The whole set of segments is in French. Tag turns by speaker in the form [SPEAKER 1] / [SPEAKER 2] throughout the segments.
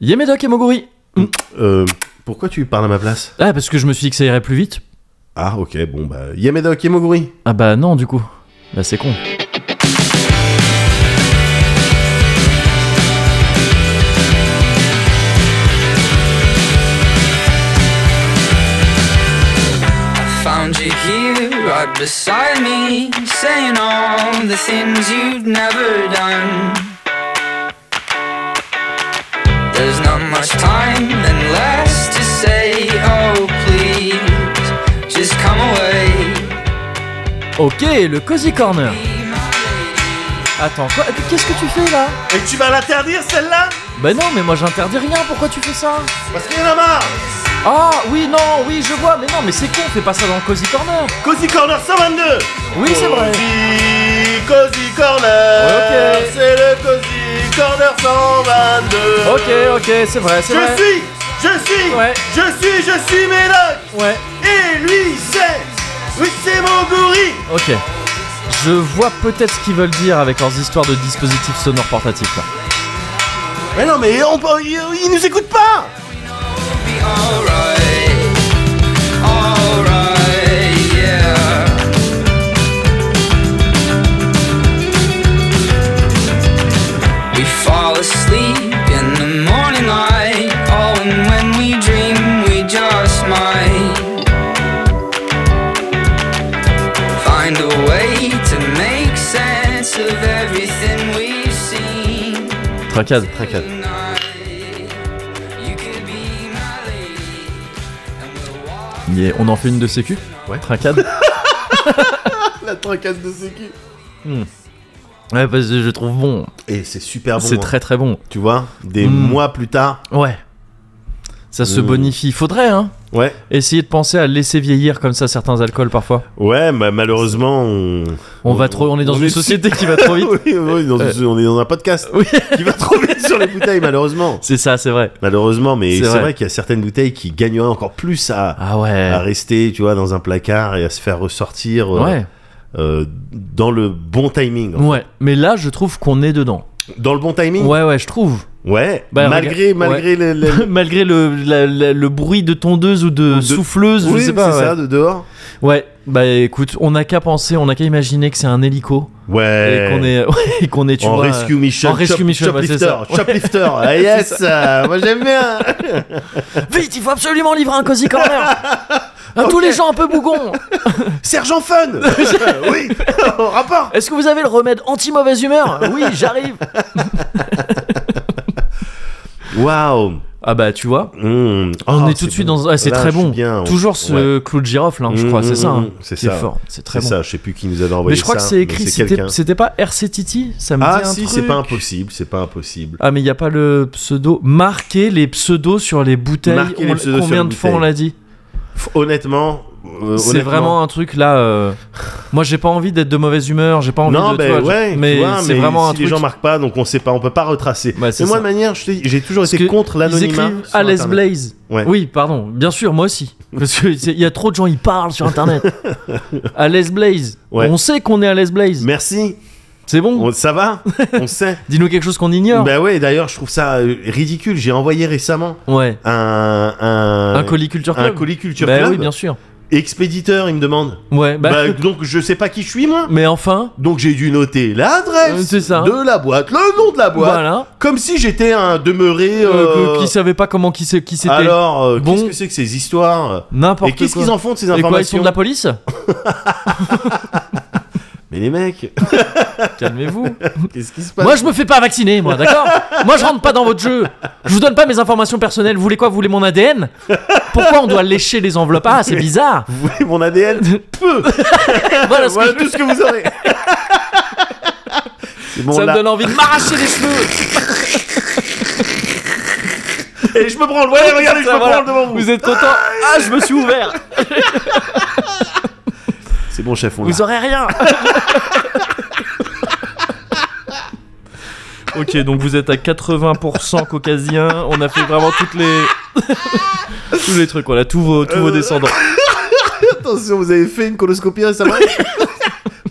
[SPEAKER 1] Yemedoc et Moguri
[SPEAKER 2] Euh, pourquoi tu parles à ma place
[SPEAKER 1] Ah, parce que je me suis dit que ça irait plus vite.
[SPEAKER 2] Ah, ok, bon, bah, Yemedoc et Moguri.
[SPEAKER 1] Ah bah non, du coup. Bah c'est con.
[SPEAKER 3] Found you here, right beside me, saying all the things you'd never done. There's not much time and less to say. Oh, please, just come away.
[SPEAKER 1] Ok, le Cozy Corner.
[SPEAKER 3] Be my lady.
[SPEAKER 1] Attends, quoi Qu'est-ce que tu fais là
[SPEAKER 2] Et tu vas l'interdire celle-là
[SPEAKER 1] Bah non, mais moi j'interdis rien, pourquoi tu fais ça
[SPEAKER 2] Parce qu'il y en a marre
[SPEAKER 1] Ah oui, non, oui, je vois, mais non, mais c'est con, fais pas ça dans le Cozy Corner.
[SPEAKER 2] Cozy Corner 122
[SPEAKER 1] Oui, c'est vrai.
[SPEAKER 2] Cozy, Cozy Corner
[SPEAKER 1] Ouais, ok.
[SPEAKER 2] C'est le Cozy Corner 122
[SPEAKER 1] Ok, ok, c'est vrai, c'est
[SPEAKER 2] Je
[SPEAKER 1] vrai.
[SPEAKER 2] suis Je suis
[SPEAKER 1] Ouais.
[SPEAKER 2] Je suis, je suis Médoc
[SPEAKER 1] Ouais,
[SPEAKER 2] Et lui, c'est... Oui, c'est Moguri
[SPEAKER 1] ok. Je vois peut-être ce qu'ils veulent dire avec leurs histoires de dispositifs sonores portatifs. là.
[SPEAKER 2] Mais non, mais on, peut- ils ils Euh, nous écoutent pas
[SPEAKER 3] Be alright, alright, yeah. We fall asleep in the morning light. Oh, and when we dream, we just might find a way to make sense of everything we've seen.
[SPEAKER 1] Tracade.
[SPEAKER 2] Tracade.
[SPEAKER 3] Tonight, you could be my lady, and we'll walk.
[SPEAKER 1] Yeah, On en fait une de sécu
[SPEAKER 2] Ouais.
[SPEAKER 1] Tracade
[SPEAKER 2] La tracade de sécu
[SPEAKER 1] Ouais, parce que je trouve bon.
[SPEAKER 2] Et c'est super bon,
[SPEAKER 1] c'est
[SPEAKER 2] hein.
[SPEAKER 1] très très bon.
[SPEAKER 2] tu vois, des
[SPEAKER 1] Mm.
[SPEAKER 2] mois plus tard...
[SPEAKER 1] Ouais. Ça se
[SPEAKER 2] Mm.
[SPEAKER 1] bonifie. Faudrait, hein
[SPEAKER 2] Ouais,
[SPEAKER 1] Essayer de penser à laisser vieillir comme ça certains alcools parfois.
[SPEAKER 2] ouais, bah, malheureusement, on...
[SPEAKER 1] On
[SPEAKER 2] On-
[SPEAKER 1] va trop, on est dans
[SPEAKER 2] on
[SPEAKER 1] une
[SPEAKER 2] est-
[SPEAKER 1] société qui va trop vite.
[SPEAKER 2] oui, oui, dans-
[SPEAKER 1] Euh.
[SPEAKER 2] on est dans un podcast
[SPEAKER 1] Oui.
[SPEAKER 2] qui va trop vite sur les bouteilles, malheureusement.
[SPEAKER 1] C'est ça, c'est vrai.
[SPEAKER 2] Malheureusement, mais
[SPEAKER 1] C'est
[SPEAKER 2] c'est vrai,
[SPEAKER 1] vrai
[SPEAKER 2] qu'il y a certaines bouteilles qui gagneraient encore plus à,
[SPEAKER 1] Ah ouais.
[SPEAKER 2] à rester, tu vois, dans un placard et à se faire ressortir euh,
[SPEAKER 1] Ouais.
[SPEAKER 2] euh, dans le bon timing. en
[SPEAKER 1] Ouais. Mais là, je trouve qu'on est dedans.
[SPEAKER 2] fait. Dans le bon timing
[SPEAKER 1] Ouais, ouais, je trouve.
[SPEAKER 2] Ouais,
[SPEAKER 1] Bah,
[SPEAKER 2] malgré,
[SPEAKER 1] regarde-
[SPEAKER 2] malgré les- les-
[SPEAKER 1] Malgré le, la- la- le bruit de tondeuse ou de,
[SPEAKER 2] Euh, De-
[SPEAKER 1] souffleuse,
[SPEAKER 2] Oui,
[SPEAKER 1] je sais
[SPEAKER 2] c'est
[SPEAKER 1] pas.
[SPEAKER 2] ça,
[SPEAKER 1] Ouais.
[SPEAKER 2] de dehors
[SPEAKER 1] Ouais, bah écoute, on n'a qu'à penser, on n'a qu'à imaginer que c'est un hélico et qu'on
[SPEAKER 2] Ouais
[SPEAKER 1] est, ouais, et qu'on est, tu
[SPEAKER 2] en
[SPEAKER 1] vois,
[SPEAKER 2] rescue mission,
[SPEAKER 1] en rescue
[SPEAKER 2] chop-
[SPEAKER 1] mission, bah, c'est
[SPEAKER 2] choplifter,
[SPEAKER 1] ça.
[SPEAKER 2] choplifter, ah yes, euh, moi j'aime bien.
[SPEAKER 1] euh, Vite, il faut absolument livrer un cozy corner. À tous les gens un peu bougons.
[SPEAKER 2] Sergent Fun, Euh, oui, au rapport.
[SPEAKER 1] Est-ce que vous avez le remède anti mauvaise humeur Oui, j'arrive.
[SPEAKER 2] Waouh,
[SPEAKER 1] Ah bah tu vois,
[SPEAKER 2] Mmh.
[SPEAKER 1] on
[SPEAKER 2] Oh,
[SPEAKER 1] est tout de suite
[SPEAKER 2] bon.
[SPEAKER 1] dans. Ah, c'est
[SPEAKER 2] Là,
[SPEAKER 1] très
[SPEAKER 2] je suis
[SPEAKER 1] bon.
[SPEAKER 2] bien.
[SPEAKER 1] Toujours ce clou de girofle, hein, je crois,
[SPEAKER 2] Mmh,
[SPEAKER 1] c'est ça.
[SPEAKER 2] mmh,
[SPEAKER 1] hein,
[SPEAKER 2] mmh, c'est
[SPEAKER 1] qui est
[SPEAKER 2] ça.
[SPEAKER 1] fort, c'est très
[SPEAKER 2] C'est
[SPEAKER 1] bon.
[SPEAKER 2] ça, je sais plus qui nous avait envoyé
[SPEAKER 1] mais je crois
[SPEAKER 2] ça,
[SPEAKER 1] que c'est
[SPEAKER 2] mais
[SPEAKER 1] écrit,
[SPEAKER 2] quelqu'un.
[SPEAKER 1] c'était c'était pas RC Titi Ça me
[SPEAKER 2] Ah
[SPEAKER 1] dit un
[SPEAKER 2] si,
[SPEAKER 1] truc.
[SPEAKER 2] c'est pas impossible, c'est pas impossible.
[SPEAKER 1] Ah mais il y a pas le pseudo. Marquer les pseudos sur les bouteilles.
[SPEAKER 2] Marquer les
[SPEAKER 1] On-
[SPEAKER 2] pseudos sur
[SPEAKER 1] combien
[SPEAKER 2] les
[SPEAKER 1] de fois
[SPEAKER 2] bouteilles.
[SPEAKER 1] on l'a dit
[SPEAKER 2] F- Honnêtement, euh,
[SPEAKER 1] C'est
[SPEAKER 2] honnêtement-
[SPEAKER 1] vraiment un truc là. euh, Moi j'ai pas envie d'être de mauvaise humeur, j'ai pas envie
[SPEAKER 2] Non,
[SPEAKER 1] de.
[SPEAKER 2] bah,
[SPEAKER 1] tu vois, je-
[SPEAKER 2] ouais, tu
[SPEAKER 1] mais
[SPEAKER 2] vois,
[SPEAKER 1] c'est vraiment un
[SPEAKER 2] si les
[SPEAKER 1] truc.
[SPEAKER 2] gens marquent pas, donc on sait pas, on peut pas retracer.
[SPEAKER 1] Ouais, c'est
[SPEAKER 2] mais moi,
[SPEAKER 1] ça.
[SPEAKER 2] de manière, je te dis, j'ai toujours
[SPEAKER 1] Parce
[SPEAKER 2] été
[SPEAKER 1] que
[SPEAKER 2] contre
[SPEAKER 1] Ils
[SPEAKER 2] l'anonymat.
[SPEAKER 1] écrivent
[SPEAKER 2] sur
[SPEAKER 1] Alice
[SPEAKER 2] Internet.
[SPEAKER 1] Blaze.
[SPEAKER 2] Ouais.
[SPEAKER 1] Oui, pardon, bien sûr, moi aussi. Parce qu'il y a trop de gens, ils parlent sur internet. Alice Blaze.
[SPEAKER 2] Ouais.
[SPEAKER 1] On sait qu'on est Alice Blaze.
[SPEAKER 2] Merci.
[SPEAKER 1] C'est bon
[SPEAKER 2] On- ça va On sait.
[SPEAKER 1] Dis-nous quelque chose qu'on ignore.
[SPEAKER 2] bah ouais, d'ailleurs, je trouve ça euh, ridicule. J'ai envoyé récemment
[SPEAKER 1] ouais.
[SPEAKER 2] un un
[SPEAKER 1] Un colis culture
[SPEAKER 2] un
[SPEAKER 1] club.
[SPEAKER 2] colis culture
[SPEAKER 1] bah
[SPEAKER 2] club.
[SPEAKER 1] oui, bien sûr.
[SPEAKER 2] Expéditeur, il me demande.
[SPEAKER 1] Ouais, bah,
[SPEAKER 2] Bah, donc je sais pas qui je suis moi.
[SPEAKER 1] mais enfin,
[SPEAKER 2] Donc j'ai dû noter
[SPEAKER 1] Euh,
[SPEAKER 2] l'adresse
[SPEAKER 1] c'est ça.
[SPEAKER 2] de la boîte, le nom de la boîte,
[SPEAKER 1] voilà.
[SPEAKER 2] comme si j'étais un demeuré.
[SPEAKER 1] Euh,
[SPEAKER 2] euh,
[SPEAKER 1] que- qui savait pas comment qui, c'est- qui c'était
[SPEAKER 2] alors, euh,
[SPEAKER 1] Bon.
[SPEAKER 2] qu'est-ce que c'est que ces histoires
[SPEAKER 1] N'importe
[SPEAKER 2] Et
[SPEAKER 1] quoi.
[SPEAKER 2] qu'est-ce qu'ils en font de ces
[SPEAKER 1] Et quoi, ils sont
[SPEAKER 2] informations
[SPEAKER 1] de la police
[SPEAKER 2] Mais les mecs,
[SPEAKER 1] Calmez-vous.
[SPEAKER 2] qu'est-ce qui se passe
[SPEAKER 1] moi, je me fais pas vacciner, moi, d'accord Moi, je rentre pas dans votre jeu. Je vous donne pas mes informations personnelles. Vous voulez quoi Vous voulez mon ADN Pourquoi on doit lécher les enveloppes Ah, c'est bizarre.
[SPEAKER 2] Vous voulez mon ADN Peu
[SPEAKER 1] Voilà ce que
[SPEAKER 2] Voilà
[SPEAKER 1] je-
[SPEAKER 2] tout ce que vous aurez C'est bon
[SPEAKER 1] ça me
[SPEAKER 2] là.
[SPEAKER 1] donne envie de m'arracher les cheveux.
[SPEAKER 2] Et je me branle, ouais, regardez, je
[SPEAKER 1] Ça,
[SPEAKER 2] me
[SPEAKER 1] voilà.
[SPEAKER 2] branle devant vous.
[SPEAKER 1] Vous êtes content Ah, je me suis ouvert.
[SPEAKER 2] C'est bon, chef, on l'a.
[SPEAKER 1] Vous aurez rien. ok, donc vous êtes à 80% caucasien. On a fait vraiment toutes les tous les trucs. On a tous vos tous vos
[SPEAKER 2] Euh.
[SPEAKER 1] descendants.
[SPEAKER 2] Attention, vous avez fait une coloscopie récemment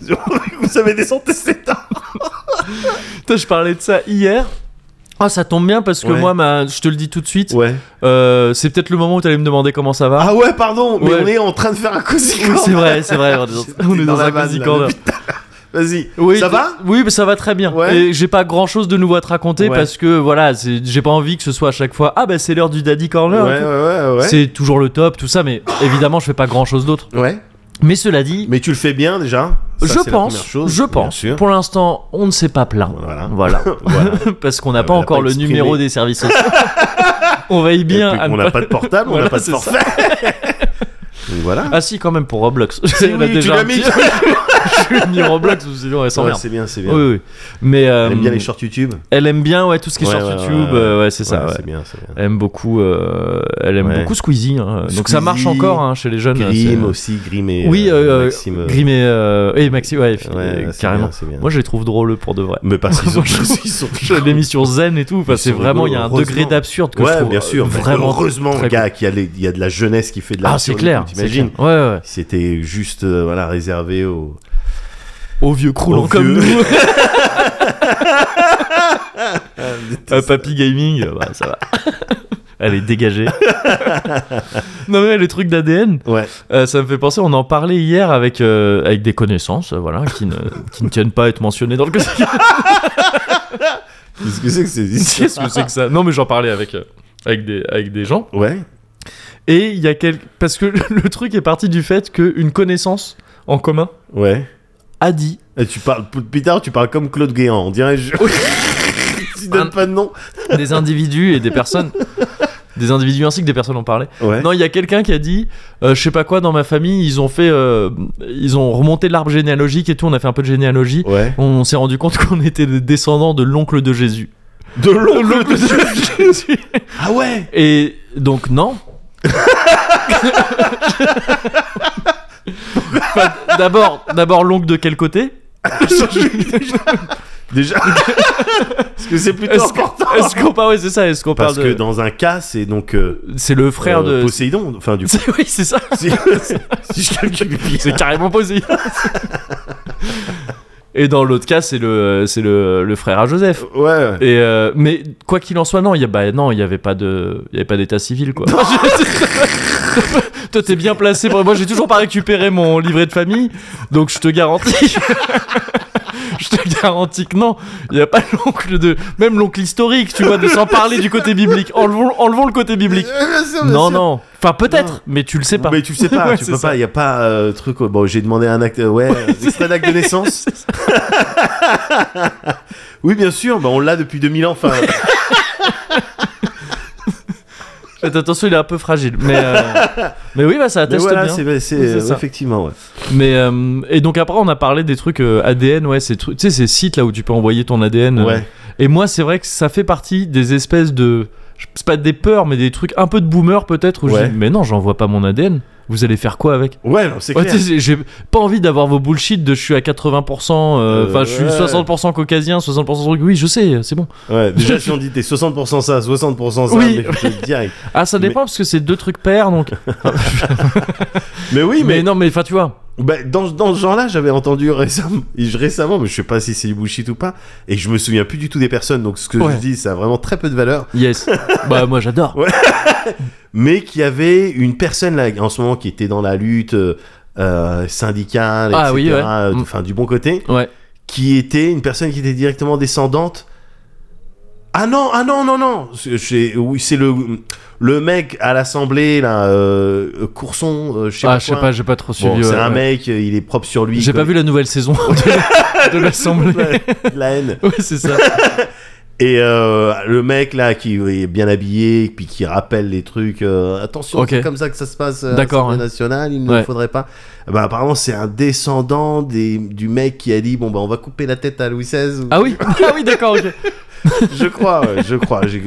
[SPEAKER 2] Vous avez des santé, c'est
[SPEAKER 1] Putain, je parlais de ça hier. Ah, ça tombe bien parce que
[SPEAKER 2] Ouais.
[SPEAKER 1] moi, ma- je te le dis tout de suite,
[SPEAKER 2] Ouais.
[SPEAKER 1] euh, c'est peut-être le moment où t'allais me demander comment ça va.
[SPEAKER 2] Ah ouais, pardon, mais
[SPEAKER 1] Ouais.
[SPEAKER 2] on est en train de faire un cosy
[SPEAKER 1] Oui, c'est vrai, c'est vrai. On est dans, on est dans un quasi corner.
[SPEAKER 2] Vas-y.
[SPEAKER 1] Oui,
[SPEAKER 2] ça
[SPEAKER 1] t-
[SPEAKER 2] va
[SPEAKER 1] Oui, mais ça va très bien.
[SPEAKER 2] Ouais.
[SPEAKER 1] Et j'ai pas grand chose de nouveau à te raconter
[SPEAKER 2] Ouais.
[SPEAKER 1] parce que voilà, c'est- j'ai pas envie que ce soit à chaque fois Ah bah c'est l'heure du Daddy
[SPEAKER 2] Ouais,
[SPEAKER 1] Corner.
[SPEAKER 2] ouais, ouais. ouais.
[SPEAKER 1] C'est toujours le top, tout ça, mais évidemment, je fais pas grand chose d'autre.
[SPEAKER 2] Ouais.
[SPEAKER 1] Mais cela dit,
[SPEAKER 2] Mais tu le fais bien déjà Ça, c'est
[SPEAKER 1] je
[SPEAKER 2] la
[SPEAKER 1] pense,
[SPEAKER 2] première chose,
[SPEAKER 1] je
[SPEAKER 2] bien
[SPEAKER 1] pense.
[SPEAKER 2] sûr.
[SPEAKER 1] Pour l'instant, on ne s'est pas plaint.
[SPEAKER 2] Voilà.
[SPEAKER 1] Voilà.
[SPEAKER 2] Voilà.
[SPEAKER 1] Parce qu'on n'a
[SPEAKER 2] On
[SPEAKER 1] pas
[SPEAKER 2] l'a
[SPEAKER 1] encore
[SPEAKER 2] pas
[SPEAKER 1] le
[SPEAKER 2] exprimé.
[SPEAKER 1] numéro des services sociaux. on veille
[SPEAKER 2] Et
[SPEAKER 1] bien.
[SPEAKER 2] puis
[SPEAKER 1] à ne
[SPEAKER 2] on n'a pas de portable, on
[SPEAKER 1] Voilà,
[SPEAKER 2] n'a pas de
[SPEAKER 1] c'est ça.
[SPEAKER 2] forfait. Donc voilà.
[SPEAKER 1] Ah si, quand même pour Roblox.
[SPEAKER 2] Si,
[SPEAKER 1] On a
[SPEAKER 2] oui, tu
[SPEAKER 1] déjà
[SPEAKER 2] l'as
[SPEAKER 1] un
[SPEAKER 2] mis.
[SPEAKER 1] petit- Je l'ai mis Roblox, sinon elle
[SPEAKER 2] Ouais,
[SPEAKER 1] s'emmerde.
[SPEAKER 2] c'est bien, c'est bien.
[SPEAKER 1] Oui, oui. Mais euh,
[SPEAKER 2] Elle aime bien les shorts YouTube.
[SPEAKER 1] elle aime bien, ouais, tout ce qui
[SPEAKER 2] Ouais,
[SPEAKER 1] est sur
[SPEAKER 2] ouais,
[SPEAKER 1] YouTube.
[SPEAKER 2] ouais,
[SPEAKER 1] euh, ouais, c'est ça.
[SPEAKER 2] Ouais,
[SPEAKER 1] ouais.
[SPEAKER 2] C'est bien, c'est bien.
[SPEAKER 1] Elle aime beaucoup, euh, elle aime
[SPEAKER 2] Ouais.
[SPEAKER 1] beaucoup Squeezie. hein. Donc ça
[SPEAKER 2] Squeezie,
[SPEAKER 1] marche encore hein, chez les jeunes.
[SPEAKER 2] Grim
[SPEAKER 1] c'est-
[SPEAKER 2] aussi, Grim et
[SPEAKER 1] Oui,
[SPEAKER 2] euh,
[SPEAKER 1] euh,
[SPEAKER 2] Maxime. euh,
[SPEAKER 1] Grimm et, euh, et Maxi, ouais,
[SPEAKER 2] ouais, ouais, c'est
[SPEAKER 1] carrément.
[SPEAKER 2] bien, c'est bien.
[SPEAKER 1] Moi, je les trouve drôles pour de vrai.
[SPEAKER 2] mais parce qu'ils ont
[SPEAKER 1] Moi, je-
[SPEAKER 2] ils sont
[SPEAKER 1] L'émission zen et tout, enfin,
[SPEAKER 2] Ils
[SPEAKER 1] c'est
[SPEAKER 2] sont
[SPEAKER 1] vraiment, il y
[SPEAKER 2] rigolos,
[SPEAKER 1] a un
[SPEAKER 2] heureusement.
[SPEAKER 1] degré d'absurde que je
[SPEAKER 2] Ouais,
[SPEAKER 1] trouve
[SPEAKER 2] bien sûr.
[SPEAKER 1] euh,
[SPEAKER 2] mais
[SPEAKER 1] vraiment.
[SPEAKER 2] heureusement,
[SPEAKER 1] très
[SPEAKER 2] le gars, qu'il y, a les- il y a de la jeunesse qui fait de la
[SPEAKER 1] Ah, c'est clair, c'est
[SPEAKER 2] T'imagines
[SPEAKER 1] clair. Ouais, ouais, ouais.
[SPEAKER 2] C'était juste euh, voilà, réservé aux.
[SPEAKER 1] Au vieux croulant
[SPEAKER 2] Aux
[SPEAKER 1] Oh, comme
[SPEAKER 2] vieux.
[SPEAKER 1] nous. Euh, papy Gaming, euh, bah, ça va. Elle est dégagée. non mais le truc d'ADN,
[SPEAKER 2] Ouais.
[SPEAKER 1] euh, ça me fait penser, on en parlait hier avec, euh, avec des connaissances, euh, voilà, qui ne, qui ne tiennent pas à être mentionnées dans le quotidien.
[SPEAKER 2] Qu'est-ce que c'est que ces histoires
[SPEAKER 1] Qu'est-ce que c'est que ça Non mais j'en parlais avec, euh, avec, des, avec des gens.
[SPEAKER 2] Ouais.
[SPEAKER 1] Et il y a quel... Parce que le truc est parti du fait qu'une connaissance en commun
[SPEAKER 2] Ouais.
[SPEAKER 1] a dit
[SPEAKER 2] Et tu parles, Peter, tu parles comme Claude Guéant, on dirait. Je... tu donnes pas de nom.
[SPEAKER 1] des individus et des personnes... Des individus ainsi que des personnes en parlaient.
[SPEAKER 2] Ouais.
[SPEAKER 1] Non, il y a quelqu'un qui a dit, euh, je sais pas quoi, dans ma famille, ils ont fait, euh, ils ont remonté l'arbre généalogique et tout, on a fait un peu de généalogie.
[SPEAKER 2] Ouais.
[SPEAKER 1] On, s'est rendu compte qu'on était des descendants de l'oncle de Jésus.
[SPEAKER 2] De l'eau.
[SPEAKER 1] L'oncle de Jésus.
[SPEAKER 2] Ah ouais.
[SPEAKER 1] Et donc non. Enfin, d'abord, d'abord l'oncle de quel côté
[SPEAKER 2] Déjà. Parce que c'est plutôt
[SPEAKER 1] Est-ce
[SPEAKER 2] important.
[SPEAKER 1] que- est-ce qu'on parle ouais, c'est ça, est-ce qu'on
[SPEAKER 2] Parce
[SPEAKER 1] parle
[SPEAKER 2] que
[SPEAKER 1] de
[SPEAKER 2] dans un cas, c'est donc. euh,
[SPEAKER 1] c'est le frère
[SPEAKER 2] euh,
[SPEAKER 1] de
[SPEAKER 2] Poséidon. Enfin, du coup.
[SPEAKER 1] C'est- oui, c'est ça.
[SPEAKER 2] si, si je calcule bien.
[SPEAKER 1] C'est carrément posé. Et dans l'autre cas, c'est le c'est le, le frère à Joseph.
[SPEAKER 2] Ouais.
[SPEAKER 1] Et euh, mais quoi qu'il en soit, non, il y a bah non, il y avait pas de, il y avait pas d'état civil quoi. Toi t'es bien placé. pour- Moi j'ai toujours pas récupéré mon livret de famille, donc je te garantis. Je te garantis que non, il n'y a pas l'oncle de. Même l'oncle historique, tu vois, de s'en parler du côté biblique. Enlevons, enlevons le côté biblique.
[SPEAKER 2] Euh, bien sûr, bien
[SPEAKER 1] Non,
[SPEAKER 2] sûr.
[SPEAKER 1] non. Enfin,
[SPEAKER 2] Non.
[SPEAKER 1] peut-être, mais tu le sais pas.
[SPEAKER 2] Mais tu le sais pas,
[SPEAKER 1] Ouais,
[SPEAKER 2] tu
[SPEAKER 1] c'est
[SPEAKER 2] peux
[SPEAKER 1] ça.
[SPEAKER 2] pas, il y a pas euh, truc. euh, Bon, j'ai demandé un acte, euh, ouais, euh, extrait d'acte de naissance. oui, bien sûr, bah, on l'a depuis 2000 ans. Enfin,
[SPEAKER 1] Faites attention, il est un peu fragile. Mais, euh, mais oui, bah, ça
[SPEAKER 2] mais
[SPEAKER 1] atteste
[SPEAKER 2] voilà,
[SPEAKER 1] bien.
[SPEAKER 2] c'est, c'est,
[SPEAKER 1] Oui, c'est
[SPEAKER 2] euh,
[SPEAKER 1] ça.
[SPEAKER 2] effectivement, ouais.
[SPEAKER 1] Mais euh, et donc après on a parlé des trucs euh, ADN, ouais, ces trucs, tu sais ces sites là où tu peux envoyer ton ADN. euh,
[SPEAKER 2] Ouais.
[SPEAKER 1] Et moi c'est vrai que ça fait partie des espèces de, je- c'est pas des peurs mais des trucs un peu de boomer peut-être où je
[SPEAKER 2] Ouais.
[SPEAKER 1] dis mais non j'envoie pas mon ADN. Vous allez faire quoi avec
[SPEAKER 2] Ouais, non, c'est
[SPEAKER 1] Ouais,
[SPEAKER 2] clair.
[SPEAKER 1] tu sais, J'ai pas envie d'avoir vos bullshit de je suis à 80%, euh,
[SPEAKER 2] Euh,
[SPEAKER 1] enfin je suis
[SPEAKER 2] ouais.
[SPEAKER 1] 60% caucasien, 60% truc. Oui, je sais, c'est bon.
[SPEAKER 2] Ouais, déjà, si on dit t'es 60% ça, 60% ça,
[SPEAKER 1] Oui.
[SPEAKER 2] mais je te le dis direct.
[SPEAKER 1] Ah, ça
[SPEAKER 2] Mais-
[SPEAKER 1] dépend parce que c'est deux trucs pairs donc.
[SPEAKER 2] Mais oui,
[SPEAKER 1] mais,
[SPEAKER 2] mais,
[SPEAKER 1] non, mais enfin tu vois.
[SPEAKER 2] bah, dans, dans ce genre-là, j'avais entendu récemment, et je- récemment, mais je sais pas si c'est du bullshit ou pas, et je me souviens plus du tout des personnes, donc ce que
[SPEAKER 1] Ouais.
[SPEAKER 2] je dis, ça a vraiment très peu de valeur.
[SPEAKER 1] Yes. bah moi j'adore.
[SPEAKER 2] mais qu'il y avait une personne là en ce moment qui était dans la lutte euh, euh, syndicale,
[SPEAKER 1] Ah
[SPEAKER 2] etc.,
[SPEAKER 1] oui, ouais.
[SPEAKER 2] euh,
[SPEAKER 1] Mm.
[SPEAKER 2] enfin du bon côté,
[SPEAKER 1] Ouais.
[SPEAKER 2] qui était une personne qui était directement descendante. Ah non, ah non, non, non, c'est c'est- oui, c'est le le mec à l'assemblée là, euh, Courson, euh, je sais
[SPEAKER 1] Ah
[SPEAKER 2] pas
[SPEAKER 1] je sais
[SPEAKER 2] quoi.
[SPEAKER 1] pas, j'ai pas trop
[SPEAKER 2] Bon,
[SPEAKER 1] suivi.
[SPEAKER 2] c'est
[SPEAKER 1] ouais,
[SPEAKER 2] un
[SPEAKER 1] ouais.
[SPEAKER 2] mec, euh, il est propre sur lui.
[SPEAKER 1] J'ai
[SPEAKER 2] quoi.
[SPEAKER 1] pas vu la nouvelle saison de, de l'Assemblée.
[SPEAKER 2] Ouais, de la haine.
[SPEAKER 1] Ouais, c'est ça.
[SPEAKER 2] Et euh, le mec là qui est bien habillé, puis qui rappelle les trucs. euh, attention,
[SPEAKER 1] Ok.
[SPEAKER 2] c'est comme ça que ça se passe euh, à
[SPEAKER 1] D'accord,
[SPEAKER 2] l'Assemblée
[SPEAKER 1] ouais.
[SPEAKER 2] nationale. Il ne
[SPEAKER 1] Ouais.
[SPEAKER 2] faudrait pas. Bah, apparemment, c'est un descendant des, du mec qui a dit bon bah on va couper la tête à Louis XVI. ou-
[SPEAKER 1] Ah oui, ah oui, d'accord. ok.
[SPEAKER 2] je crois, ouais, je crois. J'ai-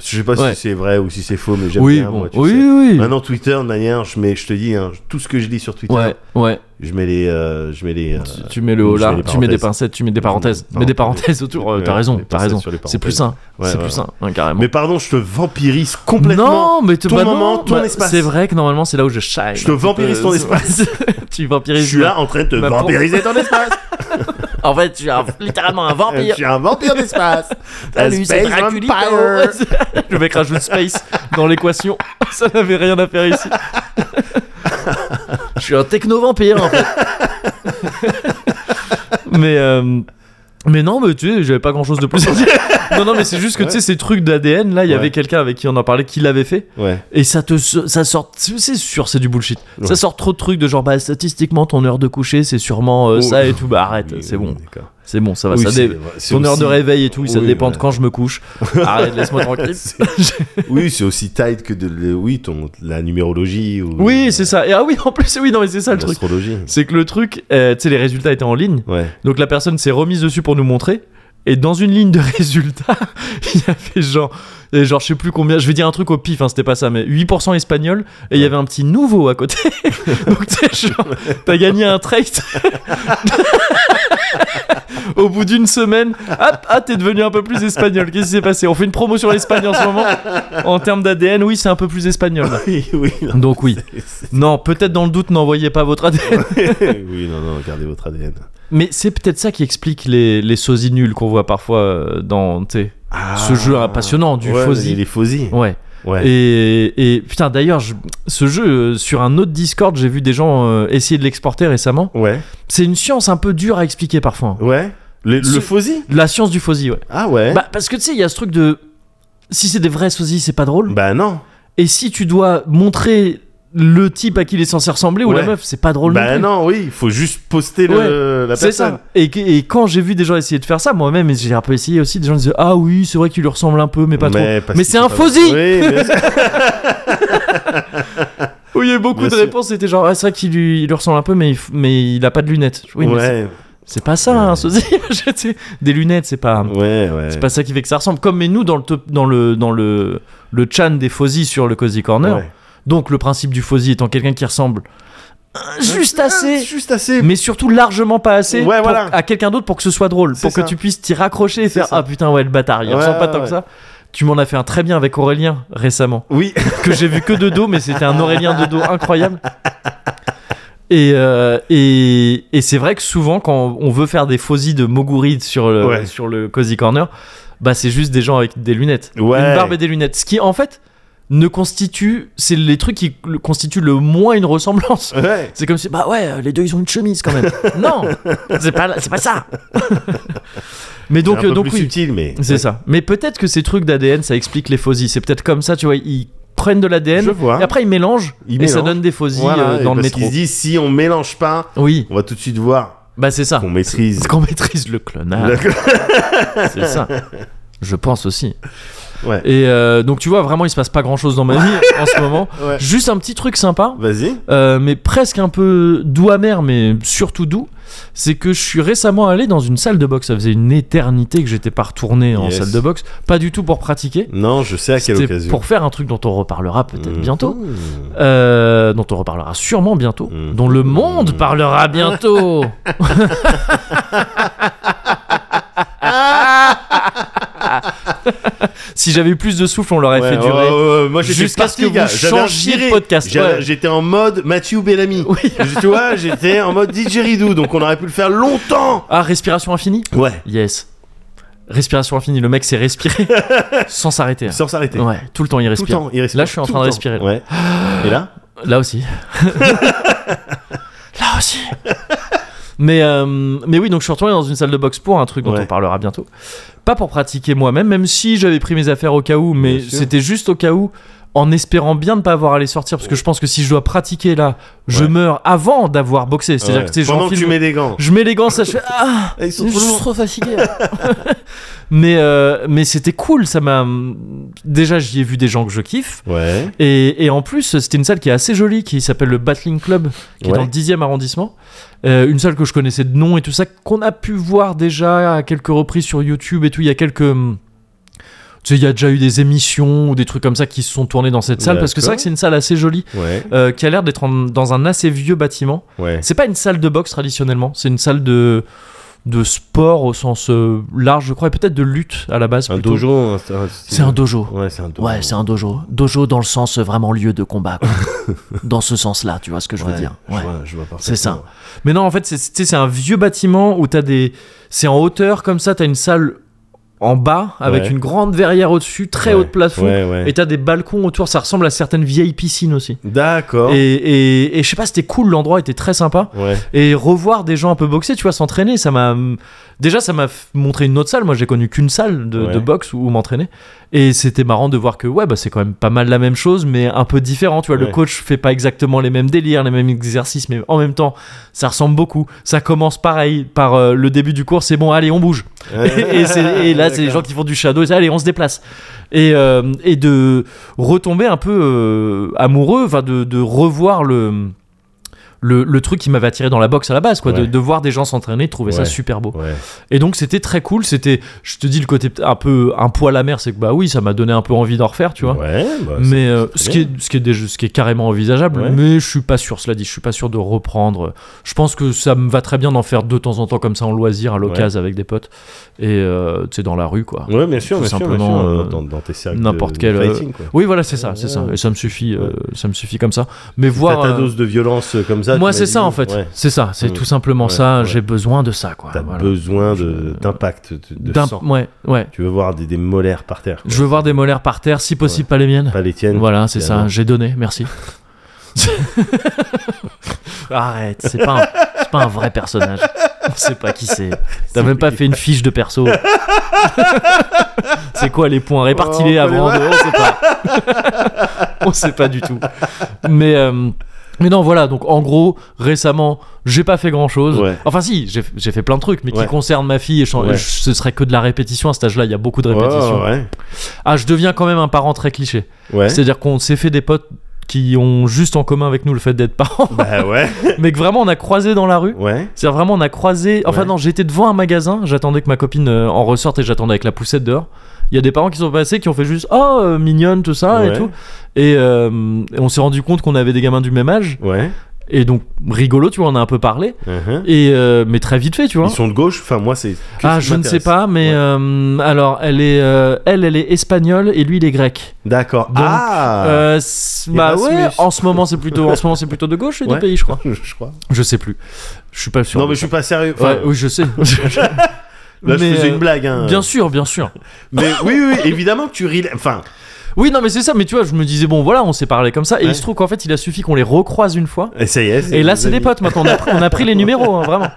[SPEAKER 2] Je sais pas
[SPEAKER 1] Ouais.
[SPEAKER 2] si c'est vrai ou si c'est faux, mais j'aime
[SPEAKER 1] Oui,
[SPEAKER 2] bien.
[SPEAKER 1] bon,
[SPEAKER 2] moi, tu
[SPEAKER 1] oui,
[SPEAKER 2] sais.
[SPEAKER 1] oui.
[SPEAKER 2] Maintenant Twitter de manière, je mets, je te dis, hein, tout ce que je lis sur Twitter,
[SPEAKER 1] Ouais, ouais.
[SPEAKER 2] je mets les, euh, je mets les. euh,
[SPEAKER 1] Tu, tu mets le
[SPEAKER 2] je mets
[SPEAKER 1] holà,
[SPEAKER 2] les
[SPEAKER 1] tu mets des
[SPEAKER 2] parenthèses.
[SPEAKER 1] pincettes, tu mets des parenthèses,
[SPEAKER 2] Non,
[SPEAKER 1] mais des
[SPEAKER 2] non,
[SPEAKER 1] parenthèses autour. euh,
[SPEAKER 2] ouais,
[SPEAKER 1] t'as raison,
[SPEAKER 2] les
[SPEAKER 1] t'as
[SPEAKER 2] pincettes
[SPEAKER 1] raison.
[SPEAKER 2] sur les
[SPEAKER 1] C'est plus
[SPEAKER 2] parenthèses.
[SPEAKER 1] sain,
[SPEAKER 2] Ouais,
[SPEAKER 1] c'est
[SPEAKER 2] ouais,
[SPEAKER 1] plus
[SPEAKER 2] ouais.
[SPEAKER 1] sain, hein, carrément.
[SPEAKER 2] Mais pardon, je te vampirise complètement.
[SPEAKER 1] non, mais te-
[SPEAKER 2] ton
[SPEAKER 1] bah
[SPEAKER 2] moment,
[SPEAKER 1] non,
[SPEAKER 2] ton
[SPEAKER 1] bah,
[SPEAKER 2] espace.
[SPEAKER 1] C'est vrai que normalement c'est là où je shine. euh,
[SPEAKER 2] Je te vampirise ton espace.
[SPEAKER 1] tu
[SPEAKER 2] je
[SPEAKER 1] vampirises. Bah,
[SPEAKER 2] suis là en train de te
[SPEAKER 1] Ma-
[SPEAKER 2] vampiriser ton espace.
[SPEAKER 1] En fait, tu es un- littéralement un
[SPEAKER 2] Je
[SPEAKER 1] vampire.
[SPEAKER 2] suis Euh, un vampire d'espace.
[SPEAKER 1] Salut,
[SPEAKER 2] Un
[SPEAKER 1] c'est
[SPEAKER 2] space
[SPEAKER 1] Draculito.
[SPEAKER 2] vampire.
[SPEAKER 1] Le mec rajoute space dans l'équation. Ça n'avait rien à faire ici. Je suis un techno-vampire, en fait. mais, euh, mais non, mais tu sais, j'avais pas grand-chose de plus à dire. Non, non, mais c'est juste que, tu sais, ces trucs d'ADN, là, il y
[SPEAKER 2] Ouais.
[SPEAKER 1] avait quelqu'un avec qui on en parlait qui l'avait fait.
[SPEAKER 2] Ouais.
[SPEAKER 1] Et ça te ça sort c'est sûr c'est du bullshit.
[SPEAKER 2] Ouais.
[SPEAKER 1] Ça sort trop de trucs de genre bah statistiquement ton heure de coucher c'est sûrement euh,
[SPEAKER 2] Oh.
[SPEAKER 1] ça et tout bah arrête
[SPEAKER 2] Oui,
[SPEAKER 1] c'est
[SPEAKER 2] oui,
[SPEAKER 1] bon
[SPEAKER 2] d'accord.
[SPEAKER 1] c'est bon ça va
[SPEAKER 2] Oui,
[SPEAKER 1] ça
[SPEAKER 2] c'est-
[SPEAKER 1] dé-
[SPEAKER 2] c'est
[SPEAKER 1] ton heure de
[SPEAKER 2] aussi-
[SPEAKER 1] réveil et tout ça
[SPEAKER 2] Oui,
[SPEAKER 1] dépend de
[SPEAKER 2] voilà.
[SPEAKER 1] quand je me couche. Arrête laisse-moi tranquille.
[SPEAKER 2] Oui, c'est aussi tight que de, le- oui, ton, la numérologie ou
[SPEAKER 1] oui c'est ça et ah oui en plus oui non mais c'est ça le truc
[SPEAKER 2] l'astrologie.
[SPEAKER 1] c'est que le truc euh, tu sais les résultats étaient en ligne
[SPEAKER 2] Ouais.
[SPEAKER 1] donc la personne s'est remise dessus pour nous montrer. Et dans une ligne de résultats, il y avait genre, il y avait genre je sais plus combien, je vais dire un truc au pif, hein, c'était pas ça, mais 8% espagnol, et il y avait un petit nouveau à côté. Donc t'es genre, t'as gagné un trait. au bout d'une semaine, hop, ah, t'es devenu un peu plus espagnol. Qu'est-ce qui s'est passé On fait une promo sur l'Espagne en ce moment. En termes d'ADN, oui, c'est un peu plus espagnol. là.
[SPEAKER 2] Oui, oui. Non.
[SPEAKER 1] Donc oui. Non, peut-être dans le doute, n'envoyez pas votre ADN.
[SPEAKER 2] oui, non, non, regardez votre ADN.
[SPEAKER 1] Mais c'est peut-être ça qui explique les, les sosies nuls qu'on voit parfois euh, dans tu sais, ce jeu passionnant du
[SPEAKER 2] Ah, ouais,
[SPEAKER 1] fausi.
[SPEAKER 2] Les fausis.
[SPEAKER 1] Ouais.
[SPEAKER 2] Ouais.
[SPEAKER 1] Et, et putain, d'ailleurs, je- ce jeu, euh, sur un autre Discord, j'ai vu des gens euh, essayer de l'exporter récemment.
[SPEAKER 2] Ouais.
[SPEAKER 1] C'est une science un peu dure à expliquer parfois. hein.
[SPEAKER 2] Ouais. Le,
[SPEAKER 1] Ce-
[SPEAKER 2] le fausi
[SPEAKER 1] La science du fausi, ouais.
[SPEAKER 2] Ah ouais.
[SPEAKER 1] Bah, parce que tu sais, il y a ce truc de. Si c'est des vrais sosies, c'est pas drôle.
[SPEAKER 2] Bah non.
[SPEAKER 1] Et si tu dois montrer le type à qui il est censé ressembler ou la
[SPEAKER 2] Ouais.
[SPEAKER 1] meuf, c'est pas drôle non
[SPEAKER 2] Bah
[SPEAKER 1] plus.
[SPEAKER 2] non, oui, il faut juste poster le, la
[SPEAKER 1] C'est
[SPEAKER 2] personne.
[SPEAKER 1] ça. Et, que- et quand j'ai vu des gens essayer de faire ça, moi-même, j'ai un peu essayé aussi. Des gens disaient Ah oui, c'est vrai qu'il lui ressemble un peu, mais pas trop.
[SPEAKER 2] parce
[SPEAKER 1] Mais
[SPEAKER 2] que
[SPEAKER 1] c'est un
[SPEAKER 2] pas-
[SPEAKER 1] fausi
[SPEAKER 2] Oui, bien sûr.
[SPEAKER 1] Oui, il y a eu beaucoup
[SPEAKER 2] Bien
[SPEAKER 1] de
[SPEAKER 2] sûr.
[SPEAKER 1] réponses. C'était genre Ah, c'est vrai qu'il lui, il lui ressemble un peu, mais il, f- mais il a pas de lunettes. Oui, mais c'est-
[SPEAKER 2] ouais,
[SPEAKER 1] c'est pas ça, un sosie. Je sais, des lunettes, c'est pas.
[SPEAKER 2] ouais, ouais.
[SPEAKER 1] C'est pas ça qui fait que ça ressemble. Comme mais nous dans le top- dans le dans le le chan des fausis sur le cozy corner.
[SPEAKER 2] Ouais.
[SPEAKER 1] Donc le principe du fausi étant quelqu'un qui ressemble euh, juste
[SPEAKER 2] Ah,
[SPEAKER 1] assez,
[SPEAKER 2] Juste assez.
[SPEAKER 1] mais surtout largement pas assez
[SPEAKER 2] Ouais,
[SPEAKER 1] pour-
[SPEAKER 2] voilà.
[SPEAKER 1] à quelqu'un d'autre pour que ce soit drôle,
[SPEAKER 2] C'est
[SPEAKER 1] pour
[SPEAKER 2] ça.
[SPEAKER 1] que tu puisses t'y raccrocher et
[SPEAKER 2] C'est
[SPEAKER 1] faire
[SPEAKER 2] ça.
[SPEAKER 1] ah putain ouais le bâtard, il
[SPEAKER 2] Ouais,
[SPEAKER 1] ressemble pas
[SPEAKER 2] ouais,
[SPEAKER 1] tant que
[SPEAKER 2] ouais.
[SPEAKER 1] ça. Tu m'en as fait un très bien avec Aurélien récemment,
[SPEAKER 2] Oui.
[SPEAKER 1] que j'ai vu que de dos, mais c'était un Aurélien de dos incroyable. Et, euh, et, et c'est vrai que souvent quand on veut faire des fausis de Moguri sur le,
[SPEAKER 2] Ouais.
[SPEAKER 1] sur le Cozy Corner, bah c'est juste des gens avec des lunettes,
[SPEAKER 2] Ouais.
[SPEAKER 1] une barbe et des lunettes, ce qui en fait ne constitue, c'est les trucs qui le- constituent le moins une ressemblance.
[SPEAKER 2] Ouais.
[SPEAKER 1] C'est comme si, bah ouais, euh, les deux ils ont une chemise quand même. non, c'est pas, c'est pas ça. mais donc,
[SPEAKER 2] C'est
[SPEAKER 1] euh,
[SPEAKER 2] un peu
[SPEAKER 1] donc
[SPEAKER 2] plus
[SPEAKER 1] oui,
[SPEAKER 2] subtil, mais.
[SPEAKER 1] c'est ça. Mais peut-être que ces trucs d'ADN ça explique les fausis. C'est peut-être comme ça, tu vois, ils prennent de
[SPEAKER 2] Je
[SPEAKER 1] l'ADN
[SPEAKER 2] vois.
[SPEAKER 1] et après ils mélangent
[SPEAKER 2] Ils
[SPEAKER 1] et
[SPEAKER 2] mélangent.
[SPEAKER 1] ça donne des fausis
[SPEAKER 2] Voilà,
[SPEAKER 1] euh,
[SPEAKER 2] et
[SPEAKER 1] dans le
[SPEAKER 2] parce qu'ils
[SPEAKER 1] métro.
[SPEAKER 2] se disent, si on mélange pas,
[SPEAKER 1] Oui,
[SPEAKER 2] on va tout de suite voir
[SPEAKER 1] bah c'est ça.
[SPEAKER 2] qu'on maîtrise.
[SPEAKER 1] Qu'on maîtrise le clonage,
[SPEAKER 2] Le-
[SPEAKER 1] c'est ça. Je pense aussi.
[SPEAKER 2] Ouais.
[SPEAKER 1] Et euh, donc tu vois, vraiment il se passe pas grand chose dans ma vie en ce moment.
[SPEAKER 2] Ouais.
[SPEAKER 1] Juste un petit truc sympa.
[SPEAKER 2] Vas-y.
[SPEAKER 1] Euh, mais presque un peu doux amer, mais surtout doux, c'est que je suis récemment allé dans une salle de boxe. Ça faisait une éternité que j'étais pas retourné en
[SPEAKER 2] Yes.
[SPEAKER 1] salle de boxe, pas du tout pour pratiquer.
[SPEAKER 2] Non, je sais à quelle
[SPEAKER 1] C'était
[SPEAKER 2] occasion.
[SPEAKER 1] pour faire un truc dont on reparlera peut-être
[SPEAKER 2] Mmh.
[SPEAKER 1] bientôt,
[SPEAKER 2] Mmh.
[SPEAKER 1] euh, dont on reparlera sûrement bientôt,
[SPEAKER 2] Mm.
[SPEAKER 1] dont le monde
[SPEAKER 2] Mm.
[SPEAKER 1] parlera bientôt. si j'avais eu plus de souffle, on l'aurait
[SPEAKER 2] Ouais,
[SPEAKER 1] fait
[SPEAKER 2] ouais,
[SPEAKER 1] durer.
[SPEAKER 2] ouais, ouais, moi j'étais
[SPEAKER 1] Jusqu'à ce
[SPEAKER 2] parti,
[SPEAKER 1] que vous
[SPEAKER 2] gars. J'avais
[SPEAKER 1] changiez de
[SPEAKER 2] viré.
[SPEAKER 1] podcast,
[SPEAKER 2] J'avais-
[SPEAKER 1] ouais.
[SPEAKER 2] J'étais en mode Mathieu Bellamy.
[SPEAKER 1] Oui.
[SPEAKER 2] tu vois, j'étais en mode didgeridoo, donc on aurait pu le faire longtemps.
[SPEAKER 1] Ah, respiration infinie
[SPEAKER 2] Ouais.
[SPEAKER 1] Yes. Respiration infinie, le mec s'est respiré sans s'arrêter. hein.
[SPEAKER 2] Sans s'arrêter.
[SPEAKER 1] Ouais, tout le temps il
[SPEAKER 2] Tout le
[SPEAKER 1] respire.
[SPEAKER 2] temps, il respire.
[SPEAKER 1] Là, je suis en
[SPEAKER 2] Tout
[SPEAKER 1] train
[SPEAKER 2] le
[SPEAKER 1] de
[SPEAKER 2] temps.
[SPEAKER 1] respirer, là.
[SPEAKER 2] Ouais. Et là
[SPEAKER 1] Là aussi. Là aussi. Mais, euh, mais oui, donc je suis retourné dans une salle de boxe pour un truc dont
[SPEAKER 2] Ouais.
[SPEAKER 1] on parlera bientôt. Pas pour pratiquer moi-même, même si j'avais pris mes affaires au cas où, mais
[SPEAKER 2] Bien sûr.
[SPEAKER 1] c'était juste au cas où, en espérant bien ne pas avoir à les sortir, parce que je pense que si je dois pratiquer là, je
[SPEAKER 2] Ouais.
[SPEAKER 1] meurs avant d'avoir boxé. C'est-à-dire
[SPEAKER 2] Ouais.
[SPEAKER 1] que tu sais,
[SPEAKER 2] Pendant que tu
[SPEAKER 1] j'enfile-
[SPEAKER 2] mets des gants.
[SPEAKER 1] je mets les gants, ça je fais. Ah
[SPEAKER 2] Ah, Ils sont
[SPEAKER 1] je
[SPEAKER 2] trop
[SPEAKER 1] suis
[SPEAKER 2] lourds.
[SPEAKER 1] trop fatigué. mais euh, mais c'était cool, ça m'a. Déjà, j'y ai vu des gens que je kiffe.
[SPEAKER 2] Ouais.
[SPEAKER 1] Et, et en plus, c'était une salle qui est assez jolie, qui s'appelle le Battling Club, qui
[SPEAKER 2] Ouais.
[SPEAKER 1] est dans le 10e arrondissement. Euh, une salle que je connaissais de nom et tout ça, qu'on a pu voir déjà à quelques reprises sur YouTube et tout. Il y a quelques. hum, Tu sais, il y a déjà eu des émissions ou des trucs comme ça qui se sont tournés dans cette salle, parce que c'est vrai que c'est une salle assez jolie,
[SPEAKER 2] Ouais.
[SPEAKER 1] euh, qui a l'air d'être en- dans un assez vieux bâtiment.
[SPEAKER 2] Ouais.
[SPEAKER 1] C'est pas une salle de boxe traditionnellement, c'est une salle de de sport au sens euh, large, je crois, et peut-être de lutte à la base.
[SPEAKER 2] Un
[SPEAKER 1] plutôt.
[SPEAKER 2] dojo. un- C'est un,
[SPEAKER 1] C'est un dojo.
[SPEAKER 2] Ouais, c'est un dojo.
[SPEAKER 4] Ouais, c'est un dojo. Dojo dans le sens euh, vraiment lieu de combat. quoi. dans ce sens-là, tu vois ce que je veux
[SPEAKER 2] Ouais,
[SPEAKER 4] dire.
[SPEAKER 2] je
[SPEAKER 4] Ouais.
[SPEAKER 2] vois- je vois
[SPEAKER 4] C'est ça.
[SPEAKER 1] Mais non, en fait, c'est- c'est tu sais, c'est un vieux bâtiment où t'as des. C'est en hauteur comme ça, t'as une salle en bas avec
[SPEAKER 2] Ouais.
[SPEAKER 1] une grande verrière au-dessus, très haut de plafond.
[SPEAKER 2] Ouais, ouais.
[SPEAKER 1] Et t'as des balcons autour, ça ressemble à certaines vieilles piscines aussi.
[SPEAKER 2] D'accord.
[SPEAKER 1] Et, et, et je sais pas, c'était cool, l'endroit était très sympa.
[SPEAKER 2] Ouais.
[SPEAKER 1] Et revoir des gens un peu boxer, tu vois, s'entraîner, ça m'a. Déjà, ça m'a f- montré une autre salle. Moi, j'ai connu qu'une salle de,
[SPEAKER 2] Ouais.
[SPEAKER 1] de boxe où, où m'entraîner. Et c'était marrant de voir que, ouais, bah, c'est quand même pas mal la même chose, mais un peu différent. Tu vois,
[SPEAKER 2] Ouais.
[SPEAKER 1] le coach fait pas exactement les mêmes délires, les mêmes exercices, mais en même temps, ça ressemble beaucoup. Ça commence pareil, par euh, le début du cours, c'est bon, allez, on bouge. et, c'est- et là, c'est les gens qui font du shadow, et ça, allez, on se déplace. Et, euh, et de retomber un peu euh, amoureux, enfin, de, de revoir le, le, le truc qui m'avait attiré dans la boxe à la base, quoi, de,
[SPEAKER 2] Ouais.
[SPEAKER 1] de voir des gens s'entraîner, de trouver
[SPEAKER 2] Ouais.
[SPEAKER 1] ça super beau.
[SPEAKER 2] Ouais.
[SPEAKER 1] Et donc, c'était très cool. C'était, je te dis, le côté un peu un poil à mer, c'est que bah oui, ça m'a donné un peu envie d'en refaire, tu vois.
[SPEAKER 2] Ouais, bah, c'est-
[SPEAKER 1] Mais euh,
[SPEAKER 2] c'est
[SPEAKER 1] ce,
[SPEAKER 2] très
[SPEAKER 1] qui est, ce, qui est déjà- ce qui est carrément envisageable,
[SPEAKER 2] Ouais.
[SPEAKER 1] mais je suis pas sûr, cela dit, je suis pas sûr de reprendre. Je pense que ça me va très bien d'en faire de temps en temps comme ça en loisir, à l'occasion avec des potes, et euh, tu sais, dans la rue quoi.
[SPEAKER 2] Ouais, bien sûr,
[SPEAKER 1] Tout
[SPEAKER 2] bien sûr, bien
[SPEAKER 1] simplement,
[SPEAKER 2] sûr,
[SPEAKER 1] euh,
[SPEAKER 2] dans, dans tes cercles.
[SPEAKER 1] n'importe
[SPEAKER 2] de-
[SPEAKER 1] quel,
[SPEAKER 2] de
[SPEAKER 1] euh,
[SPEAKER 2] Fighting, quoi.
[SPEAKER 1] Oui, voilà, c'est ça, c'est ça,
[SPEAKER 2] Ouais.
[SPEAKER 1] et ça me suffit, euh,
[SPEAKER 2] Ouais.
[SPEAKER 1] ça me suffit comme ça. Mais
[SPEAKER 2] T'as
[SPEAKER 1] voir.
[SPEAKER 2] ta
[SPEAKER 1] euh,
[SPEAKER 2] dose de violence euh, comme ça.
[SPEAKER 1] moi,
[SPEAKER 2] tu
[SPEAKER 1] c'est
[SPEAKER 2] m'as
[SPEAKER 1] ça
[SPEAKER 2] dit.
[SPEAKER 1] en fait,
[SPEAKER 2] Ouais.
[SPEAKER 1] c'est ça, c'est
[SPEAKER 2] Mm.
[SPEAKER 1] tout simplement
[SPEAKER 2] Ouais,
[SPEAKER 1] ça.
[SPEAKER 2] ouais.
[SPEAKER 1] J'ai besoin de ça quoi.
[SPEAKER 2] T'as
[SPEAKER 1] voilà.
[SPEAKER 2] besoin de-
[SPEAKER 1] Je-
[SPEAKER 2] d'impact, de, de
[SPEAKER 1] D'un-
[SPEAKER 2] sang.
[SPEAKER 1] Ouais, ouais.
[SPEAKER 2] Tu veux voir des, des molaires par terre. quoi.
[SPEAKER 1] Je veux voir des molaires par terre, si possible pas les miennes.
[SPEAKER 2] Pas les tiennes.
[SPEAKER 1] Voilà, c'est ça,
[SPEAKER 2] Évidemment.
[SPEAKER 1] j'ai donné, merci. Arrête, c'est pas, un- c'est pas un vrai personnage. On sait pas qui c'est. T'as même pas fait une fiche de perso. c'est quoi les points Répartis-les
[SPEAKER 2] Oh, on peut
[SPEAKER 1] avant. de- On sait pas. on sait pas du tout. Mais. euh, mais non, voilà, donc en gros, récemment, j'ai pas fait grand chose.
[SPEAKER 2] Ouais.
[SPEAKER 1] Enfin, si, j'ai j'ai fait plein de trucs, mais
[SPEAKER 2] Ouais.
[SPEAKER 1] qui concernent ma fille, et je-
[SPEAKER 2] Ouais.
[SPEAKER 1] ce serait que de la répétition à cet âge-là, il y a beaucoup de répétitions.
[SPEAKER 2] Ouais, Oh, ouais.
[SPEAKER 1] Ah, je deviens quand même un parent très cliché.
[SPEAKER 2] Ouais.
[SPEAKER 1] C'est-à-dire qu'on s'est fait des potes qui ont juste en commun avec nous le fait d'être parents,
[SPEAKER 2] Bah ouais.
[SPEAKER 1] mais que vraiment on a croisé dans la rue.
[SPEAKER 2] Ouais.
[SPEAKER 1] C'est-à-dire vraiment on a croisé. Enfin
[SPEAKER 2] Ouais.
[SPEAKER 1] non, j'étais devant un magasin, j'attendais que ma copine euh, en ressorte et j'attendais avec la poussette dehors. Il y a des parents qui sont passés qui ont fait juste oh euh, mignonne tout ça et
[SPEAKER 2] Ouais.
[SPEAKER 1] tout. Et, euh, et on s'est rendu compte qu'on avait des gamins du même âge
[SPEAKER 2] Ouais.
[SPEAKER 1] et donc rigolo, tu vois, on a un peu parlé
[SPEAKER 2] Uh-huh.
[SPEAKER 1] et euh, mais très vite fait, tu vois.
[SPEAKER 2] Ils sont de gauche. Enfin, moi, c'est. que
[SPEAKER 1] Ah,
[SPEAKER 2] ça
[SPEAKER 1] je ne sais
[SPEAKER 2] m'intéresse.
[SPEAKER 1] pas, mais
[SPEAKER 2] Ouais.
[SPEAKER 1] euh, alors elle est, euh, elle, elle est espagnole et lui, il est grec.
[SPEAKER 2] D'accord.
[SPEAKER 1] Donc,
[SPEAKER 2] Ah.
[SPEAKER 1] Euh, s- bah
[SPEAKER 2] Erasmus.
[SPEAKER 1] ouais, en ce moment c'est plutôt en ce moment c'est plutôt de gauche et
[SPEAKER 2] Ouais.
[SPEAKER 1] du pays je crois.
[SPEAKER 2] Je crois.
[SPEAKER 1] Je sais plus. Je suis pas sûr.
[SPEAKER 2] Non,
[SPEAKER 1] de
[SPEAKER 2] mais je
[SPEAKER 1] ça.
[SPEAKER 2] suis pas sérieux. Enfin,
[SPEAKER 1] Ouais, oui, je sais.
[SPEAKER 2] Là, je
[SPEAKER 1] Mais,
[SPEAKER 2] faisais
[SPEAKER 1] euh,
[SPEAKER 2] une blague. Hein.
[SPEAKER 1] Bien sûr, bien sûr.
[SPEAKER 2] Mais oui, oui, oui, évidemment que tu ris. Enfin,
[SPEAKER 1] Oui, non mais c'est ça, mais tu vois, je me disais bon voilà, on s'est parlé comme ça et
[SPEAKER 2] Ouais.
[SPEAKER 1] il se trouve qu'en fait, il a suffi qu'on les recroise une fois.
[SPEAKER 2] et ça y est.
[SPEAKER 1] Et là,
[SPEAKER 2] nos
[SPEAKER 1] c'est des
[SPEAKER 2] amis.
[SPEAKER 1] potes maintenant. On a, pr- on a pris les numéros, hein, vraiment.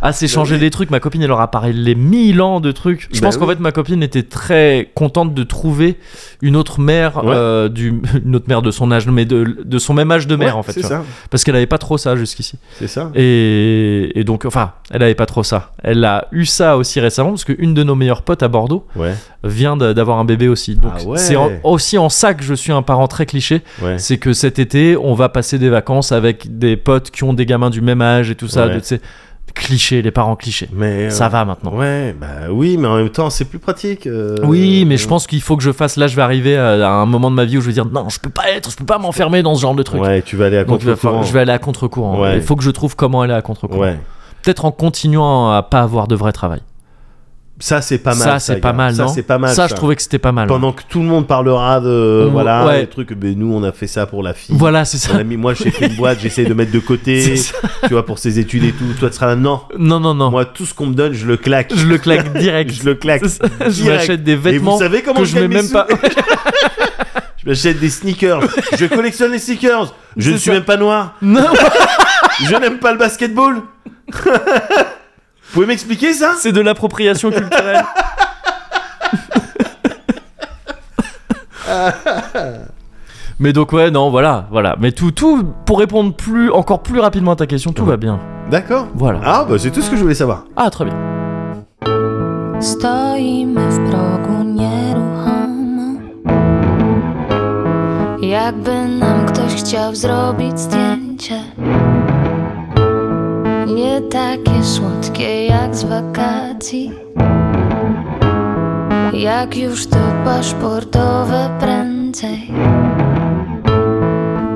[SPEAKER 1] Ah, c'est changé des trucs. Ma copine, elle leur a parlé les mille ans de trucs. Je
[SPEAKER 2] Bah
[SPEAKER 1] pense qu'en
[SPEAKER 2] oui.
[SPEAKER 1] fait, ma copine était très contente de trouver une autre mère,
[SPEAKER 2] Ouais.
[SPEAKER 1] euh, du, une autre mère de son âge, mais de, de son même âge de mère
[SPEAKER 2] Ouais,
[SPEAKER 1] en fait.
[SPEAKER 2] C'est
[SPEAKER 1] tu vois.
[SPEAKER 2] ça.
[SPEAKER 1] Parce qu'elle avait pas trop ça jusqu'ici.
[SPEAKER 2] C'est ça.
[SPEAKER 1] Et, et donc, enfin, elle avait pas trop ça. Elle a eu ça aussi récemment parce qu'une de nos meilleures potes à Bordeaux
[SPEAKER 2] Ouais.
[SPEAKER 1] vient d'a- d'avoir un bébé aussi. Donc,
[SPEAKER 2] Ah ouais.
[SPEAKER 1] c'est en- aussi en ça que je suis un parent très cliché.
[SPEAKER 2] Ouais.
[SPEAKER 1] C'est que cet été, on va passer des vacances avec des potes qui ont des gamins du même âge et tout ça.
[SPEAKER 2] Ouais.
[SPEAKER 1] de- Tu sais, cliché, les parents clichés.
[SPEAKER 2] Mais. euh,
[SPEAKER 1] Ça va maintenant.
[SPEAKER 2] Ouais, bah oui, mais en même temps, c'est plus pratique. euh,
[SPEAKER 1] Oui, mais je pense qu'il faut que je fasse. Là, je vais arriver à, à un moment de ma vie où je vais dire non, je peux pas être, je peux pas m'enfermer dans ce genre de truc.
[SPEAKER 2] Ouais, tu vas aller à
[SPEAKER 1] Donc, il va falloir-
[SPEAKER 2] contre-courant.
[SPEAKER 1] je vais aller à contre-courant.
[SPEAKER 2] Ouais.
[SPEAKER 1] Il faut que je trouve comment aller à contre-courant.
[SPEAKER 2] Ouais.
[SPEAKER 1] Peut-être en continuant à pas avoir de vrai travail.
[SPEAKER 2] Ça, c'est pas mal.
[SPEAKER 1] Ça, c'est pas
[SPEAKER 2] gars.
[SPEAKER 1] mal,
[SPEAKER 2] Ça,
[SPEAKER 1] non
[SPEAKER 2] c'est pas mal.
[SPEAKER 1] ça, je trouvais que c'était pas mal.
[SPEAKER 2] Pendant que tout le monde parlera de.
[SPEAKER 1] Mm,
[SPEAKER 2] voilà,
[SPEAKER 1] ouais.
[SPEAKER 2] le truc, ben, nous, on a fait ça pour la fille.
[SPEAKER 1] Voilà, c'est
[SPEAKER 2] On
[SPEAKER 1] ça.
[SPEAKER 2] a mis- moi, j'ai fait une boîte, j'essaie de mettre de côté,
[SPEAKER 1] C'est ça.
[SPEAKER 2] tu vois, pour ses études et tout. Toi, tu seras là, non.
[SPEAKER 1] Non, non, non.
[SPEAKER 2] Moi, tout ce qu'on me donne, je le claque.
[SPEAKER 1] je le claque direct.
[SPEAKER 2] Je le claque.
[SPEAKER 1] C'est ça. Je
[SPEAKER 2] direct.
[SPEAKER 1] m'achète des
[SPEAKER 2] Et vous
[SPEAKER 1] vêtements
[SPEAKER 2] savez comment
[SPEAKER 1] que
[SPEAKER 2] je
[SPEAKER 1] je mets
[SPEAKER 2] gagne mes
[SPEAKER 1] même
[SPEAKER 2] sous
[SPEAKER 1] pas.
[SPEAKER 2] Je m'achète des sneakers. Je collectionne les sneakers. Je ne
[SPEAKER 1] C'est
[SPEAKER 2] suis
[SPEAKER 1] ça.
[SPEAKER 2] même pas noir.
[SPEAKER 1] Non,
[SPEAKER 2] Je n'aime pas le basketball. Vous pouvez m'expliquer ça
[SPEAKER 1] c'est de l'appropriation culturelle. Mais donc ouais non voilà voilà mais tout tout pour répondre plus encore plus rapidement à ta question tout va bien
[SPEAKER 2] D'accord.
[SPEAKER 1] voilà
[SPEAKER 2] Ah, bah, c'est tout ce que je voulais savoir.
[SPEAKER 1] ah très bien
[SPEAKER 5] Stoimy w progu nieruchomo Jakby nam ktoś chciał zrobić zdjęcie Nie takie słodkie jak z wakacji Jak już to paszportowe prędzej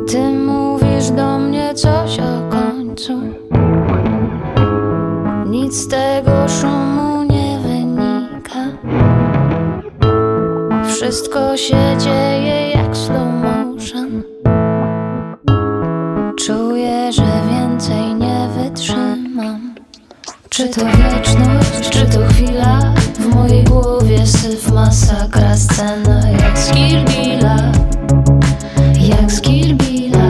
[SPEAKER 5] Ty mówisz do mnie coś o końcu nic z tego Wszystko się dzieje jak slow motion Czuję, że więcej nie wytrzymam Czy to wieczność, czy to chwila W mojej głowie syf masakra Scena jak z Kill Billa Jak z Kill Billa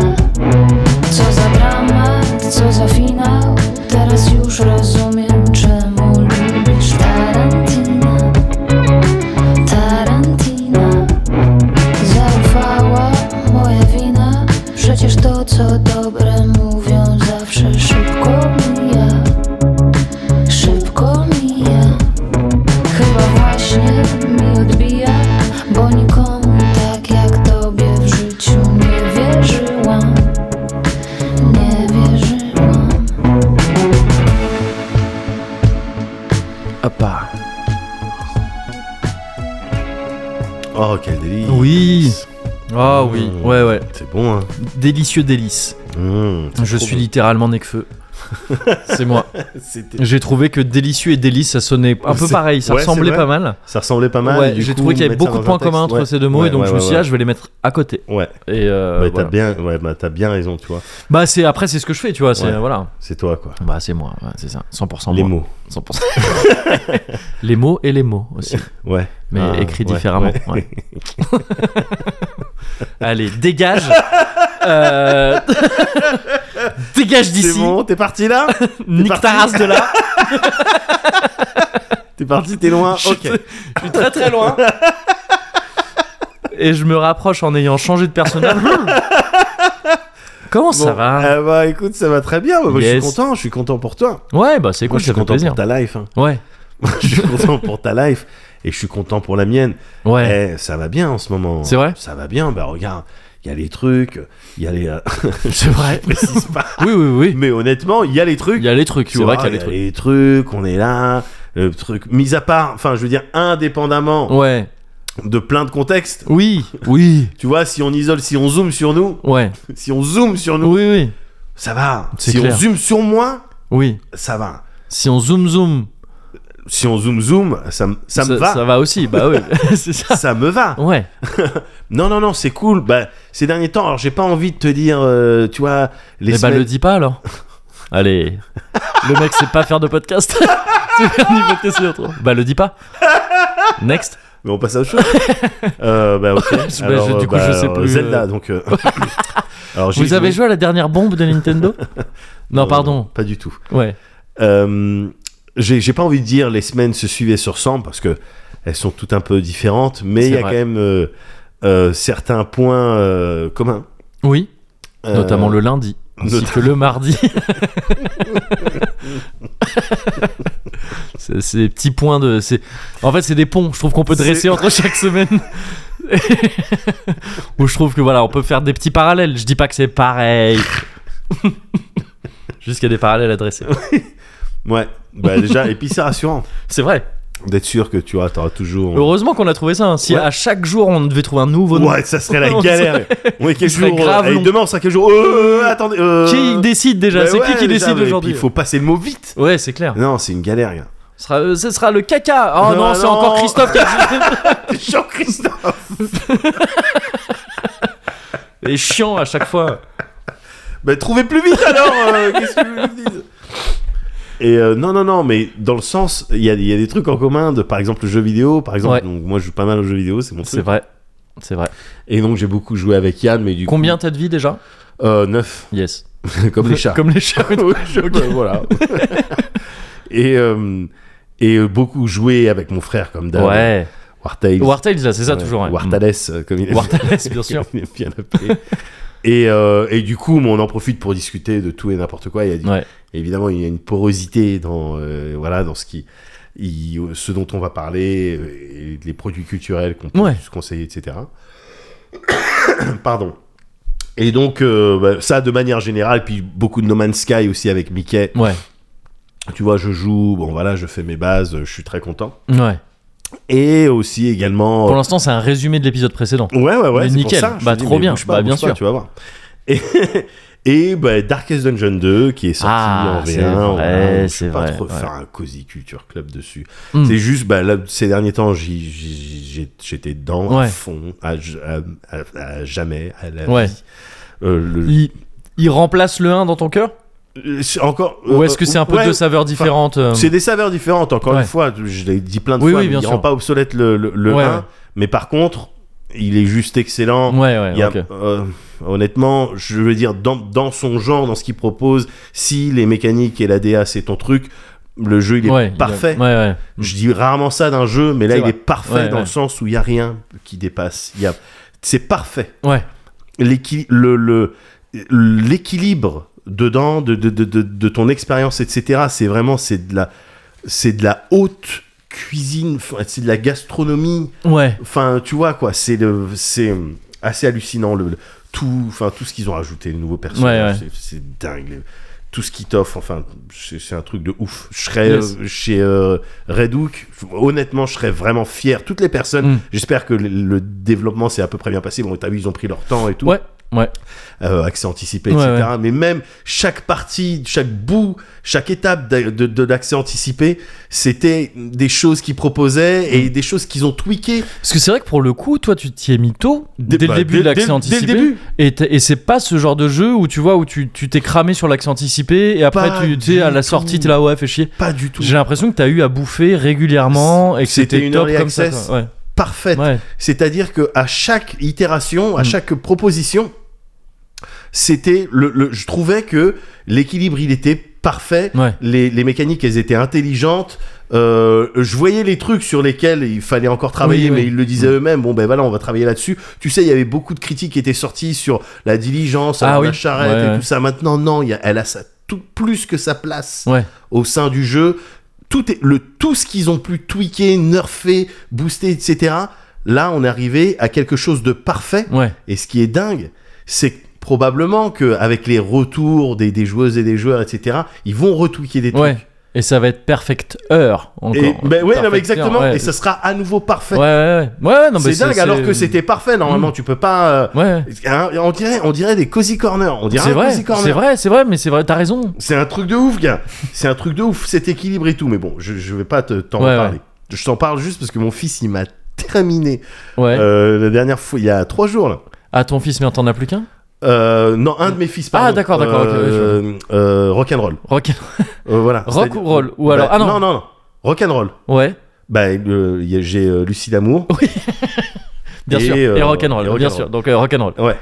[SPEAKER 5] Co za dramat, co za finał Teraz już rozumiem czemu lubisz Tarantina Tarantina Zaufała moja wina Przecież to co dobre mówią zawsze szybko mija Szybko mija Chyba właśnie mi odbija Bo nikomu tak jak tobie w życiu nie wierzyłam Nie wierzyłam
[SPEAKER 2] Ah,
[SPEAKER 1] Appa.
[SPEAKER 2] Oh, quel délice.
[SPEAKER 1] Oui. Ah oui,
[SPEAKER 2] Mmh.
[SPEAKER 1] ouais, ouais.
[SPEAKER 2] C'est bon, hein.
[SPEAKER 1] Délicieux délice.
[SPEAKER 2] Mmh, c'est
[SPEAKER 1] Je
[SPEAKER 2] trop
[SPEAKER 1] suis
[SPEAKER 2] bon.
[SPEAKER 1] littéralement Necfeu. C'est moi.
[SPEAKER 2] C'était-
[SPEAKER 1] J'ai trouvé que délicieux et délice, ça sonnait un peu
[SPEAKER 2] C'est-
[SPEAKER 1] pareil, ça
[SPEAKER 2] ouais,
[SPEAKER 1] ressemblait
[SPEAKER 2] c'est vrai.
[SPEAKER 1] pas mal.
[SPEAKER 2] Ça ressemblait pas mal. et
[SPEAKER 1] ouais,
[SPEAKER 2] du
[SPEAKER 1] j'ai
[SPEAKER 2] coup,
[SPEAKER 1] trouvé qu'il y avait
[SPEAKER 2] mettre ça
[SPEAKER 1] beaucoup de
[SPEAKER 2] dans
[SPEAKER 1] points
[SPEAKER 2] un texte,
[SPEAKER 1] communs entre
[SPEAKER 2] ouais.
[SPEAKER 1] ces deux mots,
[SPEAKER 2] Ouais,
[SPEAKER 1] et donc
[SPEAKER 2] ouais,
[SPEAKER 1] je me suis dit,
[SPEAKER 2] ouais,
[SPEAKER 1] ah, je vais les mettre à côté.
[SPEAKER 2] Ouais,
[SPEAKER 1] Et euh,
[SPEAKER 2] bah,
[SPEAKER 1] voilà.
[SPEAKER 2] t'as bien, ouais, bah, t'as bien raison, tu vois.
[SPEAKER 1] Bah, c'est après, c'est ce que je fais, tu vois. C'est
[SPEAKER 2] Ouais.
[SPEAKER 1] voilà.
[SPEAKER 2] C'est toi, quoi.
[SPEAKER 4] Bah, c'est moi, ouais, c'est ça. 100%
[SPEAKER 2] Les
[SPEAKER 4] moi.
[SPEAKER 2] mots.
[SPEAKER 4] 100%.
[SPEAKER 1] Les mots et les mots aussi,
[SPEAKER 2] Ouais.
[SPEAKER 1] mais
[SPEAKER 2] Ah,
[SPEAKER 1] écrits
[SPEAKER 2] ouais,
[SPEAKER 1] différemment.
[SPEAKER 2] ouais.
[SPEAKER 1] ouais. Allez, dégage. Euh, dégage
[SPEAKER 2] C'est
[SPEAKER 1] d'ici.
[SPEAKER 2] bon, t'es parti là
[SPEAKER 1] Nique
[SPEAKER 2] parti.
[SPEAKER 1] ta race de là.
[SPEAKER 2] T'es parti, t'es loin.
[SPEAKER 1] Je
[SPEAKER 2] Ok.
[SPEAKER 1] suis- Je suis très très loin. Et je me rapproche en ayant changé de personnage. Comment ça
[SPEAKER 2] Bon,
[SPEAKER 1] va
[SPEAKER 2] eh bah écoute, ça va très bien. Bah, moi,
[SPEAKER 1] Yes.
[SPEAKER 2] Je suis content, je suis content pour toi.
[SPEAKER 1] Ouais, bah c'est
[SPEAKER 2] Moi,
[SPEAKER 1] cool,
[SPEAKER 2] je suis
[SPEAKER 1] ça fait
[SPEAKER 2] content
[SPEAKER 1] plaisir.
[SPEAKER 2] pour ta life. hein.
[SPEAKER 1] Ouais,
[SPEAKER 2] je suis content pour ta life et je suis content pour la mienne.
[SPEAKER 1] ouais.
[SPEAKER 2] Eh, ça va bien en ce moment.
[SPEAKER 1] C'est vrai
[SPEAKER 2] Ça va bien. Bah regarde, il y a les trucs, il y a les. euh,
[SPEAKER 1] C'est vrai.
[SPEAKER 2] je précise pas.
[SPEAKER 1] Oui, oui, oui.
[SPEAKER 2] Mais honnêtement, il y a les trucs.
[SPEAKER 1] Il y a les trucs,
[SPEAKER 2] C'est
[SPEAKER 1] c'est vrai
[SPEAKER 2] vrai,
[SPEAKER 1] qu'il y a les trucs.
[SPEAKER 2] les trucs. On est là. Le truc, mis à part, enfin, je veux dire, indépendamment
[SPEAKER 1] Ouais.
[SPEAKER 2] de plein de contextes.
[SPEAKER 1] Oui, oui,
[SPEAKER 2] Tu vois, si on isole, si on zoome sur nous,
[SPEAKER 1] ouais.
[SPEAKER 2] si on zoome sur nous,
[SPEAKER 1] Oui, oui,
[SPEAKER 2] ça va.
[SPEAKER 1] C'est
[SPEAKER 2] Si on
[SPEAKER 1] clair.
[SPEAKER 2] zoome sur moi,
[SPEAKER 1] oui.
[SPEAKER 2] ça va.
[SPEAKER 1] Si on zoom zoom,
[SPEAKER 2] Si on zoome zoom, ça, me- ça me va.
[SPEAKER 1] Ça va aussi, bah oui, c'est ça.
[SPEAKER 2] Ça me va.
[SPEAKER 1] Ouais,
[SPEAKER 2] Non, non, non, c'est cool. Bah, ces derniers temps, alors j'ai pas envie de te dire, euh, tu vois, les
[SPEAKER 1] et bah
[SPEAKER 2] semaines-
[SPEAKER 1] le dis pas alors. Allez, le mec sait pas faire de podcast. c'est faire ni podcast ni autre. Bah le dis pas. Next.
[SPEAKER 2] Mais on passe à autre chose. euh, bah, ok.
[SPEAKER 1] je- du coup, je sais
[SPEAKER 2] alors, bah,
[SPEAKER 1] plus,
[SPEAKER 2] Zelda,
[SPEAKER 1] euh.
[SPEAKER 2] donc. euh, alors, j'ai Euh,
[SPEAKER 1] Vous avez joué à la dernière bombe de Nintendo Non, pardon.
[SPEAKER 2] Pas du tout.
[SPEAKER 1] Ouais.
[SPEAKER 2] Euh, j'ai j'ai pas envie de dire les semaines se suivaient sur 100 parce que elles sont toutes un peu différentes, mais
[SPEAKER 1] C'est
[SPEAKER 2] il y a
[SPEAKER 1] vrai.
[SPEAKER 2] quand même euh, euh, certains points euh, communs.
[SPEAKER 1] Oui,
[SPEAKER 2] Euh,
[SPEAKER 1] notamment le lundi, ainsi
[SPEAKER 2] notamment-
[SPEAKER 1] que le mardi. C'est- c'est des petits points de. c'est- En fait, c'est des ponts. Je trouve qu'on peut dresser
[SPEAKER 2] C'est-
[SPEAKER 1] entre chaque semaine. Où je trouve que voilà, on peut faire des petits parallèles. Je dis pas que c'est pareil. Jusqu'à des parallèles à dresser.
[SPEAKER 2] Ouais, bah déjà, et puis c'est rassurant
[SPEAKER 1] C'est vrai.
[SPEAKER 2] d'être sûr que tu vois, t'auras toujours.
[SPEAKER 1] Heureusement qu'on a trouvé ça. hein. Si
[SPEAKER 2] Ouais.
[SPEAKER 1] à chaque jour on devait trouver un nouveau nom,
[SPEAKER 2] Ouais, ça serait la
[SPEAKER 1] On
[SPEAKER 2] galère. On est quel
[SPEAKER 1] serait
[SPEAKER 2] jour
[SPEAKER 1] grave
[SPEAKER 2] euh, et
[SPEAKER 1] long.
[SPEAKER 2] demain, on sera quel jour Euh, Attendez. euh,
[SPEAKER 1] qui décide déjà
[SPEAKER 2] bah
[SPEAKER 1] C'est
[SPEAKER 2] ouais,
[SPEAKER 1] qui qui
[SPEAKER 2] déjà, mais
[SPEAKER 1] décide
[SPEAKER 2] puis
[SPEAKER 1] aujourd'hui euh
[SPEAKER 2] Il faut passer le mot vite.
[SPEAKER 1] Ouais, c'est clair.
[SPEAKER 2] Non, c'est une galère. gars.
[SPEAKER 1] Ce sera, euh, ce sera le caca. Oh
[SPEAKER 2] Non,
[SPEAKER 1] non, c'est
[SPEAKER 2] non.
[SPEAKER 1] encore Christophe qui a
[SPEAKER 2] Jean-Christophe.
[SPEAKER 1] Et chiant à chaque fois.
[SPEAKER 2] Bah, trouvez plus vite alors. euh, Qu'est-ce que vous me dites Et euh, non, non, non, mais dans le sens, il y a, il y a des trucs en commun, de, par exemple le jeu vidéo, par exemple.
[SPEAKER 1] Ouais.
[SPEAKER 2] Donc, moi, je joue pas mal aux jeux vidéo, c'est mon
[SPEAKER 1] C'est
[SPEAKER 2] truc.
[SPEAKER 1] vrai. C'est vrai.
[SPEAKER 2] Et donc, j'ai beaucoup joué avec Yann, mais du
[SPEAKER 1] Combien
[SPEAKER 2] coup.
[SPEAKER 1] t'as de vie déjà
[SPEAKER 2] Euh, 9,
[SPEAKER 1] Yes.
[SPEAKER 2] comme les chats.
[SPEAKER 1] Comme les chats.
[SPEAKER 2] Oui, je- bah, voilà. et euh, et euh, beaucoup joué avec mon frère, comme d'hab.
[SPEAKER 1] Ouais.
[SPEAKER 2] Wartails.
[SPEAKER 1] Wartails, là, c'est ça toujours. ouais.
[SPEAKER 2] Wartales, euh, comme il
[SPEAKER 1] Mm. Wartales, bien sûr.
[SPEAKER 2] comme il est bien appelé. et, euh, et du coup, on en profite pour discuter de tout et n'importe quoi. Il y a du-
[SPEAKER 1] Ouais.
[SPEAKER 2] Évidemment, il y a une porosité dans, euh, voilà, dans ce, qui, il- ce dont on va parler, euh, et les produits culturels qu'on peut
[SPEAKER 1] Ouais.
[SPEAKER 2] se conseiller, etc. Pardon. Et donc, euh, bah, ça de manière générale, puis beaucoup de No Man's Sky aussi avec Mickey.
[SPEAKER 1] Ouais.
[SPEAKER 2] Tu vois, je joue, bon voilà, je fais mes bases, euh, je suis très content.
[SPEAKER 1] Ouais.
[SPEAKER 2] Et aussi également. euh,
[SPEAKER 1] Pour l'instant, c'est un résumé de l'épisode précédent.
[SPEAKER 2] Ouais, ouais, ouais.
[SPEAKER 1] Mais
[SPEAKER 2] c'est
[SPEAKER 1] nickel.
[SPEAKER 2] pour ça. je
[SPEAKER 1] Bah,
[SPEAKER 2] te dis,
[SPEAKER 1] trop
[SPEAKER 2] mais
[SPEAKER 1] bien.
[SPEAKER 2] bouge pas,
[SPEAKER 1] Bah,
[SPEAKER 2] bouge
[SPEAKER 1] bien
[SPEAKER 2] pas,
[SPEAKER 1] sûr.
[SPEAKER 2] Tu vas voir. Et, Et bah, Darkest Dungeon 2 qui est sorti
[SPEAKER 4] Ah,
[SPEAKER 2] en
[SPEAKER 4] c'est
[SPEAKER 2] V1.
[SPEAKER 4] vrai,
[SPEAKER 2] voilà, je
[SPEAKER 4] c'est
[SPEAKER 2] vais pas
[SPEAKER 4] vrai,
[SPEAKER 2] trop
[SPEAKER 4] ouais.
[SPEAKER 2] faire un Cozy Culture Club dessus.
[SPEAKER 4] Hmm.
[SPEAKER 2] C'est juste, bah, là, ces derniers temps, j'y- j'y- j'y- j'étais dedans à
[SPEAKER 4] Ouais.
[SPEAKER 2] fond, à, j- à- à- à jamais, à la
[SPEAKER 1] Ouais.
[SPEAKER 2] vie. Euh, le-
[SPEAKER 1] Il, il remplace le 1 dans ton cœur
[SPEAKER 2] Euh, c'est Encore.
[SPEAKER 1] Ou
[SPEAKER 2] euh,
[SPEAKER 1] est-ce que c'est un peu
[SPEAKER 2] ouais,
[SPEAKER 1] deux saveurs différentes euh,
[SPEAKER 2] C'est des saveurs différentes, encore
[SPEAKER 1] Ouais.
[SPEAKER 2] une fois. Je l'ai dit plein de
[SPEAKER 1] Oui,
[SPEAKER 2] fois,
[SPEAKER 1] oui,
[SPEAKER 2] mais
[SPEAKER 1] bien
[SPEAKER 2] il
[SPEAKER 1] sûr.
[SPEAKER 2] rend pas obsolète le, le, le
[SPEAKER 1] Ouais,
[SPEAKER 2] 1.
[SPEAKER 1] ouais.
[SPEAKER 2] Mais par contre, il est juste excellent.
[SPEAKER 1] Ouais, ouais,
[SPEAKER 2] Il y a,
[SPEAKER 1] ok.
[SPEAKER 2] euh, honnêtement, je veux dire, dans, dans son genre, dans ce qu'il propose, si les mécaniques et la DA c'est ton truc, le jeu il est
[SPEAKER 1] Ouais, il y a-
[SPEAKER 2] parfait.
[SPEAKER 1] Ouais, ouais.
[SPEAKER 2] Je dis rarement ça d'un jeu, mais là
[SPEAKER 1] C'est
[SPEAKER 2] il
[SPEAKER 1] vrai.
[SPEAKER 2] est parfait
[SPEAKER 1] Ouais,
[SPEAKER 2] dans
[SPEAKER 1] ouais.
[SPEAKER 2] le sens où il y a rien qui dépasse. Il y a, c'est parfait.
[SPEAKER 1] Ouais.
[SPEAKER 2] L'équi- le- le- l'équilibre dedans de, de, de, de, de ton expérience, etc. C'est vraiment c'est de la c'est de la haute cuisine, enfin, c'est de la gastronomie.
[SPEAKER 1] Ouais.
[SPEAKER 2] Enfin, tu vois quoi, c'est le c'est assez hallucinant le, le- tout, enfin tout ce qu'ils ont ajouté, le nouveau personnage,
[SPEAKER 1] Ouais,
[SPEAKER 2] c'est c'est dingue. le- tout ce qu'ils t'offrent, enfin, c'est c'est un truc de ouf. Je serais
[SPEAKER 1] Yes.
[SPEAKER 2] euh, chez euh, Red Hook, honnêtement, je serais vraiment fier. Toutes les personnes,
[SPEAKER 1] Mm.
[SPEAKER 2] j'espère que le, le développement s'est à peu près bien passé. Bon, t'as vu, ils ont pris leur temps et tout
[SPEAKER 1] Ouais. Ouais.
[SPEAKER 2] euh, accès anticipé,
[SPEAKER 1] Ouais,
[SPEAKER 2] etc. Mais même chaque partie, chaque bout, chaque étape d'a- de, de l'accès anticipé, c'était des choses qu'ils proposaient
[SPEAKER 1] Mm.
[SPEAKER 2] et des choses qu'ils ont tweakées
[SPEAKER 1] Parce que c'est vrai que pour le coup, toi, tu t'y es mis tôt, dès,
[SPEAKER 2] bah,
[SPEAKER 1] le début de
[SPEAKER 2] dès-
[SPEAKER 1] l'accès
[SPEAKER 2] dès-
[SPEAKER 1] anticipé.
[SPEAKER 2] Dès le début.
[SPEAKER 1] Et, t'es- et c'est pas ce genre de jeu où tu vois où tu tu t'es cramé sur l'accès anticipé et après
[SPEAKER 2] Pas
[SPEAKER 1] tu tu sais à la
[SPEAKER 2] du
[SPEAKER 1] sortie
[SPEAKER 2] tout.
[SPEAKER 1] t'es là ouais fais chier.
[SPEAKER 2] Pas du tout.
[SPEAKER 1] J'ai l'impression que t'as eu à bouffer régulièrement et que
[SPEAKER 2] C'était
[SPEAKER 1] c'était
[SPEAKER 2] une
[SPEAKER 1] top
[SPEAKER 2] early
[SPEAKER 1] comme ça.
[SPEAKER 2] access.
[SPEAKER 1] quoi. Ouais.
[SPEAKER 2] Parfait.
[SPEAKER 1] Ouais.
[SPEAKER 2] C'est-à-dire que à chaque itération, à
[SPEAKER 1] Mm.
[SPEAKER 2] chaque proposition, c'était le, le- je trouvais que l'équilibre il était parfait.
[SPEAKER 1] Ouais.
[SPEAKER 2] Les, les mécaniques elles étaient intelligentes. Euh, je voyais les trucs sur lesquels il fallait encore travailler,
[SPEAKER 1] Oui, Mm. oui.
[SPEAKER 2] mais ils le disaient eux-mêmes. Bon ben voilà, on va travailler là-dessus. Tu sais, il y avait beaucoup de critiques qui étaient sorties sur la diligence,
[SPEAKER 1] Ah
[SPEAKER 2] alors
[SPEAKER 1] oui.
[SPEAKER 2] la charrette
[SPEAKER 1] Ouais,
[SPEAKER 2] et
[SPEAKER 1] ouais.
[SPEAKER 2] tout ça. Maintenant, non, il y a- elle a ça tout plus que sa place
[SPEAKER 1] Ouais.
[SPEAKER 2] au sein du jeu. Tout, est, le, tout ce qu'ils ont pu tweaker, nerfer, booster, etc. Là, on est arrivé à quelque chose de parfait.
[SPEAKER 1] Ouais.
[SPEAKER 2] Et ce qui est dingue, c'est que probablement qu'avec les retours des, des joueuses et des joueurs, etc., ils vont retweaker des trucs.
[SPEAKER 1] Ouais. Et ça va être perfect heure encore.
[SPEAKER 2] Et, ben ouais, non,
[SPEAKER 1] Perfect
[SPEAKER 2] mais exactement.
[SPEAKER 1] Hour, ouais.
[SPEAKER 2] Et ça sera à nouveau parfait.
[SPEAKER 1] Ouais, ouais, ouais. Ouais, ouais, non, mais Mm.
[SPEAKER 2] c'est dingue, alors que c'était parfait. Normalement, tu peux pas. euh,
[SPEAKER 1] Ouais.
[SPEAKER 2] hein, on, dirait, on dirait des cozy corners. On dirait
[SPEAKER 1] C'est
[SPEAKER 2] un
[SPEAKER 1] vrai,
[SPEAKER 2] cozy corner.
[SPEAKER 1] c'est vrai, c'est vrai, mais c'est vrai, t'as raison.
[SPEAKER 2] C'est un truc de ouf, gars. C'est un truc de ouf, cet équilibre et tout. Mais bon, je, je vais pas te- t'en
[SPEAKER 1] Ouais,
[SPEAKER 2] parler. Je t'en parle juste parce que mon fils, il m'a terminé
[SPEAKER 1] Ouais.
[SPEAKER 2] euh, la dernière fois, il y a trois jours là.
[SPEAKER 1] Ah, ton fils, mais t'en as plus qu'un
[SPEAKER 2] Euh, non, un de mes fils,
[SPEAKER 1] Ah,
[SPEAKER 2] pardon.
[SPEAKER 1] d'accord, d'accord, ok, ouais,
[SPEAKER 2] Euh, euh, rock'n'roll.
[SPEAKER 1] Rock.
[SPEAKER 2] Euh, voilà.
[SPEAKER 1] Rock
[SPEAKER 2] C'est-à-dire-
[SPEAKER 1] ou roll Ou alors-
[SPEAKER 2] Bah,
[SPEAKER 1] ah non.
[SPEAKER 2] Non, non, non. Rock'n'roll.
[SPEAKER 1] Ouais,
[SPEAKER 2] Bah, euh, y a- j'ai euh, Lucie d'amour.
[SPEAKER 1] bien
[SPEAKER 2] Et,
[SPEAKER 1] sûr.
[SPEAKER 2] euh,
[SPEAKER 1] et rock'n'roll,
[SPEAKER 2] et rock'n'roll.
[SPEAKER 1] bien sûr. Donc euh, rock'n'roll.
[SPEAKER 2] Ouais.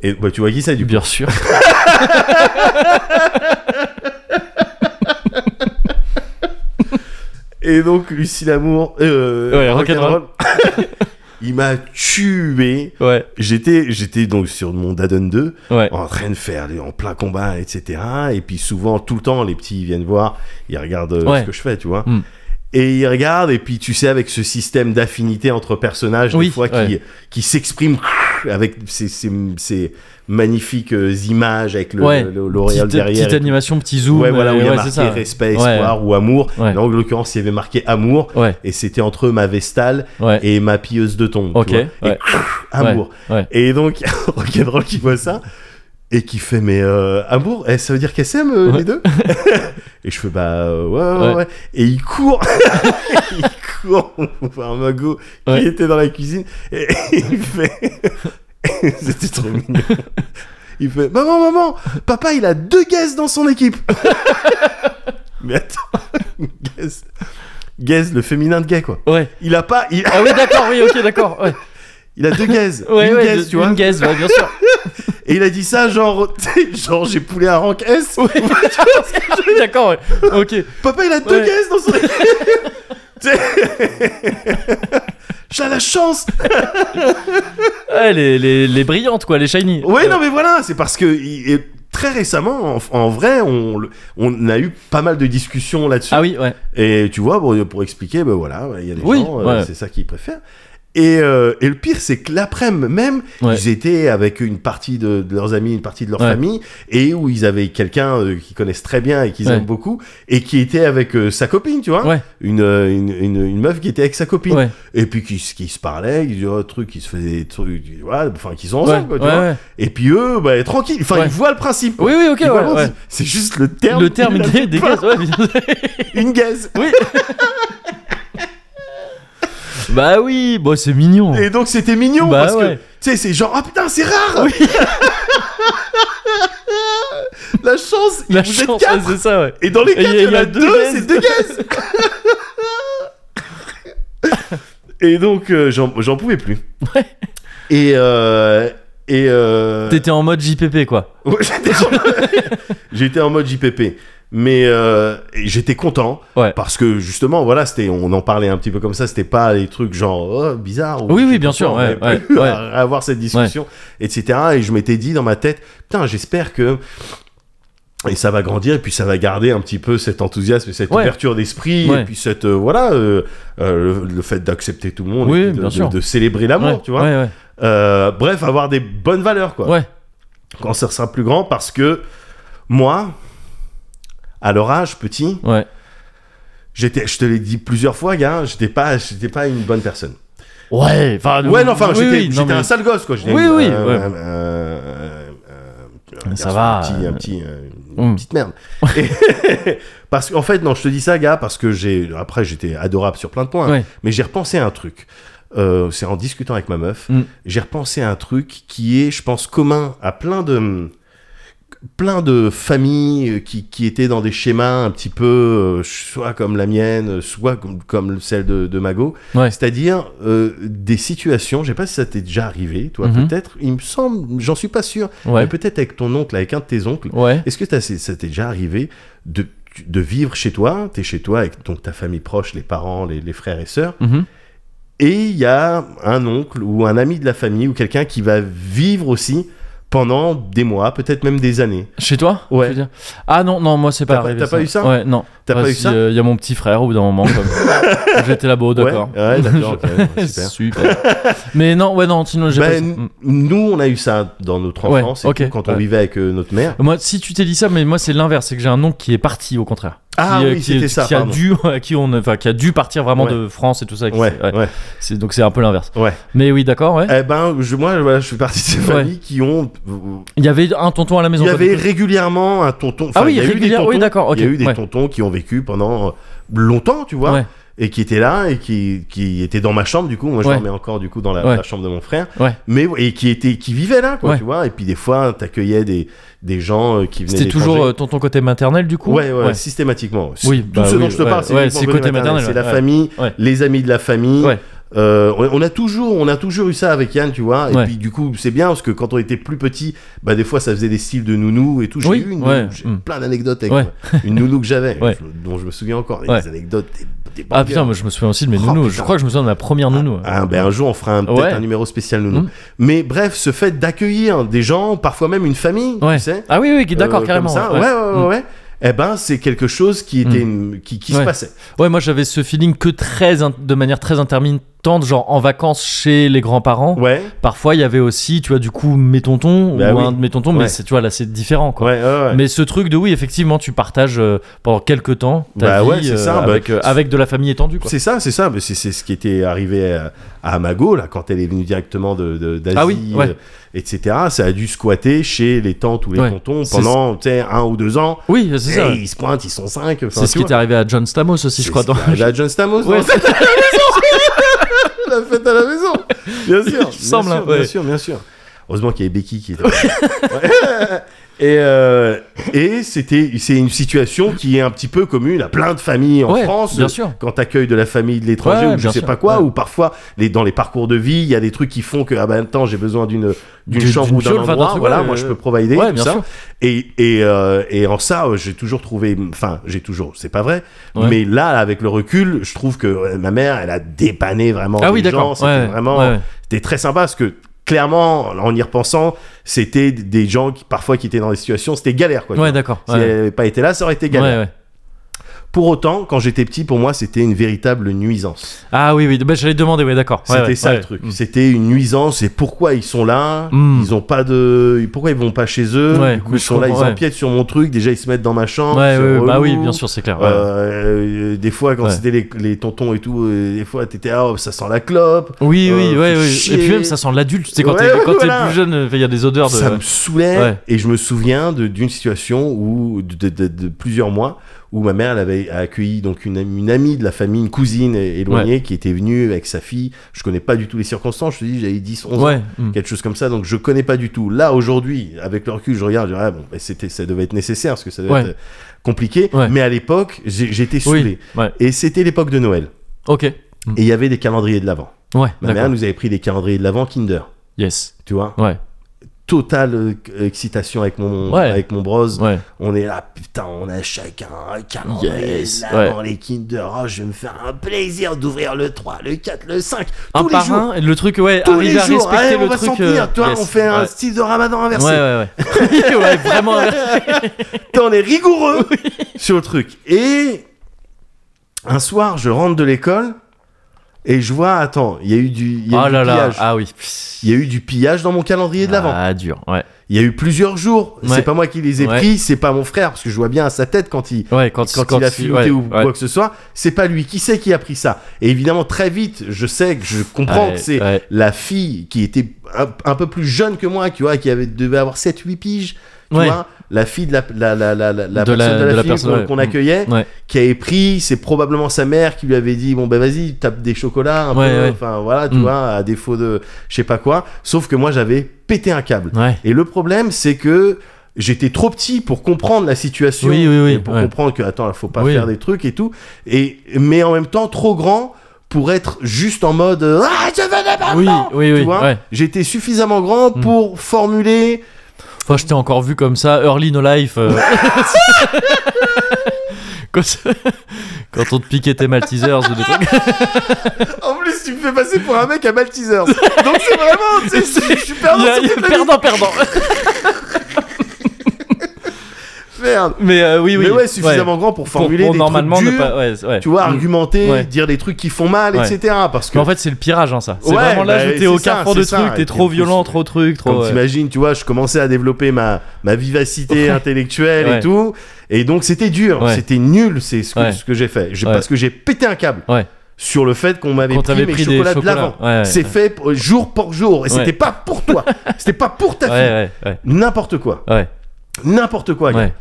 [SPEAKER 2] Et bah, tu vois qui c'est du
[SPEAKER 1] Bien sûr.
[SPEAKER 2] Et donc, Lucie d'amour. Euh,
[SPEAKER 1] Ouais, rock'n'roll.
[SPEAKER 2] rock'n'roll. il m'a tué.
[SPEAKER 1] Ouais,
[SPEAKER 2] J'étais, j'étais donc sur mon Daden 2.
[SPEAKER 1] ouais.
[SPEAKER 2] en train de faire en plein combat, etc. Et puis souvent, tout le temps, les petits ils viennent voir, ils regardent euh,
[SPEAKER 1] Ouais.
[SPEAKER 2] ce que je fais, tu vois.
[SPEAKER 1] Mm.
[SPEAKER 2] Et ils regardent, et puis tu sais, avec ce système d'affinité entre personnages,
[SPEAKER 1] Oui,
[SPEAKER 2] des fois, qui,
[SPEAKER 1] ouais.
[SPEAKER 2] qui s'exprime avec ces, ces- ces magnifiques euh, images, avec le,
[SPEAKER 1] Ouais.
[SPEAKER 2] le- l'Oréal
[SPEAKER 1] petite,
[SPEAKER 2] derrière.
[SPEAKER 1] petite
[SPEAKER 2] et tout.
[SPEAKER 1] animation, petit zoom.
[SPEAKER 2] ouais, voilà, où
[SPEAKER 1] euh,
[SPEAKER 2] il y a
[SPEAKER 1] ouais,
[SPEAKER 2] marqué
[SPEAKER 1] c'est ça.
[SPEAKER 2] respect,
[SPEAKER 1] Ouais,
[SPEAKER 2] espoir ou amour.
[SPEAKER 1] Ouais.
[SPEAKER 2] Là, en l'occurrence, il y avait marqué amour,
[SPEAKER 1] Ouais,
[SPEAKER 2] et c'était entre ma Vestale
[SPEAKER 1] ouais.
[SPEAKER 2] et ma pilleuse de tombe. tu
[SPEAKER 1] ok,
[SPEAKER 2] vois.
[SPEAKER 1] ouais. ouais.
[SPEAKER 2] amour.
[SPEAKER 1] Ouais.
[SPEAKER 2] Et donc, Rock'n'Roll qui voit ça et qui fait Mais euh, amour, eh, ça veut dire qu'elle s'aime euh, les
[SPEAKER 1] Ouais.
[SPEAKER 2] deux Et je fais Bah euh, ouais, ouais,
[SPEAKER 1] Ouais.
[SPEAKER 2] ouais. Et il court, il court voir Mago qui
[SPEAKER 1] Ouais.
[SPEAKER 2] était dans la cuisine et il fait C'était trop mignon. Il fait Maman, maman, papa il a deux guesses dans son équipe Mais attends, guess, guess le féminin de gay quoi.
[SPEAKER 1] Ouais.
[SPEAKER 2] Il a pas, il,
[SPEAKER 1] Ah oui, d'accord, oui, ok, d'accord. Ouais,
[SPEAKER 2] il a deux guesses.
[SPEAKER 1] ouais,
[SPEAKER 2] une
[SPEAKER 1] ouais,
[SPEAKER 2] guess,
[SPEAKER 1] de-
[SPEAKER 2] tu vois.
[SPEAKER 1] Une guess, ouais, bien sûr.
[SPEAKER 2] Et il a dit ça genre, tu sais, genre j'ai poulé un rank S.
[SPEAKER 1] Oui, d'accord, ouais. Ok.
[SPEAKER 2] Papa il a deux
[SPEAKER 1] Ouais.
[SPEAKER 2] S dans son équipe. Tu sais. J'ai la chance.
[SPEAKER 1] Ouais, les, les, les brillantes, quoi, les shiny.
[SPEAKER 2] Ouais non mais voilà, c'est parce que il- et très récemment, en, en vrai, on, le- on a eu pas mal de discussions là-dessus.
[SPEAKER 1] Ah oui, ouais.
[SPEAKER 2] Et tu vois, pour, pour expliquer, ben voilà, il y a des
[SPEAKER 1] Oui,
[SPEAKER 2] gens, euh,
[SPEAKER 1] ouais.
[SPEAKER 2] c'est ça qu'ils préfèrent. Et, euh, et le pire, c'est que l'après-midi même,
[SPEAKER 1] Ouais.
[SPEAKER 2] ils étaient avec une partie de, de leurs amis, une partie de leur
[SPEAKER 1] Ouais.
[SPEAKER 2] famille, et où ils avaient quelqu'un euh, qu'ils connaissent très bien et qu'ils
[SPEAKER 1] Ouais.
[SPEAKER 2] aiment beaucoup, et qui était avec euh, sa copine, tu vois.
[SPEAKER 1] Ouais.
[SPEAKER 2] Une, euh, une, une- une meuf qui était avec sa copine.
[SPEAKER 1] Ouais.
[SPEAKER 2] Et puis qui, se- qui se parlaient, ils disaient un truc, ils se faisaient des trucs, voilà, enfin, qu'ils sont
[SPEAKER 1] Ouais,
[SPEAKER 2] ensemble, quoi, tu
[SPEAKER 1] ouais,
[SPEAKER 2] vois.
[SPEAKER 1] ouais.
[SPEAKER 2] Et puis eux, bah, tranquille, enfin,
[SPEAKER 1] Ouais.
[SPEAKER 2] ils voient le principe. quoi.
[SPEAKER 1] Oui, oui, ok,
[SPEAKER 2] Ils voient le
[SPEAKER 1] ouais, ouais.
[SPEAKER 2] principe. C'est juste le terme.
[SPEAKER 1] Le terme
[SPEAKER 2] il a
[SPEAKER 1] il est des
[SPEAKER 2] pas.
[SPEAKER 1] gaz, ouais, bien sûr.
[SPEAKER 2] Une gaze.
[SPEAKER 1] Oui. bah oui, bon, c'est mignon.
[SPEAKER 2] Et donc c'était mignon
[SPEAKER 1] Oh. Bah
[SPEAKER 2] parce que
[SPEAKER 1] ouais.
[SPEAKER 2] tu sais c'est genre ah putain c'est rare. la chance,
[SPEAKER 1] La
[SPEAKER 2] vous
[SPEAKER 1] chance,
[SPEAKER 2] êtes quatre.
[SPEAKER 1] ouais, c'est ça, ouais.
[SPEAKER 2] Et dans les
[SPEAKER 1] Et
[SPEAKER 2] quatre,
[SPEAKER 1] il y a-
[SPEAKER 2] il y en
[SPEAKER 1] il y
[SPEAKER 2] a
[SPEAKER 1] a deux
[SPEAKER 2] deux,
[SPEAKER 1] gazes.
[SPEAKER 2] c'est deux gazes. et donc euh, j'en j'en pouvais plus. Et euh, et euh,
[SPEAKER 1] T'étais en mode JPP, quoi.
[SPEAKER 2] Ouais, j'étais en- J'étais en mode JPP. Mais euh, et j'étais content
[SPEAKER 1] Ouais.
[SPEAKER 2] parce que justement voilà c'était on en parlait un petit peu comme ça c'était pas les trucs genre oh, bizarre ou
[SPEAKER 1] Oui,
[SPEAKER 2] je
[SPEAKER 1] oui,
[SPEAKER 2] sais
[SPEAKER 1] bien
[SPEAKER 2] pas
[SPEAKER 1] sûr,
[SPEAKER 2] quoi, on
[SPEAKER 1] ouais,
[SPEAKER 2] avait
[SPEAKER 1] ouais,
[SPEAKER 2] pas eu à-
[SPEAKER 1] ouais.
[SPEAKER 2] à avoir cette discussion etc et je m'étais dit dans ma tête putain j'espère que et ça va grandir et puis ça va garder un petit peu cet enthousiasme et cette
[SPEAKER 1] Ouais.
[SPEAKER 2] ouverture d'esprit
[SPEAKER 1] Ouais.
[SPEAKER 2] et puis cette euh, voilà euh, euh, le, le fait d'accepter tout le monde
[SPEAKER 1] Oui,
[SPEAKER 2] et puis de,
[SPEAKER 1] bien
[SPEAKER 2] de-
[SPEAKER 1] sûr.
[SPEAKER 2] de célébrer l'amour
[SPEAKER 1] ouais,
[SPEAKER 2] tu vois
[SPEAKER 1] Ouais, ouais.
[SPEAKER 2] Euh, bref avoir des bonnes valeurs quoi
[SPEAKER 1] ouais.
[SPEAKER 2] quand ça sera plus grand parce que moi à leur âge petit
[SPEAKER 1] ouais.
[SPEAKER 2] j'étais je te l'ai dit plusieurs fois gars j'étais pas j'étais pas une bonne personne
[SPEAKER 1] Ouais, enfin,
[SPEAKER 2] ouais non, enfin
[SPEAKER 1] Ah, oui,
[SPEAKER 2] j'étais
[SPEAKER 1] oui, non,
[SPEAKER 2] j'étais
[SPEAKER 1] mais-
[SPEAKER 2] un sale gosse quoi j'étais
[SPEAKER 1] Oui,
[SPEAKER 2] un-
[SPEAKER 1] oui,
[SPEAKER 2] un-
[SPEAKER 1] ouais.
[SPEAKER 2] un- un- un- un
[SPEAKER 1] Ça
[SPEAKER 2] euh, garçon,
[SPEAKER 1] va,
[SPEAKER 2] un petit,
[SPEAKER 1] euh,
[SPEAKER 2] un petit, euh,
[SPEAKER 1] hum.
[SPEAKER 2] une petite merde Et- parce qu'en fait non je te dis ça gars parce que j'ai après j'étais adorable sur plein de points hein.
[SPEAKER 1] Ouais.
[SPEAKER 2] mais j'ai repensé à un truc Euh, c'est en discutant avec ma meuf
[SPEAKER 1] Mm.
[SPEAKER 2] j'ai repensé à un truc qui est je pense commun à plein de plein de familles euh, qui, qui étaient dans des schémas un petit peu euh, soit comme la mienne euh, soit comme, comme celle de, de Mago
[SPEAKER 1] Ouais.
[SPEAKER 2] c'est-à-dire euh, des situations je sais pas si ça t'est déjà arrivé toi
[SPEAKER 1] Mhm.
[SPEAKER 2] peut-être il me semble j'en suis pas sûr mais
[SPEAKER 1] Ouais.
[SPEAKER 2] peut-être avec ton oncle avec un de tes oncles
[SPEAKER 1] Ouais.
[SPEAKER 2] est-ce que t'as- ça t'est déjà arrivé de, de vivre chez toi T'es chez toi avec donc ta famille proche, les parents, les, les frères et sœurs,
[SPEAKER 1] Mhm.
[SPEAKER 2] et il y a un oncle ou un ami de la famille ou quelqu'un qui va vivre aussi pendant des mois, peut-être même des années.
[SPEAKER 1] Chez toi
[SPEAKER 2] Ouais.
[SPEAKER 1] tu veux dire Ah non, non, moi c'est pas
[SPEAKER 2] T'as pas-
[SPEAKER 1] arrivé.
[SPEAKER 2] t'as pas eu ça
[SPEAKER 1] Ouais, non.
[SPEAKER 2] T'as pas eu ça
[SPEAKER 1] Il y a mon petit frère au bout d'un moment. comme- J'étais là-bas, d'accord.
[SPEAKER 2] Ouais, ouais, d'accord. ok, ouais, super.
[SPEAKER 1] Super. Mais non, ouais, non, sinon j'ai
[SPEAKER 2] Ben,
[SPEAKER 1] pas eu ça. Mm.
[SPEAKER 2] nous, on a eu ça dans notre
[SPEAKER 1] Ouais,
[SPEAKER 2] enfance, et
[SPEAKER 1] ok,
[SPEAKER 2] tout, quand on
[SPEAKER 1] ouais.
[SPEAKER 2] vivait avec euh, notre mère.
[SPEAKER 1] Moi, si tu t'es dit ça, mais moi c'est l'inverse, c'est que j'ai un oncle qui est parti au contraire.
[SPEAKER 2] Ah
[SPEAKER 1] qui, euh,
[SPEAKER 2] oui,
[SPEAKER 1] qui-
[SPEAKER 2] c'était ça,
[SPEAKER 1] Qui a
[SPEAKER 2] pardon.
[SPEAKER 1] dû, à qui on, enfin, qui a dû partir vraiment
[SPEAKER 2] Ouais.
[SPEAKER 1] de France et tout ça. qui-
[SPEAKER 2] Ouais,
[SPEAKER 1] ouais.
[SPEAKER 2] ouais.
[SPEAKER 1] C'est- donc c'est un peu l'inverse.
[SPEAKER 2] Ouais.
[SPEAKER 1] Mais oui, d'accord, ouais.
[SPEAKER 2] Eh ben, je, moi, voilà, je suis partie de ces
[SPEAKER 1] Ouais.
[SPEAKER 2] familles qui ont.
[SPEAKER 1] Il y avait un tonton à la maison.
[SPEAKER 2] Il y
[SPEAKER 1] quoi.
[SPEAKER 2] avait régulièrement un tonton. enfin,
[SPEAKER 1] Ah oui,
[SPEAKER 2] il y a eu des
[SPEAKER 1] régulière- oui,
[SPEAKER 2] tontons-
[SPEAKER 1] d'accord,
[SPEAKER 2] Il y a
[SPEAKER 1] ok,
[SPEAKER 2] eu des
[SPEAKER 1] ouais.
[SPEAKER 2] tontons qui ont vécu pendant euh, longtemps, tu vois,
[SPEAKER 1] Ouais.
[SPEAKER 2] et qui étaient là et qui, qui étaient dans ma chambre, du coup. Moi, je
[SPEAKER 1] Ouais.
[SPEAKER 2] dormais encore, du coup, dans la,
[SPEAKER 1] Ouais.
[SPEAKER 2] la chambre de mon frère.
[SPEAKER 1] Ouais.
[SPEAKER 2] Mais et qui étaient, qui vivaient là, quoi,
[SPEAKER 1] Ouais.
[SPEAKER 2] tu vois. Et puis des fois, t'accueillais des des gens euh, qui venaient.
[SPEAKER 1] C'était
[SPEAKER 2] d'étranger.
[SPEAKER 1] toujours euh, tonton côté maternel du coup.
[SPEAKER 2] Ouais, ouais, systématiquement.
[SPEAKER 1] Oui,
[SPEAKER 2] tout
[SPEAKER 1] bah
[SPEAKER 2] ce
[SPEAKER 1] oui,
[SPEAKER 2] dont je te
[SPEAKER 1] ouais,
[SPEAKER 2] parle, c'est
[SPEAKER 1] ouais,
[SPEAKER 2] uniquement
[SPEAKER 1] c'est côté maternel,
[SPEAKER 2] C'est
[SPEAKER 1] ouais,
[SPEAKER 2] la
[SPEAKER 1] ouais.
[SPEAKER 2] famille,
[SPEAKER 1] Ouais.
[SPEAKER 2] les amis de la famille.
[SPEAKER 1] Ouais.
[SPEAKER 2] Euh, on on a toujours, on a toujours eu ça avec Yann, tu vois. Et
[SPEAKER 1] Ouais.
[SPEAKER 2] puis du coup, c'est bien parce que quand on était plus petit, bah des fois ça faisait des styles de nounou et tout. J'ai
[SPEAKER 1] Oui,
[SPEAKER 2] eu une
[SPEAKER 1] ouais,
[SPEAKER 2] nounou, j'ai
[SPEAKER 1] mm.
[SPEAKER 2] plein d'anecdotes avec
[SPEAKER 1] Ouais.
[SPEAKER 2] moi. une nounou que j'avais,
[SPEAKER 1] Ouais.
[SPEAKER 2] dont je me souviens encore des
[SPEAKER 1] Ouais.
[SPEAKER 2] anecdotes. Des, des
[SPEAKER 1] Ah
[SPEAKER 2] bangers.
[SPEAKER 1] putain, moi je me souviens aussi de mes
[SPEAKER 2] Oh,
[SPEAKER 1] nounous. Je
[SPEAKER 2] putain.
[SPEAKER 1] crois que je me souviens de ma première nounou.
[SPEAKER 2] Ah, ben un jour on fera un- peut-être
[SPEAKER 1] Ouais.
[SPEAKER 2] un numéro spécial nounou.
[SPEAKER 1] Mm.
[SPEAKER 2] Mais bref, ce fait d'accueillir des gens, parfois même une famille,
[SPEAKER 1] ouais.
[SPEAKER 2] tu sais,
[SPEAKER 1] Ah oui, oui, d'accord,
[SPEAKER 2] euh,
[SPEAKER 1] carrément.
[SPEAKER 2] comme ça,
[SPEAKER 1] ouais. Mm.
[SPEAKER 2] ouais, ouais, ouais, ouais. Eh ben, c'est quelque chose qui était, une- qui, qui se
[SPEAKER 1] Ouais.
[SPEAKER 2] passait.
[SPEAKER 1] Ouais, moi j'avais ce feeling que très in- de manière très intermittente, genre en vacances chez les grands-parents.
[SPEAKER 2] Ouais,
[SPEAKER 1] Parfois, il y avait aussi, tu vois, du coup, mes tontons
[SPEAKER 2] Bah
[SPEAKER 1] ou
[SPEAKER 2] oui.
[SPEAKER 1] un de mes tontons,
[SPEAKER 2] Ouais.
[SPEAKER 1] mais c'est, tu vois, là, c'est différent,
[SPEAKER 2] ouais,
[SPEAKER 1] quoi.
[SPEAKER 2] ouais. ouais.
[SPEAKER 1] Mais ce truc de oui, effectivement, tu partages euh, pendant quelques temps ta
[SPEAKER 2] Bah
[SPEAKER 1] vie
[SPEAKER 2] ouais, c'est
[SPEAKER 1] euh,
[SPEAKER 2] ça, bah,
[SPEAKER 1] avec, euh, avec de la famille étendue, quoi.
[SPEAKER 2] C'est ça, c'est ça. Mais c'est, c'est ce qui était arrivé à, à Mago, là, quand elle est venue directement de, de- d'Asie,
[SPEAKER 1] Ah oui, ouais.
[SPEAKER 2] euh, etc. Ça a dû squatter chez les tantes ou les
[SPEAKER 1] Ouais.
[SPEAKER 2] tontons
[SPEAKER 1] C'est-
[SPEAKER 2] pendant, tu sais, un ou deux ans.
[SPEAKER 1] Oui, c'est
[SPEAKER 2] Et
[SPEAKER 1] ça.
[SPEAKER 2] ils se pointent, ils sont cinq. enfin,
[SPEAKER 1] C'est ce
[SPEAKER 2] tu
[SPEAKER 1] qui
[SPEAKER 2] vois.
[SPEAKER 1] est arrivé à John Stamos aussi, je crois.
[SPEAKER 2] C'est ce
[SPEAKER 1] Dans...
[SPEAKER 2] qui est arrivé à John Stamos.
[SPEAKER 1] Ouais,
[SPEAKER 2] dans- la fête à la maison. Bien sûr. bien
[SPEAKER 1] semble,
[SPEAKER 2] sûr,
[SPEAKER 1] hein,
[SPEAKER 2] bien
[SPEAKER 1] ouais.
[SPEAKER 2] sûr, bien sûr. Heureusement qu'il y avait Becky qui était. là. Ouais. Et, euh, et c'était, c'est une situation qui est un petit peu commune à plein de familles en
[SPEAKER 1] Ouais,
[SPEAKER 2] France.
[SPEAKER 1] bien sûr.
[SPEAKER 2] Quand t'accueilles de la famille de l'étranger
[SPEAKER 1] Ouais,
[SPEAKER 2] ou je
[SPEAKER 1] bien
[SPEAKER 2] sais
[SPEAKER 1] sûr,
[SPEAKER 2] pas quoi,
[SPEAKER 1] ouais.
[SPEAKER 2] ou parfois les, dans les parcours de vie, il y a des trucs qui font que, ah ben, attends, j'ai besoin d'une, d'une
[SPEAKER 1] D'une-
[SPEAKER 2] chambre
[SPEAKER 1] d'une
[SPEAKER 2] ou d'un
[SPEAKER 1] piole, enfin, d'un
[SPEAKER 2] endroit.
[SPEAKER 1] truc,
[SPEAKER 2] Voilà,
[SPEAKER 1] ouais,
[SPEAKER 2] moi je
[SPEAKER 1] ouais.
[SPEAKER 2] peux provider.
[SPEAKER 1] Ouais,
[SPEAKER 2] tout
[SPEAKER 1] bien
[SPEAKER 2] ça.
[SPEAKER 1] sûr.
[SPEAKER 2] Et, et, euh, et en ça, euh, j'ai toujours trouvé, enfin, j'ai toujours, c'est pas vrai,
[SPEAKER 1] Ouais.
[SPEAKER 2] mais là, avec le recul, je trouve que euh, ma mère, elle a dépanné vraiment
[SPEAKER 1] Ah
[SPEAKER 2] des
[SPEAKER 1] oui,
[SPEAKER 2] gens.
[SPEAKER 1] d'accord.
[SPEAKER 2] C'était
[SPEAKER 1] Ouais,
[SPEAKER 2] vraiment, euh,
[SPEAKER 1] ouais.
[SPEAKER 2] c'était très sympa parce que clairement, en y repensant, c'était des gens qui parfois qui étaient dans des situations, c'était galère quoi.
[SPEAKER 1] Ouais, d'accord.
[SPEAKER 2] si
[SPEAKER 1] ouais.
[SPEAKER 2] elle n'avait pas été là, ça aurait été
[SPEAKER 1] Ouais,
[SPEAKER 2] galère.
[SPEAKER 1] ouais.
[SPEAKER 2] Pour autant, quand j'étais petit, pour moi, c'était une véritable nuisance.
[SPEAKER 1] Ah oui, oui, bah, j'allais te demander, ouais, d'accord. Ouais,
[SPEAKER 2] C'était
[SPEAKER 1] ouais,
[SPEAKER 2] ça
[SPEAKER 1] ouais.
[SPEAKER 2] le truc.
[SPEAKER 1] Mm.
[SPEAKER 2] C'était une nuisance. Et pourquoi ils sont là
[SPEAKER 1] Mm.
[SPEAKER 2] Ils ont pas de. Pourquoi ils vont pas chez eux
[SPEAKER 1] Ouais,
[SPEAKER 2] Du coup,
[SPEAKER 1] mais
[SPEAKER 2] ils
[SPEAKER 1] je
[SPEAKER 2] sont là, ils
[SPEAKER 1] comprends, ouais.
[SPEAKER 2] empiètent sur mon truc. Déjà, ils se mettent dans ma chambre.
[SPEAKER 1] Ouais,
[SPEAKER 2] c'est
[SPEAKER 1] ouais, bah
[SPEAKER 2] relou.
[SPEAKER 1] oui, bien sûr, c'est clair. ouais.
[SPEAKER 2] Euh, euh, des fois, quand
[SPEAKER 1] Ouais.
[SPEAKER 2] c'était les, les tontons et tout, euh, des fois, t'étais ah, oh, ça sent la clope.
[SPEAKER 1] Oui, oui,
[SPEAKER 2] euh,
[SPEAKER 1] ouais,
[SPEAKER 2] fait
[SPEAKER 1] ouais.
[SPEAKER 2] chier.
[SPEAKER 1] Et puis même, ça sent l'adulte. Tu sais, quand
[SPEAKER 2] Ouais,
[SPEAKER 1] t'es
[SPEAKER 2] ouais,
[SPEAKER 1] quand t'es
[SPEAKER 2] voilà.
[SPEAKER 1] plus jeune, il y a des odeurs de.
[SPEAKER 2] ça me saoulait
[SPEAKER 1] Ouais.
[SPEAKER 2] et je me souviens de- d'une situation où de, de- de- de plusieurs mois où ma mère elle avait accueilli donc une, am- une amie de la famille une cousine é- éloignée qui était venue avec sa fille je connais pas du tout les circonstances je te dis j'avais 10 11 ans
[SPEAKER 1] Ouais. mm.
[SPEAKER 2] quelque chose comme ça donc je connais pas du tout là aujourd'hui avec le recul je regarde je dis, ah, bon, bah, c'était ça devait être nécessaire parce que ça devait
[SPEAKER 1] Ouais.
[SPEAKER 2] être euh, compliqué
[SPEAKER 1] Ouais.
[SPEAKER 2] mais à l'époque j'ai- j'étais saoulé
[SPEAKER 1] Oui. Ouais.
[SPEAKER 2] et c'était l'époque de Noël
[SPEAKER 1] Ok.
[SPEAKER 2] et il y avait des calendriers de l'avant
[SPEAKER 1] Ouais.
[SPEAKER 2] ma mère
[SPEAKER 1] D'accord.
[SPEAKER 2] nous avait pris des calendriers de l'avant Kinder
[SPEAKER 1] Yes.
[SPEAKER 2] tu vois
[SPEAKER 1] Ouais.
[SPEAKER 2] totale euh, excitation avec mon
[SPEAKER 1] Ouais.
[SPEAKER 2] avec mon bros.
[SPEAKER 1] Ouais.
[SPEAKER 2] On est là, putain, on a chacun un calendrier
[SPEAKER 1] Yes,
[SPEAKER 2] là
[SPEAKER 1] ouais.
[SPEAKER 2] dans les Kinder. Oh, je vais me faire un plaisir d'ouvrir le 3, le 4, le 5.
[SPEAKER 1] Un
[SPEAKER 2] tous les
[SPEAKER 1] par
[SPEAKER 2] jours.
[SPEAKER 1] un, Ah, et le truc, ouais,
[SPEAKER 2] tous
[SPEAKER 1] arriver
[SPEAKER 2] les
[SPEAKER 1] à
[SPEAKER 2] jours.
[SPEAKER 1] respecter
[SPEAKER 2] Allez,
[SPEAKER 1] le
[SPEAKER 2] on va s'en
[SPEAKER 1] truc.
[SPEAKER 2] tenir.
[SPEAKER 1] euh,
[SPEAKER 2] Toi,
[SPEAKER 1] yes.
[SPEAKER 2] on fait un
[SPEAKER 1] Ouais.
[SPEAKER 2] style de ramadan inversé.
[SPEAKER 1] Ouais, ouais, ouais. ouais, vraiment inversé.
[SPEAKER 2] Putain, on est rigoureux sur le truc. Et un soir, je rentre de l'école et je vois, attends, il y a eu du, il y a eu
[SPEAKER 1] Oh
[SPEAKER 2] du
[SPEAKER 1] là là.
[SPEAKER 2] pillage.
[SPEAKER 1] Ah oui.
[SPEAKER 2] Il y a eu du pillage dans mon calendrier de l'avant.
[SPEAKER 1] Ah, dur. Ouais.
[SPEAKER 2] Il y a eu plusieurs jours.
[SPEAKER 1] Ouais.
[SPEAKER 2] C'est pas moi qui les ai
[SPEAKER 1] Ouais.
[SPEAKER 2] pris, c'est pas mon frère, parce que je vois bien à sa tête quand il,
[SPEAKER 1] Ouais, quand,
[SPEAKER 2] quand, il a
[SPEAKER 1] tu- ouais,
[SPEAKER 2] filouté ou
[SPEAKER 1] ouais.
[SPEAKER 2] quoi que ce soit. C'est pas lui. Qui c'est qui a pris ça Et évidemment, très vite, je sais que je comprends
[SPEAKER 1] Ouais,
[SPEAKER 2] que c'est
[SPEAKER 1] ouais.
[SPEAKER 2] la fille qui était un, un peu plus jeune que moi, tu vois, qui avait, devait avoir 7-8 piges. Tu
[SPEAKER 1] Ouais.
[SPEAKER 2] vois, la fille de la, la, la, la, la, la
[SPEAKER 1] De la-
[SPEAKER 2] personne de la,
[SPEAKER 1] de la
[SPEAKER 2] fille
[SPEAKER 1] personne,
[SPEAKER 2] qu'on-
[SPEAKER 1] ouais.
[SPEAKER 2] qu'on
[SPEAKER 1] Mm.
[SPEAKER 2] accueillait,
[SPEAKER 1] Ouais.
[SPEAKER 2] qui avait pris, c'est probablement sa mère qui lui avait dit Bon, ben vas-y, tape des chocolats, un
[SPEAKER 1] Ouais,
[SPEAKER 2] peu,
[SPEAKER 1] ouais.
[SPEAKER 2] enfin voilà, tu
[SPEAKER 1] Mm.
[SPEAKER 2] vois, à défaut de je sais pas quoi. Sauf que moi, j'avais pété un câble.
[SPEAKER 1] Ouais.
[SPEAKER 2] Et le problème, c'est que j'étais trop petit pour comprendre la situation
[SPEAKER 1] Oui, oui, oui,
[SPEAKER 2] et pour
[SPEAKER 1] ouais.
[SPEAKER 2] comprendre que attends, il faut pas
[SPEAKER 1] Oui.
[SPEAKER 2] faire des trucs et tout. Et mais en même temps, trop grand pour être juste en mode euh, ah je venais pas
[SPEAKER 1] Oui, oui,
[SPEAKER 2] tu
[SPEAKER 1] oui.
[SPEAKER 2] vois.
[SPEAKER 1] ouais. Hmm.
[SPEAKER 2] J'étais suffisamment grand pour formuler.
[SPEAKER 1] Enfin, je t'ai encore vu comme ça, early no life. euh. quand, quand on te piquait tes Maltesers
[SPEAKER 2] Ah
[SPEAKER 1] ou des trucs.
[SPEAKER 2] En plus, tu me fais passer pour un mec à Maltesers. Donc c'est vraiment, tu sais, je suis
[SPEAKER 1] Il
[SPEAKER 2] perdant.
[SPEAKER 1] y a-
[SPEAKER 2] sur
[SPEAKER 1] il y a-
[SPEAKER 2] toute la
[SPEAKER 1] perdant, perdant.
[SPEAKER 2] merde.
[SPEAKER 1] Mais euh, oui, oui.
[SPEAKER 2] Mais ouais, suffisamment grand pour
[SPEAKER 1] Pour-
[SPEAKER 2] formuler
[SPEAKER 1] pour
[SPEAKER 2] des
[SPEAKER 1] normalement
[SPEAKER 2] trucs
[SPEAKER 1] ne
[SPEAKER 2] durs,
[SPEAKER 1] pas. ouais, ouais.
[SPEAKER 2] Tu vois,
[SPEAKER 1] Mm.
[SPEAKER 2] argumenter,
[SPEAKER 1] Ouais.
[SPEAKER 2] dire des trucs qui font mal,
[SPEAKER 1] Ouais.
[SPEAKER 2] etc. Parce que
[SPEAKER 1] Mais en fait, c'est le pirage, hein, ça. C'est
[SPEAKER 2] Ouais,
[SPEAKER 1] vraiment là
[SPEAKER 2] bah,
[SPEAKER 1] où t'es
[SPEAKER 2] c'est
[SPEAKER 1] au
[SPEAKER 2] ça,
[SPEAKER 1] carrefour de
[SPEAKER 2] c'est ça.
[SPEAKER 1] trucs,
[SPEAKER 2] Et
[SPEAKER 1] t'es
[SPEAKER 2] puis,
[SPEAKER 1] trop
[SPEAKER 2] en plus,
[SPEAKER 1] violent, trop truc,
[SPEAKER 2] Comme
[SPEAKER 1] trop. ouais.
[SPEAKER 2] t'imagines, tu vois, je commençais à développer ma, ma vivacité
[SPEAKER 1] Ouais.
[SPEAKER 2] intellectuelle et
[SPEAKER 1] Ouais.
[SPEAKER 2] tout. Et donc, c'était dur.
[SPEAKER 1] Ouais.
[SPEAKER 2] C'était nul, c'est ce que,
[SPEAKER 1] Ouais.
[SPEAKER 2] ce que j'ai fait. J'ai-
[SPEAKER 1] Ouais.
[SPEAKER 2] Parce que j'ai pété un câble
[SPEAKER 1] Ouais.
[SPEAKER 2] sur le fait qu'on m'avait
[SPEAKER 1] Qu'on
[SPEAKER 2] pris
[SPEAKER 1] t'avait
[SPEAKER 2] mes
[SPEAKER 1] pris des
[SPEAKER 2] chocolats de
[SPEAKER 1] chocolats.
[SPEAKER 2] l'avant.
[SPEAKER 1] Ouais, ouais.
[SPEAKER 2] c'est fait pour- jour pour jour. Et
[SPEAKER 1] Ouais.
[SPEAKER 2] c'était pas pour toi. c'était pas pour ta
[SPEAKER 1] Ouais,
[SPEAKER 2] fille.
[SPEAKER 1] ouais, ouais.
[SPEAKER 2] N'importe quoi.
[SPEAKER 1] Ouais,
[SPEAKER 2] N'importe quoi. gars.
[SPEAKER 1] ouais.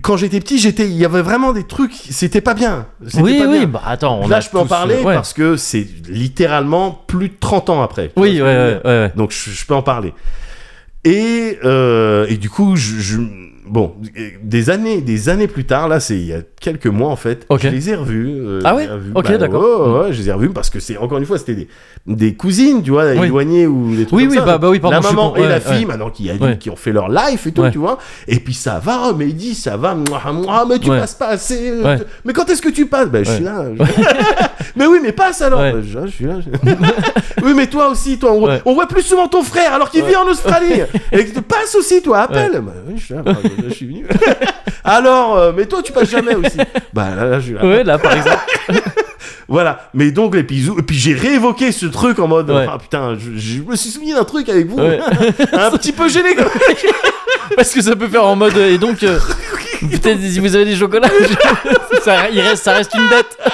[SPEAKER 2] Quand j'étais petit, j'étais, il y avait vraiment des trucs, c'était pas bien. C'était
[SPEAKER 1] Oui,
[SPEAKER 2] pas
[SPEAKER 1] oui,
[SPEAKER 2] bien.
[SPEAKER 1] bah attends, on
[SPEAKER 2] Là,
[SPEAKER 1] a
[SPEAKER 2] je peux en
[SPEAKER 1] tous,
[SPEAKER 2] parler
[SPEAKER 1] euh, ouais.
[SPEAKER 2] parce que c'est littéralement plus de 30 ans après. Tu vois ce
[SPEAKER 1] Oui,
[SPEAKER 2] que
[SPEAKER 1] ouais,
[SPEAKER 2] je veux dire
[SPEAKER 1] ouais, ouais. ouais.
[SPEAKER 2] donc je, je peux en parler. Et, euh, et du coup, je, je- bon, des années, des années plus tard, là, c'est il y a quelques mois en fait,
[SPEAKER 1] Ok.
[SPEAKER 2] je les ai revus. euh,
[SPEAKER 1] Ah ouais
[SPEAKER 2] j'ai revu-
[SPEAKER 1] Ok,
[SPEAKER 2] bah,
[SPEAKER 1] d'accord. Mm.
[SPEAKER 2] ouais, ouais, ouais, je les ai revus parce que c'est encore une fois, c'était des, des cousines, tu vois,
[SPEAKER 1] Oui.
[SPEAKER 2] éloignées ou des trucs
[SPEAKER 1] Oui,
[SPEAKER 2] comme
[SPEAKER 1] oui,
[SPEAKER 2] ça.
[SPEAKER 1] bah- bah oui, pardon,
[SPEAKER 2] La
[SPEAKER 1] je suis
[SPEAKER 2] maman
[SPEAKER 1] con-
[SPEAKER 2] et la
[SPEAKER 1] ouais,
[SPEAKER 2] fille,
[SPEAKER 1] ouais.
[SPEAKER 2] maintenant qui, a-
[SPEAKER 1] Ouais.
[SPEAKER 2] qui ont fait leur life et tout,
[SPEAKER 1] Ouais.
[SPEAKER 2] tu vois. Et puis ça va, mais il dit ça va, mouah, mouah, mais tu
[SPEAKER 1] Ouais.
[SPEAKER 2] passes pas assez. euh,
[SPEAKER 1] Ouais.
[SPEAKER 2] tu- Mais quand est-ce que tu passes Ben je suis
[SPEAKER 1] Ouais.
[SPEAKER 2] là. je- mais oui, mais passe alors.
[SPEAKER 1] Ouais.
[SPEAKER 2] Bah, je, je suis là. je- oui, mais toi aussi, toi, on,
[SPEAKER 1] Ouais.
[SPEAKER 2] on voit plus souvent ton frère alors qu'il vit en Australie. Et que passe aussi, toi, appelle. Bah, oui, je suis là, bah, je suis venu. alors, euh, mais toi, tu passes jamais aussi. Bah là, là, je suis là.
[SPEAKER 1] Ouais, là, par exemple.
[SPEAKER 2] Voilà. Mais donc, les bisous. Et puis, j'ai réévoqué ce truc en mode
[SPEAKER 1] Ouais.
[SPEAKER 2] Ah putain, je, je me suis souvenu d'un truc avec vous. Hein,
[SPEAKER 1] Ouais.
[SPEAKER 2] Un petit peu gêné quand même.
[SPEAKER 1] Parce que ça peut faire en mode. euh, Et donc, euh, peut-être si vous avez des chocolats, je- ça, il reste, ça reste une dette.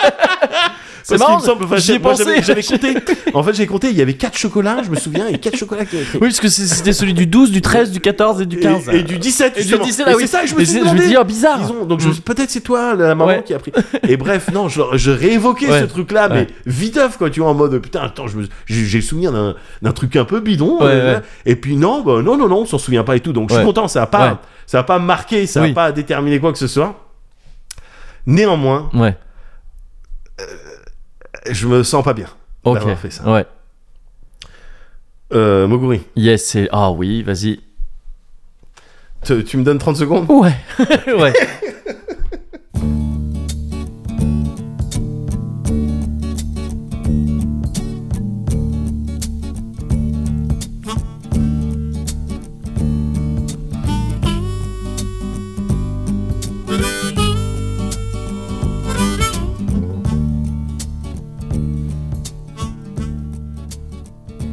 [SPEAKER 1] C'est
[SPEAKER 2] Parce qu'il
[SPEAKER 1] marrant.
[SPEAKER 2] me semble, enfin,
[SPEAKER 1] j'y ai
[SPEAKER 2] moi,
[SPEAKER 1] pensé.
[SPEAKER 2] j'avais- J'avais compté. En fait, j'ai compté, il y avait 4 chocolats, je me souviens, et 4 chocolats qui avaient pris.
[SPEAKER 1] Oui, parce que c'est- c'était celui du 12, du 13, du 14 et du 15.
[SPEAKER 2] Et, et du 17,
[SPEAKER 1] Et du
[SPEAKER 2] justement.
[SPEAKER 1] 17, ah
[SPEAKER 2] Et
[SPEAKER 1] oui.
[SPEAKER 2] c'est ça que je me
[SPEAKER 1] Et
[SPEAKER 2] suis
[SPEAKER 1] c'est-
[SPEAKER 2] demandé.
[SPEAKER 1] me dis, oh, bizarre.
[SPEAKER 2] Ils ont- donc je me
[SPEAKER 1] Mm.
[SPEAKER 2] suis- peut-être c'est toi la maman
[SPEAKER 1] Ouais.
[SPEAKER 2] qui a pris. Et bref, non, je, je réévoquais
[SPEAKER 1] Ouais.
[SPEAKER 2] ce truc-là, mais
[SPEAKER 1] Ouais.
[SPEAKER 2] viteuf quoi, tu vois, en mode putain, attends, je me- j'ai j'ai le souvenir d'un- d'un truc un peu bidon.
[SPEAKER 1] Ouais,
[SPEAKER 2] euh,
[SPEAKER 1] ouais.
[SPEAKER 2] Et puis non, bah, non, non, non, on s'en souvient pas et tout. Donc je suis
[SPEAKER 1] Ouais.
[SPEAKER 2] content, ça a pas,
[SPEAKER 1] Ouais.
[SPEAKER 2] ça a pas marqué, ça a
[SPEAKER 1] Oui.
[SPEAKER 2] pas déterminé quoi que ce soit. Néanmoins,
[SPEAKER 1] Ouais,
[SPEAKER 2] je me sens pas bien.
[SPEAKER 1] ok.
[SPEAKER 2] d'avoir fait ça.
[SPEAKER 1] Ouais.
[SPEAKER 2] Euh, Moguri,
[SPEAKER 1] Yes, c'est. Ah oui, vas-y.
[SPEAKER 2] te- tu me donnes 30 secondes
[SPEAKER 1] Ouais. ouais.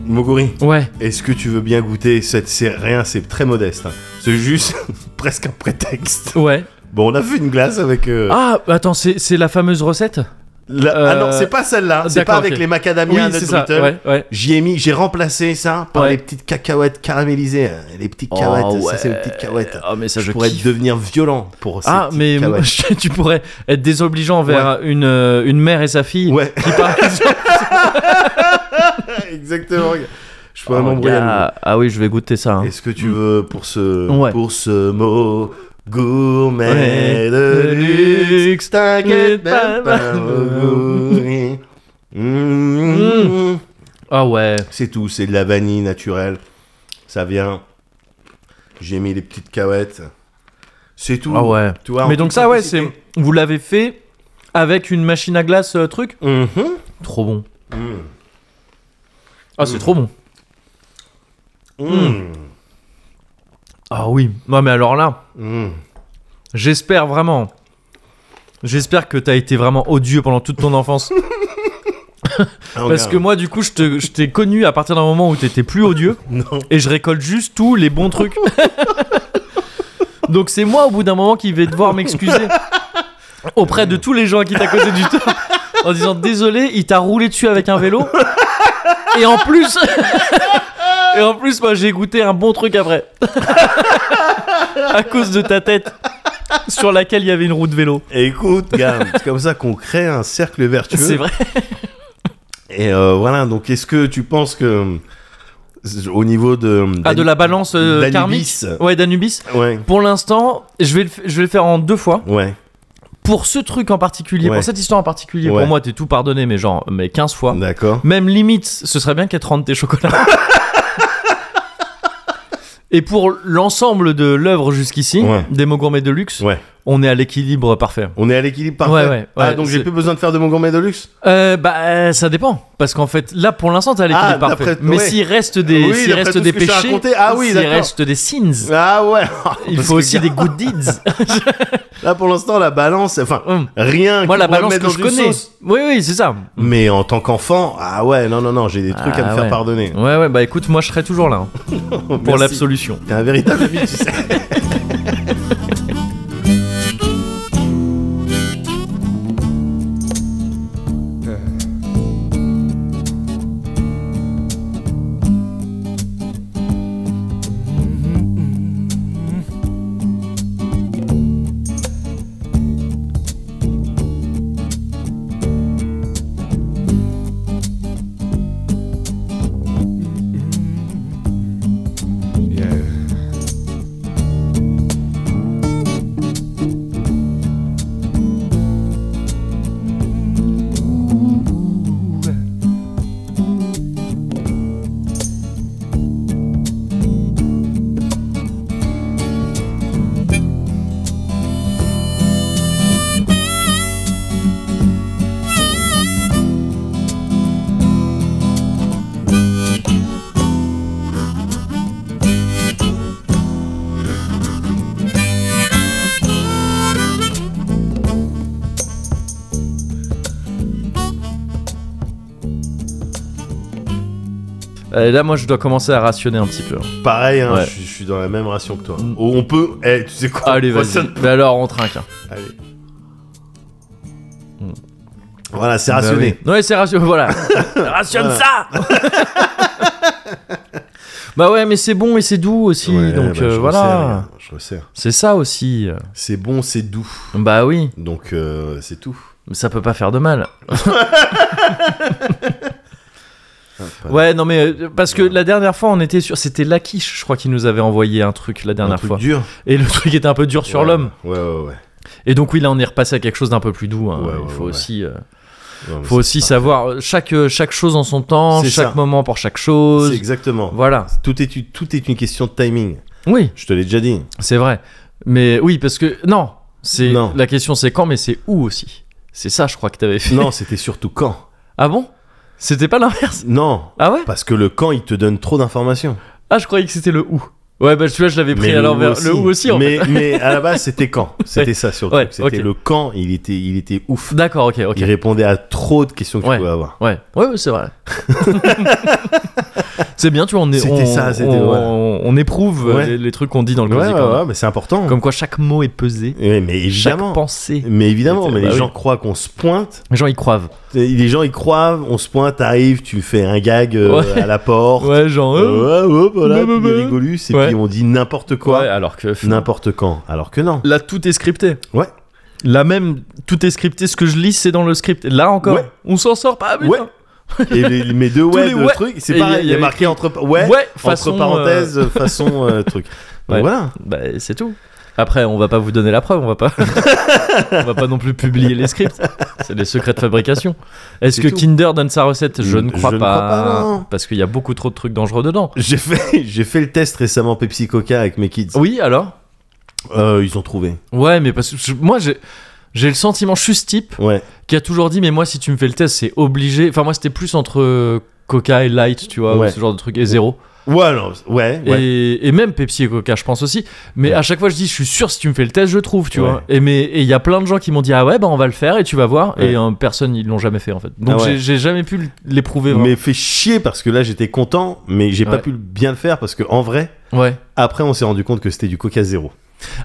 [SPEAKER 2] Ganguri,
[SPEAKER 1] Ouais.
[SPEAKER 2] est-ce que tu veux bien goûter cette C'est rien, c'est très modeste. hein. C'est juste presque un prétexte.
[SPEAKER 1] Ouais.
[SPEAKER 2] Bon, on a fait une glace avec. euh,
[SPEAKER 1] Ah, attends, c'est c'est la fameuse recette
[SPEAKER 2] la-
[SPEAKER 1] euh,
[SPEAKER 2] Ah non, c'est pas celle-là. C'est
[SPEAKER 1] d'accord,
[SPEAKER 2] pas avec
[SPEAKER 1] ok.
[SPEAKER 2] les macadamia nuts
[SPEAKER 1] c'est ça.
[SPEAKER 2] Brittle.
[SPEAKER 1] Ouais, ouais.
[SPEAKER 2] J'y ai mis, j'ai remplacé ça par
[SPEAKER 1] Ouais.
[SPEAKER 2] les petites cacahuètes caramélisées. hein. Les petites cacahuètes, ça c'est les petites cacahuètes. hein.
[SPEAKER 1] Ah, mais ça,
[SPEAKER 2] je
[SPEAKER 1] je
[SPEAKER 2] pourrais
[SPEAKER 1] kiffe.
[SPEAKER 2] devenir violent pour ces
[SPEAKER 1] Ah,
[SPEAKER 2] petites
[SPEAKER 1] mais moi,
[SPEAKER 2] cacahuètes.
[SPEAKER 1] je- tu pourrais être désobligeant envers une, euh, une mère et sa fille.
[SPEAKER 2] Ouais,
[SPEAKER 1] Qui par exemple.
[SPEAKER 2] exactement. Je pourrais
[SPEAKER 1] Oh,
[SPEAKER 2] m'embrouiller à nouveau.
[SPEAKER 1] gars. Ah oui, je vais goûter ça. hein.
[SPEAKER 2] Est-ce que tu veux pour ce
[SPEAKER 1] Ouais.
[SPEAKER 2] pour ce mot gourmet
[SPEAKER 1] Ouais.
[SPEAKER 2] de
[SPEAKER 1] De
[SPEAKER 2] luxe
[SPEAKER 1] luxe,
[SPEAKER 2] T'inquiète
[SPEAKER 1] mais
[SPEAKER 2] même
[SPEAKER 1] pas
[SPEAKER 2] pas,
[SPEAKER 1] mal.
[SPEAKER 2] Moguri. Mmh.
[SPEAKER 1] Ah ouais.
[SPEAKER 2] C'est tout, c'est de la vanille naturelle. Ça vient. J'ai mis les petites cacahuètes. C'est tout.
[SPEAKER 1] Ah ouais.
[SPEAKER 2] Tu vois, en
[SPEAKER 1] mais donc
[SPEAKER 2] toute
[SPEAKER 1] ça, ouais, c'est.
[SPEAKER 2] simplicité.
[SPEAKER 1] Vous l'avez fait avec une machine à glace euh, truc
[SPEAKER 2] Mhm.
[SPEAKER 1] Trop bon. Ah, c'est trop bon. Hmm.
[SPEAKER 2] Mmh.
[SPEAKER 1] Ah oui. Non, mais alors là,
[SPEAKER 2] Mmh.
[SPEAKER 1] j'espère vraiment. J'espère que t'as été vraiment odieux pendant toute ton enfance.
[SPEAKER 2] Ah,
[SPEAKER 1] Parce
[SPEAKER 2] regarde.
[SPEAKER 1] que moi, du coup, je te- je t'ai connu à partir d'un moment où t'étais plus odieux.
[SPEAKER 2] Non.
[SPEAKER 1] et je récolte juste tous les bons trucs. Donc c'est moi au bout d'un moment qui vais devoir m'excuser auprès de tous les gens à qui t'as causé du tort en disant désolé, il t'a roulé dessus avec un vélo. Et en plus Et en plus moi j'ai goûté un bon truc après. à cause de ta tête sur laquelle il y avait une roue de vélo.
[SPEAKER 2] Écoute, gamme, c'est comme ça qu'on crée un cercle vertueux.
[SPEAKER 1] C'est vrai.
[SPEAKER 2] Et euh, voilà, donc est-ce que tu penses que au niveau de
[SPEAKER 1] Ah de la balance euh, karmique.
[SPEAKER 2] Danubis,
[SPEAKER 1] Ouais, Danubis.
[SPEAKER 2] ouais,
[SPEAKER 1] Pour l'instant, je vais le f- je vais le faire en deux fois.
[SPEAKER 2] ouais,
[SPEAKER 1] pour ce truc en particulier,
[SPEAKER 2] Ouais.
[SPEAKER 1] pour cette histoire en particulier,
[SPEAKER 2] Ouais.
[SPEAKER 1] pour moi, t'es tout pardonné, mais genre, mais 15 fois.
[SPEAKER 2] d'accord.
[SPEAKER 1] Même limite, ce serait bien qu'elle te rende tes chocolats. Et pour l'ensemble de l'œuvre jusqu'ici,
[SPEAKER 2] Ouais.
[SPEAKER 1] des mots gourmets de luxe,
[SPEAKER 2] Ouais.
[SPEAKER 1] on est à l'équilibre parfait.
[SPEAKER 2] On est à l'équilibre parfait.
[SPEAKER 1] Ouais, ouais,
[SPEAKER 2] ah
[SPEAKER 1] ouais,
[SPEAKER 2] donc j'ai
[SPEAKER 1] c'est-
[SPEAKER 2] plus besoin de faire de mon gourmet de luxe.
[SPEAKER 1] Euh, bah, euh, ça dépend. Parce qu'en fait, là, pour l'instant, t'es à l'équilibre
[SPEAKER 2] Ah, d'après-
[SPEAKER 1] parfait. Mais
[SPEAKER 2] ouais.
[SPEAKER 1] s'il reste des,
[SPEAKER 2] Oui,
[SPEAKER 1] s'il
[SPEAKER 2] d'après
[SPEAKER 1] reste
[SPEAKER 2] tout ce
[SPEAKER 1] des
[SPEAKER 2] que t'as
[SPEAKER 1] péchés,
[SPEAKER 2] raconté. Ah oui,
[SPEAKER 1] s'il
[SPEAKER 2] d'accord.
[SPEAKER 1] reste des sins,
[SPEAKER 2] Ah ouais.
[SPEAKER 1] il
[SPEAKER 2] Parce
[SPEAKER 1] faut
[SPEAKER 2] que,
[SPEAKER 1] aussi des
[SPEAKER 2] gars,
[SPEAKER 1] good deeds.
[SPEAKER 2] Là pour l'instant la balance, enfin
[SPEAKER 1] Hum.
[SPEAKER 2] rien.
[SPEAKER 1] moi,
[SPEAKER 2] qui
[SPEAKER 1] la
[SPEAKER 2] pourrait
[SPEAKER 1] balance
[SPEAKER 2] mettre
[SPEAKER 1] que
[SPEAKER 2] dans
[SPEAKER 1] je
[SPEAKER 2] une
[SPEAKER 1] connais.
[SPEAKER 2] sauce.
[SPEAKER 1] Oui, oui, c'est ça.
[SPEAKER 2] Mais en tant qu'enfant, ah ouais, non non non, j'ai des trucs à me
[SPEAKER 1] Mm. Ah
[SPEAKER 2] faire
[SPEAKER 1] ouais.
[SPEAKER 2] pardonner.
[SPEAKER 1] Ouais, ouais, bah écoute, moi, je serai toujours là hein, pour
[SPEAKER 2] Merci.
[SPEAKER 1] l'absolution.
[SPEAKER 2] T'es un véritable ami, tu sais.
[SPEAKER 1] Euh, là, moi, je dois commencer à rationner un petit peu.
[SPEAKER 2] Pareil, hein,
[SPEAKER 1] Ouais.
[SPEAKER 2] je, je suis dans la même ration que toi.
[SPEAKER 1] Mm.
[SPEAKER 2] Oh, on peut, eh, tu sais quoi
[SPEAKER 1] Allez,
[SPEAKER 2] on
[SPEAKER 1] vas-y.
[SPEAKER 2] rationne-
[SPEAKER 1] Mais alors, on trinque. hein.
[SPEAKER 2] Allez.
[SPEAKER 1] Mm.
[SPEAKER 2] Voilà, c'est
[SPEAKER 1] Bah
[SPEAKER 2] rationné.
[SPEAKER 1] oui. Ouais, c'est rationné. Voilà. Rationne ça Bah ouais, mais c'est bon et c'est doux aussi.
[SPEAKER 2] Ouais,
[SPEAKER 1] donc
[SPEAKER 2] bah,
[SPEAKER 1] euh,
[SPEAKER 2] je resserre,
[SPEAKER 1] voilà.
[SPEAKER 2] regarde, je resserre.
[SPEAKER 1] C'est ça aussi.
[SPEAKER 2] C'est bon, c'est doux.
[SPEAKER 1] Bah oui,
[SPEAKER 2] Donc euh, c'est tout.
[SPEAKER 1] mais ça peut pas faire de mal.
[SPEAKER 2] Pas-
[SPEAKER 1] Ouais, non, mais euh, parce que la dernière fois, on était sur. C'était Lakish, je crois, qui nous avait envoyé un truc la
[SPEAKER 2] un
[SPEAKER 1] dernière
[SPEAKER 2] truc
[SPEAKER 1] fois.
[SPEAKER 2] dur.
[SPEAKER 1] Et le truc était un peu dur sur
[SPEAKER 2] Ouais,
[SPEAKER 1] l'homme.
[SPEAKER 2] Ouais, ouais, ouais.
[SPEAKER 1] Et donc, oui, là, on est repassé à quelque chose d'un peu plus doux. hein.
[SPEAKER 2] Ouais, ouais,
[SPEAKER 1] Il faut
[SPEAKER 2] ouais.
[SPEAKER 1] aussi. euh,
[SPEAKER 2] Non, mais
[SPEAKER 1] Faut
[SPEAKER 2] c'est
[SPEAKER 1] aussi
[SPEAKER 2] pas-
[SPEAKER 1] savoir euh, chaque, euh, chaque chose en son temps,
[SPEAKER 2] C'est
[SPEAKER 1] chaque
[SPEAKER 2] ça.
[SPEAKER 1] moment pour chaque
[SPEAKER 2] C'est
[SPEAKER 1] chose.
[SPEAKER 2] exactement.
[SPEAKER 1] Voilà.
[SPEAKER 2] Tout est, une- tout est une question de timing.
[SPEAKER 1] Oui,
[SPEAKER 2] Je te l'ai déjà dit.
[SPEAKER 1] c'est vrai. Mais oui, parce que non, c'est
[SPEAKER 2] Non.
[SPEAKER 1] la question c'est quand, mais c'est où aussi. C'est ça, je crois que t'avais fait.
[SPEAKER 2] Non, c'était surtout quand.
[SPEAKER 1] Ah bon C'était pas l'inverse
[SPEAKER 2] Non,
[SPEAKER 1] Ah ouais
[SPEAKER 2] parce que le quand, il te donne trop d'informations.
[SPEAKER 1] Ah, je croyais que c'était le où. Ouais, bah tu vois, je l'avais pris
[SPEAKER 2] Mais
[SPEAKER 1] à
[SPEAKER 2] le
[SPEAKER 1] l'envers.
[SPEAKER 2] où
[SPEAKER 1] Le où aussi, en
[SPEAKER 2] mais, mais à la base, c'était quand. C'était ça surtout.
[SPEAKER 1] Ouais,
[SPEAKER 2] c'était
[SPEAKER 1] ok.
[SPEAKER 2] le quand, il était, il était ouf.
[SPEAKER 1] fait. D'accord, ok, ok.
[SPEAKER 2] Il répondait à trop de questions que
[SPEAKER 1] Ouais.
[SPEAKER 2] tu pouvais avoir.
[SPEAKER 1] Ouais, ouais, ouais, c'est vrai. C'est bien, tu vois, on, est,
[SPEAKER 2] C'était
[SPEAKER 1] on,
[SPEAKER 2] ça, c'était-
[SPEAKER 1] on,
[SPEAKER 2] voilà.
[SPEAKER 1] on- on éprouve euh,
[SPEAKER 2] Ouais.
[SPEAKER 1] les, les trucs qu'on dit dans le
[SPEAKER 2] Ouais,
[SPEAKER 1] Cozy
[SPEAKER 2] ouais,
[SPEAKER 1] Corner.
[SPEAKER 2] ouais, mais c'est important.
[SPEAKER 1] Comme quoi chaque mot est pesé,
[SPEAKER 2] Ouais, mais
[SPEAKER 1] chaque
[SPEAKER 2] évidemment.
[SPEAKER 1] pensée.
[SPEAKER 2] Mais évidemment, mais
[SPEAKER 1] Bah
[SPEAKER 2] les
[SPEAKER 1] oui.
[SPEAKER 2] gens croient qu'on se pointe.
[SPEAKER 1] Les gens y croivent.
[SPEAKER 2] Les gens, ils croient, on se pointe, t'arrives, tu fais un gag euh,
[SPEAKER 1] Ouais.
[SPEAKER 2] à la porte.
[SPEAKER 1] Ouais, genre. euh,
[SPEAKER 2] Euh, hop, voilà,
[SPEAKER 1] bah, bah,
[SPEAKER 2] puis il y a
[SPEAKER 1] bah.
[SPEAKER 2] les Gaulus, et
[SPEAKER 1] Ouais.
[SPEAKER 2] puis on dit n'importe quoi,
[SPEAKER 1] ouais, alors que.
[SPEAKER 2] n'importe quand. Alors que non.
[SPEAKER 1] Là, tout est scripté.
[SPEAKER 2] Ouais.
[SPEAKER 1] Là même, tout est scripté. Ce que je lis, c'est dans le script. Là encore,
[SPEAKER 2] Ouais.
[SPEAKER 1] on s'en sort pas. putain.
[SPEAKER 2] Ouais. Et les, les- mes deux ouais,
[SPEAKER 1] les
[SPEAKER 2] de
[SPEAKER 1] ouais.
[SPEAKER 2] truc, c'est
[SPEAKER 1] Et
[SPEAKER 2] pareil,
[SPEAKER 1] il y a-
[SPEAKER 2] il y a marqué entre, ouais,
[SPEAKER 1] Ouais,
[SPEAKER 2] entre
[SPEAKER 1] façon, euh,
[SPEAKER 2] parenthèses, façon euh, truc. Donc
[SPEAKER 1] Ouais.
[SPEAKER 2] voilà.
[SPEAKER 1] Bah, c'est tout. Après, on va pas vous donner la preuve, on va pas, on va pas non plus publier les scripts. C'est des secrets de fabrication. Est-ce
[SPEAKER 2] C'est
[SPEAKER 1] que
[SPEAKER 2] tout.
[SPEAKER 1] Kinder donne sa recette Je ne
[SPEAKER 2] Je
[SPEAKER 1] crois
[SPEAKER 2] ne
[SPEAKER 1] pas,
[SPEAKER 2] crois pas, non.
[SPEAKER 1] parce qu'il y a beaucoup trop de trucs dangereux dedans.
[SPEAKER 2] J'ai fait, j'ai fait le test récemment Pepsi Coca avec mes kids.
[SPEAKER 1] Oui, alors
[SPEAKER 2] Euh, ils ont trouvé.
[SPEAKER 1] Ouais, mais parce que je- moi j'ai j'ai le sentiment, je suis ce type
[SPEAKER 2] Ouais.
[SPEAKER 1] qui a toujours dit, mais moi si tu me fais le test, c'est obligé. Enfin, moi c'était plus entre euh, Coca et Light, tu vois, ou
[SPEAKER 2] Ouais.
[SPEAKER 1] ce genre de truc, et zéro.
[SPEAKER 2] Ouais, non, ouais, ouais.
[SPEAKER 1] Et, et même Pepsi et Coca, je pense aussi. Mais
[SPEAKER 2] Ouais.
[SPEAKER 1] à chaque fois, je dis, je suis sûr, si tu me fais le test, je trouve, tu
[SPEAKER 2] Ouais.
[SPEAKER 1] vois. Et mais et il y a plein de gens qui m'ont dit, ah ouais, bah on va le faire et tu vas voir.
[SPEAKER 2] Ouais.
[SPEAKER 1] Et euh, personne, ils l'ont jamais fait en fait. Donc
[SPEAKER 2] Ah ouais.
[SPEAKER 1] j'ai- j'ai jamais pu l'éprouver. vraiment.
[SPEAKER 2] Mais fait chier parce que là j'étais content, mais j'ai pas
[SPEAKER 1] Ouais.
[SPEAKER 2] pu bien le faire parce que en vrai,
[SPEAKER 1] Ouais.
[SPEAKER 2] après on s'est rendu compte que c'était du Coca zéro.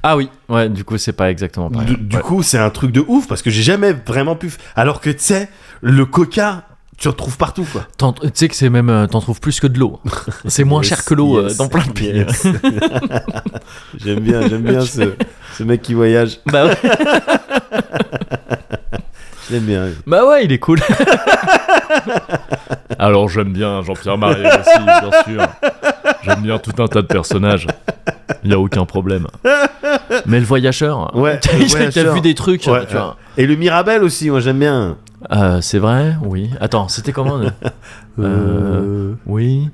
[SPEAKER 1] Ah oui, ouais, du coup, c'est pas exactement pareil.
[SPEAKER 2] Du, du
[SPEAKER 1] Ouais.
[SPEAKER 2] coup, c'est un truc de ouf parce que j'ai jamais vraiment pu. f- Alors que tu sais, le Coca, tu le trouves partout quoi.
[SPEAKER 1] T'en- Tu sais que c'est même. euh, T'en trouves plus que de l'eau. C'est moins
[SPEAKER 2] Yes,
[SPEAKER 1] cher que l'eau euh,
[SPEAKER 2] yes,
[SPEAKER 1] dans plein de pays.
[SPEAKER 2] yes. j'aime bien, j'aime bien ce, ce mec qui voyage.
[SPEAKER 1] Bah, ouais.
[SPEAKER 2] J'aime bien.
[SPEAKER 1] bah ouais, il est cool. Alors j'aime bien Jean-Pierre Marais aussi, bien sûr. J'aime bien tout un tas de personnages. Il y a aucun problème. Mais le voyageur.
[SPEAKER 2] Ouais,
[SPEAKER 1] qui
[SPEAKER 2] le
[SPEAKER 1] a- qui a
[SPEAKER 2] voyageur.
[SPEAKER 1] vu des trucs.
[SPEAKER 2] Ouais,
[SPEAKER 1] tu vois.
[SPEAKER 2] Et le Mirabel aussi, moi j'aime bien.
[SPEAKER 1] Euh, c'est vrai, oui. Attends, c'était comment euh Euh, Oui.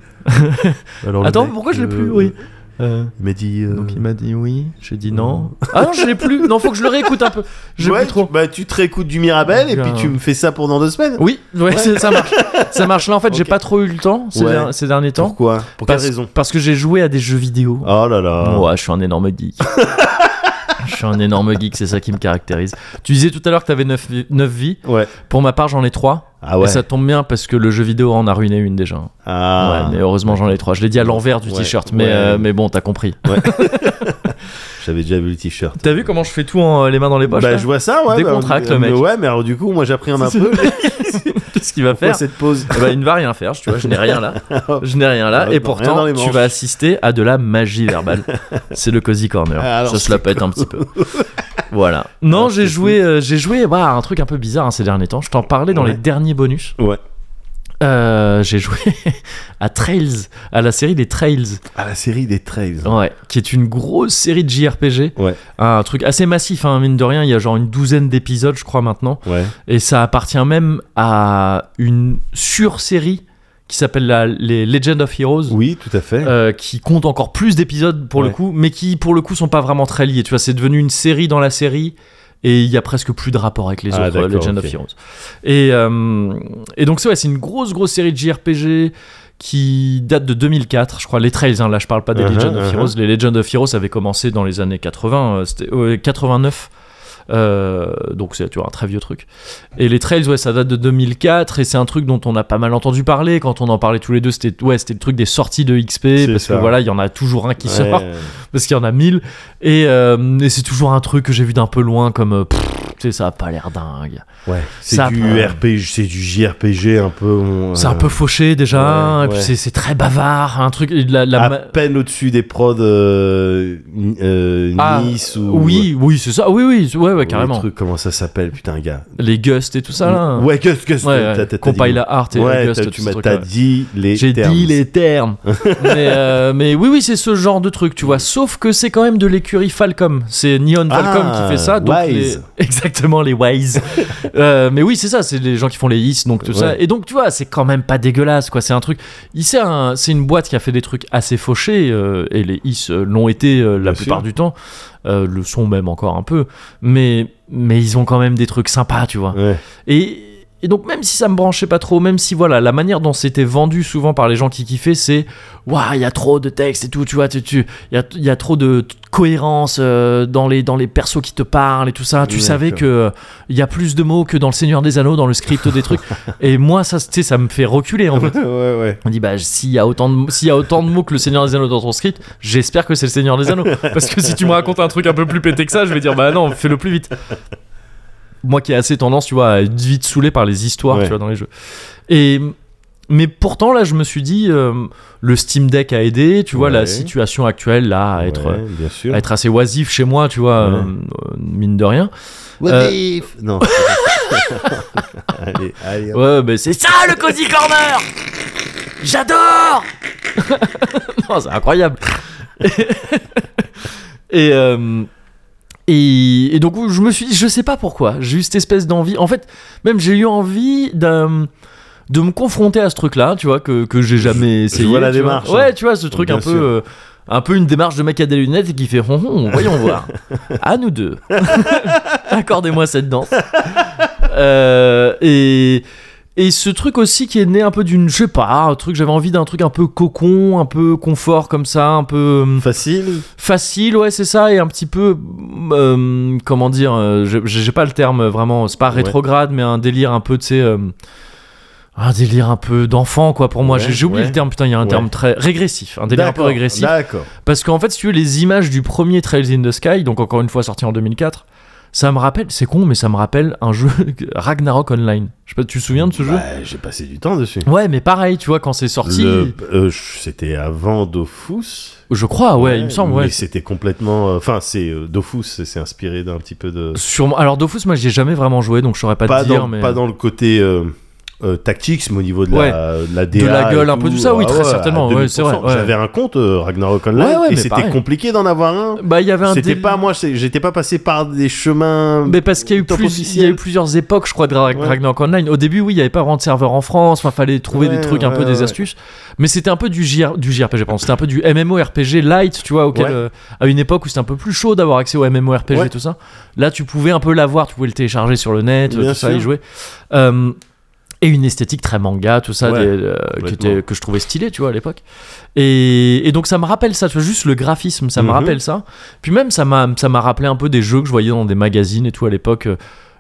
[SPEAKER 2] alors le
[SPEAKER 1] Attends,
[SPEAKER 2] mec,
[SPEAKER 1] pourquoi je l'ai
[SPEAKER 2] euh,
[SPEAKER 1] plus Oui. Euh,
[SPEAKER 2] Il m'a dit. euh,
[SPEAKER 1] donc il m'a dit oui, j'ai dit non. Ah non, je l'ai plus. Non, faut que je le réécoute un peu. J'ai
[SPEAKER 2] ouais,
[SPEAKER 1] plus trop.
[SPEAKER 2] tu- bah tu te réécoutes du Mirabel et
[SPEAKER 1] Bien.
[SPEAKER 2] puis tu me fais ça pour dans deux semaines.
[SPEAKER 1] Oui, ouais, c'est- ça marche. Ça marche. Là, en fait, j'ai
[SPEAKER 2] Ok.
[SPEAKER 1] pas trop eu le temps ces,
[SPEAKER 2] Ouais.
[SPEAKER 1] der- ces derniers temps.
[SPEAKER 2] Pourquoi Pour quelle
[SPEAKER 1] parce,
[SPEAKER 2] raison
[SPEAKER 1] Parce que j'ai joué à des jeux vidéo.
[SPEAKER 2] Oh là là.
[SPEAKER 1] Moi, je suis un énorme geek. Je suis un énorme geek, c'est ça qui me caractérise. Tu disais tout à l'heure que t'avais 9, vies.
[SPEAKER 2] Ouais.
[SPEAKER 1] Pour ma part, j'en ai 3.
[SPEAKER 2] Ah ouais.
[SPEAKER 1] Et ça tombe bien parce que le jeu vidéo en a ruiné une déjà.
[SPEAKER 2] Ah.
[SPEAKER 1] Ouais, mais heureusement j'en ai trois. Je l'ai dit à l'envers du
[SPEAKER 2] Ouais,
[SPEAKER 1] t-shirt, mais,
[SPEAKER 2] ouais.
[SPEAKER 1] euh, mais bon, t'as compris.
[SPEAKER 2] J'avais déjà vu le t-shirt.
[SPEAKER 1] T'as vu comment je fais tout en euh, les mains dans les poches
[SPEAKER 2] bah,
[SPEAKER 1] là
[SPEAKER 2] je vois ça, ouais.
[SPEAKER 1] Des
[SPEAKER 2] bah,
[SPEAKER 1] contracts,
[SPEAKER 2] mais-
[SPEAKER 1] le mec.
[SPEAKER 2] Ouais, mais alors du coup, moi j'apprends un
[SPEAKER 1] C'est-
[SPEAKER 2] peu.
[SPEAKER 1] Qu'est-ce qu'il va
[SPEAKER 2] Pourquoi
[SPEAKER 1] faire
[SPEAKER 2] cette pause
[SPEAKER 1] Eh ben, Il ne va rien faire, tu vois, je n'ai rien là. Je n'ai rien là,
[SPEAKER 2] Ah,
[SPEAKER 1] et
[SPEAKER 2] non, rien dans
[SPEAKER 1] pourtant
[SPEAKER 2] les
[SPEAKER 1] tu
[SPEAKER 2] manches.
[SPEAKER 1] vas assister à de la magie verbale. C'est le cozy corner.
[SPEAKER 2] Ah, alors,
[SPEAKER 1] Ça se la pète un petit peu. Voilà. Non,
[SPEAKER 2] Alors,
[SPEAKER 1] j'ai
[SPEAKER 2] c'est
[SPEAKER 1] joué, euh, j'ai joué bah, à un truc un peu bizarre hein, ces derniers temps. Je t'en parlais dans
[SPEAKER 2] Ouais.
[SPEAKER 1] les derniers bonus.
[SPEAKER 2] Ouais.
[SPEAKER 1] Euh, j'ai joué à Trails, à la série des Trails.
[SPEAKER 2] Ah, la série des trails.
[SPEAKER 1] Ouais, qui est une grosse série de JRPG.
[SPEAKER 2] Ouais.
[SPEAKER 1] Un truc assez massif, hein, mine de rien. Il y a genre une douzaine d'épisodes, je crois, maintenant.
[SPEAKER 2] Ouais.
[SPEAKER 1] Et ça appartient même à une sur-série qui s'appelle la- les Legend of Heroes.
[SPEAKER 2] Oui, tout à fait.
[SPEAKER 1] euh, qui compte encore plus d'épisodes pour le
[SPEAKER 2] Ouais.
[SPEAKER 1] coup, mais qui pour le coup sont pas vraiment très liés. Tu vois, c'est devenu une série dans la série et il y a presque plus de rapport avec les
[SPEAKER 2] Ah,
[SPEAKER 1] autres euh,
[SPEAKER 2] d'accord,
[SPEAKER 1] Legend
[SPEAKER 2] ok.
[SPEAKER 1] of Heroes. Et, euh, et donc, c'est ouais, c'est une grosse, grosse série de JRPG qui date de 2004, je crois. Les Trails, hein, là, je parle pas des
[SPEAKER 2] Uh-huh,
[SPEAKER 1] Legend of
[SPEAKER 2] uh-huh.
[SPEAKER 1] Heroes. Les Legend of Heroes avaient commencé dans les années 80, euh, c'était euh, 89. Euh, donc c'est tu vois un très vieux truc et les trails ouais ça date de 2004 et c'est un truc dont on a pas mal entendu parler quand on en parlait tous les deux c'était ouais c'était le truc des sorties de XP
[SPEAKER 2] C'est
[SPEAKER 1] parce
[SPEAKER 2] ça.
[SPEAKER 1] que voilà il y en a toujours un qui
[SPEAKER 2] Ouais.
[SPEAKER 1] sort parce qu'il y en a 1000 et, euh, et c'est toujours un truc que j'ai vu d'un peu loin comme euh, pff, tu sais ça a pas l'air dingue
[SPEAKER 2] Ouais. C'est
[SPEAKER 1] Ça-
[SPEAKER 2] du RPG, c'est du JRPG un peu. on,
[SPEAKER 1] c'est un
[SPEAKER 2] euh,
[SPEAKER 1] peu fauché déjà
[SPEAKER 2] ouais,
[SPEAKER 1] et puis
[SPEAKER 2] ouais. Ah,
[SPEAKER 1] c'est- c'est très bavard un truc et la, la
[SPEAKER 2] à
[SPEAKER 1] ma-
[SPEAKER 2] peine au-dessus des prods euh, Ni- euh,
[SPEAKER 1] Ah,
[SPEAKER 2] Nice ou.
[SPEAKER 1] oui oui c'est ça oui oui ouais ouais
[SPEAKER 2] ou
[SPEAKER 1] carrément Ah,
[SPEAKER 2] les trucs, comment ça s'appelle, putain, gars
[SPEAKER 1] les Gust et tout ça là
[SPEAKER 2] Ouais, Gust, Gust.
[SPEAKER 1] Ouais,
[SPEAKER 2] t'as-
[SPEAKER 1] ouais,
[SPEAKER 2] t'as- t'as dit-
[SPEAKER 1] Compile la Art et
[SPEAKER 2] Ouais,
[SPEAKER 1] Gust
[SPEAKER 2] t'as-
[SPEAKER 1] tout
[SPEAKER 2] tu
[SPEAKER 1] ce
[SPEAKER 2] m'as
[SPEAKER 1] truc,
[SPEAKER 2] t'as
[SPEAKER 1] ouais.
[SPEAKER 2] dit les
[SPEAKER 1] J'ai
[SPEAKER 2] termes.
[SPEAKER 1] dit les termes. mais, euh, mais oui, oui, c'est ce genre de truc, tu vois. Sauf que c'est quand même de l'écurie Falcom. C'est Neon
[SPEAKER 2] Ah,
[SPEAKER 1] Falcom qui fait ça. Donc
[SPEAKER 2] Wise.
[SPEAKER 1] les- Exactement, les Wise. Euh, mais oui, c'est ça, c'est les gens qui font les his, donc tout ça.
[SPEAKER 2] Ouais.
[SPEAKER 1] Et donc, tu vois, c'est quand même pas dégueulasse, quoi. C'est un truc. Hi, C'est un... c'est une boîte qui a fait des trucs assez fauchés, euh, et les his euh, l'ont été euh, la
[SPEAKER 2] Bien
[SPEAKER 1] plupart
[SPEAKER 2] sûr.
[SPEAKER 1] du temps. Euh, le sont même encore un peu. Mais... mais ils ont quand même des trucs sympas, tu vois.
[SPEAKER 2] Ouais.
[SPEAKER 1] Et, et donc même si ça me branchait pas trop, même si voilà, la manière dont c'était vendu souvent par les gens qui kiffaient, c'est waouh, il y a trop de textes et tout, tu vois, tu tu- il y a, il y a trop de t- cohérence euh, dans les dans les persos qui te parlent et tout ça. Tu
[SPEAKER 2] Ouais,
[SPEAKER 1] savais
[SPEAKER 2] d'accord.
[SPEAKER 1] que euh, il y a plus de mots que dans le Seigneur des Anneaux, dans le script des trucs. Et moi ça, tu sais, ça me fait reculer en fait.
[SPEAKER 2] ouais, ouais.
[SPEAKER 1] On dit bah s'il y a autant de s'il y a autant de mots que le Seigneur des Anneaux dans ton script, j'espère que c'est le Seigneur des Anneaux parce que si tu me racontes un truc un peu plus pété que ça, je vais dire bah non, fais-le plus vite. Moi qui ai assez tendance, tu vois, à être vite saoulé par les histoires,
[SPEAKER 2] Ouais.
[SPEAKER 1] tu vois dans les jeux. Et mais pourtant là, je me suis dit euh, le Steam Deck a aidé, tu vois la
[SPEAKER 2] Ouais.
[SPEAKER 1] situation actuelle là à être
[SPEAKER 2] Ouais, bien sûr.
[SPEAKER 1] à être assez oisif chez moi, tu vois,
[SPEAKER 2] Ouais.
[SPEAKER 1] euh, euh, mine de rien.
[SPEAKER 2] What
[SPEAKER 1] euh,
[SPEAKER 2] if Non. allez, allez. hop.
[SPEAKER 1] Ouais, mais c'est ça le Cozy Corner J'adore Non, c'est incroyable Et, euh, et, et donc, je me suis dit, je sais pas pourquoi, j'ai eu cette espèce d'envie. En fait, même j'ai eu envie d'un- de me confronter à ce truc-là, tu vois, que, que j'ai jamais essayé.
[SPEAKER 2] vois la
[SPEAKER 1] tu vois.
[SPEAKER 2] démarche, hein.
[SPEAKER 1] Ouais, tu vois, ce truc
[SPEAKER 2] Bien
[SPEAKER 1] un peu.
[SPEAKER 2] sûr.
[SPEAKER 1] euh, un peu une démarche de mec à des lunettes et qui fait hon hon, voyons voir. À nous deux. Accordez-moi cette danse. Euh, et et ce truc aussi qui est né un peu d'une je sais pas un truc j'avais envie d'un truc un peu cocon un peu confort comme ça un peu hum,
[SPEAKER 2] Facile.
[SPEAKER 1] facile ouais c'est ça et un petit peu hum, comment dire euh, je- j'ai pas le terme euh, vraiment c'est pas
[SPEAKER 2] Ouais.
[SPEAKER 1] rétrograde mais un délire un peu tu sais hum, un délire un peu d'enfant quoi pour moi
[SPEAKER 2] Ouais,
[SPEAKER 1] j'ai j'ai oublié
[SPEAKER 2] ouais.
[SPEAKER 1] le terme putain il y a un
[SPEAKER 2] Ouais.
[SPEAKER 1] terme très régressif un délire un peu
[SPEAKER 2] D'accord,
[SPEAKER 1] régressif
[SPEAKER 2] D'accord.
[SPEAKER 1] parce qu'en fait, si tu veux, les images du premier Trails in the Sky, donc encore une fois sorti en 2004, ça me rappelle, c'est con, mais ça me rappelle un jeu Ragnarok Online. Je sais pas, tu te souviens de ce jeu
[SPEAKER 2] Bah, J'ai passé du temps dessus.
[SPEAKER 1] Ouais, mais pareil, tu vois, quand c'est sorti,
[SPEAKER 2] Le- euh, je- c'était avant Dofus.
[SPEAKER 1] je crois, ouais, il me semble, ouais.
[SPEAKER 2] Mais c'était complètement. euh, Enfin, c'est euh, Dofus, c'est c'est inspiré d'un petit peu de.
[SPEAKER 1] Sûrement. Alors, Dofus, moi, j'ai jamais vraiment joué, donc je saurais pas,
[SPEAKER 2] pas,
[SPEAKER 1] te dire,
[SPEAKER 2] dans,
[SPEAKER 1] mais.
[SPEAKER 2] pas dans le côté euh, euh, tactique, mais au niveau de la, de la DA
[SPEAKER 1] De la
[SPEAKER 2] et
[SPEAKER 1] gueule, un peu
[SPEAKER 2] tout.
[SPEAKER 1] de ça, oui,
[SPEAKER 2] Ah
[SPEAKER 1] très
[SPEAKER 2] ouais, à
[SPEAKER 1] certainement, ouais, c'est vrai,
[SPEAKER 2] 2000%.
[SPEAKER 1] ouais.
[SPEAKER 2] J'avais un compte euh, Ragnarok Online
[SPEAKER 1] Ouais, ouais, mais
[SPEAKER 2] et c'était
[SPEAKER 1] pareil.
[SPEAKER 2] compliqué d'en avoir un.
[SPEAKER 1] Bah, il y avait un
[SPEAKER 2] C'était
[SPEAKER 1] déli-
[SPEAKER 2] pas moi, c'est- j'étais pas passé par des chemins.
[SPEAKER 1] Mais parce qu'il y, a eu
[SPEAKER 2] Euh, top
[SPEAKER 1] plus, il y a eu
[SPEAKER 2] officiel.
[SPEAKER 1] plusieurs époques, je crois, de Ra-
[SPEAKER 2] Ouais.
[SPEAKER 1] Ragnarok Online. Au début, oui, il n'y avait pas vraiment de serveur en France. Enfin, fallait trouver
[SPEAKER 2] Ouais,
[SPEAKER 1] des trucs un peu
[SPEAKER 2] ouais,
[SPEAKER 1] des
[SPEAKER 2] ouais.
[SPEAKER 1] astuces. Mais c'était un peu du, JR du JRPG, pardon. C'était un peu du MMORPG light, tu vois, auquel,
[SPEAKER 2] Ouais.
[SPEAKER 1] euh, à une époque où c'était un peu plus chaud d'avoir accès au MMORPG
[SPEAKER 2] Ouais.
[SPEAKER 1] et tout ça. Là, tu pouvais un peu l'avoir, tu pouvais le télécharger sur le net,
[SPEAKER 2] Bien
[SPEAKER 1] tout ça, y
[SPEAKER 2] sûr.
[SPEAKER 1] jouer. Euh, et une esthétique très manga, tout ça,
[SPEAKER 2] Ouais,
[SPEAKER 1] des, euh, qui
[SPEAKER 2] complètement.
[SPEAKER 1] était- que je trouvais stylé, tu vois, à l'époque. Et, et donc ça me rappelle ça, tu vois, juste le graphisme, ça me
[SPEAKER 2] Mhm.
[SPEAKER 1] rappelle ça. Puis même, ça m'a ça m'a rappelé un peu des jeux que je voyais dans des magazines et tout à l'époque, euh,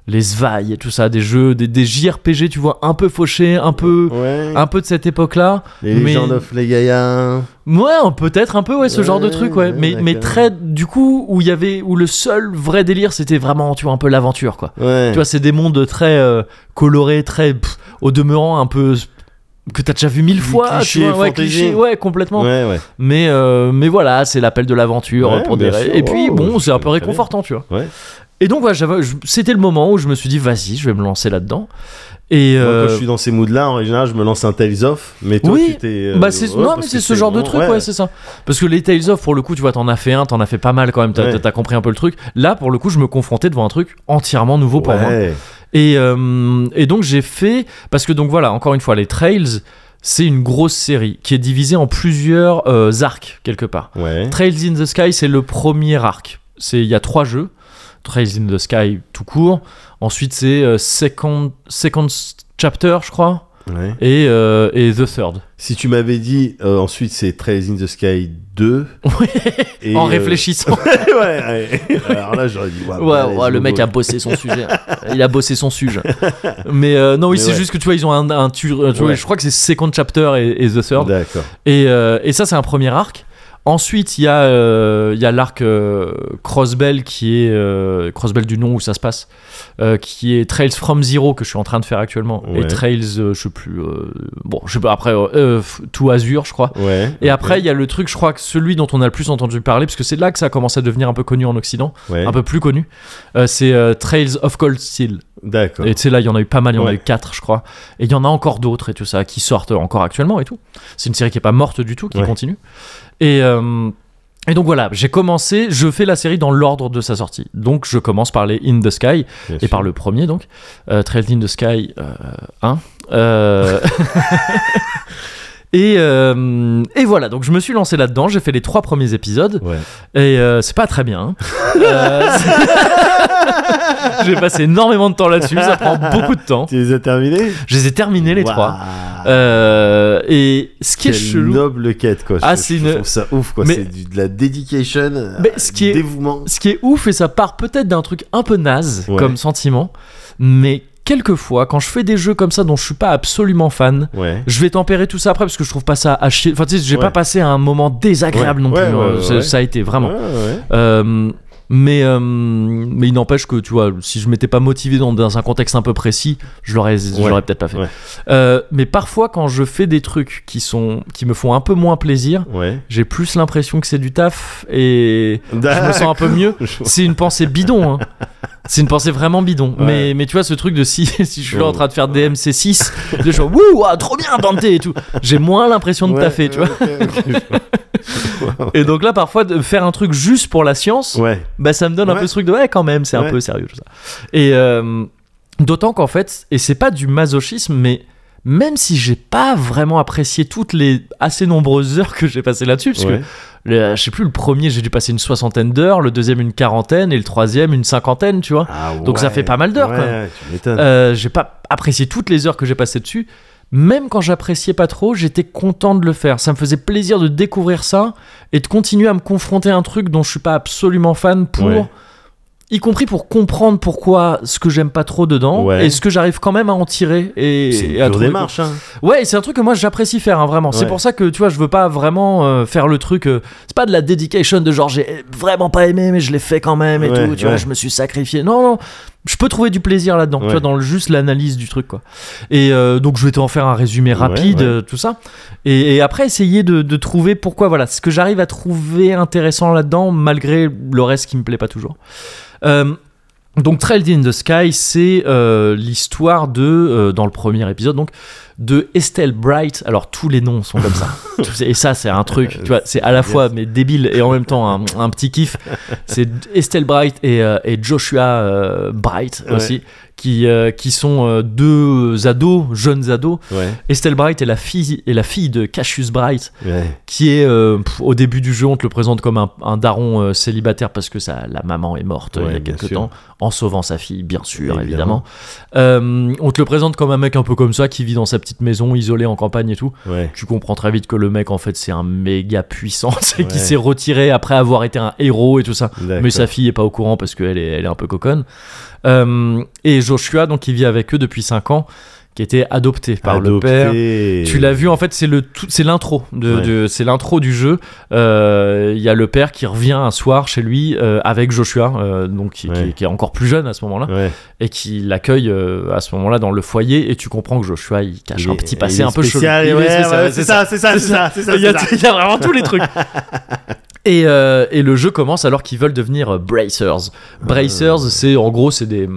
[SPEAKER 1] les Svailles et tout ça, des jeux, des, des JRPG, tu vois, un peu fauchés, un peu,
[SPEAKER 2] Ouais.
[SPEAKER 1] un peu de cette époque-là.
[SPEAKER 2] les
[SPEAKER 1] mais-
[SPEAKER 2] Legend of Legaia.
[SPEAKER 1] Ouais, peut-être un peu, ouais, ce
[SPEAKER 2] Ouais,
[SPEAKER 1] genre de truc, ouais.
[SPEAKER 2] ouais,
[SPEAKER 1] mais, mais
[SPEAKER 2] d'accord.
[SPEAKER 1] très, du coup, où il y avait, où le seul vrai délire, c'était vraiment, tu vois, un peu l'aventure, quoi.
[SPEAKER 2] Ouais.
[SPEAKER 1] Tu vois, c'est des mondes très euh, colorés, très pff, au demeurant un peu que t'as déjà vu mille fois,
[SPEAKER 2] cliché,
[SPEAKER 1] tu vois, ouais,
[SPEAKER 2] fantaisiste.
[SPEAKER 1] cliché, ouais, complètement.
[SPEAKER 2] ouais, ouais.
[SPEAKER 1] Mais euh, mais voilà, c'est l'appel de l'aventure
[SPEAKER 2] Ouais,
[SPEAKER 1] pour des
[SPEAKER 2] bien sûr.
[SPEAKER 1] et puis
[SPEAKER 2] Oh,
[SPEAKER 1] bon,
[SPEAKER 2] je-
[SPEAKER 1] c'est un peu
[SPEAKER 2] très bien.
[SPEAKER 1] réconfortant, tu vois.
[SPEAKER 2] Ouais.
[SPEAKER 1] Et donc voilà, j'avais- je- c'était le moment où je me suis dit vas-y, je vais me lancer là-dedans. Et
[SPEAKER 2] Moi,
[SPEAKER 1] euh,
[SPEAKER 2] quand je suis dans ces moods-là, en général, je me lance un Tales of. Mais toi,
[SPEAKER 1] Oui,
[SPEAKER 2] tu t'es. euh,
[SPEAKER 1] bah c'est
[SPEAKER 2] ouais,
[SPEAKER 1] non
[SPEAKER 2] parce
[SPEAKER 1] mais
[SPEAKER 2] que
[SPEAKER 1] c'est ce genre de
[SPEAKER 2] vraiment-
[SPEAKER 1] truc ouais, c'est ça parce que les Tales of pour le coup tu vois t'en as fait un t'en as fait pas mal quand même t'as
[SPEAKER 2] Ouais.
[SPEAKER 1] t'as compris un peu le truc là pour le coup je me confrontais devant un truc entièrement nouveau pour moi hein.
[SPEAKER 2] Ouais.
[SPEAKER 1] Et, euh, et donc j'ai fait, parce que donc voilà, encore une fois, les Trails, c'est une grosse série qui est divisée en plusieurs euh, arcs quelque part.
[SPEAKER 2] Ouais.
[SPEAKER 1] Trails in the Sky, c'est le premier arc. C'est- Il y a trois jeux. Trails in the Sky tout court. Ensuite, c'est euh, second, second Chapter, je crois.
[SPEAKER 2] Ouais.
[SPEAKER 1] Et, euh, et The Third.
[SPEAKER 2] Si tu m'avais dit euh, ensuite c'est Trails in the Sky 2. et,
[SPEAKER 1] en
[SPEAKER 2] euh,
[SPEAKER 1] réfléchissant.
[SPEAKER 2] ouais, ouais. Alors là, j'aurais dit. bah,
[SPEAKER 1] Ouais, ouais, le mec a bossé son sujet. Il a bossé son sujet. Mais euh, non, oui,
[SPEAKER 2] Mais
[SPEAKER 1] c'est
[SPEAKER 2] ouais.
[SPEAKER 1] juste que tu vois, ils ont un, un tu- euh, tu vois,
[SPEAKER 2] Ouais.
[SPEAKER 1] Je crois que c'est Second Chapter et, et The Third.
[SPEAKER 2] D'accord.
[SPEAKER 1] Et, euh, et ça, c'est un premier arc. Ensuite, il y a, euh, il y a l'arc euh, Crossbell qui est euh, Crossbell du nom où ça se passe, euh, qui est Trails from Zero que je suis en train de faire actuellement et
[SPEAKER 2] Ouais.
[SPEAKER 1] Trails, euh, je sais plus, euh, bon, je sais pas après euh, tout Azur, je crois.
[SPEAKER 2] Ouais.
[SPEAKER 1] Et après, il y a le truc, je crois que celui dont on a le plus entendu parler, parce que c'est là que ça commence à devenir un peu connu en Occident,
[SPEAKER 2] Ouais.
[SPEAKER 1] un peu plus connu, euh, c'est euh, Trails of Cold Steel.
[SPEAKER 2] D'accord.
[SPEAKER 1] Et tu sais, là, il y en a eu pas mal, il y en a
[SPEAKER 2] Ouais.
[SPEAKER 1] eu 4, je crois. Et il y en a encore d'autres et tout ça, qui sortent encore actuellement et tout. C'est une série qui est pas morte du tout, qui
[SPEAKER 2] Ouais.
[SPEAKER 1] continue. Et, euh, et donc voilà, j'ai commencé, je fais la série dans l'ordre de sa sortie. Donc je commence par les In the Sky,
[SPEAKER 2] Bien
[SPEAKER 1] et
[SPEAKER 2] sûr.
[SPEAKER 1] par le premier donc, euh, Trails in the Sky euh, 1. euh, Et, euh, et voilà, donc je me suis lancé là-dedans, j'ai fait les trois premiers épisodes,
[SPEAKER 2] Ouais.
[SPEAKER 1] et euh, c'est pas très bien. Euh, c'est- j'ai passé énormément de temps là-dessus, ça prend beaucoup de temps.
[SPEAKER 2] Tu les as terminés
[SPEAKER 1] Je les ai terminés les
[SPEAKER 2] Waouh.
[SPEAKER 1] trois. Euh, et ce qui est
[SPEAKER 2] Quelle
[SPEAKER 1] chelou,
[SPEAKER 2] noble quête, quoi.
[SPEAKER 1] Ah,
[SPEAKER 2] Je-
[SPEAKER 1] c'est
[SPEAKER 2] je
[SPEAKER 1] une-
[SPEAKER 2] trouve ça ouf, quoi.
[SPEAKER 1] Mais-
[SPEAKER 2] C'est du- de la dedication,
[SPEAKER 1] Mais
[SPEAKER 2] euh,
[SPEAKER 1] ce qui est-
[SPEAKER 2] dévouement.
[SPEAKER 1] ce qui est ouf, et ça part peut-être d'un truc un peu naze
[SPEAKER 2] Ouais.
[SPEAKER 1] comme sentiment, mais quelquefois, quand je fais des jeux comme ça dont je suis pas absolument fan,
[SPEAKER 2] Ouais.
[SPEAKER 1] je vais tempérer tout ça après parce que je trouve pas ça à chier. Enfin, tu sais, j'ai
[SPEAKER 2] Ouais.
[SPEAKER 1] pas passé un moment désagréable
[SPEAKER 2] Ouais.
[SPEAKER 1] non plus.
[SPEAKER 2] Ouais, ouais,
[SPEAKER 1] euh,
[SPEAKER 2] ouais,
[SPEAKER 1] ça-
[SPEAKER 2] ouais.
[SPEAKER 1] Ça a été vraiment.
[SPEAKER 2] Ouais, ouais.
[SPEAKER 1] Euh, mais, euh, mais il n'empêche que, tu vois, si je m'étais pas motivé dans, dans un contexte un peu précis, je l'aurais, je
[SPEAKER 2] Ouais.
[SPEAKER 1] l'aurais peut-être pas fait.
[SPEAKER 2] Ouais.
[SPEAKER 1] Euh, mais parfois, quand je fais des trucs qui, sont, qui me font un peu moins plaisir,
[SPEAKER 2] Ouais.
[SPEAKER 1] j'ai plus l'impression que c'est du taf et je me
[SPEAKER 2] D'accord.
[SPEAKER 1] sens un peu mieux.
[SPEAKER 2] Je-
[SPEAKER 1] C'est une pensée bidon, hein. C'est une pensée vraiment bidon.
[SPEAKER 2] Ouais.
[SPEAKER 1] Mais, mais tu vois, ce truc de si, si je suis là en
[SPEAKER 2] Ouais.
[SPEAKER 1] train de faire DMC6, de genre, wouh, ah, trop bien, Dante et tout. J'ai moins l'impression de
[SPEAKER 2] Ouais,
[SPEAKER 1] taffer, tu vois.
[SPEAKER 2] ouais, ok, ok,
[SPEAKER 1] Et donc là, parfois, de faire un truc juste pour la science,
[SPEAKER 2] je- ouais.
[SPEAKER 1] bah ça me donne un
[SPEAKER 2] Ouais.
[SPEAKER 1] peu ce truc de ouais quand même c'est un
[SPEAKER 2] Ouais.
[SPEAKER 1] peu sérieux tout ça et euh, d'autant qu'en fait et c'est pas du masochisme mais même si j'ai pas vraiment apprécié toutes les assez nombreuses heures que j'ai passées là-dessus parce
[SPEAKER 2] Ouais.
[SPEAKER 1] que le- je sais plus le premier j'ai dû passer une soixantaine d'heures le deuxième une quarantaine et le troisième une cinquantaine tu vois
[SPEAKER 2] Ah
[SPEAKER 1] Donc ça
[SPEAKER 2] ouais.
[SPEAKER 1] fait pas mal d'heures,
[SPEAKER 2] Ouais,
[SPEAKER 1] quand même.
[SPEAKER 2] Tu m'étonnes.
[SPEAKER 1] euh, j'ai pas apprécié toutes les heures que j'ai passées dessus. Même quand j'appréciais pas trop, j'étais content de le faire. Ça me faisait plaisir de découvrir ça et de continuer à me confronter à un truc dont je suis pas absolument fan pour.
[SPEAKER 2] Ouais.
[SPEAKER 1] Y compris pour comprendre pourquoi ce que j'aime pas trop dedans
[SPEAKER 2] Ouais.
[SPEAKER 1] et ce que j'arrive quand même à en tirer et,
[SPEAKER 2] c'est une
[SPEAKER 1] et à
[SPEAKER 2] pure
[SPEAKER 1] trouver-
[SPEAKER 2] démarche, hein.
[SPEAKER 1] Ouais, et c'est un truc que moi j'apprécie faire hein, vraiment. C'est
[SPEAKER 2] Ouais.
[SPEAKER 1] pour ça que tu vois, je veux pas vraiment euh, faire le truc. euh, c'est pas de la dedication de genre j'ai vraiment pas aimé mais je l'ai fait quand même et
[SPEAKER 2] Ouais,
[SPEAKER 1] tout. Tu
[SPEAKER 2] ouais.
[SPEAKER 1] vois, je me suis sacrifié. Non, non, je peux trouver du plaisir là-dedans. Tu
[SPEAKER 2] Ouais.
[SPEAKER 1] vois, dans le- juste l'analyse du truc quoi. Et euh, donc je vais t'en faire un résumé rapide,
[SPEAKER 2] ouais.
[SPEAKER 1] euh, tout ça. Et, et après essayer de, de trouver pourquoi voilà ce que j'arrive à trouver intéressant là-dedans malgré le reste qui me plaît pas toujours. Euh, donc Trailed in the Sky, c'est euh, l'histoire de, euh, dans le premier épisode, donc, de Estelle Bright. Alors tous les noms sont comme ça. Tout ça- et ça, c'est un truc, tu vois, c'est à la fois mais débile et en même temps un, un petit kiff. C'est Estelle Bright et, euh, et Joshua euh, Bright
[SPEAKER 2] Ouais.
[SPEAKER 1] aussi, qui, euh, qui sont euh, deux ados, jeunes ados.
[SPEAKER 2] Ouais.
[SPEAKER 1] Estelle Bright est la fille, est la fille de Cassius Bright,
[SPEAKER 2] Ouais.
[SPEAKER 1] qui est euh, pff, au début du jeu on te le présente comme un, un daron euh, célibataire parce que sa, la maman est morte euh,
[SPEAKER 2] Ouais,
[SPEAKER 1] il y a
[SPEAKER 2] bien
[SPEAKER 1] quelque
[SPEAKER 2] sûr.
[SPEAKER 1] temps en sauvant sa fille bien sûr
[SPEAKER 2] Évidemment.
[SPEAKER 1] évidemment, Euh, on te le présente comme un mec un peu comme ça qui vit dans sa petite maison isolée en campagne et tout
[SPEAKER 2] Ouais.
[SPEAKER 1] tu comprends très vite que le mec en fait c'est un méga puissant tu sais,
[SPEAKER 2] Ouais.
[SPEAKER 1] qui s'est retiré après avoir été un héros et tout ça mais
[SPEAKER 2] D'accord.
[SPEAKER 1] sa fille est pas au courant parce qu'elle est, elle est un peu coconne Euh, et Joshua donc il vit avec eux depuis 5 ans qui était adopté par le
[SPEAKER 2] Adopté.
[SPEAKER 1] père tu l'as vu en fait, c'est le tout- c'est l'intro de,
[SPEAKER 2] Ouais.
[SPEAKER 1] de- c'est l'intro du jeu. Euh, Il y a le père qui revient un soir chez lui euh, avec Joshua, euh, donc qui, qui-
[SPEAKER 2] Ouais.
[SPEAKER 1] qui est encore plus jeune à ce moment-là,
[SPEAKER 2] Ouais.
[SPEAKER 1] et qui l'accueille euh, à ce moment-là dans le foyer. Et tu comprends que Joshua il cache
[SPEAKER 2] Il
[SPEAKER 1] un
[SPEAKER 2] est-
[SPEAKER 1] petit
[SPEAKER 2] il
[SPEAKER 1] passé
[SPEAKER 2] est
[SPEAKER 1] un peu chelou.
[SPEAKER 2] spécial,
[SPEAKER 1] Il est
[SPEAKER 2] ouais,
[SPEAKER 1] spécial,
[SPEAKER 2] ouais,
[SPEAKER 1] ouais,
[SPEAKER 2] c'est ça, c'est ça, c'est ça, c'est ça,
[SPEAKER 1] Il y, a,
[SPEAKER 2] c'est ça.
[SPEAKER 1] il y a vraiment tous les trucs. Et, euh, et le jeu commence alors qu'ils veulent devenir euh, bracers. Bracers, c'est en gros, c'est des.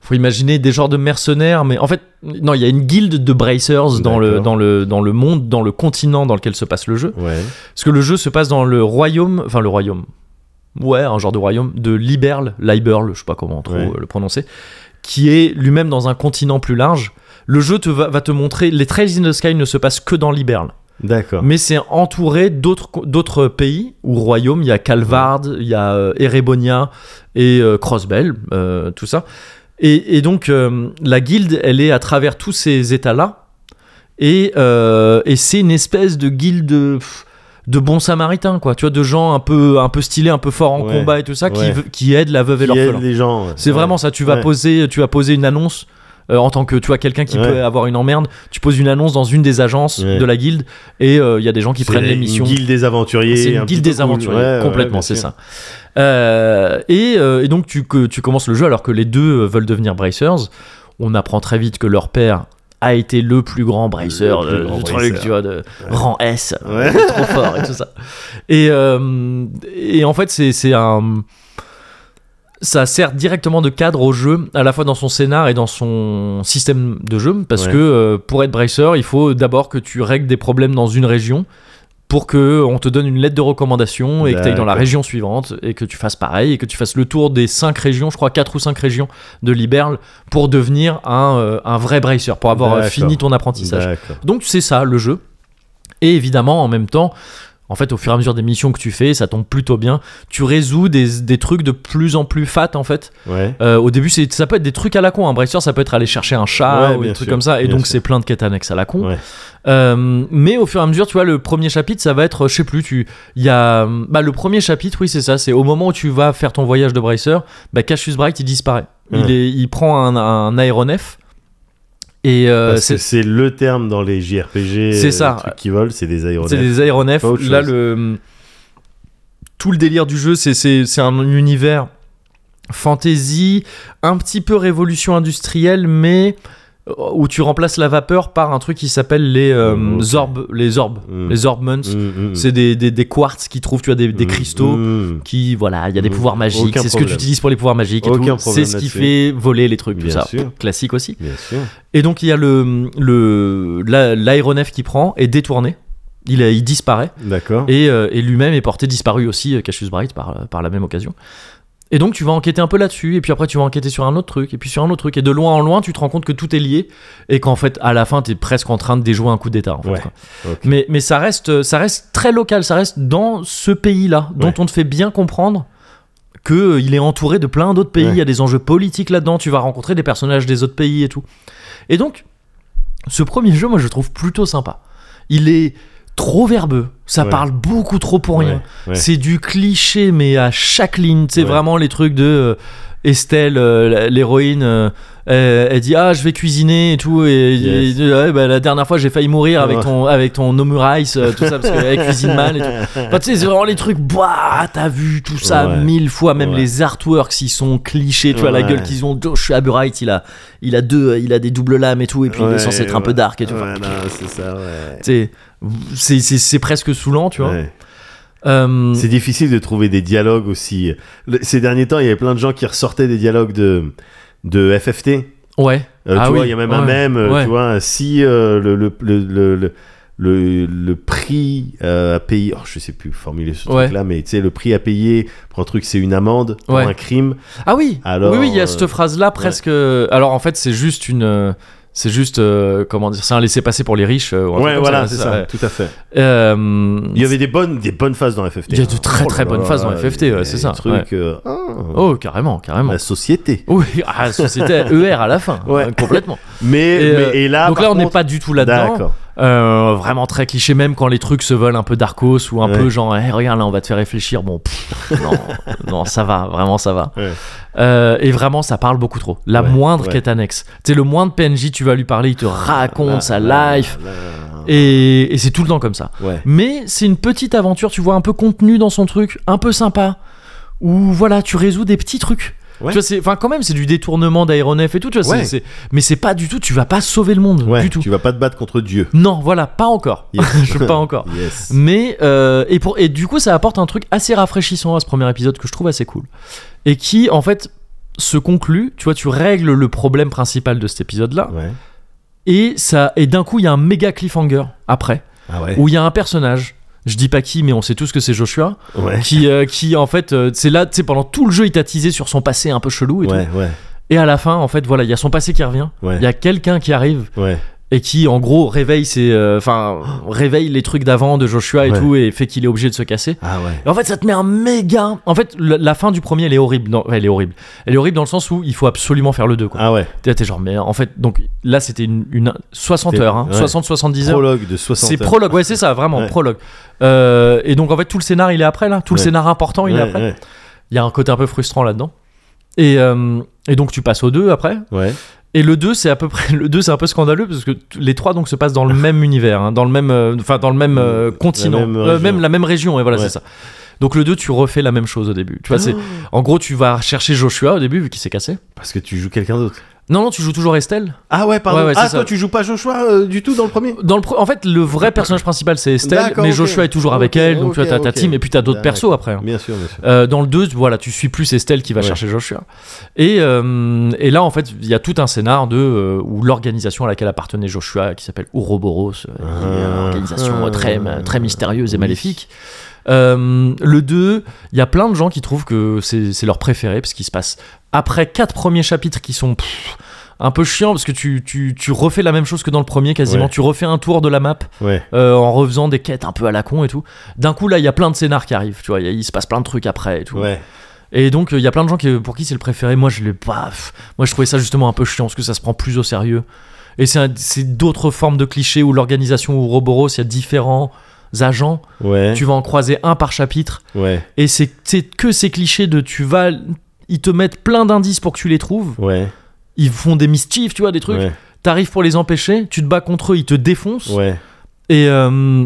[SPEAKER 1] Faut imaginer des genres de mercenaires, mais en fait, non, il y a une guilde de bracers dans le,
[SPEAKER 2] D'accord.
[SPEAKER 1] dans, le, dans le monde, dans le continent dans lequel se passe le jeu.
[SPEAKER 2] Ouais.
[SPEAKER 1] Parce que le jeu se passe dans le royaume, enfin le royaume, ouais, un genre de royaume, de Liberl, Liberl, je sais pas comment trop
[SPEAKER 2] Ouais.
[SPEAKER 1] euh, le prononcer, qui est lui-même dans un continent plus large. Le jeu te va, va te montrer, les Trails in the Sky ne se passent que dans Liberl.
[SPEAKER 2] D'accord.
[SPEAKER 1] Mais c'est entouré d'autres co- d'autres pays ou royaumes. Il y a Calvard, il y a euh, Erebonia et euh, Crossbell, euh, tout ça. Et, et donc, euh, la guilde, elle est à travers tous ces états-là. Et, euh, et c'est une espèce de guilde de, pff, de bons samaritains, quoi. Tu vois, de gens un peu, un peu stylés, un peu forts en
[SPEAKER 2] Ouais.
[SPEAKER 1] combat et tout ça, qui,
[SPEAKER 2] Ouais.
[SPEAKER 1] v- qui aident la veuve et
[SPEAKER 2] Qui aide
[SPEAKER 1] l'orphelin.
[SPEAKER 2] les gens. ouais.
[SPEAKER 1] C'est
[SPEAKER 2] Ouais.
[SPEAKER 1] vraiment ça. Tu vas
[SPEAKER 2] Ouais.
[SPEAKER 1] poser, tu vas poser une annonce. euh, en tant que tu vois quelqu'un qui
[SPEAKER 2] Ouais.
[SPEAKER 1] peut avoir une emmerde, tu poses une annonce dans une des agences
[SPEAKER 2] Ouais.
[SPEAKER 1] de la guilde et euh, il y a des gens qui
[SPEAKER 2] C'est
[SPEAKER 1] prennent
[SPEAKER 2] une
[SPEAKER 1] l'émission. Ah,
[SPEAKER 2] Guilde des aventuriers.
[SPEAKER 1] C'est une
[SPEAKER 2] un
[SPEAKER 1] guilde
[SPEAKER 2] petit
[SPEAKER 1] des
[SPEAKER 2] peu cool.
[SPEAKER 1] aventuriers,
[SPEAKER 2] Ouais, ouais,
[SPEAKER 1] complètement,
[SPEAKER 2] bien
[SPEAKER 1] c'est
[SPEAKER 2] sûr.
[SPEAKER 1] ça. Euh, et, euh, et donc tu, que- tu commences le jeu alors que les deux euh, veulent devenir bracers. On apprend très vite que leur père a été le plus grand bracer
[SPEAKER 2] Le plus
[SPEAKER 1] de-
[SPEAKER 2] grand
[SPEAKER 1] du
[SPEAKER 2] bracer.
[SPEAKER 1] truc, tu vois, de rang S,
[SPEAKER 2] Ouais.
[SPEAKER 1] trop fort et tout ça. Et, euh, et en fait, c'est c'est un. Ça sert directement de cadre au jeu, à la fois dans son scénar et dans son système de jeu, parce
[SPEAKER 2] Ouais.
[SPEAKER 1] que euh, pour être bracer, il faut d'abord que tu règles des problèmes dans une région pour que on te donne une lettre de recommandation et que tu ailles dans la
[SPEAKER 2] D'accord.
[SPEAKER 1] région suivante et que tu fasses pareil et que tu fasses le tour des cinq régions, je crois quatre ou cinq régions de Liberl pour devenir un, euh, un vrai bracer, pour avoir euh,
[SPEAKER 2] D'accord.
[SPEAKER 1] fini ton apprentissage.
[SPEAKER 2] D'accord.
[SPEAKER 1] Donc c'est ça le jeu. Et évidemment, en même temps, en fait, au fur et à mesure des missions que tu fais, ça tombe plutôt bien. Tu résous des, des trucs de plus en plus fat, en fait.
[SPEAKER 2] Ouais.
[SPEAKER 1] Euh, au début, c'est- ça peut être des trucs à la con. Un Breaker, ça peut être aller chercher un chat
[SPEAKER 2] Ouais,
[SPEAKER 1] ou
[SPEAKER 2] bien
[SPEAKER 1] des trucs
[SPEAKER 2] sûr,
[SPEAKER 1] comme ça. Et
[SPEAKER 2] bien
[SPEAKER 1] donc,
[SPEAKER 2] sûr.
[SPEAKER 1] c'est plein de quêtes annexes à la con.
[SPEAKER 2] Ouais.
[SPEAKER 1] Euh, mais au fur et à mesure, tu vois, le premier chapitre, ça va être, euh, je sais plus, tu, il y a, bah, le premier chapitre, oui, c'est ça, c'est au moment où tu vas faire ton voyage de Bracer, bah, Cassius Bright, il disparaît. Il,
[SPEAKER 2] Ouais.
[SPEAKER 1] est, il prend un, un aéronef. Et euh,
[SPEAKER 2] Parce que
[SPEAKER 1] c'est
[SPEAKER 2] c'est le terme dans les JRPG.
[SPEAKER 1] C'est
[SPEAKER 2] euh,
[SPEAKER 1] ça.
[SPEAKER 2] les trucs qui volent, c'est des
[SPEAKER 1] c'est
[SPEAKER 2] aéronefs.
[SPEAKER 1] des aéronefs.
[SPEAKER 2] Pas autre
[SPEAKER 1] Là,
[SPEAKER 2] chose.
[SPEAKER 1] le, tout le délire du jeu, c'est- c'est c'est un univers fantasy, un petit peu révolution industrielle, mais euh, où tu remplaces la vapeur par un truc qui s'appelle les euh,
[SPEAKER 2] Mm, ok.
[SPEAKER 1] orbes, les orbes,
[SPEAKER 2] Mm.
[SPEAKER 1] les orbments.
[SPEAKER 2] Mm, mm,
[SPEAKER 1] C'est des, des, des quartz qui trouvent, tu as des, des
[SPEAKER 2] mm,
[SPEAKER 1] cristaux
[SPEAKER 2] mm,
[SPEAKER 1] qui, voilà, il y a des
[SPEAKER 2] Mm.
[SPEAKER 1] pouvoirs magiques.
[SPEAKER 2] Aucun
[SPEAKER 1] C'est ce que tu
[SPEAKER 2] problème.
[SPEAKER 1] utilises pour les pouvoirs magiques et
[SPEAKER 2] Aucun
[SPEAKER 1] tout. C'est
[SPEAKER 2] problème
[SPEAKER 1] ce qui
[SPEAKER 2] là-dessus.
[SPEAKER 1] fait voler les trucs, tout
[SPEAKER 2] Bien
[SPEAKER 1] ça.
[SPEAKER 2] sûr.
[SPEAKER 1] Classique aussi.
[SPEAKER 2] Bien sûr.
[SPEAKER 1] Et donc, il y a le, le, la- l'aéronef qui prend est détourné. Il, est- il disparaît.
[SPEAKER 2] D'accord.
[SPEAKER 1] Et, euh, et lui-même est porté disparu aussi, euh, Cassius Bright, par, par la même occasion. Et donc tu vas enquêter un peu là-dessus, et puis après tu vas enquêter sur un autre truc, et puis sur un autre truc, et de loin en loin tu te rends compte que tout est lié, et qu'en fait à la fin t'es presque en train de déjouer un coup d'état. En fait,
[SPEAKER 2] Ouais,
[SPEAKER 1] quoi.
[SPEAKER 2] ok.
[SPEAKER 1] Mais, mais ça, reste, euh, ça reste très local, ça reste dans ce pays-là, dont
[SPEAKER 2] Ouais.
[SPEAKER 1] on te fait bien comprendre que euh, il est entouré de plein d'autres pays, il
[SPEAKER 2] Ouais.
[SPEAKER 1] y a des enjeux politiques là-dedans, tu vas rencontrer des personnages des autres pays et tout. Et donc, ce premier jeu, moi je le trouve plutôt sympa. Il est trop verbeux, ça
[SPEAKER 2] Ouais.
[SPEAKER 1] parle beaucoup trop pour rien.
[SPEAKER 2] Ouais, ouais.
[SPEAKER 1] C'est du cliché, mais à chaque ligne, c'est
[SPEAKER 2] Ouais.
[SPEAKER 1] vraiment les trucs de euh, Estelle, euh, la- l'héroïne. euh, euh, elle dit ah je vais cuisiner et tout et,
[SPEAKER 2] Yes.
[SPEAKER 1] et- ouais, bah, la dernière fois j'ai failli mourir avec
[SPEAKER 2] Ouais.
[SPEAKER 1] ton avec ton omurice euh, tout ça parce qu'elle cuisine mal et tout. Enfin, tu sais c'est vraiment les trucs bah t'as vu tout ça
[SPEAKER 2] Ouais.
[SPEAKER 1] mille fois même
[SPEAKER 2] Ouais.
[SPEAKER 1] les artworks ils sont clichés tu vois la
[SPEAKER 2] Ouais.
[SPEAKER 1] gueule qu'ils ont Oh, Joshua Bright il a il a deux euh, il a des doubles lames et tout et puis il est
[SPEAKER 2] Ouais,
[SPEAKER 1] censé être un
[SPEAKER 2] ouais.
[SPEAKER 1] peu dark et tout Enfin,
[SPEAKER 2] Ouais, non, c'est ça, ouais.
[SPEAKER 1] c'est c'est c'est- c'est presque saoulant tu vois
[SPEAKER 2] Ouais.
[SPEAKER 1] Euh,
[SPEAKER 2] C'est difficile de trouver des dialogues aussi. euh, Le- Ces derniers temps, il y avait plein de gens qui ressortaient des dialogues de, de FFT.
[SPEAKER 1] ouais
[SPEAKER 2] Euh,
[SPEAKER 1] Ah
[SPEAKER 2] tu vois,
[SPEAKER 1] oui,
[SPEAKER 2] il y a même
[SPEAKER 1] ouais,
[SPEAKER 2] un même, euh,
[SPEAKER 1] ouais.
[SPEAKER 2] tu vois, si euh, le, le, le, le, le- le- le prix euh, à payer, oh, je sais plus formuler ce
[SPEAKER 1] Ouais.
[SPEAKER 2] truc-là, mais tu sais, le prix à payer pour un truc, c'est une amende pour
[SPEAKER 1] Ouais.
[SPEAKER 2] un crime.
[SPEAKER 1] Ah oui.
[SPEAKER 2] Alors,
[SPEAKER 1] oui, oui, il y a
[SPEAKER 2] euh,
[SPEAKER 1] cette phrase-là presque. euh, Alors en fait, c'est juste une. euh, C'est juste euh, comment dire, c'est un laisser passer pour les riches. euh, ou un truc
[SPEAKER 2] Ouais,
[SPEAKER 1] comme
[SPEAKER 2] voilà,
[SPEAKER 1] ça,
[SPEAKER 2] c'est ça,
[SPEAKER 1] ouais.
[SPEAKER 2] tout à fait.
[SPEAKER 1] Euh,
[SPEAKER 2] Il y avait des bonnes, des bonnes phases dans FFT.
[SPEAKER 1] Il y a de très,
[SPEAKER 2] Oh
[SPEAKER 1] très
[SPEAKER 2] là
[SPEAKER 1] bonnes
[SPEAKER 2] là,
[SPEAKER 1] phases dans
[SPEAKER 2] il y a
[SPEAKER 1] FFT, ouais,
[SPEAKER 2] des
[SPEAKER 1] c'est ça,
[SPEAKER 2] trucs,
[SPEAKER 1] ouais.
[SPEAKER 2] euh, ah,
[SPEAKER 1] Oh, carrément, carrément.
[SPEAKER 2] la société.
[SPEAKER 1] Oui, ah, c'était ER à la fin,
[SPEAKER 2] Ouais.
[SPEAKER 1] euh, complètement.
[SPEAKER 2] Mais,
[SPEAKER 1] Et,
[SPEAKER 2] mais-
[SPEAKER 1] euh,
[SPEAKER 2] et là,
[SPEAKER 1] Donc
[SPEAKER 2] par
[SPEAKER 1] là, on n'est
[SPEAKER 2] contre-
[SPEAKER 1] pas du tout là-dedans.
[SPEAKER 2] D'accord.
[SPEAKER 1] Euh, vraiment très cliché, même quand les trucs se veulent un peu darkos ou un
[SPEAKER 2] Ouais.
[SPEAKER 1] peu genre, Eh, regarde, là, on va te faire réfléchir. Bon, pff, non, non, ça va, vraiment, ça va.
[SPEAKER 2] Ouais.
[SPEAKER 1] Euh, et vraiment, ça parle beaucoup trop. La
[SPEAKER 2] Ouais,
[SPEAKER 1] moindre
[SPEAKER 2] ouais.
[SPEAKER 1] quête annexe. Tu sais, le moindre PNJ, tu vas lui parler, il te raconte
[SPEAKER 2] Là,
[SPEAKER 1] sa
[SPEAKER 2] là,
[SPEAKER 1] life.
[SPEAKER 2] Ah, là, là, là.
[SPEAKER 1] Et, et c'est tout le temps comme ça.
[SPEAKER 2] Ouais.
[SPEAKER 1] Mais c'est une petite aventure, tu vois, un peu contenue dans son truc, un peu sympa, où voilà, tu résous des petits trucs.
[SPEAKER 2] Ouais.
[SPEAKER 1] Tu vois, c'est, enfin, quand même, c'est du détournement d'aéronef et tout, tu vois. c'est-
[SPEAKER 2] Ouais.
[SPEAKER 1] c'est- mais c'est pas du tout, tu vas pas sauver le monde,
[SPEAKER 2] Ouais,
[SPEAKER 1] du tout.
[SPEAKER 2] Tu vas pas te battre contre Dieu.
[SPEAKER 1] Non, voilà, pas encore.
[SPEAKER 2] Yes.
[SPEAKER 1] Je- pas encore.
[SPEAKER 2] Yes.
[SPEAKER 1] Mais, euh, et, pour, et du coup, ça apporte un truc assez rafraîchissant à ce premier épisode que je trouve assez cool. Et qui, en fait, se conclut, tu vois, tu règles le problème principal de cet épisode-là.
[SPEAKER 2] Ouais.
[SPEAKER 1] Et, ça, et d'un coup, il y a un méga cliffhanger après
[SPEAKER 2] Ah ouais.
[SPEAKER 1] où il y a un personnage, je dis pas qui, mais on sait tous que c'est Joshua,
[SPEAKER 2] Ouais.
[SPEAKER 1] qui, euh, qui en fait, euh, c'est là, tu sais, pendant tout le jeu, il t'a teasé sur son passé un peu chelou et
[SPEAKER 2] Ouais,
[SPEAKER 1] tout.
[SPEAKER 2] ouais,
[SPEAKER 1] Et à la fin, en fait, voilà, il y a son passé qui revient, il
[SPEAKER 2] ouais.
[SPEAKER 1] y a quelqu'un qui arrive
[SPEAKER 2] Ouais.
[SPEAKER 1] et qui, en gros, réveille ses, euh, enfin, réveille les trucs d'avant de Joshua et
[SPEAKER 2] Ouais.
[SPEAKER 1] tout et fait qu'il est obligé de se casser.
[SPEAKER 2] Ah ouais.
[SPEAKER 1] Et en fait, ça te met un méga. En fait, la, la fin du premier, elle est horrible. Non, elle est horrible. Elle est horrible dans le sens où il faut absolument faire le 2. Quoi.
[SPEAKER 2] Ah ouais.
[SPEAKER 1] T'es t'es genre, mais en fait, donc là, c'était une, une 60
[SPEAKER 2] C'était-
[SPEAKER 1] heures, hein,
[SPEAKER 2] ouais.
[SPEAKER 1] 60-70 heures.
[SPEAKER 2] Prologue de 60
[SPEAKER 1] C'est
[SPEAKER 2] heures.
[SPEAKER 1] prologue, ouais, c'est ça, vraiment,
[SPEAKER 2] Ouais.
[SPEAKER 1] prologue. Euh, et donc, en fait, tout le scénar, il est après, là. Tout le
[SPEAKER 2] Ouais.
[SPEAKER 1] scénar important, il est
[SPEAKER 2] Ouais,
[SPEAKER 1] après.
[SPEAKER 2] ouais.
[SPEAKER 1] Il y a un côté un peu frustrant là-dedans. Et, euh, et donc, tu passes au 2 après.
[SPEAKER 2] Ouais.
[SPEAKER 1] Et le 2, c'est à peu près. Le 2, c'est un peu scandaleux parce que t- les trois, donc, se passent dans le même univers, hein, dans le même. euh, Enfin, dans le même euh, continent.
[SPEAKER 2] même
[SPEAKER 1] Euh,
[SPEAKER 2] région.
[SPEAKER 1] même la même région, et voilà,
[SPEAKER 2] Ouais. Ah.
[SPEAKER 1] c'est ça. Donc, le 2, tu refais la même chose au début. Tu vois, c'est. En gros, tu vas chercher Joshua au début, vu qu'il s'est cassé.
[SPEAKER 2] Parce que tu joues quelqu'un d'autre.
[SPEAKER 1] Non, non, tu joues toujours Estelle.
[SPEAKER 2] Ah ouais, pardon.
[SPEAKER 1] Ouais, ouais, c'est
[SPEAKER 2] ah
[SPEAKER 1] ça.
[SPEAKER 2] toi tu joues pas Joshua euh, du tout dans le premier.
[SPEAKER 1] Dans le pro- en fait, le vrai personnage principal, c'est Estelle,
[SPEAKER 2] D'accord,
[SPEAKER 1] mais
[SPEAKER 2] ok.
[SPEAKER 1] Joshua est toujours avec
[SPEAKER 2] Ok,
[SPEAKER 1] elle, donc tu
[SPEAKER 2] ok,
[SPEAKER 1] as ta- ta
[SPEAKER 2] ok.
[SPEAKER 1] team, et puis tu as d'autres persos
[SPEAKER 2] D'accord.
[SPEAKER 1] après. hein.
[SPEAKER 2] Bien sûr, bien sûr.
[SPEAKER 1] Euh, dans le 2, voilà, tu suis plus Estelle qui va
[SPEAKER 2] Ouais.
[SPEAKER 1] chercher Joshua. Et, euh, et là, en fait, il y a tout un scénar de, euh, où l'organisation à laquelle appartenait Joshua, qui s'appelle Ouroboros, euh, qui est une
[SPEAKER 2] Ah.
[SPEAKER 1] organisation euh, très, très mystérieuse et
[SPEAKER 2] Oui.
[SPEAKER 1] maléfique. Euh, le 2, il y a plein de gens qui trouvent que c'est c'est leur préféré, parce qu'il se passe après quatre premiers chapitres qui sont pff, un peu chiant parce que tu, tu, tu refais la même chose que dans le premier quasiment.
[SPEAKER 2] Ouais.
[SPEAKER 1] Tu refais un tour de la map
[SPEAKER 2] Ouais.
[SPEAKER 1] euh, en refaisant des quêtes un peu à la con et tout. D'un coup, là, il y a plein de scénars qui arrivent, tu vois. Il y a- il se passe plein de trucs après et tout.
[SPEAKER 2] Ouais.
[SPEAKER 1] Et donc, euh, il y a plein de gens qui, pour qui c'est le préféré. Moi, je l'ai pas. pff, Moi, je trouvais ça justement un peu chiant parce que ça se prend plus au sérieux. Et c'est un- c'est d'autres formes de clichés où l'organisation ou Roboros, il y a différents agents.
[SPEAKER 2] Ouais.
[SPEAKER 1] Tu vas en croiser un par chapitre.
[SPEAKER 2] Ouais.
[SPEAKER 1] Et c'est c'est que ces clichés de tu vas. Ils te mettent plein d'indices pour que tu les trouves.
[SPEAKER 2] Ouais.
[SPEAKER 1] Ils font des mischiefs, tu vois, des trucs.
[SPEAKER 2] Ouais.
[SPEAKER 1] T'arrives pour les empêcher, tu te bats contre eux, ils te défoncent.
[SPEAKER 2] Ouais.
[SPEAKER 1] Et. euh,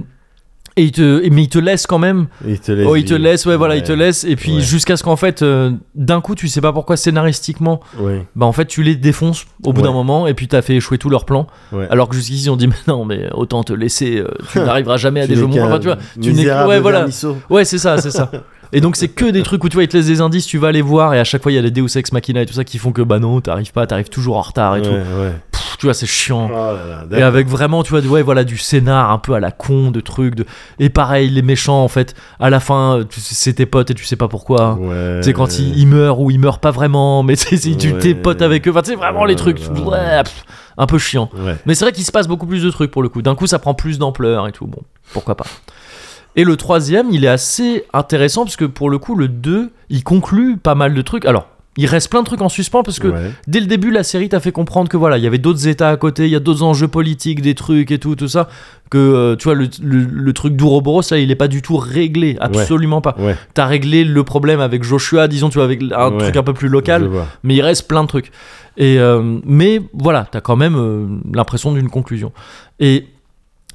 [SPEAKER 1] et ils te, et- mais ils te laissent quand même.
[SPEAKER 2] Il te laisse.
[SPEAKER 1] oh, ils te
[SPEAKER 2] vivre.
[SPEAKER 1] laissent, ouais, voilà, ils te laissent. Et puis
[SPEAKER 2] Ouais.
[SPEAKER 1] jusqu'à ce qu'en fait, euh, d'un coup, tu sais pas pourquoi, scénaristiquement,
[SPEAKER 2] Ouais.
[SPEAKER 1] bah en fait, tu les défonces au bout
[SPEAKER 2] Ouais.
[SPEAKER 1] d'un moment. Et puis t'as fait échouer tous leurs plans.
[SPEAKER 2] Ouais.
[SPEAKER 1] Alors que jusqu'ici, ils ont dit, mais non, mais autant te laisser, euh, tu n'arriveras jamais à
[SPEAKER 2] Tu
[SPEAKER 1] des jeux
[SPEAKER 2] n'es
[SPEAKER 1] moins.
[SPEAKER 2] qu'un
[SPEAKER 1] Enfin, tu vois, tu n'es
[SPEAKER 2] misérable
[SPEAKER 1] ouais, voilà.
[SPEAKER 2] vermisseau.
[SPEAKER 1] Ouais, c'est ça, c'est ça. Et donc, c'est que des trucs où tu vois, ils te laissent des indices, tu vas les voir, et à chaque fois, il y a les Deus Ex Machina et tout ça qui font que bah non, t'arrives pas, t'arrives toujours en retard et
[SPEAKER 2] Ouais,
[SPEAKER 1] tout.
[SPEAKER 2] ouais.
[SPEAKER 1] Pff, tu vois, c'est chiant.
[SPEAKER 2] Oh là là,
[SPEAKER 1] Et
[SPEAKER 2] d'accord.
[SPEAKER 1] avec vraiment, tu vois, du- ouais, voilà, du scénar un peu à la con, de trucs. De... Et pareil, les méchants, en fait, à la fin, tu- c'est tes potes et tu sais pas pourquoi.
[SPEAKER 2] Ouais.
[SPEAKER 1] Tu sais, quand ils, ils meurent ou ils meurent pas vraiment, mais tu sais, tu
[SPEAKER 2] Ouais.
[SPEAKER 1] t'es pote avec eux. Enfin, tu sais, vraiment, les
[SPEAKER 2] Ouais,
[SPEAKER 1] trucs,
[SPEAKER 2] ouais, ouais.
[SPEAKER 1] ouais, pff, un peu chiant.
[SPEAKER 2] Ouais.
[SPEAKER 1] Mais c'est vrai qu'il se passe beaucoup plus de trucs pour le coup. D'un coup, ça prend plus d'ampleur et tout. Bon, pourquoi pas. Et le troisième, il est assez intéressant parce que pour le coup, le 2, il conclut pas mal de trucs. Alors, il reste plein de trucs en suspens parce que
[SPEAKER 2] Ouais.
[SPEAKER 1] dès le début, la série t'a fait comprendre que voilà, il y avait d'autres états à côté, il y a d'autres enjeux politiques, des trucs et tout, tout ça. Que euh, tu vois, le, le- le truc d'Ouroboros, là, il est pas du tout réglé, absolument pas.
[SPEAKER 2] Ouais.
[SPEAKER 1] T'as réglé le problème avec Joshua, disons, tu vois, avec un
[SPEAKER 2] Ouais.
[SPEAKER 1] truc un peu plus
[SPEAKER 2] Je
[SPEAKER 1] local
[SPEAKER 2] vois.
[SPEAKER 1] mais il reste plein de trucs. Et euh, mais voilà, t'as quand même euh, l'impression d'une conclusion. Et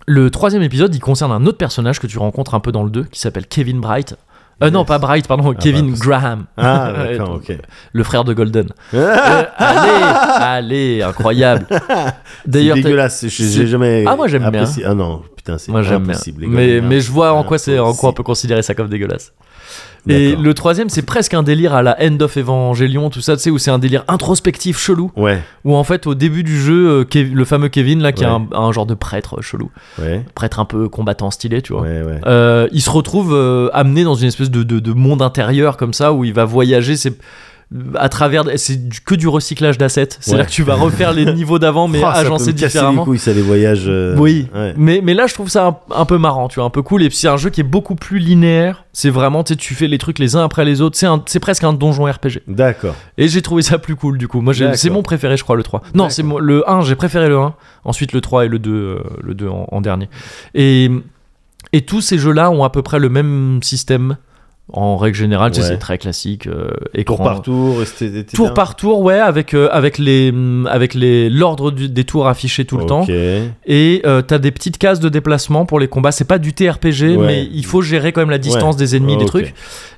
[SPEAKER 1] le troisième épisode, il concerne un autre personnage que tu rencontres un peu dans le 2, qui s'appelle Kevin Bright. Euh,
[SPEAKER 2] Yes.
[SPEAKER 1] Non, pas Bright, pardon,
[SPEAKER 2] bah,
[SPEAKER 1] Kevin
[SPEAKER 2] parce-
[SPEAKER 1] Graham,
[SPEAKER 2] Ah, d'accord, ok.
[SPEAKER 1] le frère de Golden.
[SPEAKER 2] Ah,
[SPEAKER 1] Euh, allez, allez, incroyable.
[SPEAKER 2] c'est
[SPEAKER 1] D'ailleurs, t'as-
[SPEAKER 2] dégueulasse. je- J'ai
[SPEAKER 1] c'est-
[SPEAKER 2] jamais.
[SPEAKER 1] Ah, moi, j'aime bien.
[SPEAKER 2] apprécié- Ah non, putain, c'est
[SPEAKER 1] moi j'aime bien.
[SPEAKER 2] impossible. les gars.
[SPEAKER 1] Mais, mais je vois en
[SPEAKER 2] Merde,
[SPEAKER 1] quoi c'est en quoi on
[SPEAKER 2] c'est-
[SPEAKER 1] peut considérer ça comme dégueulasse. Et
[SPEAKER 2] D'accord.
[SPEAKER 1] le troisième, c'est presque un délire à la End of Evangelion, tout ça, tu sais, où c'est un délire introspectif chelou,
[SPEAKER 2] Ouais,
[SPEAKER 1] où en fait, au début du jeu, euh, Kev- le fameux Kevin, là, qui est
[SPEAKER 2] Ouais.
[SPEAKER 1] un, un genre de prêtre euh, chelou,
[SPEAKER 2] ouais,
[SPEAKER 1] prêtre un peu combattant stylé, tu vois.
[SPEAKER 2] ouais, ouais.
[SPEAKER 1] Euh, il se retrouve euh, amené dans une espèce de, de- de monde intérieur comme ça où il va voyager c'est à travers c'est du- que du recyclage d'assets c'est à dire
[SPEAKER 2] Ouais.
[SPEAKER 1] que tu vas refaire les niveaux d'avant mais
[SPEAKER 2] Oh, ça peut
[SPEAKER 1] agencés
[SPEAKER 2] me casser
[SPEAKER 1] différemment
[SPEAKER 2] les couilles, ça, les voyages. euh,
[SPEAKER 1] oui,
[SPEAKER 2] ouais.
[SPEAKER 1] mais, mais là je trouve ça un, un peu marrant, tu vois, un peu cool. Et puis c'est un jeu qui est beaucoup plus linéaire. C'est vraiment, tu sais, tu fais les trucs les uns après les autres. C'est un- C'est presque un donjon RPG.
[SPEAKER 2] D'accord.
[SPEAKER 1] Et j'ai trouvé ça plus cool du coup. Moi, j'ai-
[SPEAKER 2] D'accord.
[SPEAKER 1] c'est mon préféré, je crois, le 3. Non,
[SPEAKER 2] D'accord.
[SPEAKER 1] c'est mon- le 1, j'ai préféré le 1. Ensuite le 3 et le 2, euh, le 2 en, en dernier. Et, et tous ces jeux-là ont à peu près le même système. En règle générale, tu sais,
[SPEAKER 2] Ouais.
[SPEAKER 1] c'est très classique. euh,
[SPEAKER 2] Tour
[SPEAKER 1] écran-
[SPEAKER 2] par tour, rester. etc.
[SPEAKER 1] Tour par tour, ouais, avec, euh, avec les hum, avec les l'ordre du- des tours affichés tout le temps.
[SPEAKER 2] Ok.
[SPEAKER 1] Et euh, t'as des petites cases de déplacement pour les combats. C'est pas du TRPG,
[SPEAKER 2] Ouais.
[SPEAKER 1] mais il faut gérer quand même la distance des ennemis, des
[SPEAKER 2] Ok.
[SPEAKER 1] trucs.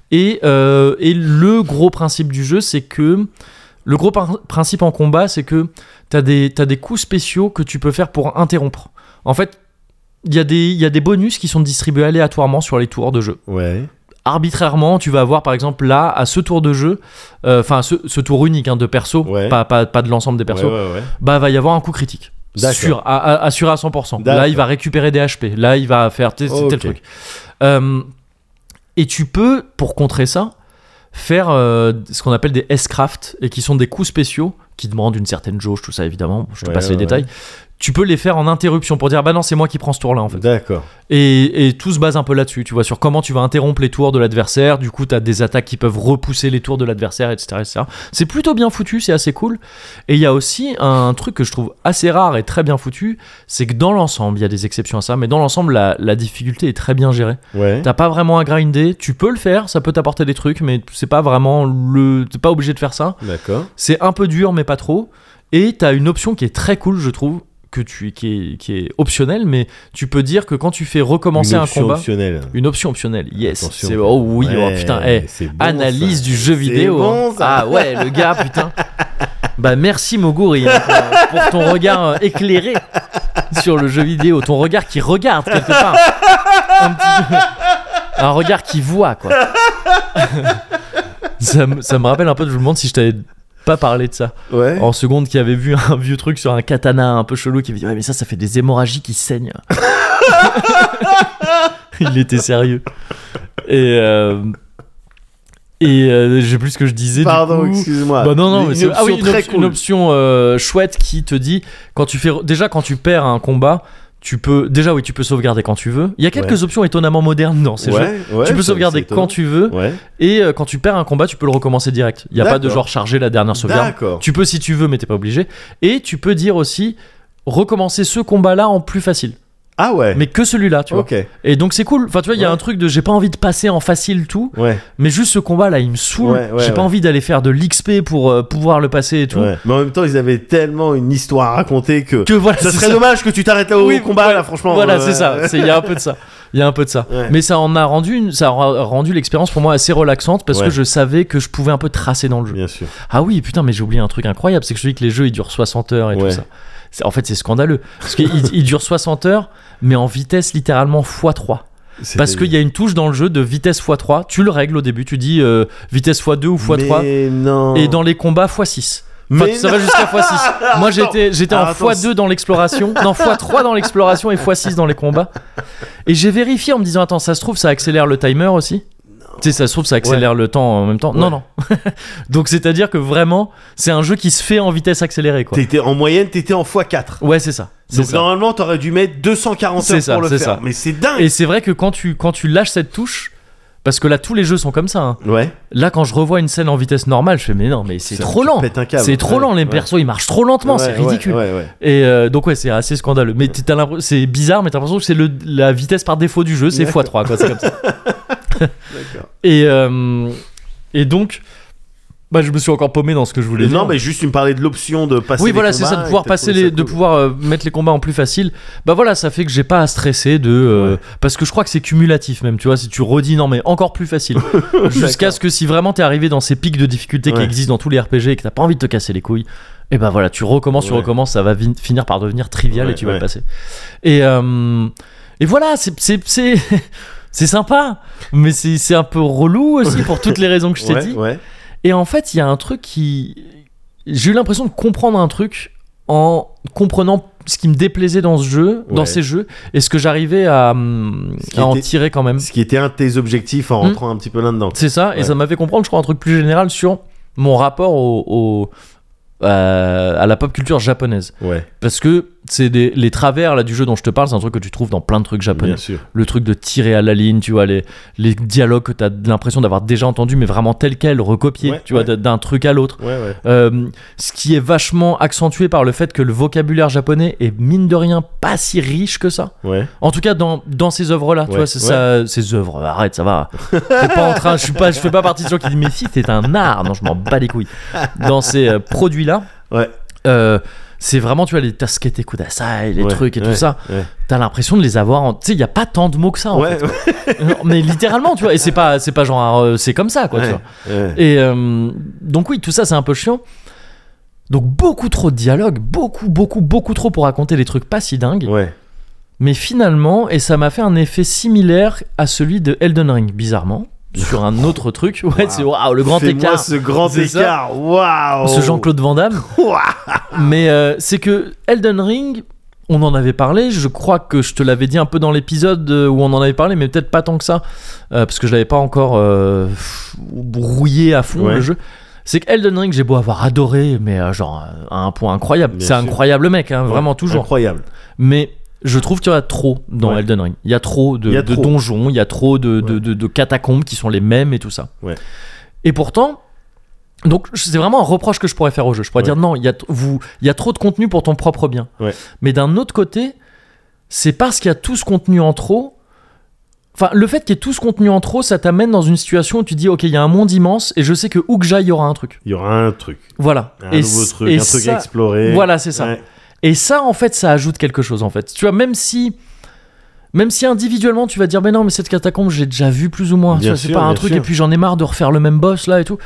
[SPEAKER 1] Et, euh, et le gros principe du jeu, c'est que. Le gros par- principe en combat, c'est que t'as des, t'as des coups spéciaux que tu peux faire pour interrompre. En fait, il y, a des- il y a des bonus qui sont distribués aléatoirement sur les tours de jeu
[SPEAKER 2] Ouais.
[SPEAKER 1] arbitrairement, tu vas avoir par exemple là, à ce tour de jeu, euh, enfin ce, ce tour unique hein, de perso,
[SPEAKER 2] Ouais.
[SPEAKER 1] pas, pas, pas de l'ensemble des persos,
[SPEAKER 2] Ouais, ouais, ouais.
[SPEAKER 1] bah va y avoir un coup critique.
[SPEAKER 2] D'accord.
[SPEAKER 1] Sûr, à, à, assuré à 100%. Là,
[SPEAKER 2] D'accord.
[SPEAKER 1] il va récupérer des HP. Là, il va faire tel, tel
[SPEAKER 2] Ok.
[SPEAKER 1] truc. Euh, et tu peux, pour contrer ça, faire euh, ce qu'on appelle des S-craft, et qui sont des coups spéciaux, qui demandent une certaine jauge, tout ça évidemment. Je te
[SPEAKER 2] Ouais,
[SPEAKER 1] passe les
[SPEAKER 2] ouais,
[SPEAKER 1] détails. Tu peux les faire en interruption pour dire bah non, c'est moi qui prends ce tour-là en fait.
[SPEAKER 2] D'accord.
[SPEAKER 1] Et, et tout se base un peu là-dessus, tu vois, sur comment tu vas interrompre les tours de l'adversaire. Du coup, tu as des attaques qui peuvent repousser les tours de l'adversaire, etc. etc. C'est plutôt bien foutu, c'est assez cool. Et il y a aussi un truc que je trouve assez rare et très bien foutu, c'est que dans l'ensemble, il y a des exceptions à ça, mais dans l'ensemble, la, la difficulté est très bien gérée.
[SPEAKER 2] Ouais.
[SPEAKER 1] T'as pas vraiment à grinder, tu peux le faire, ça peut t'apporter des trucs, mais c'est pas vraiment le. T'es pas obligé de faire ça.
[SPEAKER 2] D'accord.
[SPEAKER 1] C'est un peu dur, mais pas trop. Et t'as une option qui est très cool, je trouve, que tu, qui, est, qui est optionnelle, mais tu peux dire que quand tu fais recommencer
[SPEAKER 2] Une
[SPEAKER 1] un
[SPEAKER 2] option
[SPEAKER 1] combat.
[SPEAKER 2] optionnelle.
[SPEAKER 1] Une option optionnelle, yes.
[SPEAKER 2] Attention.
[SPEAKER 1] C'est, oh oui, oh
[SPEAKER 2] Ouais,
[SPEAKER 1] putain, eh,
[SPEAKER 2] c'est bon,
[SPEAKER 1] analyse
[SPEAKER 2] ça.
[SPEAKER 1] du jeu
[SPEAKER 2] C'est
[SPEAKER 1] vidéo.
[SPEAKER 2] bon,
[SPEAKER 1] hein.
[SPEAKER 2] ça.
[SPEAKER 1] Ah ouais, le gars, putain. Bah merci Moguri hein, pour, pour ton regard euh, éclairé sur le jeu vidéo, ton regard qui regarde quelque part. Un, petit peu. Un regard qui voit quoi. ça, me- ça me rappelle un peu, je me demande si je t'avais pas parlé de ça
[SPEAKER 2] Ouais.
[SPEAKER 1] en seconde qui avait vu un vieux truc sur un katana un peu chelou qui avait dit ouais mais ça ça fait des hémorragies qui saignent il était sérieux et euh, Et euh, je sais plus ce que je disais. du
[SPEAKER 2] Pardon,
[SPEAKER 1] coup.
[SPEAKER 2] excuse-moi.
[SPEAKER 1] Bah non, non,
[SPEAKER 2] Une-
[SPEAKER 1] mais
[SPEAKER 2] une
[SPEAKER 1] c'est
[SPEAKER 2] option
[SPEAKER 1] ah oui, une,
[SPEAKER 2] très
[SPEAKER 1] op-
[SPEAKER 2] cool.
[SPEAKER 1] une option euh, chouette qui te dit quand tu fais déjà quand tu perds un combat, tu peux déjà oui, tu peux sauvegarder quand tu veux. Il y a quelques
[SPEAKER 2] Ouais.
[SPEAKER 1] options étonnamment modernes dans ces jeux.
[SPEAKER 2] Ouais, ouais,
[SPEAKER 1] tu peux
[SPEAKER 2] ça,
[SPEAKER 1] sauvegarder
[SPEAKER 2] c'est étonnant.
[SPEAKER 1] quand tu veux
[SPEAKER 2] Ouais.
[SPEAKER 1] et euh, quand tu perds un combat, tu peux le recommencer direct. Il y a pas de
[SPEAKER 2] D'accord.
[SPEAKER 1] genre charger la dernière sauvegarde.
[SPEAKER 2] D'accord.
[SPEAKER 1] Tu peux si tu veux, mais t'es pas obligé. Et tu peux dire aussi recommencer ce combat-là en plus facile,
[SPEAKER 2] Ah ouais.
[SPEAKER 1] mais que celui-là, tu vois.
[SPEAKER 2] ok.
[SPEAKER 1] Et donc c'est cool. Enfin, tu vois, il y a
[SPEAKER 2] Ouais.
[SPEAKER 1] un truc de j'ai pas envie de passer en facile tout,
[SPEAKER 2] Ouais.
[SPEAKER 1] mais juste ce combat-là, il me saoule.
[SPEAKER 2] Ouais, ouais,
[SPEAKER 1] j'ai pas
[SPEAKER 2] ouais.
[SPEAKER 1] envie d'aller faire de l'XP pour euh, pouvoir le passer et tout.
[SPEAKER 2] ouais. Mais en même temps, ils avaient tellement une histoire à raconter que.
[SPEAKER 1] Que voilà,
[SPEAKER 2] ça
[SPEAKER 1] c'est
[SPEAKER 2] serait dommage que tu t'arrêtes là au
[SPEAKER 1] Oui,
[SPEAKER 2] combat,
[SPEAKER 1] ouais.
[SPEAKER 2] là, franchement.
[SPEAKER 1] Voilà,
[SPEAKER 2] Ouais,
[SPEAKER 1] c'est ça.
[SPEAKER 2] ouais.
[SPEAKER 1] C'est- Il y a un peu de ça. Il y a un peu de ça.
[SPEAKER 2] Ouais.
[SPEAKER 1] Mais ça en a rendu, une- ça a rendu l'expérience pour moi assez relaxante parce
[SPEAKER 2] Ouais.
[SPEAKER 1] que je savais que je pouvais un peu tracer dans le jeu.
[SPEAKER 2] Bien sûr.
[SPEAKER 1] Ah oui, putain, mais j'ai oublié un truc incroyable, c'est que je te dis que les jeux ils durent 60 heures et
[SPEAKER 2] Ouais.
[SPEAKER 1] tout ça. C'est- En fait, c'est scandaleux parce qu'ils ils durent 60 heures, mais en vitesse littéralement x3. Parce qu'il y a une touche dans le jeu de vitesse x3, tu le règles au début, tu dis euh, vitesse x2 ou x3,
[SPEAKER 2] Mais non.
[SPEAKER 1] et dans les combats x6. Enfin,
[SPEAKER 2] Oh. Mais
[SPEAKER 1] ça va jusqu'à x6. Moi j'étais, j'étais en
[SPEAKER 2] Alors, attends,
[SPEAKER 1] x2 dans l'exploration, non x3 dans l'exploration et x6 dans les combats. Et j'ai vérifié en me disant attends ça se trouve ça accélère le timer aussi. Tu sais ça se trouve ça accélère le temps en même temps. Non
[SPEAKER 2] Ouais.
[SPEAKER 1] non. Donc c'est à dire que vraiment c'est un jeu qui se fait en vitesse accélérée quoi.
[SPEAKER 2] T'étais en moyenne, t'étais en x4.
[SPEAKER 1] Ouais c'est ça. C'est
[SPEAKER 2] Donc
[SPEAKER 1] ça.
[SPEAKER 2] normalement, t'aurais dû mettre 240
[SPEAKER 1] C'est
[SPEAKER 2] heures
[SPEAKER 1] ça,
[SPEAKER 2] pour le
[SPEAKER 1] c'est
[SPEAKER 2] faire.
[SPEAKER 1] ça.
[SPEAKER 2] Mais c'est dingue.
[SPEAKER 1] Et c'est vrai que quand tu quand tu lâches cette touche, parce que là tous les jeux sont comme ça. hein.
[SPEAKER 2] Ouais.
[SPEAKER 1] Là, quand je revois une scène en vitesse normale, je fais mais non, mais c'est
[SPEAKER 2] Ça,
[SPEAKER 1] trop
[SPEAKER 2] tu
[SPEAKER 1] lent.
[SPEAKER 2] pètes un câble.
[SPEAKER 1] C'est trop
[SPEAKER 2] Ouais,
[SPEAKER 1] lent, les
[SPEAKER 2] ouais.
[SPEAKER 1] persos ils marchent trop lentement, c'est
[SPEAKER 2] Ouais, ouais,
[SPEAKER 1] ridicule.
[SPEAKER 2] Ouais, ouais.
[SPEAKER 1] Et euh, donc ouais, c'est assez scandaleux. Mais t'as l'impr- c'est bizarre, mais t'as l'impression que c'est le- la vitesse par défaut du jeu, c'est
[SPEAKER 2] D'accord.
[SPEAKER 1] x3 quoi, c'est comme ça.
[SPEAKER 2] D'accord.
[SPEAKER 1] Et euh, et donc, bah je me suis encore paumé dans ce que je voulais
[SPEAKER 2] Mais
[SPEAKER 1] dire.
[SPEAKER 2] Non, mais juste, tu me parlais de l'option de passer.
[SPEAKER 1] oui,
[SPEAKER 2] les
[SPEAKER 1] voilà, c'est
[SPEAKER 2] combats
[SPEAKER 1] ça, de
[SPEAKER 2] et
[SPEAKER 1] pouvoir
[SPEAKER 2] t'as
[SPEAKER 1] passer
[SPEAKER 2] trouvé
[SPEAKER 1] les,
[SPEAKER 2] ça
[SPEAKER 1] de
[SPEAKER 2] cool.
[SPEAKER 1] pouvoir euh, mettre les combats en plus facile. Bah voilà, ça fait que j'ai pas à stresser de, euh,
[SPEAKER 2] Ouais.
[SPEAKER 1] parce que je crois que c'est cumulatif même, tu vois, si tu redis non mais encore plus facile, jusqu'à ce que si vraiment t'es arrivé dans ces pics de difficulté qui
[SPEAKER 2] Ouais.
[SPEAKER 1] existent dans tous les RPG et que t'as pas envie de te casser les couilles, et ben voilà, tu recommences, tu
[SPEAKER 2] Ouais.
[SPEAKER 1] recommences, ça va vi- finir par devenir trivial et
[SPEAKER 2] Ouais,
[SPEAKER 1] tu vas
[SPEAKER 2] ouais.
[SPEAKER 1] le passer. Et euh, et voilà, c'est c'est c'est c'est sympa, mais c'est c'est un peu relou aussi pour toutes les raisons que je t'ai
[SPEAKER 2] ouais,
[SPEAKER 1] dit.
[SPEAKER 2] Ouais.
[SPEAKER 1] Et en fait, il y a un truc qui. J'ai eu l'impression de comprendre un truc en comprenant ce qui me déplaisait dans ce jeu, dans
[SPEAKER 2] Ouais.
[SPEAKER 1] ces jeux, et ce que j'arrivais à, hum,
[SPEAKER 2] Ce qui
[SPEAKER 1] à en
[SPEAKER 2] était-
[SPEAKER 1] tirer quand même.
[SPEAKER 2] Ce qui était un de tes objectifs en
[SPEAKER 1] Hmm.
[SPEAKER 2] rentrant un petit peu là-dedans.
[SPEAKER 1] C'est ça, et
[SPEAKER 2] Ouais.
[SPEAKER 1] ça m'a fait comprendre, je crois, un truc plus général sur mon rapport au. au- euh, à la pop culture japonaise
[SPEAKER 2] Ouais,
[SPEAKER 1] parce que c'est des- les travers là du jeu dont je te parle c'est un truc que tu trouves dans plein de trucs japonais
[SPEAKER 2] bien sûr.
[SPEAKER 1] le truc de tirer à la ligne, tu vois, les, les dialogues que t'as l'impression d'avoir déjà entendu, mais vraiment tel quel, recopié,
[SPEAKER 2] Ouais,
[SPEAKER 1] tu vois, d-
[SPEAKER 2] ouais.
[SPEAKER 1] d'un truc à l'autre.
[SPEAKER 2] Ouais, ouais.
[SPEAKER 1] Euh, ce qui est vachement accentué par le fait que le vocabulaire japonais est mine de rien pas si riche que ça.
[SPEAKER 2] Ouais.
[SPEAKER 1] En tout cas dans, dans ces œuvres là, tu
[SPEAKER 2] Ouais,
[SPEAKER 1] vois, c'est ça, ces œuvres. Arrête, ça va. T'es pas en train, je suis pas, je fais pas partie de gens qui disent mais si c'est un art. Non, je m'en bats les couilles. Dans ces produits là,
[SPEAKER 2] Ouais.
[SPEAKER 1] c'est vraiment tu vois les tasukete kudasai, les
[SPEAKER 2] Ouais,
[SPEAKER 1] trucs et
[SPEAKER 2] ouais,
[SPEAKER 1] tout ça.
[SPEAKER 2] ouais.
[SPEAKER 1] T'as l'impression de les avoir. en- Tu sais, il y a pas tant de mots que ça. En
[SPEAKER 2] Ouais,
[SPEAKER 1] fait. Non, mais littéralement, tu vois. Et c'est pas, c'est pas genre, euh, c'est comme ça quoi. Tu vois.
[SPEAKER 2] ouais.
[SPEAKER 1] Et euh, donc oui, tout ça c'est un peu chiant. Donc beaucoup trop de dialogue, beaucoup, beaucoup, beaucoup trop pour raconter des trucs pas si dingues.
[SPEAKER 2] Ouais.
[SPEAKER 1] Mais finalement, et ça m'a fait un effet similaire à celui de Elden Ring, bizarrement, sur un autre truc. Ouais, c'est waouh, le grand
[SPEAKER 2] Fais-moi
[SPEAKER 1] écart.
[SPEAKER 2] ce grand
[SPEAKER 1] C'est ça.
[SPEAKER 2] écart. Waouh.
[SPEAKER 1] Ce Jean-Claude Van Damme. Mais euh, c'est que Elden Ring, on en avait parlé, je crois que je te l'avais dit un peu dans l'épisode euh, où on en avait parlé, mais peut-être pas tant que ça, euh, parce que je l'avais pas encore euh, pff, rouillé à fond
[SPEAKER 2] Ouais.
[SPEAKER 1] le jeu. C'est que Elden Ring, j'ai beau avoir adoré, mais euh, genre euh, à un point incroyable.
[SPEAKER 2] Bien
[SPEAKER 1] C'est
[SPEAKER 2] sûr.
[SPEAKER 1] incroyable le mec, hein,
[SPEAKER 2] Ouais,
[SPEAKER 1] vraiment toujours.
[SPEAKER 2] Incroyable.
[SPEAKER 1] Mais je trouve qu'il y en a trop dans
[SPEAKER 2] Ouais.
[SPEAKER 1] Elden Ring. Il y a trop de,
[SPEAKER 2] Il y a
[SPEAKER 1] de
[SPEAKER 2] trop.
[SPEAKER 1] donjons, il y a trop de, de-
[SPEAKER 2] Ouais.
[SPEAKER 1] de- de catacombes qui sont les mêmes et tout ça.
[SPEAKER 2] Ouais.
[SPEAKER 1] Et pourtant, donc je- c'est vraiment un reproche que je pourrais faire au jeu. Je pourrais
[SPEAKER 2] Ouais.
[SPEAKER 1] dire non, il y, a t- vous, il y a trop de contenu pour ton propre bien.
[SPEAKER 2] Ouais.
[SPEAKER 1] Mais d'un autre côté, c'est parce qu'il y a tout ce contenu en trop. Enfin, le fait qu'il y ait tout ce contenu en trop, ça t'amène dans une situation où tu dis, ok, il y a un monde immense et je sais que où que j'aille, il y aura un truc.
[SPEAKER 2] Il y aura un truc.
[SPEAKER 1] Voilà.
[SPEAKER 2] Un
[SPEAKER 1] et
[SPEAKER 2] nouveau
[SPEAKER 1] c-
[SPEAKER 2] truc.
[SPEAKER 1] et
[SPEAKER 2] un truc
[SPEAKER 1] ça-
[SPEAKER 2] à explorer.
[SPEAKER 1] Voilà, c'est ça.
[SPEAKER 2] Ouais.
[SPEAKER 1] Et ça, en fait, ça ajoute quelque chose, en fait. Tu vois, même si. Même si individuellement tu vas dire mais non mais cette catacombe j'ai déjà vu plus ou moins Tu
[SPEAKER 2] Bien
[SPEAKER 1] vois, c'est
[SPEAKER 2] sûr,
[SPEAKER 1] pas un
[SPEAKER 2] bien
[SPEAKER 1] truc
[SPEAKER 2] sûr.
[SPEAKER 1] et puis j'en ai marre de refaire le même boss là et tout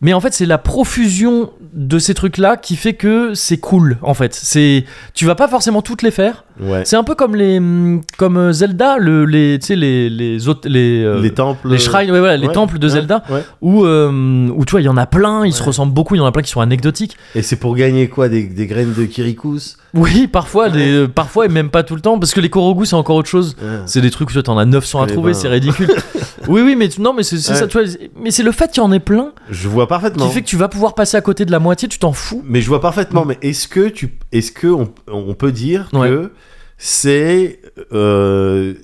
[SPEAKER 1] mais en fait c'est la profusion de ces trucs là qui fait que c'est cool en fait c'est tu vas pas forcément toutes les faire
[SPEAKER 2] Ouais.
[SPEAKER 1] C'est un peu comme les hum, comme euh, Zelda, le, les tu sais les les autres- les euh,
[SPEAKER 2] les temples.
[SPEAKER 1] les shrines, ouais, voilà, les
[SPEAKER 2] Ouais,
[SPEAKER 1] temples de
[SPEAKER 2] ouais,
[SPEAKER 1] Zelda,
[SPEAKER 2] ouais.
[SPEAKER 1] où, euh, où tu vois, il y en a plein, ils se ressemblent beaucoup, il y en a plein qui sont anecdotiques.
[SPEAKER 2] Et c'est pour gagner quoi des, des graines de kirikus
[SPEAKER 1] Oui, parfois, des, euh, parfois et même pas tout le temps, parce que les korogus, c'est encore autre chose.
[SPEAKER 2] Hein.
[SPEAKER 1] C'est des trucs où tu en as 900 à
[SPEAKER 2] Eh
[SPEAKER 1] trouver,
[SPEAKER 2] ben.
[SPEAKER 1] c'est ridicule. oui, oui, mais tu- non, mais c'est c'est
[SPEAKER 2] Ouais.
[SPEAKER 1] ça, tu vois. Mais c'est le fait qu'il y en ait plein
[SPEAKER 2] Je vois parfaitement.
[SPEAKER 1] qui fait que tu vas pouvoir passer à côté de la moitié, tu t'en fous.
[SPEAKER 2] Mais je vois parfaitement. Mais est-ce que tu, est-ce que on, on peut dire
[SPEAKER 1] Ouais.
[SPEAKER 2] que c'est euh,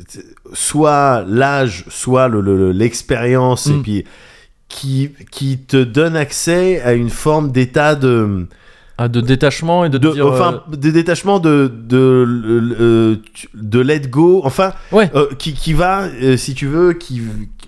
[SPEAKER 2] soit l'âge, soit le- le- le- l'expérience,
[SPEAKER 1] Mm.
[SPEAKER 2] et puis qui qui te donne accès à une forme d'état de,
[SPEAKER 1] Ah, de détachement et de, te
[SPEAKER 2] de
[SPEAKER 1] dire. euh,
[SPEAKER 2] enfin de détachement de de le- le- de let go, enfin
[SPEAKER 1] euh, ouais.
[SPEAKER 2] euh, qui qui va euh, si tu veux qui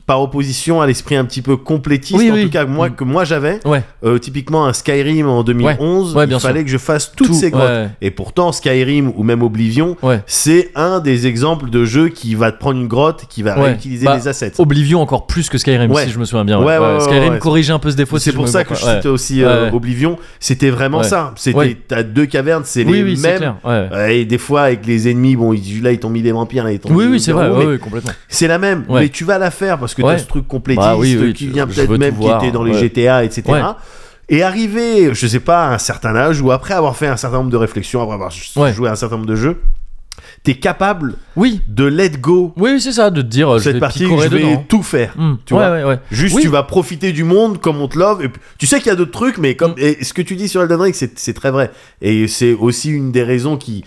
[SPEAKER 2] par opposition à l'esprit un petit peu complétiste
[SPEAKER 1] Oui,
[SPEAKER 2] en
[SPEAKER 1] oui.
[SPEAKER 2] tout cas moi
[SPEAKER 1] Mm.
[SPEAKER 2] que moi j'avais
[SPEAKER 1] Ouais,
[SPEAKER 2] euh, typiquement un Skyrim en 2011
[SPEAKER 1] Ouais, ouais, bien
[SPEAKER 2] il
[SPEAKER 1] sûr.
[SPEAKER 2] fallait que je fasse toutes
[SPEAKER 1] Tout,
[SPEAKER 2] ces grottes
[SPEAKER 1] ouais.
[SPEAKER 2] et pourtant Skyrim ou même Oblivion
[SPEAKER 1] ouais.
[SPEAKER 2] c'est un des exemples de jeu qui va te prendre une grotte qui va
[SPEAKER 1] Ouais.
[SPEAKER 2] réutiliser
[SPEAKER 1] Bah,
[SPEAKER 2] les assets
[SPEAKER 1] Oblivion encore plus que Skyrim,
[SPEAKER 2] Ouais.
[SPEAKER 1] si je me souviens bien.
[SPEAKER 2] Ouais, ouais, ouais,
[SPEAKER 1] Skyrim
[SPEAKER 2] ouais, ouais.
[SPEAKER 1] corrigeait un peu ce défaut. si
[SPEAKER 2] c'est pour
[SPEAKER 1] me
[SPEAKER 2] ça
[SPEAKER 1] trompe
[SPEAKER 2] que je
[SPEAKER 1] pas. Ouais.
[SPEAKER 2] citais aussi euh,
[SPEAKER 1] Ouais.
[SPEAKER 2] Oblivion c'était vraiment
[SPEAKER 1] Ouais.
[SPEAKER 2] ça c'était
[SPEAKER 1] Ouais.
[SPEAKER 2] t'as deux cavernes c'est
[SPEAKER 1] Oui,
[SPEAKER 2] les
[SPEAKER 1] oui, c'est
[SPEAKER 2] mêmes euh,
[SPEAKER 1] clair. ouais.
[SPEAKER 2] Ouais, et des fois avec les ennemis bon ils- là ils t'ont mis des vampires là ils t'ont
[SPEAKER 1] Oui,
[SPEAKER 2] mis
[SPEAKER 1] oui,
[SPEAKER 2] des
[SPEAKER 1] c'est vrai,
[SPEAKER 2] loups,
[SPEAKER 1] ouais,
[SPEAKER 2] mais
[SPEAKER 1] ouais, complètement.
[SPEAKER 2] c'est la même
[SPEAKER 1] Ouais.
[SPEAKER 2] mais tu vas la faire parce que
[SPEAKER 1] Ouais.
[SPEAKER 2] t'as ce truc complétiste
[SPEAKER 1] Bah oui, oui,
[SPEAKER 2] qui
[SPEAKER 1] je-
[SPEAKER 2] vient
[SPEAKER 1] je
[SPEAKER 2] peut-être
[SPEAKER 1] veux
[SPEAKER 2] même
[SPEAKER 1] tout
[SPEAKER 2] qui
[SPEAKER 1] voir,
[SPEAKER 2] était dans les
[SPEAKER 1] ouais.
[SPEAKER 2] GTA etc
[SPEAKER 1] Ouais.
[SPEAKER 2] et arriver je sais pas à un certain âge ou après avoir fait un certain nombre de réflexions après avoir
[SPEAKER 1] Ouais.
[SPEAKER 2] joué à un certain nombre de jeux t'es capable
[SPEAKER 1] Oui,
[SPEAKER 2] de let go
[SPEAKER 1] oui, oui, c'est ça, de te dire, euh, je
[SPEAKER 2] cette
[SPEAKER 1] vais
[SPEAKER 2] partie
[SPEAKER 1] picorer
[SPEAKER 2] je vais
[SPEAKER 1] dedans.
[SPEAKER 2] tout faire
[SPEAKER 1] Hmm,
[SPEAKER 2] tu
[SPEAKER 1] ouais,
[SPEAKER 2] vois
[SPEAKER 1] ouais, ouais.
[SPEAKER 2] juste
[SPEAKER 1] Oui.
[SPEAKER 2] tu vas profiter du monde comme on te love et puis- tu sais qu'il y a d'autres trucs mais
[SPEAKER 1] Mm.
[SPEAKER 2] comme et ce que tu dis sur Elden Ring c'est c'est très vrai et c'est aussi une des raisons qui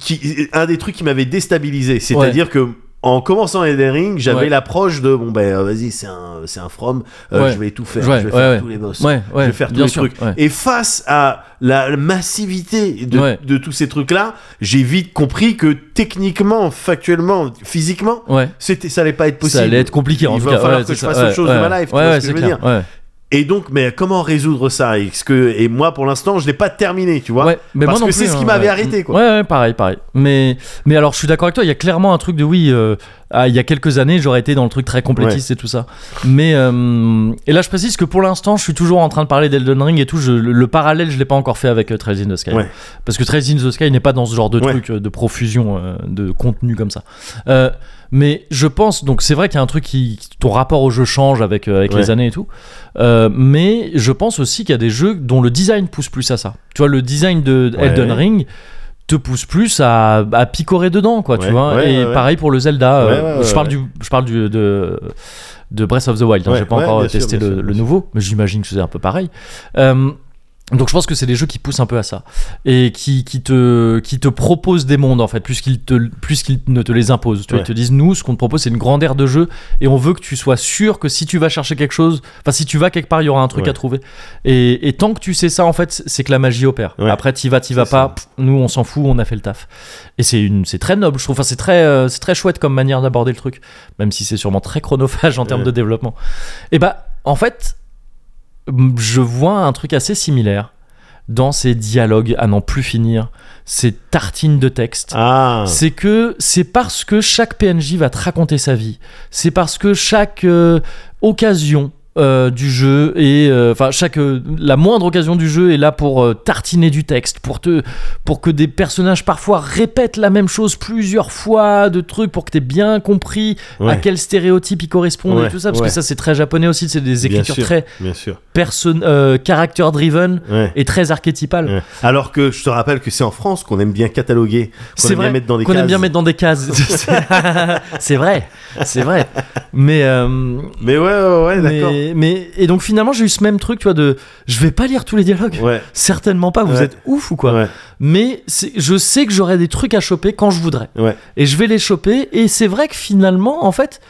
[SPEAKER 2] qui un des trucs qui m'avait déstabilisé c'est-à-dire que en commençant Elden Ring, j'avais
[SPEAKER 1] Ouais.
[SPEAKER 2] l'approche de bon ben euh, vas-y c'est un c'est un from, euh,
[SPEAKER 1] Ouais.
[SPEAKER 2] je vais tout faire,
[SPEAKER 1] Ouais,
[SPEAKER 2] je
[SPEAKER 1] ouais,
[SPEAKER 2] vais faire
[SPEAKER 1] ouais.
[SPEAKER 2] tous les boss,
[SPEAKER 1] Ouais, ouais,
[SPEAKER 2] je vais faire tous
[SPEAKER 1] bien
[SPEAKER 2] les
[SPEAKER 1] sûr,
[SPEAKER 2] trucs.
[SPEAKER 1] ouais.
[SPEAKER 2] Et face à la massivité de,
[SPEAKER 1] Ouais.
[SPEAKER 2] de tous ces trucs là, j'ai vite compris que techniquement, factuellement, physiquement,
[SPEAKER 1] Ouais.
[SPEAKER 2] c'était ça allait pas être possible.
[SPEAKER 1] Ça allait être compliqué en
[SPEAKER 2] Il
[SPEAKER 1] tout
[SPEAKER 2] va
[SPEAKER 1] cas.
[SPEAKER 2] falloir
[SPEAKER 1] ouais,
[SPEAKER 2] que
[SPEAKER 1] c'est
[SPEAKER 2] je
[SPEAKER 1] ça,
[SPEAKER 2] fasse
[SPEAKER 1] ouais,
[SPEAKER 2] autre chose de
[SPEAKER 1] ouais.
[SPEAKER 2] ma life, tu
[SPEAKER 1] Ouais,
[SPEAKER 2] vois
[SPEAKER 1] ouais,
[SPEAKER 2] ce que
[SPEAKER 1] c'est
[SPEAKER 2] je veux
[SPEAKER 1] clair, ouais.
[SPEAKER 2] Et donc, mais comment résoudre ça et, ce que, et moi, pour l'instant, je l'ai pas terminé, tu vois.
[SPEAKER 1] Ouais, mais
[SPEAKER 2] Bah, Parce
[SPEAKER 1] moi non
[SPEAKER 2] que
[SPEAKER 1] plus,
[SPEAKER 2] c'est ce qui
[SPEAKER 1] hein,
[SPEAKER 2] m'avait
[SPEAKER 1] ouais.
[SPEAKER 2] arrêté, quoi.
[SPEAKER 1] Ouais, ouais, pareil, pareil. Mais, mais alors, je suis d'accord avec toi, il y a clairement un truc de oui. euh, ah, il y a quelques années, j'aurais été dans le truc très complétiste et tout ça. Mais, euh, et là, je précise que pour l'instant, je suis toujours en train de parler d'Elden Ring et tout. Je, le, le parallèle, je l'ai pas encore fait avec euh, Trails in the Sky.
[SPEAKER 2] Ouais.
[SPEAKER 1] Parce que Trails in the Sky n'est pas dans ce genre de
[SPEAKER 2] Ouais.
[SPEAKER 1] truc euh, de profusion euh, de contenu comme ça. Euh, mais je pense, donc c'est vrai qu'il y a un truc qui. Ton rapport au jeu change avec, euh, avec les
[SPEAKER 2] Ouais.
[SPEAKER 1] années et tout. Euh, mais je pense aussi qu'il y a des jeux dont le design pousse plus à ça. Tu vois, le design de
[SPEAKER 2] Ouais.
[SPEAKER 1] Elden Ring te pousse plus à, à picorer dedans, quoi, tu
[SPEAKER 2] Ouais,
[SPEAKER 1] vois.
[SPEAKER 2] ouais,
[SPEAKER 1] et
[SPEAKER 2] ouais, ouais.
[SPEAKER 1] pareil pour le Zelda.
[SPEAKER 2] Ouais,
[SPEAKER 1] euh,
[SPEAKER 2] ouais,
[SPEAKER 1] je
[SPEAKER 2] ouais,
[SPEAKER 1] parle,
[SPEAKER 2] ouais.
[SPEAKER 1] du, je parle du, de, de Breath of the Wild. hein,
[SPEAKER 2] Ouais,
[SPEAKER 1] J'ai pas
[SPEAKER 2] ouais,
[SPEAKER 1] encore
[SPEAKER 2] bien sûr,
[SPEAKER 1] testé
[SPEAKER 2] bien
[SPEAKER 1] le,
[SPEAKER 2] sûr,
[SPEAKER 1] le
[SPEAKER 2] bien sûr.
[SPEAKER 1] nouveau, mais j'imagine que c'est un peu pareil. Euh, donc je pense que c'est des jeux qui poussent un peu à ça et qui, qui te, qui te proposent des mondes en fait plus qu'ils te, plus qu'ils ne te les imposent. Tu vois,
[SPEAKER 2] Ouais.
[SPEAKER 1] ils te disent nous ce qu'on te propose c'est une grande aire de jeu et on veut que tu sois sûr que si tu vas chercher quelque chose, enfin si tu vas quelque part il y aura un truc
[SPEAKER 2] Ouais.
[SPEAKER 1] à trouver. Et, et tant que tu sais ça en fait c'est que la magie opère.
[SPEAKER 2] Ouais.
[SPEAKER 1] Après t'y vas t'y vas
[SPEAKER 2] C'est
[SPEAKER 1] pas,
[SPEAKER 2] ça.
[SPEAKER 1] pff, nous on s'en fout on a fait le taf. Et c'est une c'est très noble je trouve. Enfin c'est très euh, c'est très chouette comme manière d'aborder le truc même si c'est sûrement très chronophage en termes
[SPEAKER 2] Ouais.
[SPEAKER 1] de développement. Et bah en fait je vois un truc assez similaire dans ces dialogues à n'en plus finir, ces tartines de texte.
[SPEAKER 2] Ah,
[SPEAKER 1] C'est que c'est parce que chaque PNJ va te raconter sa vie. C'est parce que chaque euh, occasion euh, du jeu et enfin chaque euh, la moindre occasion du jeu est là pour euh, tartiner du texte, pour te pour que des personnages parfois répètent la même chose plusieurs fois de trucs pour que t'aies bien compris à
[SPEAKER 2] ouais,
[SPEAKER 1] quel stéréotype ils correspondent et
[SPEAKER 2] Ouais,
[SPEAKER 1] tout ça parce
[SPEAKER 2] ouais.
[SPEAKER 1] que ça c'est très japonais aussi, c'est des
[SPEAKER 2] Bien
[SPEAKER 1] écritures
[SPEAKER 2] sûr.
[SPEAKER 1] très
[SPEAKER 2] bien sûr.
[SPEAKER 1] person euh, character driven
[SPEAKER 2] Ouais.
[SPEAKER 1] et très archétypale.
[SPEAKER 2] Ouais. Alors que je te rappelle que c'est en France qu'on aime bien cataloguer, qu'on
[SPEAKER 1] C'est
[SPEAKER 2] aime
[SPEAKER 1] vrai
[SPEAKER 2] bien mettre dans des
[SPEAKER 1] qu'on aime
[SPEAKER 2] cases.
[SPEAKER 1] bien mettre dans des cases. c'est vrai, c'est vrai. Mais, euh,
[SPEAKER 2] Mais ouais, ouais, ouais, d'accord.
[SPEAKER 1] mais, mais- et donc finalement j'ai eu ce même truc, tu vois, de je vais pas lire tous les dialogues.
[SPEAKER 2] Ouais,
[SPEAKER 1] Certainement pas. Vous
[SPEAKER 2] Ouais.
[SPEAKER 1] êtes ouf ou quoi
[SPEAKER 2] ouais,
[SPEAKER 1] Mais c'est- je sais que j'aurai des trucs à choper quand je voudrais.
[SPEAKER 2] ouais.
[SPEAKER 1] Et je vais les choper. Et c'est vrai que finalement, en fait,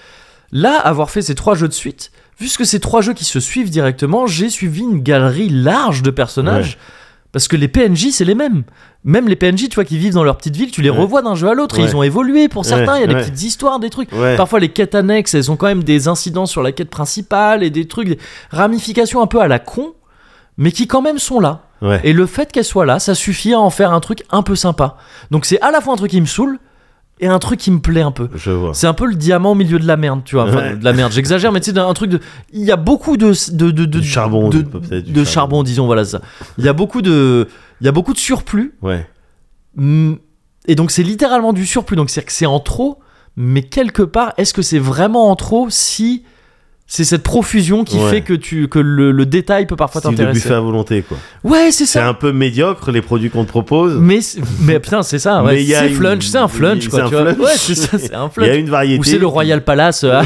[SPEAKER 1] là, avoir fait ces trois jeux de suite, vu que ces trois jeux qui se suivent directement, j'ai suivi une galerie large de personnages. Parce que les PNJ, c'est les mêmes. Même les PNJ, tu vois, qui vivent dans leur petite ville, tu les
[SPEAKER 2] Ouais.
[SPEAKER 1] revois d'un jeu à l'autre. et
[SPEAKER 2] Ouais.
[SPEAKER 1] Ils ont évolué pour certains. Il
[SPEAKER 2] Ouais,
[SPEAKER 1] y a des
[SPEAKER 2] ouais.
[SPEAKER 1] petites histoires, des trucs.
[SPEAKER 2] Ouais.
[SPEAKER 1] Parfois, les quêtes annexes, elles ont quand même des incidents sur la quête principale et des trucs, des ramifications un peu à la con, mais qui quand même sont là.
[SPEAKER 2] Ouais.
[SPEAKER 1] Et le fait qu'elle soit là, ça suffit à en faire un truc un peu sympa. Donc c'est à la fois un truc qui me saoule et un truc qui me plaît un peu.
[SPEAKER 2] Je vois.
[SPEAKER 1] C'est un peu le diamant au milieu de la merde, tu vois. Enfin,
[SPEAKER 2] Ouais.
[SPEAKER 1] de la merde, j'exagère, mais tu sais, d'un- un truc de. Il y a beaucoup de. de, de, de
[SPEAKER 2] Du charbon,
[SPEAKER 1] de,
[SPEAKER 2] peut-être du
[SPEAKER 1] de charbon.
[SPEAKER 2] charbon.
[SPEAKER 1] disons, voilà c'est ça. Il y a beaucoup de. Il y a beaucoup de surplus,
[SPEAKER 2] Ouais.
[SPEAKER 1] mm, Et donc c'est littéralement du surplus, donc c'est que c'est en trop, mais quelque part, est-ce que c'est vraiment en trop si c'est cette profusion qui
[SPEAKER 2] Ouais.
[SPEAKER 1] fait que, tu, que le, le détail peut parfois
[SPEAKER 2] C'est le buffet
[SPEAKER 1] t'intéresser
[SPEAKER 2] à volonté, quoi.
[SPEAKER 1] Ouais, c'est
[SPEAKER 2] C'est
[SPEAKER 1] ça.
[SPEAKER 2] un peu médiocre les produits qu'on te propose.
[SPEAKER 1] Mais, c'est- mais putain, c'est ça, ouais.
[SPEAKER 2] Mais il y a
[SPEAKER 1] c'est
[SPEAKER 2] une-
[SPEAKER 1] flunch, c'est un flunch,
[SPEAKER 2] c'est
[SPEAKER 1] quoi,
[SPEAKER 2] un
[SPEAKER 1] tu vois.
[SPEAKER 2] flunch.
[SPEAKER 1] Ouais, c'est ça, c'est un
[SPEAKER 2] Il y a
[SPEAKER 1] flunch.
[SPEAKER 2] une variété.
[SPEAKER 1] Ou c'est le Royal Palace. euh,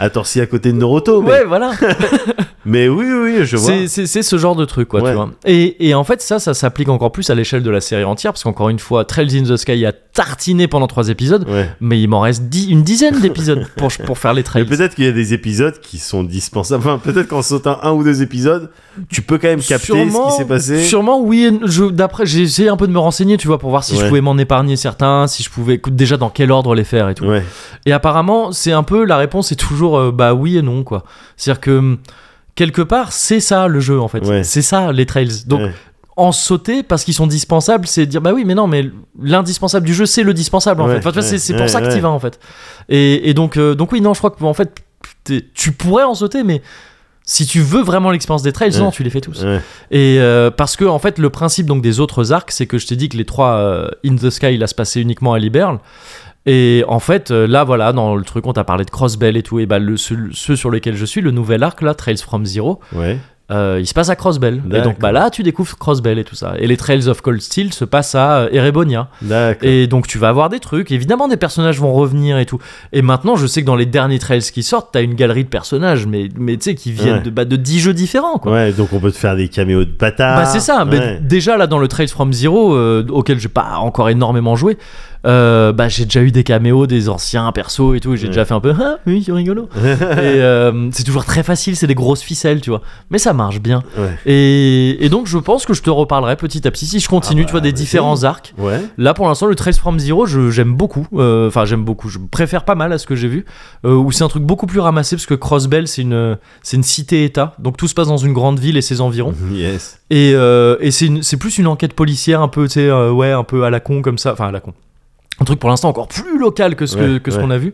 [SPEAKER 2] Attends, si à côté de Noroto. Mais,
[SPEAKER 1] ouais, voilà.
[SPEAKER 2] mais oui, oui, je vois.
[SPEAKER 1] C'est- C'est c'est ce genre de truc, quoi,
[SPEAKER 2] Ouais.
[SPEAKER 1] tu vois. Et, et en fait, ça, ça s'applique encore plus à l'échelle de la série entière, parce qu'encore une fois, Trails in the Sky a tartiné pendant trois épisodes,
[SPEAKER 2] Ouais.
[SPEAKER 1] mais il m'en reste dix- une dizaine d'épisodes pour, pour faire les
[SPEAKER 2] Mais
[SPEAKER 1] trails.
[SPEAKER 2] peut-être qu'il y a des épisodes qui sont dispensables. Enfin, peut-être qu'en sautant un ou deux épisodes, tu peux quand même capter ce qui s'est passé.
[SPEAKER 1] Sûrement, oui. et je- D'après, j'ai essayé un peu de me renseigner, tu vois, pour voir si je
[SPEAKER 2] Ouais.
[SPEAKER 1] pouvais m'en épargner certains, si je pouvais, écoute, déjà dans quel ordre les faire et tout.
[SPEAKER 2] Ouais.
[SPEAKER 1] Et apparemment, c'est un peu la réponse est toujours euh, bah oui et non quoi. C'est-à-dire que hum, quelque part, c'est ça le jeu en fait.
[SPEAKER 2] Ouais.
[SPEAKER 1] C'est ça les trails. Donc
[SPEAKER 2] Ouais.
[SPEAKER 1] en sauter parce qu'ils sont dispensables, c'est dire bah oui mais non mais l'indispensable du jeu c'est le dispensable en
[SPEAKER 2] Ouais,
[SPEAKER 1] fait. Enfin, tu vois,
[SPEAKER 2] ouais,
[SPEAKER 1] c'est c'est pour
[SPEAKER 2] ouais,
[SPEAKER 1] ça que
[SPEAKER 2] ouais.
[SPEAKER 1] tu vas en fait. Et, et donc euh, donc oui non je crois que en fait t'es- tu pourrais en sauter mais si tu veux vraiment l'expérience des trails
[SPEAKER 2] Ouais.
[SPEAKER 1] non tu les fais tous.
[SPEAKER 2] Ouais.
[SPEAKER 1] Et euh, parce que en fait le principe donc des autres arcs c'est que je t'ai dit que les trois euh, In the Sky il a se passé uniquement à Liberle et en fait euh, là voilà dans le truc on t'a parlé de Crossbell et tout et bah le, ce- ceux sur lesquels je suis le nouvel arc là Trails from Zero
[SPEAKER 2] Ouais.
[SPEAKER 1] euh, il se passe à Crossbell et
[SPEAKER 2] D'accord.
[SPEAKER 1] donc bah là tu découvres Crossbell et tout ça et les Trails of Cold Steel se passent à euh, Erebonia
[SPEAKER 2] D'accord.
[SPEAKER 1] et donc tu vas avoir des trucs évidemment des personnages vont revenir et tout et maintenant je sais que dans les derniers Trails qui sortent t'as une galerie de personnages mais, mais tu sais qui viennent
[SPEAKER 2] Ouais.
[SPEAKER 1] de, bah, de 10 jeux différents quoi
[SPEAKER 2] Ouais, donc on peut te faire des caméos de bâtards.
[SPEAKER 1] bah c'est ça, mais
[SPEAKER 2] Ah, Ouais.
[SPEAKER 1] déjà là dans le Trails from Zero, euh, auquel j'ai pas encore énormément joué, euh, bah j'ai déjà eu des caméos des anciens persos et tout, et j'ai
[SPEAKER 2] Ouais.
[SPEAKER 1] déjà fait un peu ah oui c'est rigolo. et euh, c'est toujours très facile, c'est des grosses ficelles, tu vois, mais ça marche bien.
[SPEAKER 2] Ouais.
[SPEAKER 1] Et, et donc je pense que je te reparlerai petit à petit si je continue,
[SPEAKER 2] Ah
[SPEAKER 1] tu vois,
[SPEAKER 2] bah,
[SPEAKER 1] des
[SPEAKER 2] vas-y.
[SPEAKER 1] différents arcs.
[SPEAKER 2] Ouais.
[SPEAKER 1] Là pour l'instant le Trails from Zero, je- j'aime beaucoup, Euh, enfin j'aime beaucoup, je préfère pas mal à ce que j'ai vu, euh, où c'est un truc beaucoup plus ramassé parce que Crossbell c'est une c'est une cité-état, donc tout se passe dans une grande ville et ses environs.
[SPEAKER 2] Yes.
[SPEAKER 1] Et, euh, et c'est une- c'est plus une enquête policière un peu, tu sais, euh, ouais, un peu à la con comme ça. Enfin, à la con. Un truc pour l'instant encore plus local que ce que-
[SPEAKER 2] Ouais,
[SPEAKER 1] que ce
[SPEAKER 2] ouais.
[SPEAKER 1] qu'on a vu.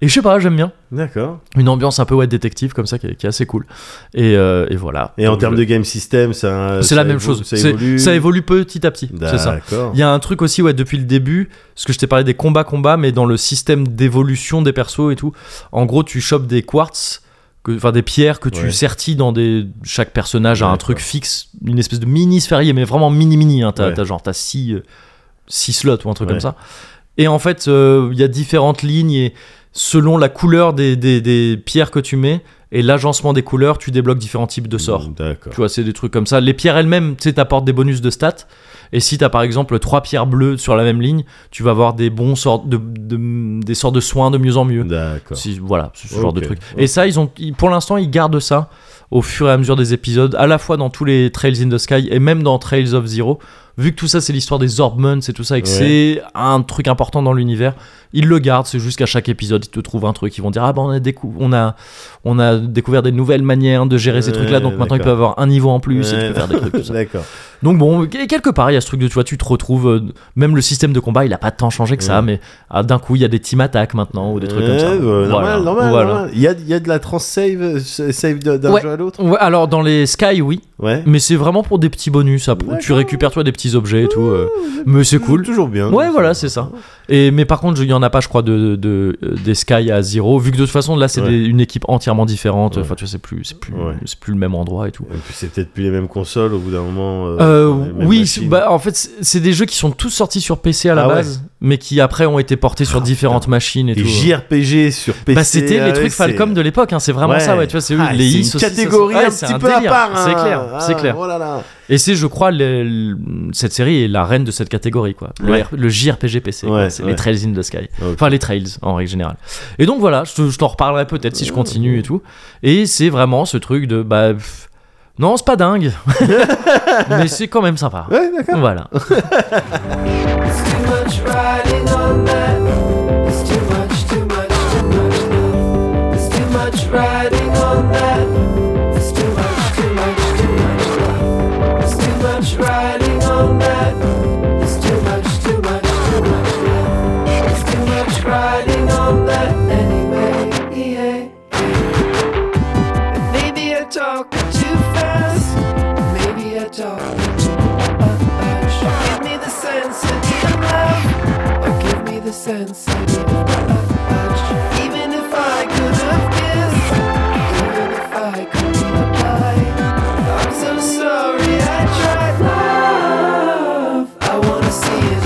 [SPEAKER 1] Et je sais pas, j'aime bien.
[SPEAKER 2] D'accord.
[SPEAKER 1] Une ambiance un peu ouais, détective comme ça qui est, qui est assez cool. Et, euh, et voilà.
[SPEAKER 2] Et en
[SPEAKER 1] Donc,
[SPEAKER 2] termes
[SPEAKER 1] je-
[SPEAKER 2] de game system, ça.
[SPEAKER 1] C'est
[SPEAKER 2] ça
[SPEAKER 1] la même
[SPEAKER 2] évo-
[SPEAKER 1] chose.
[SPEAKER 2] Ça
[SPEAKER 1] C'est-
[SPEAKER 2] évolue.
[SPEAKER 1] ça évolue petit à petit. C'est ça.
[SPEAKER 2] D'accord.
[SPEAKER 1] Il y a un truc aussi, ouais, depuis le début, parce que je t'ai parlé des combats-combats, mais dans le système d'évolution des persos et tout. En gros, tu chopes des quartz, que- enfin des pierres que tu
[SPEAKER 2] Ouais.
[SPEAKER 1] sertis dans des. Chaque personnage a un
[SPEAKER 2] D'accord.
[SPEAKER 1] truc fixe, une espèce de mini sphérié, mais vraiment mini-mini. Hein, t'as,
[SPEAKER 2] Ouais.
[SPEAKER 1] t'as genre, t'as 6 six, euh, six slots ou un truc
[SPEAKER 2] Ouais.
[SPEAKER 1] comme ça. Et en fait, euh, il y a différentes lignes et selon la couleur des, des- des pierres que tu mets et l'agencement des couleurs, tu débloques différents types de sorts.
[SPEAKER 2] D'accord.
[SPEAKER 1] Tu vois, c'est des trucs comme ça. Les pierres elles-mêmes, tu sais, t'apportent des bonus de stats. Et si t'as par exemple trois pierres bleues sur la même ligne, tu vas avoir des bons sortes de, de- des sortes de soins de mieux en mieux.
[SPEAKER 2] D'accord.
[SPEAKER 1] Si, voilà, ce genre
[SPEAKER 2] Ok,
[SPEAKER 1] de truc.
[SPEAKER 2] ok.
[SPEAKER 1] Et ça, ils ont, ils- pour l'instant, ils gardent ça au fur et à mesure des épisodes, à la fois dans tous les Trails in the Sky et même dans Trails of Zero. Vu que tout ça, c'est l'histoire des Orbmons et tout ça, et que
[SPEAKER 2] Ouais.
[SPEAKER 1] c'est un truc important dans l'univers, ils le gardent. C'est juste qu'à chaque épisode, ils te trouvent un truc. Ils vont dire Ah ben, on a, décou- on a, on a découvert des nouvelles manières de gérer ces
[SPEAKER 2] Ouais,
[SPEAKER 1] trucs-là, donc maintenant, ils
[SPEAKER 2] d'accord.
[SPEAKER 1] peuvent avoir un niveau en plus et tu
[SPEAKER 2] Ouais.
[SPEAKER 1] peux faire des trucs. tout ça.
[SPEAKER 2] D'accord.
[SPEAKER 1] Donc bon, et quelque part, il y a ce truc de, tu vois, tu te retrouves, euh, même le système de combat, il a pas tant changé que ça,
[SPEAKER 2] Ouais.
[SPEAKER 1] mais ah, d'un coup, il y a des team attaques maintenant, ou des trucs comme
[SPEAKER 2] Ouais,
[SPEAKER 1] ça.
[SPEAKER 2] bah,
[SPEAKER 1] Voilà.
[SPEAKER 2] Normal, normal,
[SPEAKER 1] Voilà.
[SPEAKER 2] normal. Il y a, il y a de la trans-save euh, save de- d'un
[SPEAKER 1] Ouais.
[SPEAKER 2] jeu à l'autre
[SPEAKER 1] Ouais, alors dans les Sky, oui,
[SPEAKER 2] Ouais.
[SPEAKER 1] mais c'est vraiment pour des petits bonus, ça, pour- tu
[SPEAKER 2] D'accord.
[SPEAKER 1] récupères, toi, des petits objets et tout, euh, mais c'est cool.
[SPEAKER 2] Toujours bien.
[SPEAKER 1] Ouais, voilà, c'est ça. Et, mais par contre, il y en a pas, je crois, de, de- euh, des Sky à zéro, vu que de toute façon, là, c'est
[SPEAKER 2] Ouais.
[SPEAKER 1] des- une équipe entièrement différente,
[SPEAKER 2] Ouais.
[SPEAKER 1] enfin, tu vois, c'est plus, c'est plus,
[SPEAKER 2] Ouais.
[SPEAKER 1] c'est plus le même endroit et tout.
[SPEAKER 2] Et puis c'est peut-être plus les mêmes consoles au bout d'un moment. euh,
[SPEAKER 1] Euh,
[SPEAKER 2] les mêmes
[SPEAKER 1] oui,
[SPEAKER 2] machines.
[SPEAKER 1] bah, en fait, c'est c'est des jeux qui sont tous sortis sur PC à la
[SPEAKER 2] Ah ouais.
[SPEAKER 1] base, mais qui après ont été portés sur
[SPEAKER 2] Ah,
[SPEAKER 1] différentes machines et
[SPEAKER 2] les
[SPEAKER 1] tout.
[SPEAKER 2] JRPG sur PC.
[SPEAKER 1] Bah, c'était
[SPEAKER 2] ah
[SPEAKER 1] les
[SPEAKER 2] ouais,
[SPEAKER 1] trucs Falcom
[SPEAKER 2] c'est-
[SPEAKER 1] de l'époque, hein, c'est vraiment
[SPEAKER 2] Ouais.
[SPEAKER 1] ça, ouais, tu vois, c'est eux,
[SPEAKER 2] Ah,
[SPEAKER 1] les
[SPEAKER 2] c'est
[SPEAKER 1] is
[SPEAKER 2] une
[SPEAKER 1] aussi, ça, ça-
[SPEAKER 2] catégorie
[SPEAKER 1] ouais,
[SPEAKER 2] un
[SPEAKER 1] c'est
[SPEAKER 2] petit peu à
[SPEAKER 1] délire,
[SPEAKER 2] part. hein.
[SPEAKER 1] C'est clair,
[SPEAKER 2] Ah,
[SPEAKER 1] c'est clair.
[SPEAKER 2] Oh là là.
[SPEAKER 1] Et c'est, je crois, le- le- cette série est la reine de cette catégorie, quoi. Le,
[SPEAKER 2] Ouais.
[SPEAKER 1] R- le JRPG PC, quoi,
[SPEAKER 2] Ouais,
[SPEAKER 1] c'est
[SPEAKER 2] ouais.
[SPEAKER 1] les Trails in the Sky.
[SPEAKER 2] Ok.
[SPEAKER 1] Enfin, les Trails, en règle générale. Et donc, voilà, je, te- je t'en reparlerai peut-être si je continue et tout. Et c'est vraiment ce truc de, bah, pff, non, c'est pas dingue, mais c'est quand même sympa.
[SPEAKER 2] Ouais, d'accord.
[SPEAKER 1] Voilà.
[SPEAKER 6] Too much riding on that. It's too much, too much, too much love. It's too much riding on that. It's too much, too much, too much love. It's too much riding on that. It's too much, too much, too much love. It's too much riding on that anyway. Maybe I talk too fast. Maybe I talk too much. Give me the sense sense. Even if I could have kissed, even if I could reply, I'm so sorry I tried. Love, I wanna see it.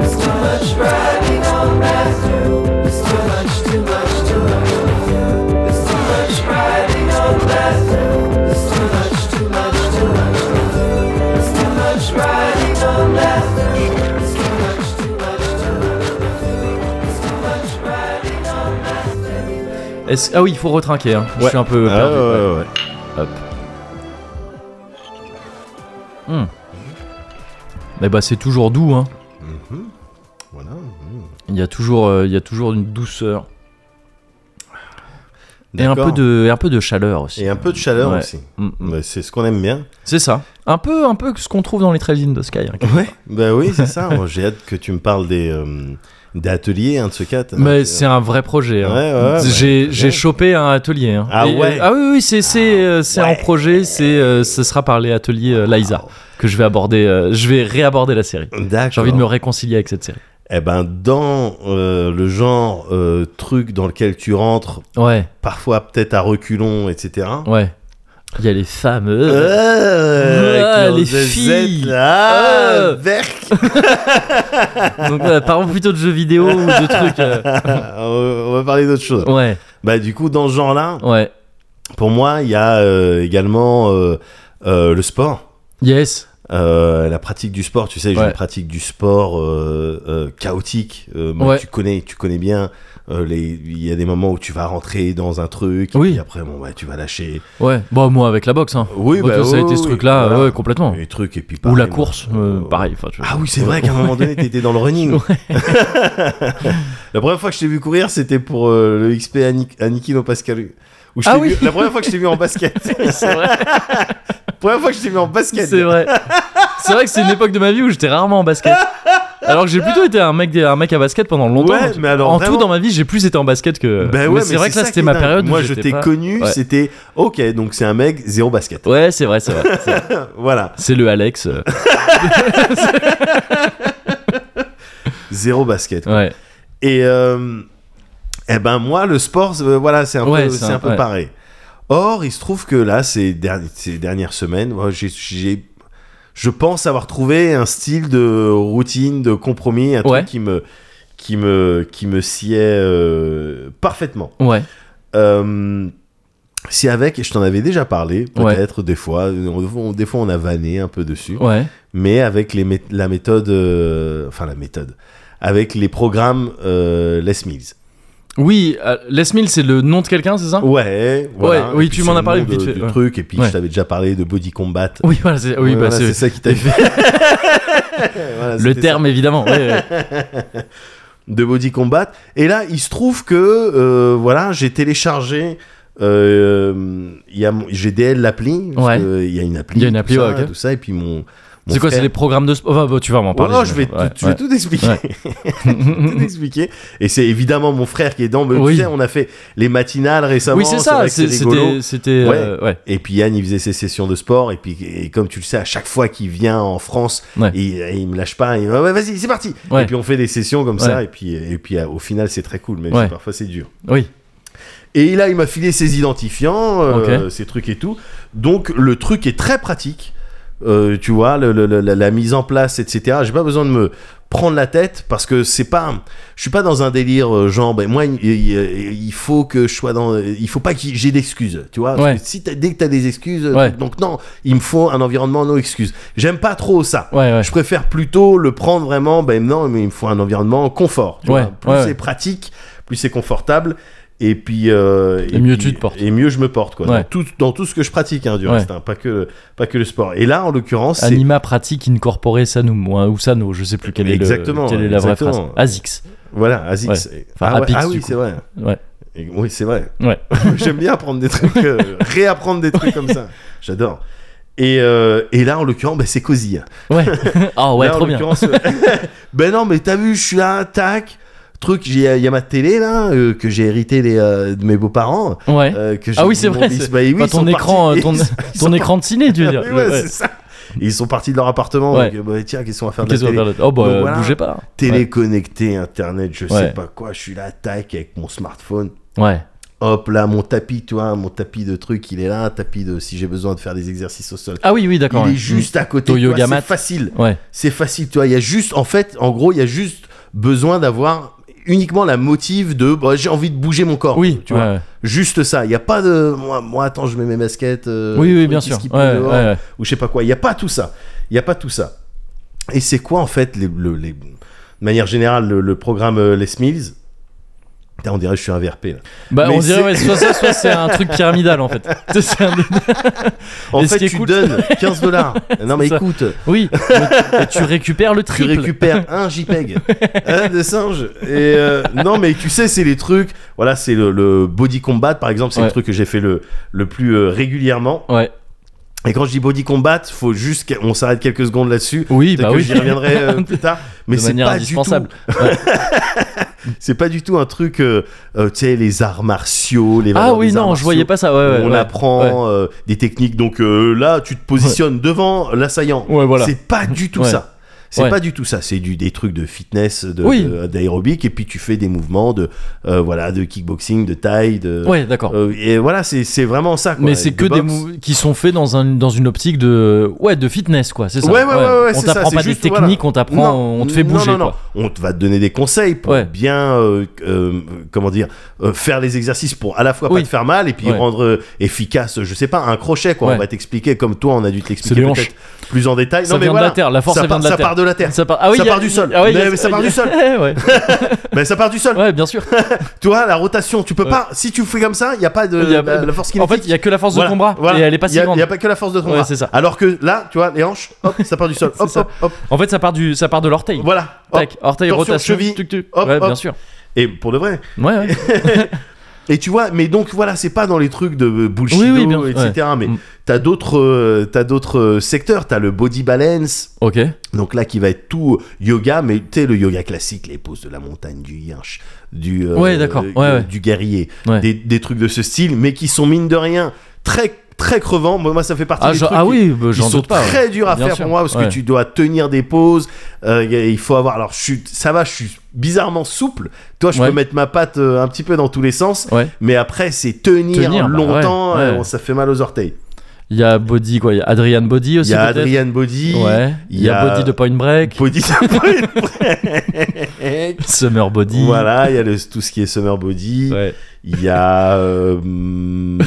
[SPEAKER 6] There's too much riding on that. There's too much, too much, too much. There's too much riding on that. There's too much, too much, too much. There's too much riding on that. There's too much, too much, too much. There's too much riding on that.
[SPEAKER 1] Est-ce- Ah oui, il faut retrinquer. Hein. Je
[SPEAKER 2] Ouais.
[SPEAKER 1] suis un peu
[SPEAKER 2] Ah,
[SPEAKER 1] perdu. ouais.
[SPEAKER 2] ouais, ouais, ouais. Hop.
[SPEAKER 1] Mais bah, c'est toujours doux. Hein.
[SPEAKER 2] Mm-hmm. Voilà. mm-hmm.
[SPEAKER 1] Il y a toujours, euh, il y a toujours une douceur et un
[SPEAKER 2] D'accord.
[SPEAKER 1] peu de, et un peu de chaleur aussi.
[SPEAKER 2] Et un peu de chaleur
[SPEAKER 1] Ouais.
[SPEAKER 2] aussi.
[SPEAKER 1] Mm, mm.
[SPEAKER 2] Mais c'est ce qu'on aime bien.
[SPEAKER 1] C'est ça. Un peu, un peu ce qu'on trouve dans les Trails de Sky. hein.
[SPEAKER 2] Ouais. Bah oui, c'est ça. Moi, J'ai hâte que tu me parles des, euh, des ateliers, un de ce quatre.
[SPEAKER 1] Mais c'est un vrai projet. hein.
[SPEAKER 2] Ouais, ouais, ouais,
[SPEAKER 1] j'ai
[SPEAKER 2] ouais.
[SPEAKER 1] j'ai chopé un atelier. hein.
[SPEAKER 2] Ah ouais.
[SPEAKER 1] euh, ah oui, oui, c'est c'est euh, c'est
[SPEAKER 2] ouais. Ah
[SPEAKER 1] en projet. C'est euh, ce sera par les ateliers euh, Liza que je vais aborder. euh, je vais réaborder la série.
[SPEAKER 2] D'accord.
[SPEAKER 1] J'ai envie de me réconcilier avec cette série.
[SPEAKER 2] Eh ben, dans euh, le genre euh, truc dans lequel tu rentres,
[SPEAKER 1] Ouais,
[SPEAKER 2] parfois peut-être à reculons, etc.
[SPEAKER 1] ouais. Il y a les fameux.
[SPEAKER 2] Euh,
[SPEAKER 1] Ah, les
[SPEAKER 2] avec leurs
[SPEAKER 1] filles.
[SPEAKER 2] zézettes, là,
[SPEAKER 1] Euh.
[SPEAKER 2] verc.
[SPEAKER 1] Donc euh, parlons plutôt de jeux vidéo ou de trucs. euh,
[SPEAKER 2] on va parler d'autre chose.
[SPEAKER 1] Ouais,
[SPEAKER 2] Bah du coup, dans ce genre-là,
[SPEAKER 1] ouais.
[SPEAKER 2] pour moi, il y a euh, également euh, euh, le sport.
[SPEAKER 1] Yes.
[SPEAKER 2] Euh, la pratique du sport, tu sais, j'ai
[SPEAKER 1] Ouais.
[SPEAKER 2] une pratique du sport euh, euh, chaotique. Euh, moi,
[SPEAKER 1] Ouais.
[SPEAKER 2] Tu connais, tu connais bien. euh, les- Il y a des moments où tu vas rentrer dans un truc,
[SPEAKER 1] Oui.
[SPEAKER 2] et puis après, bon, bah, tu vas lâcher.
[SPEAKER 1] Ouais. Bon, moi avec la boxe. Hein.
[SPEAKER 2] Oui,
[SPEAKER 1] Moi,
[SPEAKER 2] bah,
[SPEAKER 1] toi, ça a
[SPEAKER 2] oui,
[SPEAKER 1] été ce
[SPEAKER 2] oui,
[SPEAKER 1] truc-là,
[SPEAKER 2] voilà.
[SPEAKER 1] ouais, complètement.
[SPEAKER 2] Les trucs, et puis
[SPEAKER 1] Ou
[SPEAKER 2] pareil,
[SPEAKER 1] la
[SPEAKER 2] moi.
[SPEAKER 1] course, euh,
[SPEAKER 2] Euh,
[SPEAKER 1] pareil. enfin, tu vois.
[SPEAKER 2] Ah oui, c'est vrai qu'à un moment donné, t'étais dans le running. la première fois que je t'ai vu courir, c'était pour euh, le XP Ani- Anikino Pascalu. Où je
[SPEAKER 1] Ah
[SPEAKER 2] t'ai
[SPEAKER 1] oui.
[SPEAKER 2] vu- La première fois que je t'ai vu en basket.
[SPEAKER 1] c'est vrai.
[SPEAKER 2] la première fois que je t'ai vu en basket.
[SPEAKER 1] C'est vrai. C'est vrai que c'est une époque de ma vie où j'étais rarement en basket. Alors que j'ai plutôt été un mec, un mec à basket pendant longtemps.
[SPEAKER 2] Ouais, mais alors
[SPEAKER 1] en
[SPEAKER 2] vraiment-
[SPEAKER 1] tout, dans ma vie, j'ai plus été en basket que.
[SPEAKER 2] Ben
[SPEAKER 1] mais
[SPEAKER 2] ouais,
[SPEAKER 1] c'est vrai que là,
[SPEAKER 2] ça
[SPEAKER 1] c'était
[SPEAKER 2] qui est
[SPEAKER 1] ma
[SPEAKER 2] dingue.
[SPEAKER 1] période. où
[SPEAKER 2] Moi, je
[SPEAKER 1] j'étais
[SPEAKER 2] t'ai
[SPEAKER 1] pas-
[SPEAKER 2] connu,
[SPEAKER 1] Ouais.
[SPEAKER 2] c'était ok, donc c'est un mec zéro basket.
[SPEAKER 1] Ouais, c'est vrai, c'est vrai. c'est vrai.
[SPEAKER 2] Voilà,
[SPEAKER 1] C'est le Alex. euh,
[SPEAKER 2] zéro basket.
[SPEAKER 1] Ouais.
[SPEAKER 2] Et euh, eh ben moi, le sport, euh, voilà, c'est un
[SPEAKER 1] Ouais,
[SPEAKER 2] peu,
[SPEAKER 1] c'est
[SPEAKER 2] c'est
[SPEAKER 1] un-
[SPEAKER 2] un peu
[SPEAKER 1] ouais.
[SPEAKER 2] pareil. Or, il se trouve que là, ces, derni- ces dernières semaines, moi, j'ai- j'ai, je pense avoir trouvé un style de routine, de compromis, un
[SPEAKER 1] Ouais.
[SPEAKER 2] truc qui me, qui me, qui me sied euh, parfaitement.
[SPEAKER 1] Ouais.
[SPEAKER 2] Euh, si avec, et je t'en avais déjà parlé,
[SPEAKER 1] Ouais.
[SPEAKER 2] peut-être des fois, on- on- des fois on a vanné un peu dessus,
[SPEAKER 1] Ouais.
[SPEAKER 2] mais avec les mé- la méthode, euh, enfin la méthode, avec les programmes euh, Les Mills.
[SPEAKER 1] Oui, euh, Les Mills, c'est le nom de quelqu'un, c'est ça
[SPEAKER 2] Ouais, voilà.
[SPEAKER 1] oui,
[SPEAKER 2] Et puis
[SPEAKER 1] tu
[SPEAKER 2] c'est
[SPEAKER 1] m'en as
[SPEAKER 2] le
[SPEAKER 1] parlé
[SPEAKER 2] nom de-
[SPEAKER 1] vite fait,
[SPEAKER 2] du
[SPEAKER 1] ouais.
[SPEAKER 2] truc, et puis
[SPEAKER 1] Ouais.
[SPEAKER 2] je t'avais déjà parlé de Body Combat.
[SPEAKER 1] Oui, voilà, c'est oui, bah,
[SPEAKER 2] Voilà,
[SPEAKER 1] c'est
[SPEAKER 2] c'est ça qui t'a fait. Voilà,
[SPEAKER 1] le
[SPEAKER 2] c'était ça.
[SPEAKER 1] terme, évidemment. ouais, ouais.
[SPEAKER 2] de Body Combat. Et là, il se trouve que euh, voilà, j'ai téléchargé. euh, il y a mon- GDL l'appli. parce
[SPEAKER 1] Ouais.
[SPEAKER 2] que Il y a une appli.
[SPEAKER 1] Il y a une appli,
[SPEAKER 2] tout,
[SPEAKER 1] ouais,
[SPEAKER 2] ça,
[SPEAKER 1] ok.
[SPEAKER 2] tout ça. Et puis mon. mon
[SPEAKER 1] C'est quoi, c'est
[SPEAKER 2] frère-
[SPEAKER 1] les programmes de sport Enfin, bah, tu vas m'en
[SPEAKER 2] Oh
[SPEAKER 1] parler.
[SPEAKER 2] non, je vais, tout,
[SPEAKER 1] j'imagine.
[SPEAKER 2] je vais
[SPEAKER 1] Ouais,
[SPEAKER 2] tout expliquer.
[SPEAKER 1] Ouais.
[SPEAKER 2] tout expliquer. Et c'est évidemment mon frère qui est dans. Mais
[SPEAKER 1] Oui.
[SPEAKER 2] Tu sais, on a fait les matinales récemment.
[SPEAKER 1] Oui, c'est
[SPEAKER 2] vrai
[SPEAKER 1] ça.
[SPEAKER 2] que c'est
[SPEAKER 1] c'est-
[SPEAKER 2] rigolo.
[SPEAKER 1] C'était, c'était, euh, ouais.
[SPEAKER 2] Et puis Yann, il faisait ses sessions de sport. Et puis, et comme tu le sais, à chaque fois qu'il vient en France,
[SPEAKER 1] Ouais.
[SPEAKER 2] il, il me lâche pas. Il me dit, Ouais, vas-y, c'est parti.
[SPEAKER 1] Ouais.
[SPEAKER 2] Et puis on fait des sessions comme
[SPEAKER 1] Ouais.
[SPEAKER 2] ça. Et puis, et puis euh, au final, c'est très cool, même
[SPEAKER 1] Ouais.
[SPEAKER 2] si parfois c'est dur.
[SPEAKER 1] Oui.
[SPEAKER 2] Et là, il m'a filé ses identifiants, euh, ses trucs et tout. Donc le truc est très pratique. Euh, tu vois, le- le- le- la, la mise en place, etc. J'ai pas besoin de me prendre la tête parce que c'est pas. Je suis pas dans un délire euh, genre. Ben moi, il, il- il faut que je sois dans. Il faut pas que j'ai d'excuses. Tu vois. Parce
[SPEAKER 1] Ouais.
[SPEAKER 2] que si t'as- dès que t'as des excuses,
[SPEAKER 1] Ouais.
[SPEAKER 2] donc non, il me faut un environnement non excuses. J'aime pas trop ça.
[SPEAKER 1] Ouais, ouais.
[SPEAKER 2] Je préfère plutôt le prendre vraiment, ben non, mais il me faut un environnement confort. tu
[SPEAKER 1] Ouais,
[SPEAKER 2] vois. Plus
[SPEAKER 1] ouais, ouais.
[SPEAKER 2] c'est pratique, plus c'est confortable. Et puis. euh,
[SPEAKER 1] Et mieux
[SPEAKER 2] puis-
[SPEAKER 1] tu te portes.
[SPEAKER 2] Et mieux je me porte, quoi.
[SPEAKER 1] Ouais.
[SPEAKER 2] Dans, tout, dans tout ce que je pratique, hein, du
[SPEAKER 1] Ouais.
[SPEAKER 2] reste, hein, pas, que, pas que le sport. Et là, en l'occurrence, c'est.
[SPEAKER 1] Anima pratique incorporé Sanum ou, ou Sano, je sais plus quelle est, le-
[SPEAKER 2] Exactement,
[SPEAKER 1] quelle est la vraie phrase.
[SPEAKER 2] exactement.
[SPEAKER 1] Azix.
[SPEAKER 2] Voilà, Azix.
[SPEAKER 1] Enfin,
[SPEAKER 2] ah, ouais,
[SPEAKER 1] Apix,
[SPEAKER 2] ah
[SPEAKER 1] du
[SPEAKER 2] oui,
[SPEAKER 1] coup.
[SPEAKER 2] c'est vrai.
[SPEAKER 1] Ouais.
[SPEAKER 2] Et- oui, c'est vrai.
[SPEAKER 1] Ouais.
[SPEAKER 2] J'aime bien apprendre des trucs, euh, réapprendre des trucs comme ça. J'adore. Et, euh, et là, en l'occurrence, ben, c'est cosy. hein.
[SPEAKER 1] Ouais. Ah ouais,
[SPEAKER 2] Là, en
[SPEAKER 1] trop bien.
[SPEAKER 2] l'occurrence, euh, ben non, mais t'as vu, je suis là, tac. Truc, il y, a- il y a ma télé là, euh, que j'ai hérité des, euh, de mes beaux-parents.
[SPEAKER 1] Ouais.
[SPEAKER 2] euh, que
[SPEAKER 1] Ah
[SPEAKER 2] j'ai
[SPEAKER 1] oui, c'est
[SPEAKER 2] mon
[SPEAKER 1] vrai,
[SPEAKER 2] bis-
[SPEAKER 1] c'est-
[SPEAKER 2] bah oui,
[SPEAKER 1] Enfin,
[SPEAKER 2] ils
[SPEAKER 1] ton
[SPEAKER 2] sont
[SPEAKER 1] écran,
[SPEAKER 2] partis.
[SPEAKER 1] euh, ton,
[SPEAKER 2] Ils sont- ils
[SPEAKER 1] ton
[SPEAKER 2] sont
[SPEAKER 1] écran de ciné, tu veux
[SPEAKER 2] partis.
[SPEAKER 1] dire.
[SPEAKER 2] Oui, ouais,
[SPEAKER 1] Ouais.
[SPEAKER 2] c'est ça. Et ils sont partis de leur appartement.
[SPEAKER 1] Ouais.
[SPEAKER 2] donc, bah, tiens, qu'est-ce qu'on va faire de la
[SPEAKER 1] Qu'est-ce qu'on va
[SPEAKER 2] télé
[SPEAKER 1] faire d'autre Oh bah,
[SPEAKER 2] Donc,
[SPEAKER 1] euh,
[SPEAKER 2] voilà.
[SPEAKER 1] bougez pas. Ouais.
[SPEAKER 2] Téléconnecté, internet, je
[SPEAKER 1] Ouais.
[SPEAKER 2] sais pas quoi. Je suis là, tac, avec mon smartphone.
[SPEAKER 1] Ouais.
[SPEAKER 2] Hop, là, mon tapis, tu vois, mon tapis de truc, il est là. Tapis de si j'ai besoin de faire des exercices au sol.
[SPEAKER 1] Ah oui, oui, d'accord.
[SPEAKER 2] il
[SPEAKER 1] ouais.
[SPEAKER 2] est juste à côté.
[SPEAKER 1] Au
[SPEAKER 2] tu vois,
[SPEAKER 1] yoga
[SPEAKER 2] C'est
[SPEAKER 1] mat.
[SPEAKER 2] facile.
[SPEAKER 1] Ouais.
[SPEAKER 2] C'est facile, tu vois. Il y a juste, en fait, en gros, il y a juste besoin d'avoir uniquement la motive de bah, j'ai envie de bouger mon corps.
[SPEAKER 1] Oui,
[SPEAKER 2] tu
[SPEAKER 1] ouais,
[SPEAKER 2] vois.
[SPEAKER 1] ouais.
[SPEAKER 2] Juste ça. Il n'y a pas de moi, moi, attends, je mets mes baskets. euh,
[SPEAKER 1] oui, oui,
[SPEAKER 2] truc
[SPEAKER 1] bien
[SPEAKER 2] qui
[SPEAKER 1] sûr.
[SPEAKER 2] skip
[SPEAKER 1] Ouais,
[SPEAKER 2] dehors,
[SPEAKER 1] ouais, ouais.
[SPEAKER 2] Ou je sais pas quoi. Il n'y a pas tout ça. Il n'y a pas tout ça. Et c'est quoi, en fait, les, le- les- de manière générale, le, le programme euh, Les Mills Putain, On dirait que je suis un VRP. Là.
[SPEAKER 1] Bah,
[SPEAKER 2] Mais
[SPEAKER 1] on dirait,
[SPEAKER 2] c'est-
[SPEAKER 1] ouais, soit ça, soit c'est un truc pyramidal en fait. C'est- c'est un-
[SPEAKER 2] En
[SPEAKER 1] Et ce
[SPEAKER 2] fait,
[SPEAKER 1] qui est
[SPEAKER 2] tu
[SPEAKER 1] cool-
[SPEAKER 2] donnes 15 dollars. non, mais
[SPEAKER 1] C'est ça.
[SPEAKER 2] écoute,
[SPEAKER 1] Oui, mais- et tu récupères le
[SPEAKER 2] tu
[SPEAKER 1] triple.
[SPEAKER 2] récupères un JPEG hein, de singe. Et euh, non, mais tu sais, c'est les trucs. Voilà, c'est le, le body combat, par exemple, c'est
[SPEAKER 1] Ouais.
[SPEAKER 2] le truc que j'ai fait le, le plus euh, régulièrement.
[SPEAKER 1] Ouais.
[SPEAKER 2] Et quand je dis body combat, faut juste qu'on s'arrête quelques secondes là-dessus.
[SPEAKER 1] Oui,
[SPEAKER 2] Peut-être
[SPEAKER 1] bah
[SPEAKER 2] que
[SPEAKER 1] oui.
[SPEAKER 2] j'y reviendrai euh, plus tard, mais
[SPEAKER 1] de
[SPEAKER 2] c'est
[SPEAKER 1] manière
[SPEAKER 2] pas du tout.
[SPEAKER 1] indispensable.
[SPEAKER 2] C'est pas du tout un truc, euh, euh, tu sais, les arts martiaux, les
[SPEAKER 1] Ah
[SPEAKER 2] valeurs
[SPEAKER 1] oui,
[SPEAKER 2] des arts
[SPEAKER 1] non, je voyais
[SPEAKER 2] martiaux.
[SPEAKER 1] pas ça. Ouais, ouais,
[SPEAKER 2] on
[SPEAKER 1] ouais.
[SPEAKER 2] apprend euh, des techniques. Donc euh, là, tu te positionnes devant l'assaillant.
[SPEAKER 1] Ouais, voilà.
[SPEAKER 2] C'est pas du tout
[SPEAKER 1] Ouais.
[SPEAKER 2] ça. C'est
[SPEAKER 1] Ouais.
[SPEAKER 2] pas du tout ça. C'est du des trucs de fitness, de-
[SPEAKER 1] Oui.
[SPEAKER 2] de- d'aérobic, et puis tu fais des mouvements de euh, voilà de kickboxing, de taille, de
[SPEAKER 1] Ouais, d'accord.
[SPEAKER 2] euh, et voilà, c'est c'est vraiment ça. quoi.
[SPEAKER 1] mais c'est
[SPEAKER 2] De
[SPEAKER 1] que des
[SPEAKER 2] boxe.
[SPEAKER 1] moves qui sont faits dans, un, dans une optique de ouais de fitness quoi c'est ça
[SPEAKER 2] Ouais, ouais, ouais, ouais,
[SPEAKER 1] on
[SPEAKER 2] c'est ça,
[SPEAKER 1] t'apprend
[SPEAKER 2] c'est
[SPEAKER 1] pas des
[SPEAKER 2] juste,
[SPEAKER 1] techniques
[SPEAKER 2] voilà.
[SPEAKER 1] on t'apprend on te fait
[SPEAKER 2] non,
[SPEAKER 1] bouger
[SPEAKER 2] non, non.
[SPEAKER 1] quoi
[SPEAKER 2] On te va te donner des conseils pour
[SPEAKER 1] Ouais.
[SPEAKER 2] bien, euh, euh, comment dire, euh, faire les exercices pour à la fois
[SPEAKER 1] Oui.
[SPEAKER 2] pas te faire mal et puis
[SPEAKER 1] Ouais.
[SPEAKER 2] rendre euh, efficace, je sais pas, un crochet quoi.
[SPEAKER 1] Ouais.
[SPEAKER 2] On va t'expliquer comme toi, on a dû te l'expliquer
[SPEAKER 1] les hanches.
[SPEAKER 2] peut-être plus en détail.
[SPEAKER 1] ça
[SPEAKER 2] non mais
[SPEAKER 1] vient
[SPEAKER 2] voilà,
[SPEAKER 1] de la terre la force
[SPEAKER 2] ça,
[SPEAKER 1] elle
[SPEAKER 2] part,
[SPEAKER 1] vient de la
[SPEAKER 2] ça
[SPEAKER 1] terre
[SPEAKER 2] part de la terre.
[SPEAKER 1] ça part ah oui
[SPEAKER 2] Ça
[SPEAKER 1] il y a-
[SPEAKER 2] part du sol.
[SPEAKER 1] ah ouais, il y a-
[SPEAKER 2] Mais- mais ça part du sol.
[SPEAKER 1] ouais,
[SPEAKER 2] Mais ça part du sol.
[SPEAKER 1] ouais bien sûr
[SPEAKER 2] Tu vois, la rotation, tu peux
[SPEAKER 1] Ouais.
[SPEAKER 2] pas. Si tu fais comme ça, il y a pas de
[SPEAKER 1] Il y a-
[SPEAKER 2] la, la force
[SPEAKER 1] en
[SPEAKER 2] kinétique.
[SPEAKER 1] fait il y a que la force
[SPEAKER 2] Voilà,
[SPEAKER 1] de ton bras
[SPEAKER 2] voilà.
[SPEAKER 1] et elle est pas
[SPEAKER 2] Il y
[SPEAKER 1] si
[SPEAKER 2] a- Il y a
[SPEAKER 1] grande
[SPEAKER 2] pas que la force de ton
[SPEAKER 1] Ouais,
[SPEAKER 2] bras.
[SPEAKER 1] c'est ça.
[SPEAKER 2] Alors que là, tu vois, les hanches, hop, ça part du sol. Hop,
[SPEAKER 1] C'est
[SPEAKER 2] hop, hop.
[SPEAKER 1] en fait ça part du ça part de l'orteil
[SPEAKER 2] Voilà. hop.
[SPEAKER 1] tac orteil
[SPEAKER 2] Torsion,
[SPEAKER 1] rotation
[SPEAKER 2] cheville,
[SPEAKER 1] tuc, tuc.
[SPEAKER 2] hop,
[SPEAKER 1] ouais
[SPEAKER 2] hop.
[SPEAKER 1] bien sûr
[SPEAKER 2] Et pour de vrai.
[SPEAKER 1] ouais ouais
[SPEAKER 2] Et tu vois, mais donc voilà, c'est pas dans les trucs de euh, bullshit,
[SPEAKER 1] Oui, oui, bien-
[SPEAKER 2] etc. Mais
[SPEAKER 1] Mm.
[SPEAKER 2] t'as d'autres, euh, t'as d'autres euh, secteurs. T'as le body balance,
[SPEAKER 1] ok
[SPEAKER 2] donc là qui va être tout euh, yoga, mais tu sais le yoga classique, les poses de la montagne, du yinche, du euh,
[SPEAKER 1] Ouais, d'accord.
[SPEAKER 2] euh,
[SPEAKER 1] Ouais, ouais.
[SPEAKER 2] du guerrier,
[SPEAKER 1] Ouais.
[SPEAKER 2] des, des trucs de ce style, mais qui sont mine de rien très très crevants. Moi, moi, ça fait partie
[SPEAKER 1] ah,
[SPEAKER 2] des
[SPEAKER 1] je-
[SPEAKER 2] trucs.
[SPEAKER 1] ah
[SPEAKER 2] qui-
[SPEAKER 1] oui bah,
[SPEAKER 2] ils
[SPEAKER 1] j'en
[SPEAKER 2] sont
[SPEAKER 1] doute pas ouais.
[SPEAKER 2] très durs à
[SPEAKER 1] Bien
[SPEAKER 2] faire
[SPEAKER 1] sûr,
[SPEAKER 2] pour moi parce
[SPEAKER 1] ouais.
[SPEAKER 2] que tu dois tenir des pauses. euh, y a- il faut avoir. Alors, je suis, ça va, je suis bizarrement souple. Toi, je
[SPEAKER 1] Ouais.
[SPEAKER 2] peux mettre ma patte euh, un petit peu dans tous les sens.
[SPEAKER 1] Ouais.
[SPEAKER 2] Mais après, c'est tenir,
[SPEAKER 1] Tenir, bah
[SPEAKER 2] longtemps.
[SPEAKER 1] ouais, ouais.
[SPEAKER 2] euh, bon, ça fait mal aux orteils.
[SPEAKER 1] il y a body quoi il y a Adrian Body
[SPEAKER 2] Il
[SPEAKER 1] aussi
[SPEAKER 2] y a
[SPEAKER 1] peut-être.
[SPEAKER 2] Adrian Body.
[SPEAKER 1] ouais il y a Body de Point Break
[SPEAKER 2] Body de-
[SPEAKER 1] Summer Body
[SPEAKER 2] voilà, il y a le- tout ce qui est summer body.
[SPEAKER 1] ouais
[SPEAKER 2] Il y a euh, hum,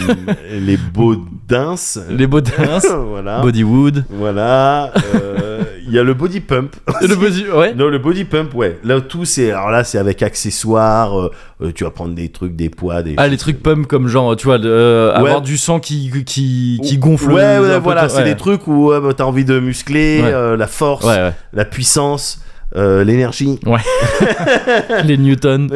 [SPEAKER 2] les bodins.
[SPEAKER 1] les
[SPEAKER 2] Hein
[SPEAKER 1] Bodins
[SPEAKER 2] voilà.
[SPEAKER 1] Bodywood
[SPEAKER 2] Voilà. euh, Il y a le body pump.
[SPEAKER 1] le body ouais
[SPEAKER 2] Non, le body pump, ouais. Là, tout, c'est. Alors là, c'est avec accessoires. euh, euh, tu vas prendre des trucs, des poids, des.
[SPEAKER 1] Ah, les trucs pommes comme genre, tu vois, de, euh,
[SPEAKER 2] Ouais.
[SPEAKER 1] avoir du sang qui, qui, qui gonfle.
[SPEAKER 2] Ouais,
[SPEAKER 1] un
[SPEAKER 2] ouais,
[SPEAKER 1] peu,
[SPEAKER 2] voilà.
[SPEAKER 1] ouais.
[SPEAKER 2] C'est des trucs où euh, bah, t'as envie de muscler,
[SPEAKER 1] Ouais.
[SPEAKER 2] euh, la force,
[SPEAKER 1] Ouais, ouais.
[SPEAKER 2] la puissance, euh, l'énergie.
[SPEAKER 1] les Newton.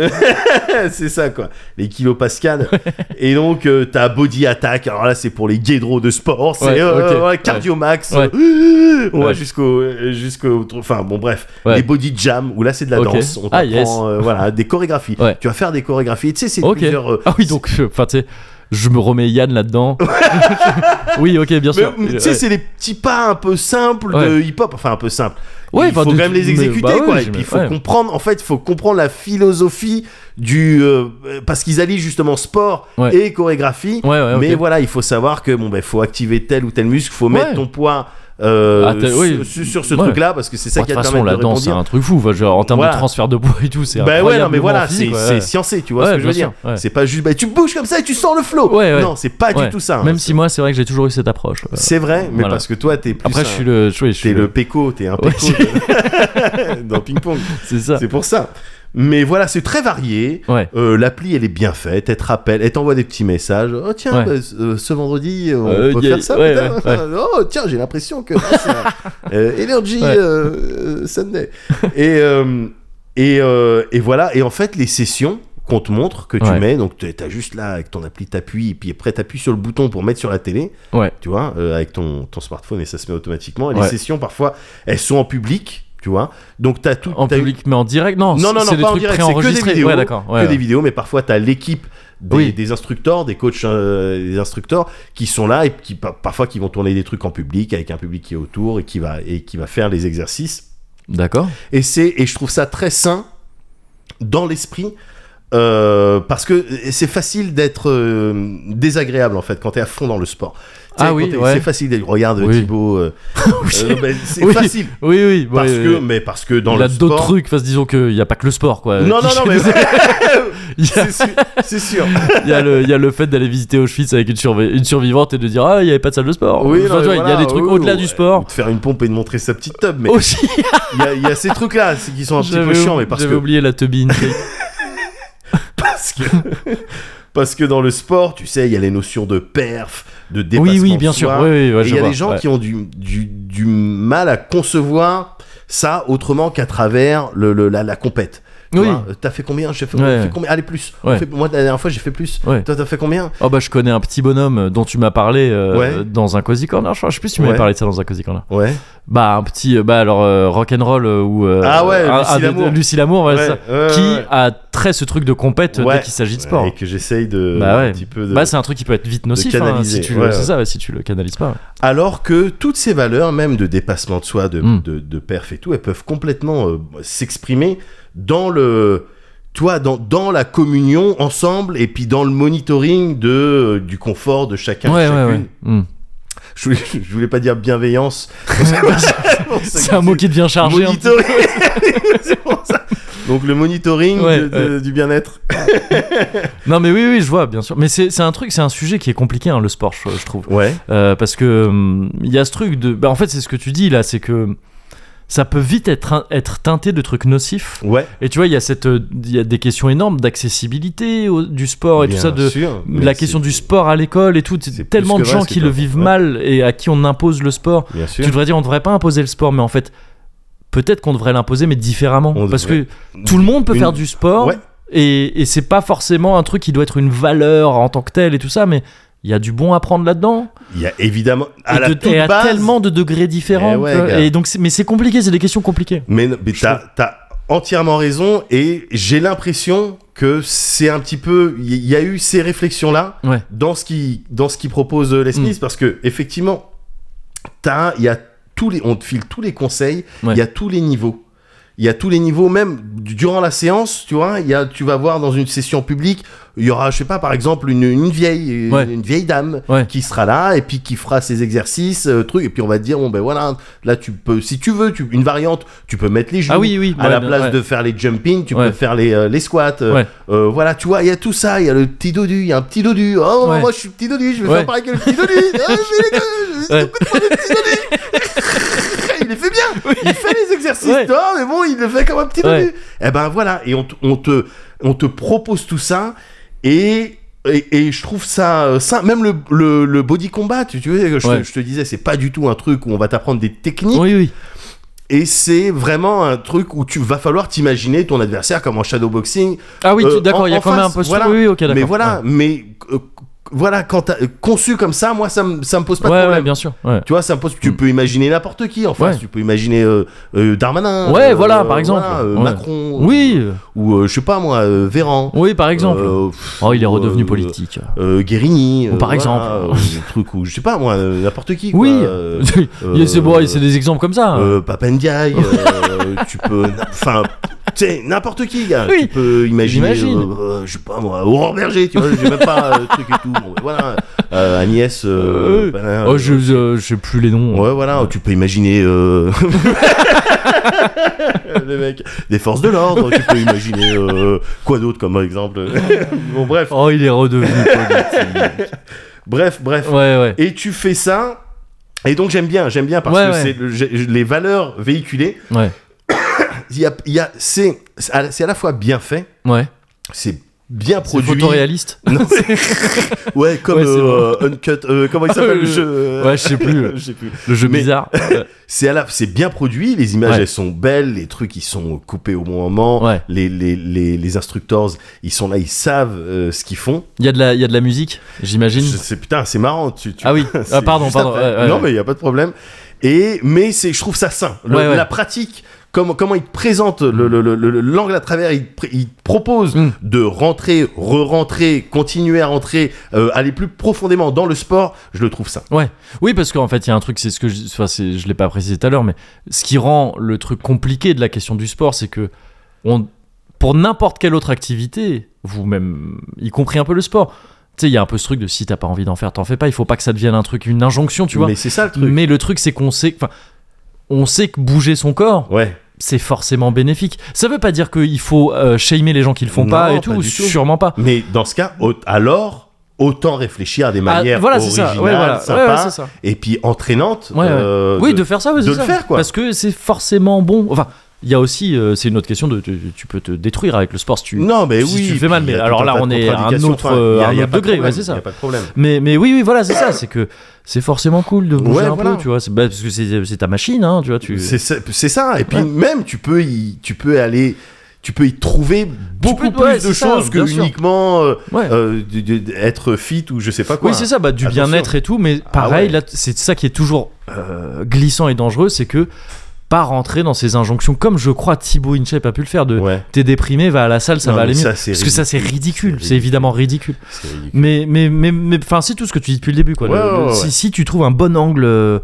[SPEAKER 2] c'est ça, quoi. Les kilopascales. Et donc, euh, t'as body attack. Alors là, c'est pour les guédros de sport. C'est
[SPEAKER 1] Ouais,
[SPEAKER 2] euh,
[SPEAKER 1] ok.
[SPEAKER 2] voilà, cardio max.
[SPEAKER 1] Ouais.
[SPEAKER 2] euh, on va
[SPEAKER 1] Ouais.
[SPEAKER 2] jusqu'au. euh, jusqu'au tru- enfin, bon, bref.
[SPEAKER 1] Ouais.
[SPEAKER 2] Les body jam, où là, c'est de la
[SPEAKER 1] Ok.
[SPEAKER 2] danse. On
[SPEAKER 1] Ah,
[SPEAKER 2] t'apprend,
[SPEAKER 1] yes.
[SPEAKER 2] euh, voilà, des chorégraphies.
[SPEAKER 1] Ouais.
[SPEAKER 2] Tu vas faire des chorégraphies. Et Tu sais, c'est
[SPEAKER 1] Ok.
[SPEAKER 2] plusieurs. euh,
[SPEAKER 1] Ah oui, donc, je- enfin, tu sais, je me remets Yann là-dedans. oui, ok, bien
[SPEAKER 2] Mais,
[SPEAKER 1] sûr.
[SPEAKER 2] tu sais,
[SPEAKER 1] Ouais.
[SPEAKER 2] c'est les petits pas un peu simples de
[SPEAKER 1] Ouais.
[SPEAKER 2] hip-hop, enfin un peu simples.
[SPEAKER 1] Ouais,
[SPEAKER 2] il
[SPEAKER 1] enfin,
[SPEAKER 2] faut quand
[SPEAKER 1] de-
[SPEAKER 2] même les
[SPEAKER 1] mais-
[SPEAKER 2] exécuter,
[SPEAKER 1] bah ouais,
[SPEAKER 2] quoi. Et
[SPEAKER 1] j'im-
[SPEAKER 2] puis il faut
[SPEAKER 1] ouais.
[SPEAKER 2] comprendre, en fait, il faut comprendre la philosophie du. euh, parce qu'ils allient justement sport
[SPEAKER 1] Ouais.
[SPEAKER 2] et chorégraphie.
[SPEAKER 1] Ouais, ouais, ok.
[SPEAKER 2] Mais voilà, il faut savoir que, bon, ben, faut activer tel ou tel muscle, faut mettre
[SPEAKER 1] Ouais.
[SPEAKER 2] ton poids. euh,
[SPEAKER 1] Ah, t'as-
[SPEAKER 2] sur,
[SPEAKER 1] oui.
[SPEAKER 2] sur- sur ce
[SPEAKER 1] Ouais.
[SPEAKER 2] truc-là, parce que c'est ça
[SPEAKER 1] Bon,
[SPEAKER 2] qui
[SPEAKER 1] de
[SPEAKER 2] va
[SPEAKER 1] toute
[SPEAKER 2] te
[SPEAKER 1] façon,
[SPEAKER 2] permettre
[SPEAKER 1] la
[SPEAKER 2] de
[SPEAKER 1] danse, c'est
[SPEAKER 2] rebondir.
[SPEAKER 1] un truc fou. Enfin, genre, en termes
[SPEAKER 2] Voilà.
[SPEAKER 1] de transfert de poids et tout, c'est
[SPEAKER 2] Bah ouais, non, mais
[SPEAKER 1] incroyablement
[SPEAKER 2] voilà, c'est
[SPEAKER 1] physique, ouais.
[SPEAKER 2] c'est sciencé, tu vois
[SPEAKER 1] Ouais,
[SPEAKER 2] ce que je veux
[SPEAKER 1] bien
[SPEAKER 2] dire.
[SPEAKER 1] sûr, ouais.
[SPEAKER 2] C'est pas juste, bah, tu bouges comme ça et tu sens le flow.
[SPEAKER 1] Ouais, ouais.
[SPEAKER 2] Non, c'est pas
[SPEAKER 1] Ouais.
[SPEAKER 2] du tout ça. hein.
[SPEAKER 1] Même si moi, c'est vrai que j'ai toujours eu cette approche. ouais.
[SPEAKER 2] C'est vrai, mais
[SPEAKER 1] Voilà.
[SPEAKER 2] parce que toi, t'es plus.
[SPEAKER 1] Après,
[SPEAKER 2] un-
[SPEAKER 1] je suis le. oui, je suis
[SPEAKER 2] T'es le
[SPEAKER 1] le.
[SPEAKER 2] péco, t'es un
[SPEAKER 1] Ouais,
[SPEAKER 2] péco de- dans ping-pong.
[SPEAKER 1] C'est ça.
[SPEAKER 2] C'est pour ça. Mais voilà, c'est très varié.
[SPEAKER 1] Ouais.
[SPEAKER 2] Euh, L'appli, elle est bien faite. Elle te rappelle, elle t'envoie des petits messages. Oh tiens,
[SPEAKER 1] Ouais.
[SPEAKER 2] bah, ce- euh, ce vendredi, on
[SPEAKER 1] Euh,
[SPEAKER 2] peut
[SPEAKER 1] y a-
[SPEAKER 2] faire ça.
[SPEAKER 1] ouais,
[SPEAKER 2] putain.
[SPEAKER 1] ouais, ouais.
[SPEAKER 2] Oh tiens, j'ai l'impression que ah, c'est, euh, Energy
[SPEAKER 1] Ouais.
[SPEAKER 2] euh, euh, Sunday. Et euh, et, euh, et voilà. Et en fait, les sessions qu'on te montre, que tu
[SPEAKER 1] Ouais.
[SPEAKER 2] mets, donc t'es- t'as juste là avec ton appli, t'appuies, et puis après t'appuies sur le bouton pour mettre sur la télé
[SPEAKER 1] Ouais.
[SPEAKER 2] tu vois, euh, avec ton, ton smartphone et ça se met automatiquement. Et les
[SPEAKER 1] Ouais.
[SPEAKER 2] sessions, parfois, elles sont en public, tu vois. Donc, t'as tout.
[SPEAKER 1] En
[SPEAKER 2] t'as eu-
[SPEAKER 1] public, mais en direct Non,
[SPEAKER 2] Non, non,
[SPEAKER 1] c'est
[SPEAKER 2] non,
[SPEAKER 1] des
[SPEAKER 2] pas en
[SPEAKER 1] trucs
[SPEAKER 2] direct, c'est que des
[SPEAKER 1] préenregistrés.
[SPEAKER 2] vidéos.
[SPEAKER 1] Ouais, d'accord.
[SPEAKER 2] que
[SPEAKER 1] ouais,
[SPEAKER 2] des vidéos, mais parfois, t'as l'équipe des,
[SPEAKER 1] Oui.
[SPEAKER 2] des instructeurs, des coachs, euh, des instructeurs qui sont là et qui pa- parfois qui vont tourner des trucs en public avec un public qui est autour et qui va et qui va faire les exercices.
[SPEAKER 1] D'accord.
[SPEAKER 2] Et c'est et je trouve ça très sain dans l'esprit. euh, parce que c'est facile d'être euh, désagréable en fait quand t'es à fond dans le sport. Tu sais,
[SPEAKER 1] Ah oui,
[SPEAKER 2] quand t'es-
[SPEAKER 1] ouais.
[SPEAKER 2] c'est facile d'être. Regarde
[SPEAKER 1] Oui.
[SPEAKER 2] Thibaut, euh, euh, ben, c'est
[SPEAKER 1] Oui.
[SPEAKER 2] facile
[SPEAKER 1] Oui, oui.
[SPEAKER 2] parce
[SPEAKER 1] ouais,
[SPEAKER 2] que
[SPEAKER 1] ouais.
[SPEAKER 2] mais parce que dans
[SPEAKER 1] il
[SPEAKER 2] le
[SPEAKER 1] a d'autres
[SPEAKER 2] sport.
[SPEAKER 1] trucs, enfin, disons qu'il n'y a pas que le sport, quoi.
[SPEAKER 2] Non non
[SPEAKER 1] Qui
[SPEAKER 2] non
[SPEAKER 1] fait
[SPEAKER 2] mais
[SPEAKER 1] des- il, y a,
[SPEAKER 2] c'est sûr, c'est sûr.
[SPEAKER 1] il y a le, il y a le fait d'aller visiter Auschwitz avec une, survi- une survivante et de dire Ah, il n'y avait pas de salle de sport.
[SPEAKER 2] Oui,
[SPEAKER 1] Enfin,
[SPEAKER 2] non,
[SPEAKER 1] tu vois,
[SPEAKER 2] mais
[SPEAKER 1] Il y a
[SPEAKER 2] voilà,
[SPEAKER 1] des trucs
[SPEAKER 2] oui,
[SPEAKER 1] au-delà
[SPEAKER 2] oui,
[SPEAKER 1] du
[SPEAKER 2] ouais. Ou
[SPEAKER 1] sport.
[SPEAKER 2] de faire une pompe et de montrer sa petite tub mais
[SPEAKER 1] Aussi,
[SPEAKER 2] il y a- il y, a ces trucs là qui sont un petit peu
[SPEAKER 1] Oh. j'avais
[SPEAKER 2] chiants
[SPEAKER 1] ou-
[SPEAKER 2] mais parce
[SPEAKER 1] j'avais
[SPEAKER 2] que
[SPEAKER 1] oublié la tubine.
[SPEAKER 2] parce que parce que dans le sport tu sais il y a les notions de perf de dépassement
[SPEAKER 1] oui, oui,
[SPEAKER 2] de
[SPEAKER 1] bien sûr.
[SPEAKER 2] soi.
[SPEAKER 1] Oui, oui, ouais,
[SPEAKER 2] Et
[SPEAKER 1] je
[SPEAKER 2] il y a
[SPEAKER 1] vois,
[SPEAKER 2] des gens
[SPEAKER 1] ouais.
[SPEAKER 2] qui ont du, du, du mal à concevoir ça autrement qu'à travers le, le- la, la compète. Tu
[SPEAKER 1] Oui.
[SPEAKER 2] vois, euh, T'as fait combien J'ai fait,
[SPEAKER 1] Ouais.
[SPEAKER 2] on fait combien Allez, plus. On
[SPEAKER 1] Ouais.
[SPEAKER 2] fait- moi, la dernière fois, j'ai fait plus.
[SPEAKER 1] Ouais.
[SPEAKER 2] Toi, t'as fait combien
[SPEAKER 1] Oh bah je connais un petit bonhomme dont tu m'as parlé euh,
[SPEAKER 2] Ouais.
[SPEAKER 1] dans un cozy corner. Je, crois. Je sais plus si tu m'avais
[SPEAKER 2] Ouais.
[SPEAKER 1] parlé de ça dans un cozy corner.
[SPEAKER 2] Ouais.
[SPEAKER 1] Bah un petit, euh, bah alors euh, rock'n'roll euh, ou euh,
[SPEAKER 2] Ah ouais,
[SPEAKER 1] un-
[SPEAKER 2] Lucie
[SPEAKER 1] un des-
[SPEAKER 2] Lamour.
[SPEAKER 1] Lucie Lamour, ouais, c'est ça.
[SPEAKER 2] ouais,
[SPEAKER 1] qui
[SPEAKER 2] ouais.
[SPEAKER 1] a très ce truc de compète
[SPEAKER 2] Ouais.
[SPEAKER 1] dès qu'il s'agit de sport.
[SPEAKER 2] Et que j'essaye de.
[SPEAKER 1] Bah ouais.
[SPEAKER 2] Un petit peu de...
[SPEAKER 1] Bah c'est un truc qui peut être vite nocif hein,
[SPEAKER 2] canaliser,
[SPEAKER 1] si tu
[SPEAKER 2] ouais,
[SPEAKER 1] le, c'est
[SPEAKER 2] ouais.
[SPEAKER 1] ça, ouais, si tu le canalises pas.
[SPEAKER 2] Alors que toutes ces valeurs, même de dépassement de soi, de,
[SPEAKER 1] Mm.
[SPEAKER 2] de, de perf et tout, elles peuvent complètement euh, s'exprimer dans le. Toi, dans, dans la communion ensemble et puis dans le monitoring de, euh, du confort de chacun,
[SPEAKER 1] ouais,
[SPEAKER 2] chacune.
[SPEAKER 1] ouais, ouais. Mm.
[SPEAKER 2] Je voulais, je voulais pas dire bienveillance.
[SPEAKER 1] C'est un mot qui devient chargé. un petit-
[SPEAKER 2] Monitoring. C'est pour ça. hein. Donc le monitoring
[SPEAKER 1] Ouais,
[SPEAKER 2] de- de- du bien-être.
[SPEAKER 1] Non mais oui, oui, je vois, bien sûr. Mais c'est c'est un truc, c'est un sujet qui est compliqué, hein, le sport, je- je trouve.
[SPEAKER 2] Ouais.
[SPEAKER 1] Euh, parce que hum, il y a ce truc de bah, en fait c'est ce que tu dis là c'est que hmm, ça peut vite être, un- être teinté de trucs nocifs
[SPEAKER 2] Ouais.
[SPEAKER 1] et tu vois il y a cette euh, il y a des questions énormes d'accessibilité au- du sport Oh, et
[SPEAKER 2] Bien
[SPEAKER 1] tout ça de
[SPEAKER 2] sûr, mais
[SPEAKER 1] la
[SPEAKER 2] c'est-
[SPEAKER 1] question du sport à l'école et tout
[SPEAKER 2] c'est
[SPEAKER 1] c'est tellement
[SPEAKER 2] plus
[SPEAKER 1] de
[SPEAKER 2] que
[SPEAKER 1] gens
[SPEAKER 2] vrai, ce
[SPEAKER 1] qui
[SPEAKER 2] que
[SPEAKER 1] le
[SPEAKER 2] t'as-
[SPEAKER 1] vivent
[SPEAKER 2] ouais.
[SPEAKER 1] mal et à qui on impose le sport
[SPEAKER 2] Bien sûr.
[SPEAKER 1] tu devrais dire on devrait pas imposer le sport mais en fait peut-être qu'on devrait l'imposer mais différemment
[SPEAKER 2] On
[SPEAKER 1] parce
[SPEAKER 2] devrait.
[SPEAKER 1] que tout le monde peut
[SPEAKER 2] Une-
[SPEAKER 1] faire du sport
[SPEAKER 2] Ouais.
[SPEAKER 1] et, et c'est pas forcément un truc qui doit être une valeur en tant que telle et tout ça mais il y a du bon à prendre là-dedans
[SPEAKER 2] Il y a évidemment à
[SPEAKER 1] et,
[SPEAKER 2] la
[SPEAKER 1] de-
[SPEAKER 2] toute
[SPEAKER 1] et à
[SPEAKER 2] base-
[SPEAKER 1] tellement de degrés différents.
[SPEAKER 2] Eh ouais,
[SPEAKER 1] tu vois.
[SPEAKER 2] gars.
[SPEAKER 1] et donc, c'est- mais c'est compliqué, c'est des questions compliquées.
[SPEAKER 2] Mais, non, mais
[SPEAKER 1] Je
[SPEAKER 2] t'as, t'as entièrement raison et j'ai l'impression que c'est un petit peu. Il y- y a eu ces réflexions-là
[SPEAKER 1] Ouais. Mm.
[SPEAKER 2] dans, ce qui, dans ce qui propose euh, Les Smiths parce que, effectivement, t'as, y a tous les, on te file tous les conseils, il
[SPEAKER 1] Ouais.
[SPEAKER 2] y a tous les niveaux. Il y a tous les niveaux, même du- durant la séance, tu vois, il y a, tu vas voir dans une session publique, il y aura, je sais pas, par exemple, une, une vieille, une,
[SPEAKER 1] Ouais.
[SPEAKER 2] une vieille dame
[SPEAKER 1] Ouais.
[SPEAKER 2] qui sera là et puis qui fera ses exercices, euh, trucs, et puis on va te dire, bon ben voilà, là tu peux, si tu veux, tu, une variante, tu peux mettre les genoux
[SPEAKER 1] Ah oui, oui,
[SPEAKER 2] à
[SPEAKER 1] ouais,
[SPEAKER 2] la
[SPEAKER 1] bien,
[SPEAKER 2] place
[SPEAKER 1] ouais.
[SPEAKER 2] de faire les jumping, tu
[SPEAKER 1] Ouais.
[SPEAKER 2] peux faire les, euh, les squats. euh,
[SPEAKER 1] Ouais.
[SPEAKER 2] euh, voilà, tu vois, il y a tout ça, il y a le petit dodu, il y a un petit dodu. Oh,
[SPEAKER 1] Ouais.
[SPEAKER 2] moi je suis petit dodu, je vais
[SPEAKER 1] Ouais.
[SPEAKER 2] faire pareil que le petit dodu. Ah, je vais les-
[SPEAKER 1] Ouais.
[SPEAKER 2] il les fait bien, il fait les exercices,
[SPEAKER 1] Ouais.
[SPEAKER 2] tu vois, mais bon, il le fait comme un petit
[SPEAKER 1] Ouais.
[SPEAKER 2] dodu. Et ben voilà, et on, te- on te, on te propose tout ça, et, et, et je trouve ça, euh, sain. même le, le, le body combat, tu, tu vois, je,
[SPEAKER 1] Ouais.
[SPEAKER 2] je te disais, c'est pas du tout un truc où on va t'apprendre des techniques,
[SPEAKER 1] Oui, oui.
[SPEAKER 2] et c'est vraiment un truc où tu va falloir t'imaginer ton adversaire comme en shadowboxing,
[SPEAKER 1] Ah oui, tu-
[SPEAKER 2] Euh,
[SPEAKER 1] d'accord,
[SPEAKER 2] en-
[SPEAKER 1] il y a
[SPEAKER 2] en
[SPEAKER 1] quand même un
[SPEAKER 2] face,
[SPEAKER 1] postulat.
[SPEAKER 2] voilà.
[SPEAKER 1] Oui, oui, ok, d'accord.
[SPEAKER 2] mais voilà, mais euh, voilà, quand t'as- euh, conçu comme ça, moi ça me ça me pose pas
[SPEAKER 1] Ouais,
[SPEAKER 2] de
[SPEAKER 1] ouais, ouais,
[SPEAKER 2] problème.
[SPEAKER 1] bien sûr. Ouais.
[SPEAKER 2] Tu vois, c'est un poste. Tu peux imaginer n'importe qui en face.
[SPEAKER 1] Mm. Ouais.
[SPEAKER 2] Tu peux imaginer euh, euh, Darmanin.
[SPEAKER 1] Ouais,
[SPEAKER 2] euh,
[SPEAKER 1] voilà, par exemple.
[SPEAKER 2] voilà, euh,
[SPEAKER 1] Ouais.
[SPEAKER 2] Macron.
[SPEAKER 1] Oui, euh,
[SPEAKER 2] Ou euh, je sais pas moi, euh, Véran.
[SPEAKER 1] oui, par exemple.
[SPEAKER 2] euh, pff,
[SPEAKER 1] oh, il est
[SPEAKER 2] ou,
[SPEAKER 1] redevenu
[SPEAKER 2] euh,
[SPEAKER 1] politique.
[SPEAKER 2] euh, Guérini.
[SPEAKER 1] Ou par exemple.
[SPEAKER 2] un truc où je sais pas moi, euh, n'importe qui.
[SPEAKER 1] oui,
[SPEAKER 2] quoi, euh,
[SPEAKER 1] Il y a- c'est bon,
[SPEAKER 2] euh,
[SPEAKER 1] c'est des exemples comme ça. hein.
[SPEAKER 2] euh, Papa Ndiaye, euh, tu peux. Enfin. tu sais, n'importe qui, gars.
[SPEAKER 1] Oui,
[SPEAKER 2] Tu peux imaginer.
[SPEAKER 1] j'imagine.
[SPEAKER 2] euh, euh, je sais pas moi, Aurore Berger, tu vois, j'ai même pas euh, truc et tout. Bon, voilà. euh, Agnès. euh,
[SPEAKER 1] Euh,
[SPEAKER 2] Panin,
[SPEAKER 1] oh, je, je- je sais plus les noms.
[SPEAKER 2] Ouais, voilà, tu peux imaginer. euh, le mec. Des forces de l'ordre, tu peux imaginer. euh, Quoi d'autre comme exemple Bon, bref.
[SPEAKER 1] Oh, il est redevenu politique.
[SPEAKER 2] Bref, bref.
[SPEAKER 1] ouais, ouais.
[SPEAKER 2] Et tu fais ça. Et donc, j'aime bien, j'aime bien parce
[SPEAKER 1] Ouais,
[SPEAKER 2] que
[SPEAKER 1] ouais.
[SPEAKER 2] c'est le- j'ai- les valeurs véhiculées.
[SPEAKER 1] Ouais,
[SPEAKER 2] Il y a, il y a- c'est c'est à, c'est à la fois bien fait,
[SPEAKER 1] ouais.
[SPEAKER 2] c'est bien
[SPEAKER 1] C'est
[SPEAKER 2] produit.
[SPEAKER 1] photoréaliste.
[SPEAKER 2] Non, c'est- ouais, comme
[SPEAKER 1] Ouais, c'est
[SPEAKER 2] euh, Uncut. euh, comment il s'appelle
[SPEAKER 1] Euh,
[SPEAKER 2] le jeu
[SPEAKER 1] ouais, je sais plus.
[SPEAKER 2] Je sais plus.
[SPEAKER 1] Le jeu
[SPEAKER 2] Mais-
[SPEAKER 1] bizarre. Ouais.
[SPEAKER 2] c'est à la- c'est bien produit, les images
[SPEAKER 1] Ouais.
[SPEAKER 2] elles sont belles, les trucs ils sont coupés au bon moment,
[SPEAKER 1] Ouais.
[SPEAKER 2] les, les, les, les instructeurs ils sont là, ils savent euh, ce qu'ils font.
[SPEAKER 1] Il y, a de la- il y a de la musique, j'imagine.
[SPEAKER 2] Je sais putain, c'est marrant. Tu, tu-
[SPEAKER 1] Ah oui,
[SPEAKER 2] c'est
[SPEAKER 1] ah, pardon,
[SPEAKER 2] juste
[SPEAKER 1] pardon.
[SPEAKER 2] après.
[SPEAKER 1] ouais, ouais,
[SPEAKER 2] non
[SPEAKER 1] ouais.
[SPEAKER 2] mais il y a pas de problème. Et mais c'est je trouve ça sain. Le-
[SPEAKER 1] Ouais, ouais.
[SPEAKER 2] La pratique comment, comment il te présente le- le- le- le- l'angle à travers, il, te pr- il te propose
[SPEAKER 1] Mm.
[SPEAKER 2] de rentrer, re-rentrer, continuer à rentrer, euh, aller plus profondément dans le sport, je le trouve ça.
[SPEAKER 1] Ouais, oui, parce qu'en fait, il y a un truc, c'est ce que je, enfin, c'est, je l'ai pas précisé tout à l'heure, mais ce qui rend le truc compliqué de la question du sport, c'est que on, pour n'importe quelle autre activité, vous-même, y compris un peu le sport, tu sais, il y a un peu ce truc de si t'as pas envie d'en faire, t'en fais pas. Il faut pas que ça devienne un truc, une injonction, tu vois.
[SPEAKER 2] Mais c'est ça le truc.
[SPEAKER 1] Mais le truc, c'est qu'on sait, enfin, on sait que bouger son corps,
[SPEAKER 2] Ouais.
[SPEAKER 1] c'est forcément bénéfique. Ça veut pas dire qu'il faut euh, shamer les gens qui le font
[SPEAKER 2] Non,
[SPEAKER 1] pas et
[SPEAKER 2] pas
[SPEAKER 1] tout,
[SPEAKER 2] du tout.
[SPEAKER 1] sûrement pas.
[SPEAKER 2] Mais dans ce cas, au- alors, autant réfléchir à des
[SPEAKER 1] Ah,
[SPEAKER 2] manières
[SPEAKER 1] voilà, c'est
[SPEAKER 2] originales,
[SPEAKER 1] ça. Ouais, voilà.
[SPEAKER 2] sympas,
[SPEAKER 1] Ouais, ouais, c'est ça.
[SPEAKER 2] et puis entraînantes.
[SPEAKER 1] Ouais, ouais.
[SPEAKER 2] euh,
[SPEAKER 1] Oui,
[SPEAKER 2] de-
[SPEAKER 1] de faire ça, oui,
[SPEAKER 2] de
[SPEAKER 1] c'est
[SPEAKER 2] le
[SPEAKER 1] ça.
[SPEAKER 2] faire, quoi.
[SPEAKER 1] Parce que c'est forcément bon. Enfin, il y a aussi, euh, c'est une autre question de, tu, tu peux te détruire avec le sport si tu.
[SPEAKER 2] Non, mais
[SPEAKER 1] si
[SPEAKER 2] oui.
[SPEAKER 1] tu fais mal,
[SPEAKER 2] puis il y a
[SPEAKER 1] mais
[SPEAKER 2] tout
[SPEAKER 1] alors
[SPEAKER 2] un
[SPEAKER 1] là,
[SPEAKER 2] tas de
[SPEAKER 1] on est à un
[SPEAKER 2] contre-indications,
[SPEAKER 1] autre,
[SPEAKER 2] enfin,
[SPEAKER 1] euh,
[SPEAKER 2] il y a-
[SPEAKER 1] un
[SPEAKER 2] il y a
[SPEAKER 1] autre
[SPEAKER 2] pas de
[SPEAKER 1] degré, ouais,
[SPEAKER 2] problème,
[SPEAKER 1] c'est ça.
[SPEAKER 2] Il y a pas de problème.
[SPEAKER 1] Mais, mais oui, oui, voilà, c'est ça. C'est que c'est forcément cool de bouger
[SPEAKER 2] Ouais,
[SPEAKER 1] un
[SPEAKER 2] voilà.
[SPEAKER 1] peu, tu vois. C'est bah, parce que c'est c'est ta machine, hein, tu vois. Tu,
[SPEAKER 2] C'est ça- c'est ça. Et puis
[SPEAKER 1] Ouais.
[SPEAKER 2] même, tu peux y, tu peux aller, tu peux y trouver beaucoup
[SPEAKER 1] peux- ouais,
[SPEAKER 2] plus de
[SPEAKER 1] c'est ça,
[SPEAKER 2] choses que
[SPEAKER 1] bien sûr.
[SPEAKER 2] uniquement euh,
[SPEAKER 1] Ouais.
[SPEAKER 2] euh, de- de- de- être fit ou je sais pas quoi.
[SPEAKER 1] Oui, c'est ça, bah, du
[SPEAKER 2] Attention. Ah
[SPEAKER 1] bien-être et tout, mais pareil,
[SPEAKER 2] ouais.
[SPEAKER 1] là, c'est ça qui est toujours euh, glissant et dangereux, c'est que pas rentrer dans ces injonctions, comme je crois Thibaut InShape a pu le faire, de
[SPEAKER 2] Ouais.
[SPEAKER 1] t'es déprimé, va à la salle, ça
[SPEAKER 2] Non,
[SPEAKER 1] va
[SPEAKER 2] mais
[SPEAKER 1] aller mieux.
[SPEAKER 2] ça,
[SPEAKER 1] Parce
[SPEAKER 2] c'est
[SPEAKER 1] que ça, c'est ridicule,
[SPEAKER 2] C'est
[SPEAKER 1] c'est évidemment ridicule.
[SPEAKER 2] C'est ridicule.
[SPEAKER 1] Mais, mais, mais, mais, enfin, c'est tout ce que tu dis depuis le début, quoi. Le-
[SPEAKER 2] Ouais, ouais,
[SPEAKER 1] le-
[SPEAKER 2] ouais, ouais.
[SPEAKER 1] Si, si tu trouves un bon angle euh,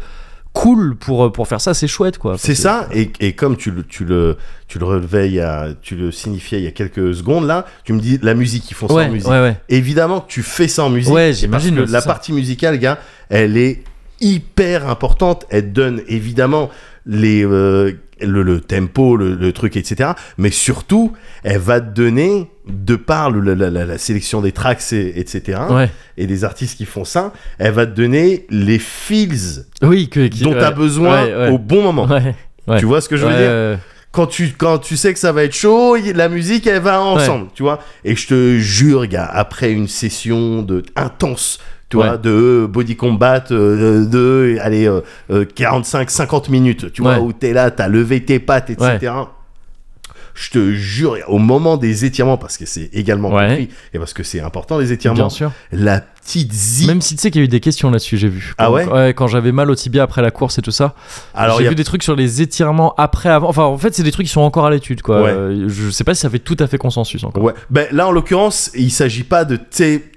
[SPEAKER 1] cool pour, euh, pour faire ça, c'est chouette, quoi.
[SPEAKER 2] C'est ça, et, et comme tu le, tu le, tu le relevais, il y a, tu le signifiais il y a quelques secondes là, tu me dis la musique, ils font ça
[SPEAKER 1] Ouais,
[SPEAKER 2] en
[SPEAKER 1] ouais,
[SPEAKER 2] musique.
[SPEAKER 1] ouais.
[SPEAKER 2] Évidemment que tu fais ça en musique.
[SPEAKER 1] Ouais,
[SPEAKER 2] et
[SPEAKER 1] j'imagine,
[SPEAKER 2] parce que
[SPEAKER 1] c'est
[SPEAKER 2] La
[SPEAKER 1] ça.
[SPEAKER 2] partie musicale, gars, elle est hyper importante. Elle donne évidemment les, euh, le, le tempo, le, le truc, etc. Mais surtout, elle va te donner, de par le- la, la- la- la sélection des tracks, et- etc.,
[SPEAKER 1] Ouais.
[SPEAKER 2] et des artistes qui font ça, elle va te donner les feels
[SPEAKER 1] Oui, que. qui-
[SPEAKER 2] dont
[SPEAKER 1] ouais.
[SPEAKER 2] tu as besoin
[SPEAKER 1] Ouais, ouais.
[SPEAKER 2] au bon moment.
[SPEAKER 1] Ouais. euh, ouais.
[SPEAKER 2] Tu vois ce que je veux
[SPEAKER 1] Ouais,
[SPEAKER 2] dire
[SPEAKER 1] ouais, ouais.
[SPEAKER 2] quand tu, quand tu sais que ça va être chaud, y- la musique, elle va ensemble, tu vois. Et je te jure, gars, après une session de intense, tu vois,
[SPEAKER 1] Ouais.
[SPEAKER 2] de euh, body combat, euh, de, allez, 45-50 minutes, tu vois,
[SPEAKER 1] Ouais.
[SPEAKER 2] où t'es là, t'as levé tes pattes, etc. Je te jure, au moment des étirements, parce que c'est également
[SPEAKER 1] Ouais.
[SPEAKER 2] compris, et parce que c'est important les
[SPEAKER 1] Bien
[SPEAKER 2] étirements,
[SPEAKER 1] sûr.
[SPEAKER 2] la petite zik.
[SPEAKER 1] Même si tu sais qu'il y a eu des questions là-dessus, j'ai vu.
[SPEAKER 2] Ah
[SPEAKER 1] Quand-
[SPEAKER 2] ouais
[SPEAKER 1] Quand j'avais mal au tibia après la course et tout ça.
[SPEAKER 2] Alors, il
[SPEAKER 1] j'ai
[SPEAKER 2] y a
[SPEAKER 1] vu des trucs sur les étirements après, avant. Enfin, en fait, c'est des trucs qui sont encore à l'étude, quoi.
[SPEAKER 2] Ouais.
[SPEAKER 1] Euh, je sais pas si ça fait tout à fait consensus encore.
[SPEAKER 2] Ouais. Ben là, en l'occurrence, il s'agit pas de t'é-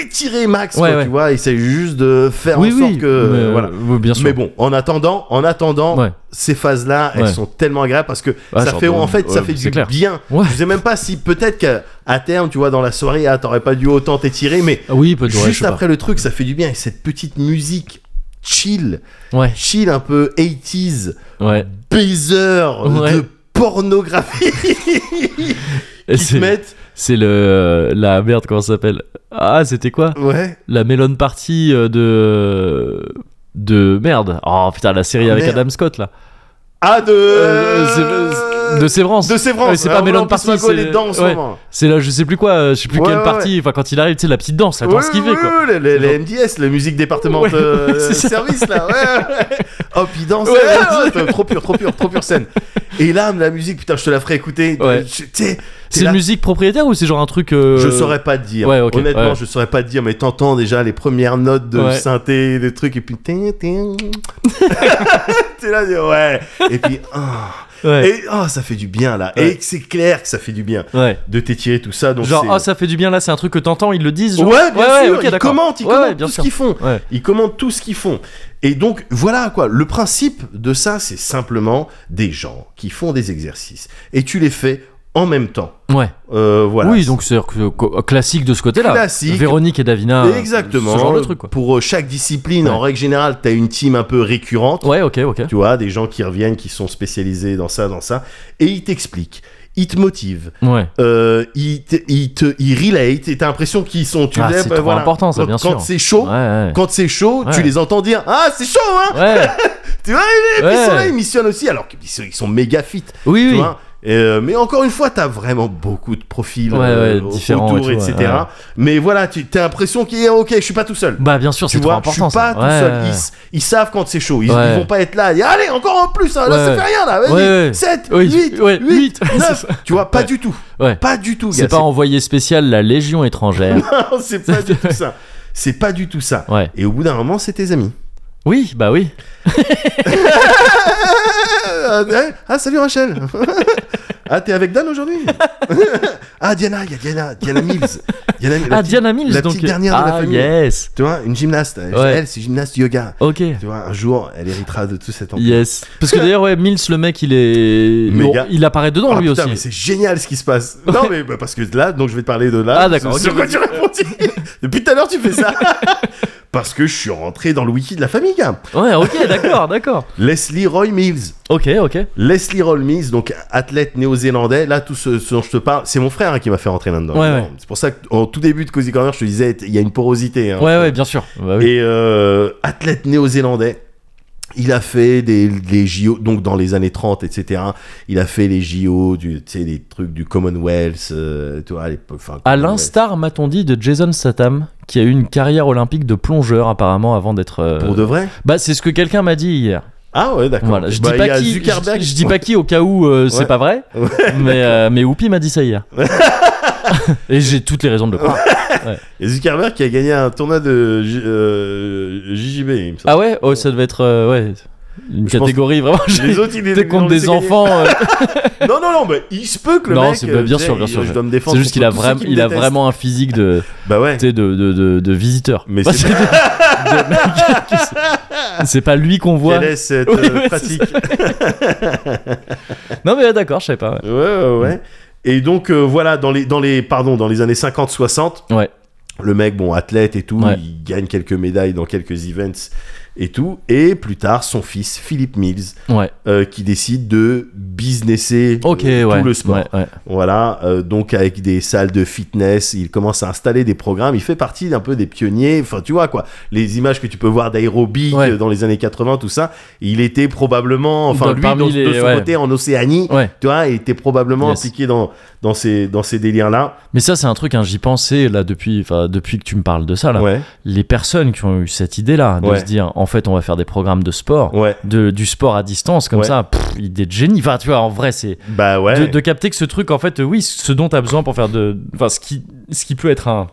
[SPEAKER 2] étirer max,
[SPEAKER 1] Ouais,
[SPEAKER 2] quoi,
[SPEAKER 1] ouais.
[SPEAKER 2] tu vois. Il s'agit juste de faire
[SPEAKER 1] oui,
[SPEAKER 2] en sorte
[SPEAKER 1] oui.
[SPEAKER 2] que
[SPEAKER 1] mais, euh,
[SPEAKER 2] voilà.
[SPEAKER 1] oui, bien sûr.
[SPEAKER 2] Mais bon, en attendant, en attendant,
[SPEAKER 1] Ouais.
[SPEAKER 2] ces phases-là, elles
[SPEAKER 1] Ouais.
[SPEAKER 2] sont tellement agréables parce que
[SPEAKER 1] Ah,
[SPEAKER 2] ça
[SPEAKER 1] genre
[SPEAKER 2] fait
[SPEAKER 1] de-
[SPEAKER 2] en fait ça
[SPEAKER 1] ouais,
[SPEAKER 2] fait
[SPEAKER 1] c'est
[SPEAKER 2] du
[SPEAKER 1] clair.
[SPEAKER 2] bien.
[SPEAKER 1] Ouais.
[SPEAKER 2] Je sais même pas si peut-être qu'à à terme, tu vois, dans la soirée, ah, t'aurais pas dû autant t'étirer, mais
[SPEAKER 1] Ah Oui, peut-être. ouais, je
[SPEAKER 2] juste
[SPEAKER 1] sais pas.
[SPEAKER 2] après le truc, ça fait du bien. Et cette petite musique chill,
[SPEAKER 1] Ouais,
[SPEAKER 2] chill un peu 80s,
[SPEAKER 1] ouais.
[SPEAKER 2] baiser
[SPEAKER 1] Ouais.
[SPEAKER 2] de pornographie
[SPEAKER 1] Et
[SPEAKER 2] qui te
[SPEAKER 1] C'est
[SPEAKER 2] mettent.
[SPEAKER 1] c'est le la merde comment ça s'appelle Ah, c'était quoi
[SPEAKER 2] Ouais.
[SPEAKER 1] La Melon Party euh, de de merde. Oh putain, la série
[SPEAKER 2] Ah,
[SPEAKER 1] avec
[SPEAKER 2] merde.
[SPEAKER 1] Adam Scott là.
[SPEAKER 2] Ah, de.
[SPEAKER 1] Euh, c'est- de Sévrance.
[SPEAKER 2] De Sévrance.
[SPEAKER 1] Ouais, c'est pas
[SPEAKER 2] Alors,
[SPEAKER 1] Melon
[SPEAKER 2] en plus,
[SPEAKER 1] Party,
[SPEAKER 2] Maco,
[SPEAKER 1] c'est-
[SPEAKER 2] elle est dedans en ce
[SPEAKER 1] ouais.
[SPEAKER 2] moment.
[SPEAKER 1] C'est là, je sais plus quoi, euh, je sais plus
[SPEAKER 2] Ouais,
[SPEAKER 1] quelle
[SPEAKER 2] ouais,
[SPEAKER 1] partie. Enfin, quand il arrive, tu sais la petite danse, la danse
[SPEAKER 2] Oui,
[SPEAKER 1] qu'il fait
[SPEAKER 2] oui,
[SPEAKER 1] quoi.
[SPEAKER 2] oui, les, les
[SPEAKER 1] genre-
[SPEAKER 2] MDS, le musique département
[SPEAKER 1] Ouais,
[SPEAKER 2] euh,
[SPEAKER 1] ouais, c'est ça.
[SPEAKER 2] service là, ouais, ouais. Hop, il danse,
[SPEAKER 1] Ouais,
[SPEAKER 2] ouais, ouais, trop pur, trop pur, trop pur scène. Et là, la musique, putain, je te la ferai écouter.
[SPEAKER 1] Ouais.
[SPEAKER 2] Tu tu sais, t'es
[SPEAKER 1] C'est une
[SPEAKER 2] là,
[SPEAKER 1] musique propriétaire ou c'est genre un truc euh,
[SPEAKER 2] Je saurais pas te dire.
[SPEAKER 1] ouais, ok,
[SPEAKER 2] Honnêtement,
[SPEAKER 1] ouais.
[SPEAKER 2] je saurais pas te dire, mais t'entends déjà les premières notes de
[SPEAKER 1] Ouais.
[SPEAKER 2] synthé, des trucs, et puis. tin, tin. T'es là, ouais. Et puis, ah.
[SPEAKER 1] Ouais.
[SPEAKER 2] et oh, ça fait du bien là.
[SPEAKER 1] Ouais.
[SPEAKER 2] Et c'est clair que ça fait du bien
[SPEAKER 1] ouais.
[SPEAKER 2] de t'étirer tout ça. Donc
[SPEAKER 1] Genre
[SPEAKER 2] c'est-
[SPEAKER 1] ah ça fait du bien là, c'est un truc que t'entends, ils le disent. genre
[SPEAKER 2] Ouais, bien sûr,
[SPEAKER 1] ok,
[SPEAKER 2] ils
[SPEAKER 1] d'accord.
[SPEAKER 2] commentent, ils
[SPEAKER 1] Ouais,
[SPEAKER 2] commentent
[SPEAKER 1] ouais, bien
[SPEAKER 2] tout
[SPEAKER 1] sûr.
[SPEAKER 2] ce qu'ils font.
[SPEAKER 1] Ouais.
[SPEAKER 2] Ils commentent tout ce qu'ils font. Et donc, voilà quoi. Le principe de ça, c'est simplement des gens qui font des exercices. Et tu les fais en même temps.
[SPEAKER 1] Ouais.
[SPEAKER 2] Euh, voilà.
[SPEAKER 1] Oui, donc c'est que- que- classique de ce côté-là.
[SPEAKER 2] Classique.
[SPEAKER 1] Véronique et Davina. euh,
[SPEAKER 2] Exactement.
[SPEAKER 1] Ce genre de truc quoi.
[SPEAKER 2] Pour euh, chaque discipline,
[SPEAKER 1] Ouais.
[SPEAKER 2] en règle générale, tu as une team un peu récurrente.
[SPEAKER 1] Ouais, ok, ok.
[SPEAKER 2] Tu vois, des gens qui reviennent, qui sont spécialisés dans ça, dans ça. Et ils t'expliquent. Ils te motivent.
[SPEAKER 1] Ouais.
[SPEAKER 2] euh, ils, te, ils, te, ils relate. Et t'as l'impression qu'ils sont. Tu
[SPEAKER 1] Ah,
[SPEAKER 2] les-
[SPEAKER 1] c'est trop important, ça,
[SPEAKER 2] Quand-
[SPEAKER 1] bien
[SPEAKER 2] Quand
[SPEAKER 1] sûr.
[SPEAKER 2] c'est chaud,
[SPEAKER 1] Ouais, ouais.
[SPEAKER 2] quand c'est chaud, tu
[SPEAKER 1] Ouais.
[SPEAKER 2] les entends dire Ah, c'est chaud, hein
[SPEAKER 1] Ouais.
[SPEAKER 2] Tu vois, et puis
[SPEAKER 1] Ouais.
[SPEAKER 2] ils sont là, ils missionnent aussi, alors qu'ils sont, ils sont méga fit.
[SPEAKER 1] Oui,
[SPEAKER 2] Tu
[SPEAKER 1] oui.
[SPEAKER 2] vois Euh, mais encore une fois, t'as vraiment beaucoup de profils
[SPEAKER 1] Ouais,
[SPEAKER 2] euh,
[SPEAKER 1] ouais, différents
[SPEAKER 2] autour,
[SPEAKER 1] et tout,
[SPEAKER 2] etc.
[SPEAKER 1] ouais, ouais.
[SPEAKER 2] Mais voilà, tu as l'impression qu'il est ok, je suis pas tout seul.
[SPEAKER 1] Bah bien sûr,
[SPEAKER 2] tu
[SPEAKER 1] c'est trop
[SPEAKER 2] vois, je suis
[SPEAKER 1] important.
[SPEAKER 2] pas
[SPEAKER 1] ça.
[SPEAKER 2] tout
[SPEAKER 1] Ouais,
[SPEAKER 2] seul.
[SPEAKER 1] ouais,
[SPEAKER 2] Ils, s- ils savent quand c'est chaud. Ils,
[SPEAKER 1] Ouais.
[SPEAKER 2] ils vont pas être là. et, Allez, encore en plus. hein, là,
[SPEAKER 1] Ouais,
[SPEAKER 2] ça
[SPEAKER 1] ouais.
[SPEAKER 2] fait rien. Là, vas-y.
[SPEAKER 1] Ouais, ouais.
[SPEAKER 2] 7,
[SPEAKER 1] Oui,
[SPEAKER 2] 8,
[SPEAKER 1] ouais,
[SPEAKER 2] 8,
[SPEAKER 1] huit.
[SPEAKER 2] 9. Tu vois, pas
[SPEAKER 1] Ouais.
[SPEAKER 2] du tout.
[SPEAKER 1] Ouais.
[SPEAKER 2] Pas du tout.
[SPEAKER 1] C'est
[SPEAKER 2] gars,
[SPEAKER 1] pas envoyé spécial la Légion étrangère.
[SPEAKER 2] Non, c'est pas du tout ça. C'est pas du tout ça.
[SPEAKER 1] ouais. bah
[SPEAKER 2] Et au bout d'un moment, c'est tes amis.
[SPEAKER 1] Oui, bah oui.
[SPEAKER 2] euh, ouais. Ah, salut Rachel. ah, t'es avec Dan aujourd'hui Ah, Diana, il y a Diana, Diana Mills. Diana, la
[SPEAKER 1] Ah,
[SPEAKER 2] petite-
[SPEAKER 1] Diana Mills,
[SPEAKER 2] la
[SPEAKER 1] donc.
[SPEAKER 2] petite dernière de la
[SPEAKER 1] ah,
[SPEAKER 2] famille.
[SPEAKER 1] yes.
[SPEAKER 2] Tu vois, une gymnaste.
[SPEAKER 1] Ouais.
[SPEAKER 2] Elle, c'est gymnaste yoga.
[SPEAKER 1] Ok.
[SPEAKER 2] Tu vois, un jour, elle héritera de tout cet empire.
[SPEAKER 1] Yes. Parce que d'ailleurs, ouais, Mills, le mec, il est.
[SPEAKER 2] Méga.
[SPEAKER 1] Bon, il apparaît dedans,
[SPEAKER 2] Ah,
[SPEAKER 1] lui
[SPEAKER 2] putain,
[SPEAKER 1] aussi.
[SPEAKER 2] mais c'est génial ce qui se passe. Non, mais bah, parce que là, donc je vais te parler de là.
[SPEAKER 1] Ah, d'accord,
[SPEAKER 2] Sur
[SPEAKER 1] ok,
[SPEAKER 2] quoi tu répondis Depuis tout à l'heure, tu fais ça. parce que je suis rentré dans le wiki de la famille, gars.
[SPEAKER 1] Ouais, ok, d'accord, d'accord.
[SPEAKER 2] Leslie Roy Mills.
[SPEAKER 1] Ok, ok.
[SPEAKER 2] Leslie Roy Mills, donc athlète néo-zélandais. Là, tout ce, ce dont je te parle, c'est mon frère hein, qui m'a fait rentrer là-dedans.
[SPEAKER 1] Ouais, ouais.
[SPEAKER 2] C'est pour ça qu'au tout début de Cozy Corner, je te disais, il y a une porosité. hein.
[SPEAKER 1] Ouais, ouais, bien sûr. Bah oui.
[SPEAKER 2] Et euh, athlète néo-zélandais. Il a fait des, les JO, donc dans les années 30, etc. Il a fait les JO, du, tu sais, les trucs du Commonwealth, euh, tu vois, à l'époque, enfin,
[SPEAKER 1] À
[SPEAKER 2] Commonwealth.
[SPEAKER 1] l'instar, m'a-t-on dit, de Jason Statham, qui a eu une carrière olympique de plongeur, apparemment, avant d'être. euh,
[SPEAKER 2] Pour de vrai
[SPEAKER 1] Bah, c'est ce que quelqu'un m'a dit hier.
[SPEAKER 2] Ah ouais, d'accord.
[SPEAKER 1] Voilà, je
[SPEAKER 2] Bah,
[SPEAKER 1] dis
[SPEAKER 2] il y
[SPEAKER 1] pas
[SPEAKER 2] a
[SPEAKER 1] qui.
[SPEAKER 2] Zuckerberg.
[SPEAKER 1] Je, je dis pas qui au cas où euh, c'est
[SPEAKER 2] Ouais.
[SPEAKER 1] pas vrai.
[SPEAKER 2] Ouais,
[SPEAKER 1] mais euh, mais Whoopi m'a dit ça hier. Et j'ai toutes les raisons de le croire.
[SPEAKER 2] Il y a Zuckerberg qui a gagné un tournoi de J- euh, JJB, il me semble.
[SPEAKER 1] Ah ouais, oh, ça devait être euh, ouais une
[SPEAKER 2] Je pense-
[SPEAKER 1] catégorie vraiment.
[SPEAKER 2] Les autres, ils les-
[SPEAKER 1] Ah, J'étais
[SPEAKER 2] ils l'ont
[SPEAKER 1] contre des
[SPEAKER 2] laissé gagner.
[SPEAKER 1] enfants. euh,
[SPEAKER 2] Non, non, non, mais il se peut que le
[SPEAKER 1] Non,
[SPEAKER 2] mec.
[SPEAKER 1] c'est- bah, bien
[SPEAKER 2] euh,
[SPEAKER 1] sûr,
[SPEAKER 2] je-
[SPEAKER 1] bien sûr,
[SPEAKER 2] Je dois me défendre.
[SPEAKER 1] c'est juste qu'il a
[SPEAKER 2] contre tous ceux
[SPEAKER 1] vraiment,
[SPEAKER 2] qui me
[SPEAKER 1] il a
[SPEAKER 2] détestent.
[SPEAKER 1] vraiment un physique de,
[SPEAKER 2] Bah ouais.
[SPEAKER 1] tu sais, de, de, de, de visiteur.
[SPEAKER 2] Mais
[SPEAKER 1] Bah,
[SPEAKER 2] c'est-
[SPEAKER 1] de- de mec qui se- c'est pas lui qu'on voit.
[SPEAKER 2] Quelle est cette
[SPEAKER 1] Oui,
[SPEAKER 2] euh,
[SPEAKER 1] ouais, c'est
[SPEAKER 2] pratique
[SPEAKER 1] Non mais ouais, d'accord, je sais pas. ouais.
[SPEAKER 2] Ouais, ouais, ouais. Et donc, euh, voilà, dans les, dans les, pardon, dans les années 50-60,
[SPEAKER 1] Ouais.
[SPEAKER 2] le mec, bon, athlète et tout,
[SPEAKER 1] Ouais.
[SPEAKER 2] il gagne quelques médailles dans quelques events et tout. Et plus tard, son fils, Philippe Mills,
[SPEAKER 1] Ouais.
[SPEAKER 2] euh, qui décide de businesser euh,
[SPEAKER 1] Ok, ouais.
[SPEAKER 2] tout le sport.
[SPEAKER 1] Ouais, ouais.
[SPEAKER 2] Voilà, euh, donc avec des salles de fitness, il commence à installer des programmes, il fait partie d'un peu des pionniers, enfin tu vois quoi, les images que tu peux voir d'aérobie
[SPEAKER 1] Ouais.
[SPEAKER 2] euh, dans les années 80, tout ça, il était probablement, enfin
[SPEAKER 1] Dans-
[SPEAKER 2] lui,
[SPEAKER 1] parmi
[SPEAKER 2] dans- de
[SPEAKER 1] les-
[SPEAKER 2] son
[SPEAKER 1] ouais.
[SPEAKER 2] côté en Océanie,
[SPEAKER 1] Ouais.
[SPEAKER 2] tu vois, il était probablement
[SPEAKER 1] Yes.
[SPEAKER 2] impliqué dans, dans ces, dans ces délires-là.
[SPEAKER 1] Mais ça, c'est un truc, hein, j'y pensais là depuis, enfin, depuis que tu me parles de ça là.
[SPEAKER 2] Ouais,
[SPEAKER 1] les personnes qui ont eu cette idée-là, de
[SPEAKER 2] Ouais.
[SPEAKER 1] se dire en fait on va faire des programmes de sport,
[SPEAKER 2] ouais,
[SPEAKER 1] de, du sport à distance comme
[SPEAKER 2] Ouais.
[SPEAKER 1] ça, pff, idée de génie. Enfin, tu vois, en vrai, c'est
[SPEAKER 2] bah ouais.
[SPEAKER 1] de, de capter que ce truc, en fait, euh, oui, ce dont tu as besoin pour faire de. Enfin, ce qui, ce qui peut être un,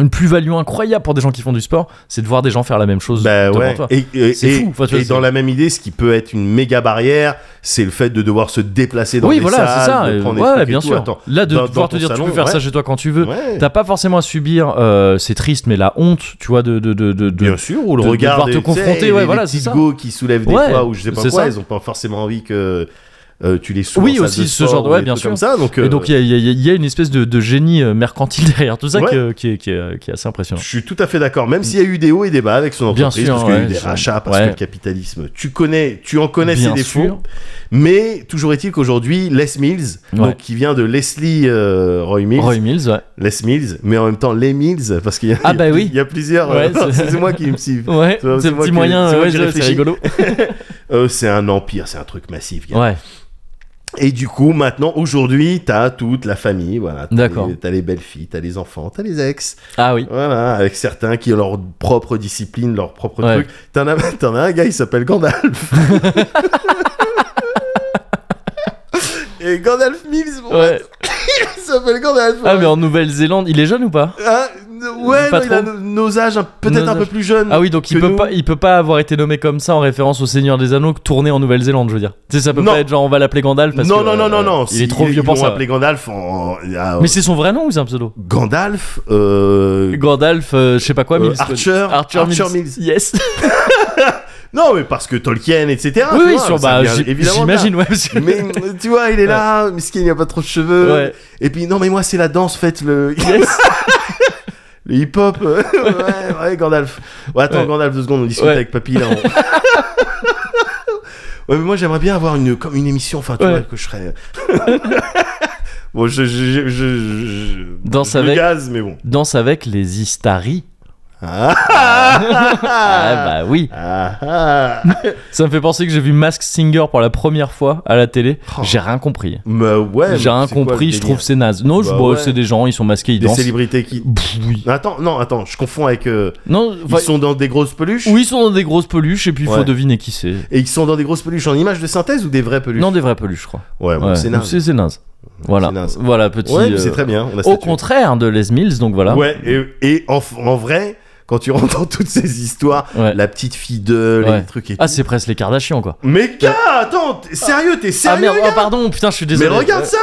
[SPEAKER 1] une plus-value incroyable pour des gens qui font du sport, c'est de voir des gens faire la même chose
[SPEAKER 2] Bah
[SPEAKER 1] devant
[SPEAKER 2] ouais.
[SPEAKER 1] toi.
[SPEAKER 2] Et, et-
[SPEAKER 1] C'est
[SPEAKER 2] et-
[SPEAKER 1] fou. Enfin, tu vois,
[SPEAKER 2] et
[SPEAKER 1] c'est-
[SPEAKER 2] dans la même idée, ce qui peut être une méga barrière, c'est le fait de devoir se déplacer dans
[SPEAKER 1] oui,
[SPEAKER 2] des
[SPEAKER 1] voilà, c'est
[SPEAKER 2] salles,
[SPEAKER 1] ça.
[SPEAKER 2] de
[SPEAKER 1] euh,
[SPEAKER 2] prendre des
[SPEAKER 1] Ouais,
[SPEAKER 2] trucs et
[SPEAKER 1] bien
[SPEAKER 2] tout.
[SPEAKER 1] sûr.
[SPEAKER 2] Attends.
[SPEAKER 1] Là, de
[SPEAKER 2] Dans- dans
[SPEAKER 1] pouvoir te
[SPEAKER 2] ton
[SPEAKER 1] dire, tu peux
[SPEAKER 2] salon,
[SPEAKER 1] faire
[SPEAKER 2] ouais.
[SPEAKER 1] ça chez toi quand tu veux.
[SPEAKER 2] Ouais.
[SPEAKER 1] T'as pas forcément à subir, euh, c'est triste, mais la honte, tu vois, de, de, de, de- de-
[SPEAKER 2] Bien sûr, ou le
[SPEAKER 1] de- de
[SPEAKER 2] regard
[SPEAKER 1] devoir
[SPEAKER 2] des,
[SPEAKER 1] te confronter,
[SPEAKER 2] tu sais,
[SPEAKER 1] ouais,
[SPEAKER 2] les-
[SPEAKER 1] voilà,
[SPEAKER 2] les
[SPEAKER 1] c'est
[SPEAKER 2] petits
[SPEAKER 1] ça.
[SPEAKER 2] go qui soulèvent des
[SPEAKER 1] Ouais,
[SPEAKER 2] poids ou je sais pas
[SPEAKER 1] c'est
[SPEAKER 2] quoi,
[SPEAKER 1] ça.
[SPEAKER 2] ils ont pas forcément envie que euh, tu les saoules
[SPEAKER 1] Oui,
[SPEAKER 2] en salle
[SPEAKER 1] aussi,
[SPEAKER 2] de
[SPEAKER 1] ce
[SPEAKER 2] sport
[SPEAKER 1] genre de-
[SPEAKER 2] ou
[SPEAKER 1] ouais,
[SPEAKER 2] des
[SPEAKER 1] bien
[SPEAKER 2] trucs
[SPEAKER 1] sûr.
[SPEAKER 2] Comme ça, donc,
[SPEAKER 1] Et
[SPEAKER 2] euh,
[SPEAKER 1] donc il y a- il y, a- il y a une espèce de, de génie euh, mercantile derrière tout ça
[SPEAKER 2] Ouais.
[SPEAKER 1] qui, euh, qui, est- qui est- qui est assez impressionnant.
[SPEAKER 2] je suis tout à fait d'accord, même s'il y a eu des hauts et des bas avec son
[SPEAKER 1] Bien
[SPEAKER 2] entreprise,
[SPEAKER 1] sûr,
[SPEAKER 2] parce qu'il y a eu
[SPEAKER 1] ouais,
[SPEAKER 2] des
[SPEAKER 1] c'est-
[SPEAKER 2] rachats, parce
[SPEAKER 1] ouais.
[SPEAKER 2] que le capitalisme, tu connais, tu en connais ses
[SPEAKER 1] Bien
[SPEAKER 2] défauts,
[SPEAKER 1] sûr.
[SPEAKER 2] mais toujours est-il qu'aujourd'hui, Les Mills,
[SPEAKER 1] Ouais.
[SPEAKER 2] donc, qui vient de Leslie euh, Roy Mills,
[SPEAKER 1] Roy Mills, ouais.
[SPEAKER 2] Les Mills, mais en même temps Les Mills, parce qu'il y, a-
[SPEAKER 1] Ah,
[SPEAKER 2] il y a
[SPEAKER 1] bah
[SPEAKER 2] plus-
[SPEAKER 1] oui.
[SPEAKER 2] il y a plusieurs,
[SPEAKER 1] Ouais,
[SPEAKER 2] euh,
[SPEAKER 1] c'est-
[SPEAKER 2] c'est moi qui me suis...
[SPEAKER 1] Ouais,
[SPEAKER 2] C'est moi-
[SPEAKER 1] c'est
[SPEAKER 2] c'est
[SPEAKER 1] un
[SPEAKER 2] moi
[SPEAKER 1] petit
[SPEAKER 2] qui-
[SPEAKER 1] moyen,
[SPEAKER 2] c'est moi
[SPEAKER 1] ouais,
[SPEAKER 2] qui
[SPEAKER 1] je- c'est
[SPEAKER 2] réfléchis.
[SPEAKER 1] rigolo.
[SPEAKER 2] Euh, c'est un empire, c'est un truc massif, gars.
[SPEAKER 1] Ouais,
[SPEAKER 2] Et du coup, maintenant, aujourd'hui, t'as toute la famille, voilà. T'as
[SPEAKER 1] D'accord.
[SPEAKER 2] les- T'as les belles filles, t'as les enfants, t'as les ex,
[SPEAKER 1] ah oui.
[SPEAKER 2] voilà, avec certains qui ont leur propre discipline, leur propre
[SPEAKER 1] Ouais.
[SPEAKER 2] truc. T'en as, t'en as un gars, il s'appelle Gandalf. Et Gandalf Mills, bon,
[SPEAKER 1] Ouais.
[SPEAKER 2] il s'appelle Gandalf.
[SPEAKER 1] Ah, mais en Nouvelle-Zélande, il est jeune ou pas
[SPEAKER 2] Hein, n- ouais,
[SPEAKER 1] Pas
[SPEAKER 2] non, il a
[SPEAKER 1] trop.
[SPEAKER 2] no- nos âges, un- peut-être
[SPEAKER 1] Nos
[SPEAKER 2] un peu
[SPEAKER 1] âges.
[SPEAKER 2] plus jeunes.
[SPEAKER 1] Ah oui, donc il
[SPEAKER 2] que
[SPEAKER 1] peut,
[SPEAKER 2] nous.
[SPEAKER 1] pas, il peut pas avoir été nommé comme ça en référence au Seigneur des Anneaux tourné en Nouvelle-Zélande, je veux dire. Tu sais, ça peut
[SPEAKER 2] Non.
[SPEAKER 1] pas être genre on va l'appeler Gandalf parce
[SPEAKER 2] non,
[SPEAKER 1] que,
[SPEAKER 2] non, non, non,
[SPEAKER 1] euh,
[SPEAKER 2] non.
[SPEAKER 1] Il est trop
[SPEAKER 2] ils-
[SPEAKER 1] vieux
[SPEAKER 2] ils
[SPEAKER 1] pour
[SPEAKER 2] l'ont
[SPEAKER 1] ça.
[SPEAKER 2] appelé Gandalf en- ah,
[SPEAKER 1] Mais c'est son vrai nom ou c'est un pseudo
[SPEAKER 2] Gandalf, euh,
[SPEAKER 1] Gandalf, euh, je sais pas quoi,
[SPEAKER 2] Euh,
[SPEAKER 1] Mills.
[SPEAKER 2] Archer.
[SPEAKER 1] Archer,
[SPEAKER 2] Archer
[SPEAKER 1] Mills.
[SPEAKER 2] Mills.
[SPEAKER 1] Yes.
[SPEAKER 2] Non, mais parce que Tolkien, etc.
[SPEAKER 1] oui,
[SPEAKER 2] tu
[SPEAKER 1] oui,
[SPEAKER 2] vois,
[SPEAKER 1] sur,
[SPEAKER 2] Ah, ça
[SPEAKER 1] bah,
[SPEAKER 2] vient
[SPEAKER 1] j'im-
[SPEAKER 2] évidemment de là.
[SPEAKER 1] j'imagine, ouais. parce que-
[SPEAKER 2] Mais euh, tu vois, il est là, mais ce qu'il n'y a pas trop de cheveux.
[SPEAKER 1] Ouais.
[SPEAKER 2] Et puis, non, mais moi, c'est la danse, faites le. le hip-hop. euh, ouais, ouais, Gandalf. Ouais, attends,
[SPEAKER 1] Ouais.
[SPEAKER 2] Gandalf, deux secondes, on discute
[SPEAKER 1] Ouais.
[SPEAKER 2] avec Papy là. on- ouais, mais moi, j'aimerais bien avoir une, comme une émission, enfin, tu
[SPEAKER 1] Ouais.
[SPEAKER 2] vois, que je serais. euh, bon, je. je, je, je, je-
[SPEAKER 1] Danse
[SPEAKER 2] je le
[SPEAKER 1] avec.
[SPEAKER 2] gaz, mais bon.
[SPEAKER 1] Danse avec les Istari.
[SPEAKER 2] Ah,
[SPEAKER 1] Ah bah oui.
[SPEAKER 2] ah, ah.
[SPEAKER 1] Ça me fait penser que j'ai vu Mask Singer pour la première fois à la télé.
[SPEAKER 2] Oh.
[SPEAKER 1] J'ai rien compris.
[SPEAKER 2] Mais ouais.
[SPEAKER 1] j'ai
[SPEAKER 2] mais
[SPEAKER 1] rien
[SPEAKER 2] c'est quoi le
[SPEAKER 1] compris, je
[SPEAKER 2] délire
[SPEAKER 1] trouve c'est naze. Non, je-
[SPEAKER 2] Bah
[SPEAKER 1] bon,
[SPEAKER 2] ouais.
[SPEAKER 1] c'est des gens, ils sont masqués, ils
[SPEAKER 2] Des
[SPEAKER 1] dansent.
[SPEAKER 2] célébrités qui.
[SPEAKER 1] Pff, oui.
[SPEAKER 2] Attends, non, attends, je confonds avec. euh,
[SPEAKER 1] Non,
[SPEAKER 2] Ils
[SPEAKER 1] enfin,
[SPEAKER 2] sont dans des grosses peluches
[SPEAKER 1] oui, ils sont dans des grosses peluches et puis il faut
[SPEAKER 2] Ouais.
[SPEAKER 1] deviner qui c'est.
[SPEAKER 2] Et ils sont dans des grosses peluches en images de synthèse ou des vraies peluches
[SPEAKER 1] Non, des vraies peluches, je crois.
[SPEAKER 2] Ouais, bon,
[SPEAKER 1] Ouais,
[SPEAKER 2] c'est
[SPEAKER 1] donc
[SPEAKER 2] naze.
[SPEAKER 1] C'est naze. Voilà.
[SPEAKER 2] C'est naze.
[SPEAKER 1] Voilà, petit.
[SPEAKER 2] Ouais, mais
[SPEAKER 1] euh,
[SPEAKER 2] c'est très bien. On a
[SPEAKER 1] Au
[SPEAKER 2] statué.
[SPEAKER 1] contraire de Les Mills, donc voilà.
[SPEAKER 2] Ouais, et, et en, en vrai, quand tu entends toutes ces histoires,
[SPEAKER 1] Ouais.
[SPEAKER 2] la petite fiddle,
[SPEAKER 1] Ouais.
[SPEAKER 2] les trucs et
[SPEAKER 1] Ah,
[SPEAKER 2] tout.
[SPEAKER 1] c'est presque les Kardashians, quoi.
[SPEAKER 2] Mais gars, attends, t'es sérieux, t'es
[SPEAKER 1] Ah
[SPEAKER 2] sérieux
[SPEAKER 1] merde,
[SPEAKER 2] gars
[SPEAKER 1] oh, pardon, putain, je suis
[SPEAKER 2] Mais
[SPEAKER 1] désolé.
[SPEAKER 2] regarde ça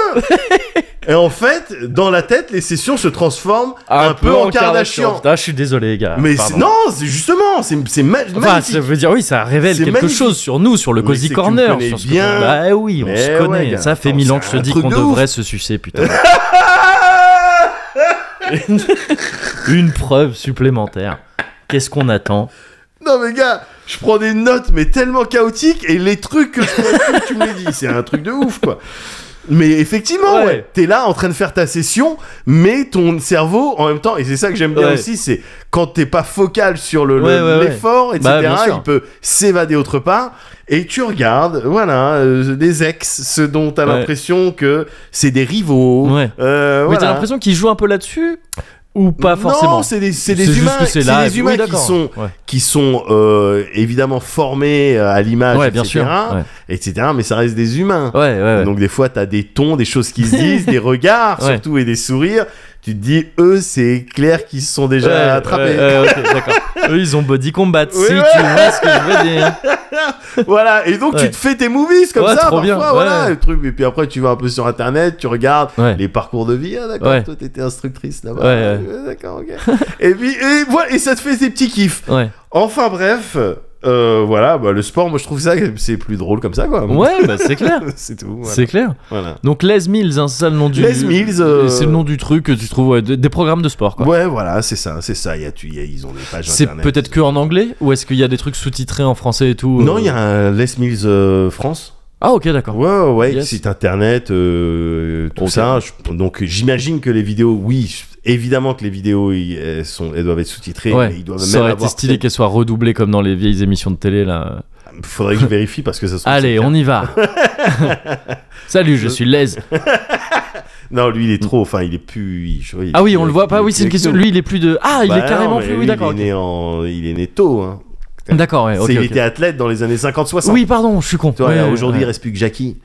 [SPEAKER 2] Et en fait, dans la tête, les sessions se transforment
[SPEAKER 1] Ah,
[SPEAKER 2] un, peu, en Kardashian.
[SPEAKER 1] Putain, Ah, je suis désolé, les gars.
[SPEAKER 2] Mais c'est-
[SPEAKER 1] Ah, Pardon.
[SPEAKER 2] non, c'est justement, c'est c'est ma-
[SPEAKER 1] Enfin,
[SPEAKER 2] magnifique.
[SPEAKER 1] ça veut dire oui, ça révèle
[SPEAKER 2] C'est
[SPEAKER 1] quelque
[SPEAKER 2] magnifique.
[SPEAKER 1] chose sur nous, sur le
[SPEAKER 2] Mais c'est
[SPEAKER 1] Cozy
[SPEAKER 2] que tu me
[SPEAKER 1] Corner.
[SPEAKER 2] connais
[SPEAKER 1] sur ce que-
[SPEAKER 2] bien.
[SPEAKER 1] Bah oui, on
[SPEAKER 2] Mais
[SPEAKER 1] se
[SPEAKER 2] ouais,
[SPEAKER 1] connaît.
[SPEAKER 2] gars.
[SPEAKER 1] ça fait
[SPEAKER 2] Attends,
[SPEAKER 1] mille ans
[SPEAKER 2] c'est
[SPEAKER 1] que je te
[SPEAKER 2] un
[SPEAKER 1] dis
[SPEAKER 2] truc
[SPEAKER 1] qu'on
[SPEAKER 2] de
[SPEAKER 1] devrait se sucer, putain.
[SPEAKER 2] Ah
[SPEAKER 1] Une preuve supplémentaire. Qu'est-ce qu'on attend
[SPEAKER 2] non mais gars, je prends des notes mais tellement chaotiques et les trucs que je- tu me les dis, c'est un truc de ouf quoi. Mais effectivement,
[SPEAKER 1] Ouais.
[SPEAKER 2] ouais, t'es là en train de faire ta session, mais ton cerveau en même temps, et c'est ça que j'aime bien
[SPEAKER 1] Ouais.
[SPEAKER 2] aussi, c'est quand t'es pas focal sur le- le-
[SPEAKER 1] Ouais, ouais, ouais.
[SPEAKER 2] l'effort, etc.,
[SPEAKER 1] Bah, bien sûr.
[SPEAKER 2] il peut s'évader autre part, et tu regardes, voilà, euh, des ex, ce dont t'as
[SPEAKER 1] Ouais.
[SPEAKER 2] l'impression que c'est des rivaux.
[SPEAKER 1] Ouais.
[SPEAKER 2] euh,
[SPEAKER 1] Mais t'as
[SPEAKER 2] voilà.
[SPEAKER 1] l'impression qu'ils jouent un peu là-dessus ou pas forcément
[SPEAKER 2] Non, c'est des, c'est des
[SPEAKER 1] juste
[SPEAKER 2] humains,
[SPEAKER 1] que
[SPEAKER 2] c'est
[SPEAKER 1] là-
[SPEAKER 2] des humains
[SPEAKER 1] oui,
[SPEAKER 2] qui
[SPEAKER 1] d'accord.
[SPEAKER 2] sont,
[SPEAKER 1] Ouais,
[SPEAKER 2] qui sont euh, évidemment formés euh, à l'image,
[SPEAKER 1] Ouais,
[SPEAKER 2] etc.,
[SPEAKER 1] bien sûr. Ouais,
[SPEAKER 2] etc. Mais ça reste des humains.
[SPEAKER 1] ouais, ouais. ouais.
[SPEAKER 2] Donc des fois, t'as des tons, des choses qui se disent, des regards
[SPEAKER 1] Ouais.
[SPEAKER 2] surtout et des sourires. Tu te dis, eux, c'est clair qu'ils se sont déjà
[SPEAKER 1] Ouais,
[SPEAKER 2] attrapés.
[SPEAKER 1] ouais, ouais, ok, d'accord. Eux, ils ont body combat. si
[SPEAKER 2] Ouais, ouais.
[SPEAKER 1] tu vois ce que je veux dire.
[SPEAKER 2] Voilà. Et donc
[SPEAKER 1] Ouais.
[SPEAKER 2] tu te fais tes movies comme
[SPEAKER 1] Ouais,
[SPEAKER 2] ça
[SPEAKER 1] trop
[SPEAKER 2] parfois.
[SPEAKER 1] bien.
[SPEAKER 2] Voilà.
[SPEAKER 1] Ouais.
[SPEAKER 2] le truc. Et puis après, tu vas un peu sur internet, tu regardes
[SPEAKER 1] Ouais.
[SPEAKER 2] les parcours de vie. Ah, d'accord.
[SPEAKER 1] Ouais.
[SPEAKER 2] Toi, t'étais instructrice là-bas.
[SPEAKER 1] Ouais, ouais.
[SPEAKER 2] Ah, d'accord. ok. et puis et voilà. Et ça te fait des petits kiffs.
[SPEAKER 1] Ouais.
[SPEAKER 2] Enfin bref, euh, voilà, bah, le sport, moi je trouve ça que c'est plus drôle comme ça quoi.
[SPEAKER 1] Ouais, bah c'est clair.
[SPEAKER 2] c'est tout. Voilà.
[SPEAKER 1] C'est clair.
[SPEAKER 2] Voilà.
[SPEAKER 1] Donc Les Mills, hein, c'est ça le nom du.
[SPEAKER 2] Les Mills, euh,
[SPEAKER 1] C'est le nom du truc que tu trouves ouais, des des programmes de sport. Quoi.
[SPEAKER 2] Ouais, voilà, c'est ça, c'est ça. Il Y a, tu, il y a- ils ont des pages
[SPEAKER 1] C'est
[SPEAKER 2] internet. euh.
[SPEAKER 1] peut-être que en anglais ou est-ce qu'il y a des trucs sous-titrés en français et tout
[SPEAKER 2] Non,
[SPEAKER 1] euh
[SPEAKER 2] il y a un Les Mills euh, France.
[SPEAKER 1] Ah ok d'accord.
[SPEAKER 2] Ouais, ouais, ouais,
[SPEAKER 1] Yes.
[SPEAKER 2] site internet, euh, tout
[SPEAKER 1] Ok.
[SPEAKER 2] ça. Je- donc j'imagine que les vidéos, oui, je- évidemment que les vidéos, ils- elles, sont, elles doivent être sous-titrées.
[SPEAKER 1] Ouais.
[SPEAKER 2] mais ils doivent
[SPEAKER 1] Ça
[SPEAKER 2] même
[SPEAKER 1] aurait été
[SPEAKER 2] avoir-
[SPEAKER 1] stylé qu'elle soit redoublée comme dans les vieilles émissions de télé là.
[SPEAKER 2] Faudrait que je vérifie parce que ça se trouve,
[SPEAKER 1] Allez,
[SPEAKER 2] c'est-
[SPEAKER 1] on y va. Salut, je
[SPEAKER 2] Je-
[SPEAKER 1] suis Les.
[SPEAKER 2] Non, lui, il est trop. Enfin, il est plus. il- je- il-
[SPEAKER 1] Mm. Ah oui, on
[SPEAKER 2] il-
[SPEAKER 1] le voit
[SPEAKER 2] il
[SPEAKER 1] pas.
[SPEAKER 2] est
[SPEAKER 1] Oui, c'est une
[SPEAKER 2] plus
[SPEAKER 1] question.
[SPEAKER 2] avec nous.
[SPEAKER 1] Lui, il est plus de. Ah, il
[SPEAKER 2] Bah
[SPEAKER 1] est carrément
[SPEAKER 2] non, mais
[SPEAKER 1] plus. Oui,
[SPEAKER 2] lui,
[SPEAKER 1] d'accord.
[SPEAKER 2] Il, est né en- il est né tôt. Hein.
[SPEAKER 1] ok. D'accord. Ouais. ok,
[SPEAKER 2] C'est- il
[SPEAKER 1] ok.
[SPEAKER 2] était athlète dans les années 50-60.
[SPEAKER 1] Oui, pardon, je suis con.
[SPEAKER 2] Tu vois,
[SPEAKER 1] Ouais,
[SPEAKER 2] là,
[SPEAKER 1] ouais,
[SPEAKER 2] aujourd'hui, il
[SPEAKER 1] ouais.
[SPEAKER 2] reste plus que Jackie.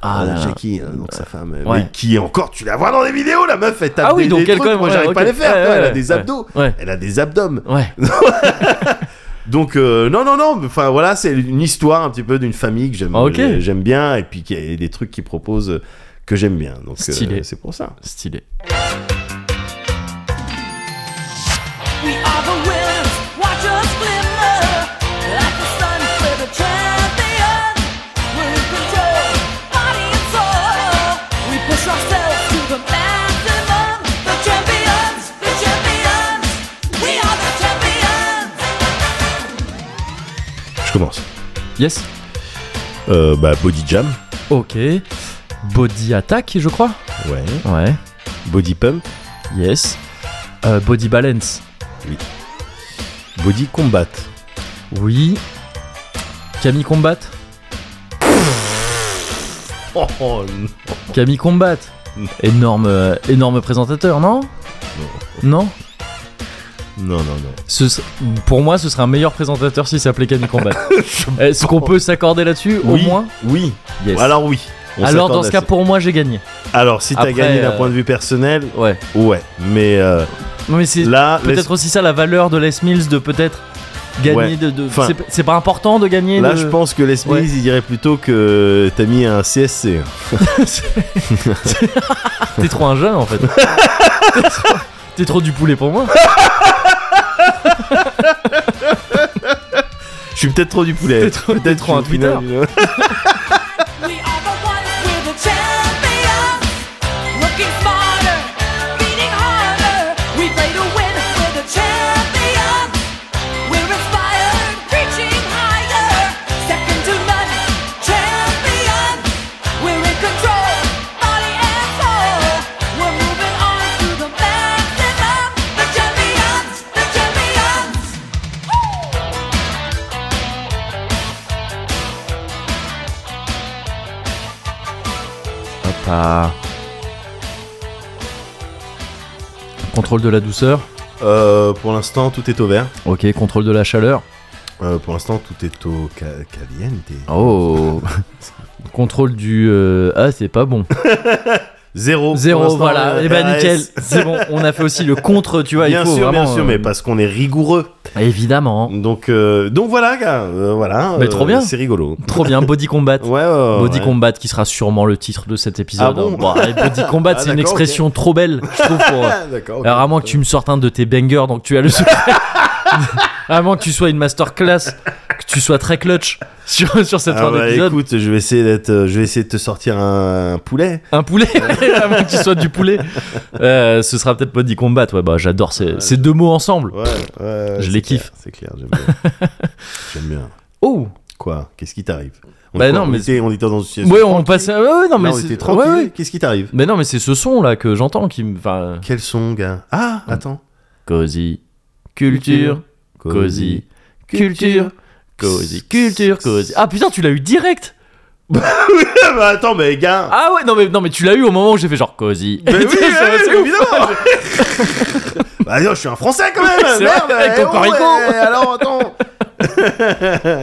[SPEAKER 1] Ah,
[SPEAKER 2] Voilà,
[SPEAKER 1] là, là.
[SPEAKER 2] Jackie, euh, donc sa femme. euh,
[SPEAKER 1] Ouais.
[SPEAKER 2] Mais qui est encore, tu la vois dans les vidéos, la meuf, elle tape
[SPEAKER 1] Ah oui,
[SPEAKER 2] des,
[SPEAKER 1] donc
[SPEAKER 2] des
[SPEAKER 1] elle, quand
[SPEAKER 2] trucs,
[SPEAKER 1] même,
[SPEAKER 2] moi
[SPEAKER 1] ouais,
[SPEAKER 2] j'arrive
[SPEAKER 1] ok.
[SPEAKER 2] pas à les faire,
[SPEAKER 1] Ouais,
[SPEAKER 2] tu vois, elle a
[SPEAKER 1] ouais,
[SPEAKER 2] des
[SPEAKER 1] ouais.
[SPEAKER 2] abdos,
[SPEAKER 1] Ouais.
[SPEAKER 2] elle a des abdomes.
[SPEAKER 1] Ouais.
[SPEAKER 2] Donc euh, non, non, non, mais, enfin voilà, c'est une histoire un petit peu d'une famille que j'aime
[SPEAKER 1] Ah, ok.
[SPEAKER 2] euh, j'aime bien, et puis qu'il y a des trucs qu'ils proposent euh, que j'aime bien. Donc euh,
[SPEAKER 1] Stylé.
[SPEAKER 2] c'est pour ça.
[SPEAKER 1] Stylé.
[SPEAKER 7] We are the winners. Watch us glimmer like the sun. We're the champions. We're in control, body and soul. We push ourselves to the maximum. The champions. The champions. We are the champions.
[SPEAKER 2] Je commence.
[SPEAKER 1] Yes.
[SPEAKER 2] Euh, bah, Body Jam,
[SPEAKER 1] Ok. Body attack, je crois.
[SPEAKER 2] ouais.
[SPEAKER 1] Ouais.
[SPEAKER 2] Body Pump,
[SPEAKER 1] Yes. Euh, body balance.
[SPEAKER 2] Body Combat,
[SPEAKER 1] Oui. Camille combat.
[SPEAKER 2] oh, oh,
[SPEAKER 1] Camille combat.
[SPEAKER 2] Non.
[SPEAKER 1] Énorme, euh, énorme présentateur, non Non.
[SPEAKER 2] non, non, non.
[SPEAKER 1] Ce ser- pour moi, ce serait un meilleur présentateur s'il s'appelait Camille Combat. Euh, Est-ce qu'on peut s'accorder là-dessus
[SPEAKER 2] Oui,
[SPEAKER 1] au moins
[SPEAKER 2] oui.
[SPEAKER 1] Yes.
[SPEAKER 2] Alors oui. On
[SPEAKER 1] Alors,
[SPEAKER 2] s'accorde
[SPEAKER 1] dans ce
[SPEAKER 2] à
[SPEAKER 1] cas,
[SPEAKER 2] ça.
[SPEAKER 1] pour moi, j'ai gagné.
[SPEAKER 2] Alors si t'as
[SPEAKER 1] Après,
[SPEAKER 2] gagné d'un
[SPEAKER 1] euh,
[SPEAKER 2] point de vue personnel,
[SPEAKER 1] Ouais.
[SPEAKER 2] ouais. Mais euh,
[SPEAKER 1] Non, mais c'est
[SPEAKER 2] là, laisse-
[SPEAKER 1] peut-être aussi ça la valeur de Les Mills de peut-être gagner
[SPEAKER 2] Ouais.
[SPEAKER 1] de. de-
[SPEAKER 2] Enfin,
[SPEAKER 1] c'est- c'est pas important de gagner.
[SPEAKER 2] là,
[SPEAKER 1] le-
[SPEAKER 2] je pense que les Smiths,
[SPEAKER 1] Ouais.
[SPEAKER 2] ils diraient plutôt que t'as mis un CSC.
[SPEAKER 1] T'es trop un jeune en fait. T'es trop- T'es trop du poulet pour moi.
[SPEAKER 2] Je suis peut-être trop du poulet.
[SPEAKER 1] T'es trop- t'es
[SPEAKER 2] peut-être
[SPEAKER 1] trop
[SPEAKER 2] je suis
[SPEAKER 1] un
[SPEAKER 2] au final-
[SPEAKER 7] We are the ones. We're the champions. Looking smarter, beating harder. We play to win. We're the champions. We're inspired, reaching higher. Second to none. Champions. We're in control, body and soul. We're moving on to the maximum. The champions. The champions.
[SPEAKER 1] Contrôle de la douceur.
[SPEAKER 2] Euh, pour l'instant, tout est au vert.
[SPEAKER 1] Ok, contrôle de la chaleur.
[SPEAKER 2] Euh, pour l'instant, tout est au ca- caliente.
[SPEAKER 1] Oh. contrôle du. euh, Ah, c'est pas bon.
[SPEAKER 2] Zéro. pour
[SPEAKER 1] Zéro,
[SPEAKER 2] l'instant,
[SPEAKER 1] voilà.
[SPEAKER 2] euh,
[SPEAKER 1] Et ben
[SPEAKER 2] RS.
[SPEAKER 1] nickel. C'est bon, on a fait aussi le contre, tu vois.
[SPEAKER 2] Bien
[SPEAKER 1] il faut
[SPEAKER 2] sûr,
[SPEAKER 1] vraiment,
[SPEAKER 2] bien sûr,
[SPEAKER 1] euh,
[SPEAKER 2] mais parce qu'on est rigoureux.
[SPEAKER 1] Évidemment.
[SPEAKER 2] Donc, euh, donc voilà, gars, euh, voilà.
[SPEAKER 1] Mais
[SPEAKER 2] euh,
[SPEAKER 1] trop bien.
[SPEAKER 2] C'est rigolo.
[SPEAKER 1] Trop bien, Body Combat.
[SPEAKER 2] Ouais, ouais, ouais,
[SPEAKER 1] Body
[SPEAKER 2] ouais.
[SPEAKER 1] Combat qui sera sûrement le titre de cet épisode.
[SPEAKER 2] Ah bon
[SPEAKER 1] Bon, allez, Body Combat,
[SPEAKER 2] Ah,
[SPEAKER 1] c'est une
[SPEAKER 2] d'accord,
[SPEAKER 1] expression trop belle, je trouve. Pour... euh,
[SPEAKER 2] Ah, d'accord. ok.
[SPEAKER 1] Alors, à moins que tu me sortes un de tes bangers, donc tu as le secret. à moins que tu sois une masterclass, que tu sois très clutch sur, sur cette
[SPEAKER 2] Ah
[SPEAKER 1] fin
[SPEAKER 2] bah,
[SPEAKER 1] d'épisode.
[SPEAKER 2] écoute, je vais essayer d'être, euh, je vais essayer de te sortir un, un poulet.
[SPEAKER 1] Un poulet, à moins que tu sois du poulet. Euh, ce sera peut-être Body Combat. Ouais, bah j'adore ces, ces deux mots ensemble.
[SPEAKER 2] Ouais, ouais,
[SPEAKER 1] Je
[SPEAKER 2] c'est
[SPEAKER 1] les
[SPEAKER 2] clair,
[SPEAKER 1] kiffe.
[SPEAKER 2] C'est clair, j'aime bien. j'aime bien.
[SPEAKER 1] Oh!
[SPEAKER 2] Quoi Qu'est-ce qui t'arrive On-
[SPEAKER 1] Bah non,
[SPEAKER 2] on
[SPEAKER 1] mais-
[SPEAKER 2] était- on était dans une situation.
[SPEAKER 1] Ouais, on passe. Ouais, ouais, non, mais
[SPEAKER 2] Là, on
[SPEAKER 1] c'est-
[SPEAKER 2] était tranquille.
[SPEAKER 1] ouais, ouais.
[SPEAKER 2] Qu'est-ce qui t'arrive
[SPEAKER 1] Mais non, mais c'est ce son là que j'entends qui me. Enfin.
[SPEAKER 2] Quel son, gars Ah, attends.
[SPEAKER 1] Cosy. Culture. Cosy. Culture. Cosy. Culture. Cosy. Ah putain, tu l'as eu direct
[SPEAKER 2] Ah bah attends, mais gars.
[SPEAKER 1] Ah ouais, non mais, non, mais tu l'as eu au moment où j'ai fait genre Cosy.
[SPEAKER 2] Mais
[SPEAKER 1] Et
[SPEAKER 2] oui,
[SPEAKER 1] tu-
[SPEAKER 2] ouais,
[SPEAKER 1] c'est- c'est ouf.
[SPEAKER 2] évidemment. bah non, je suis un Français quand même.
[SPEAKER 1] C'est
[SPEAKER 2] Merde.
[SPEAKER 1] vrai,
[SPEAKER 2] eh,
[SPEAKER 1] Cocorico.
[SPEAKER 2] ouais, alors attends.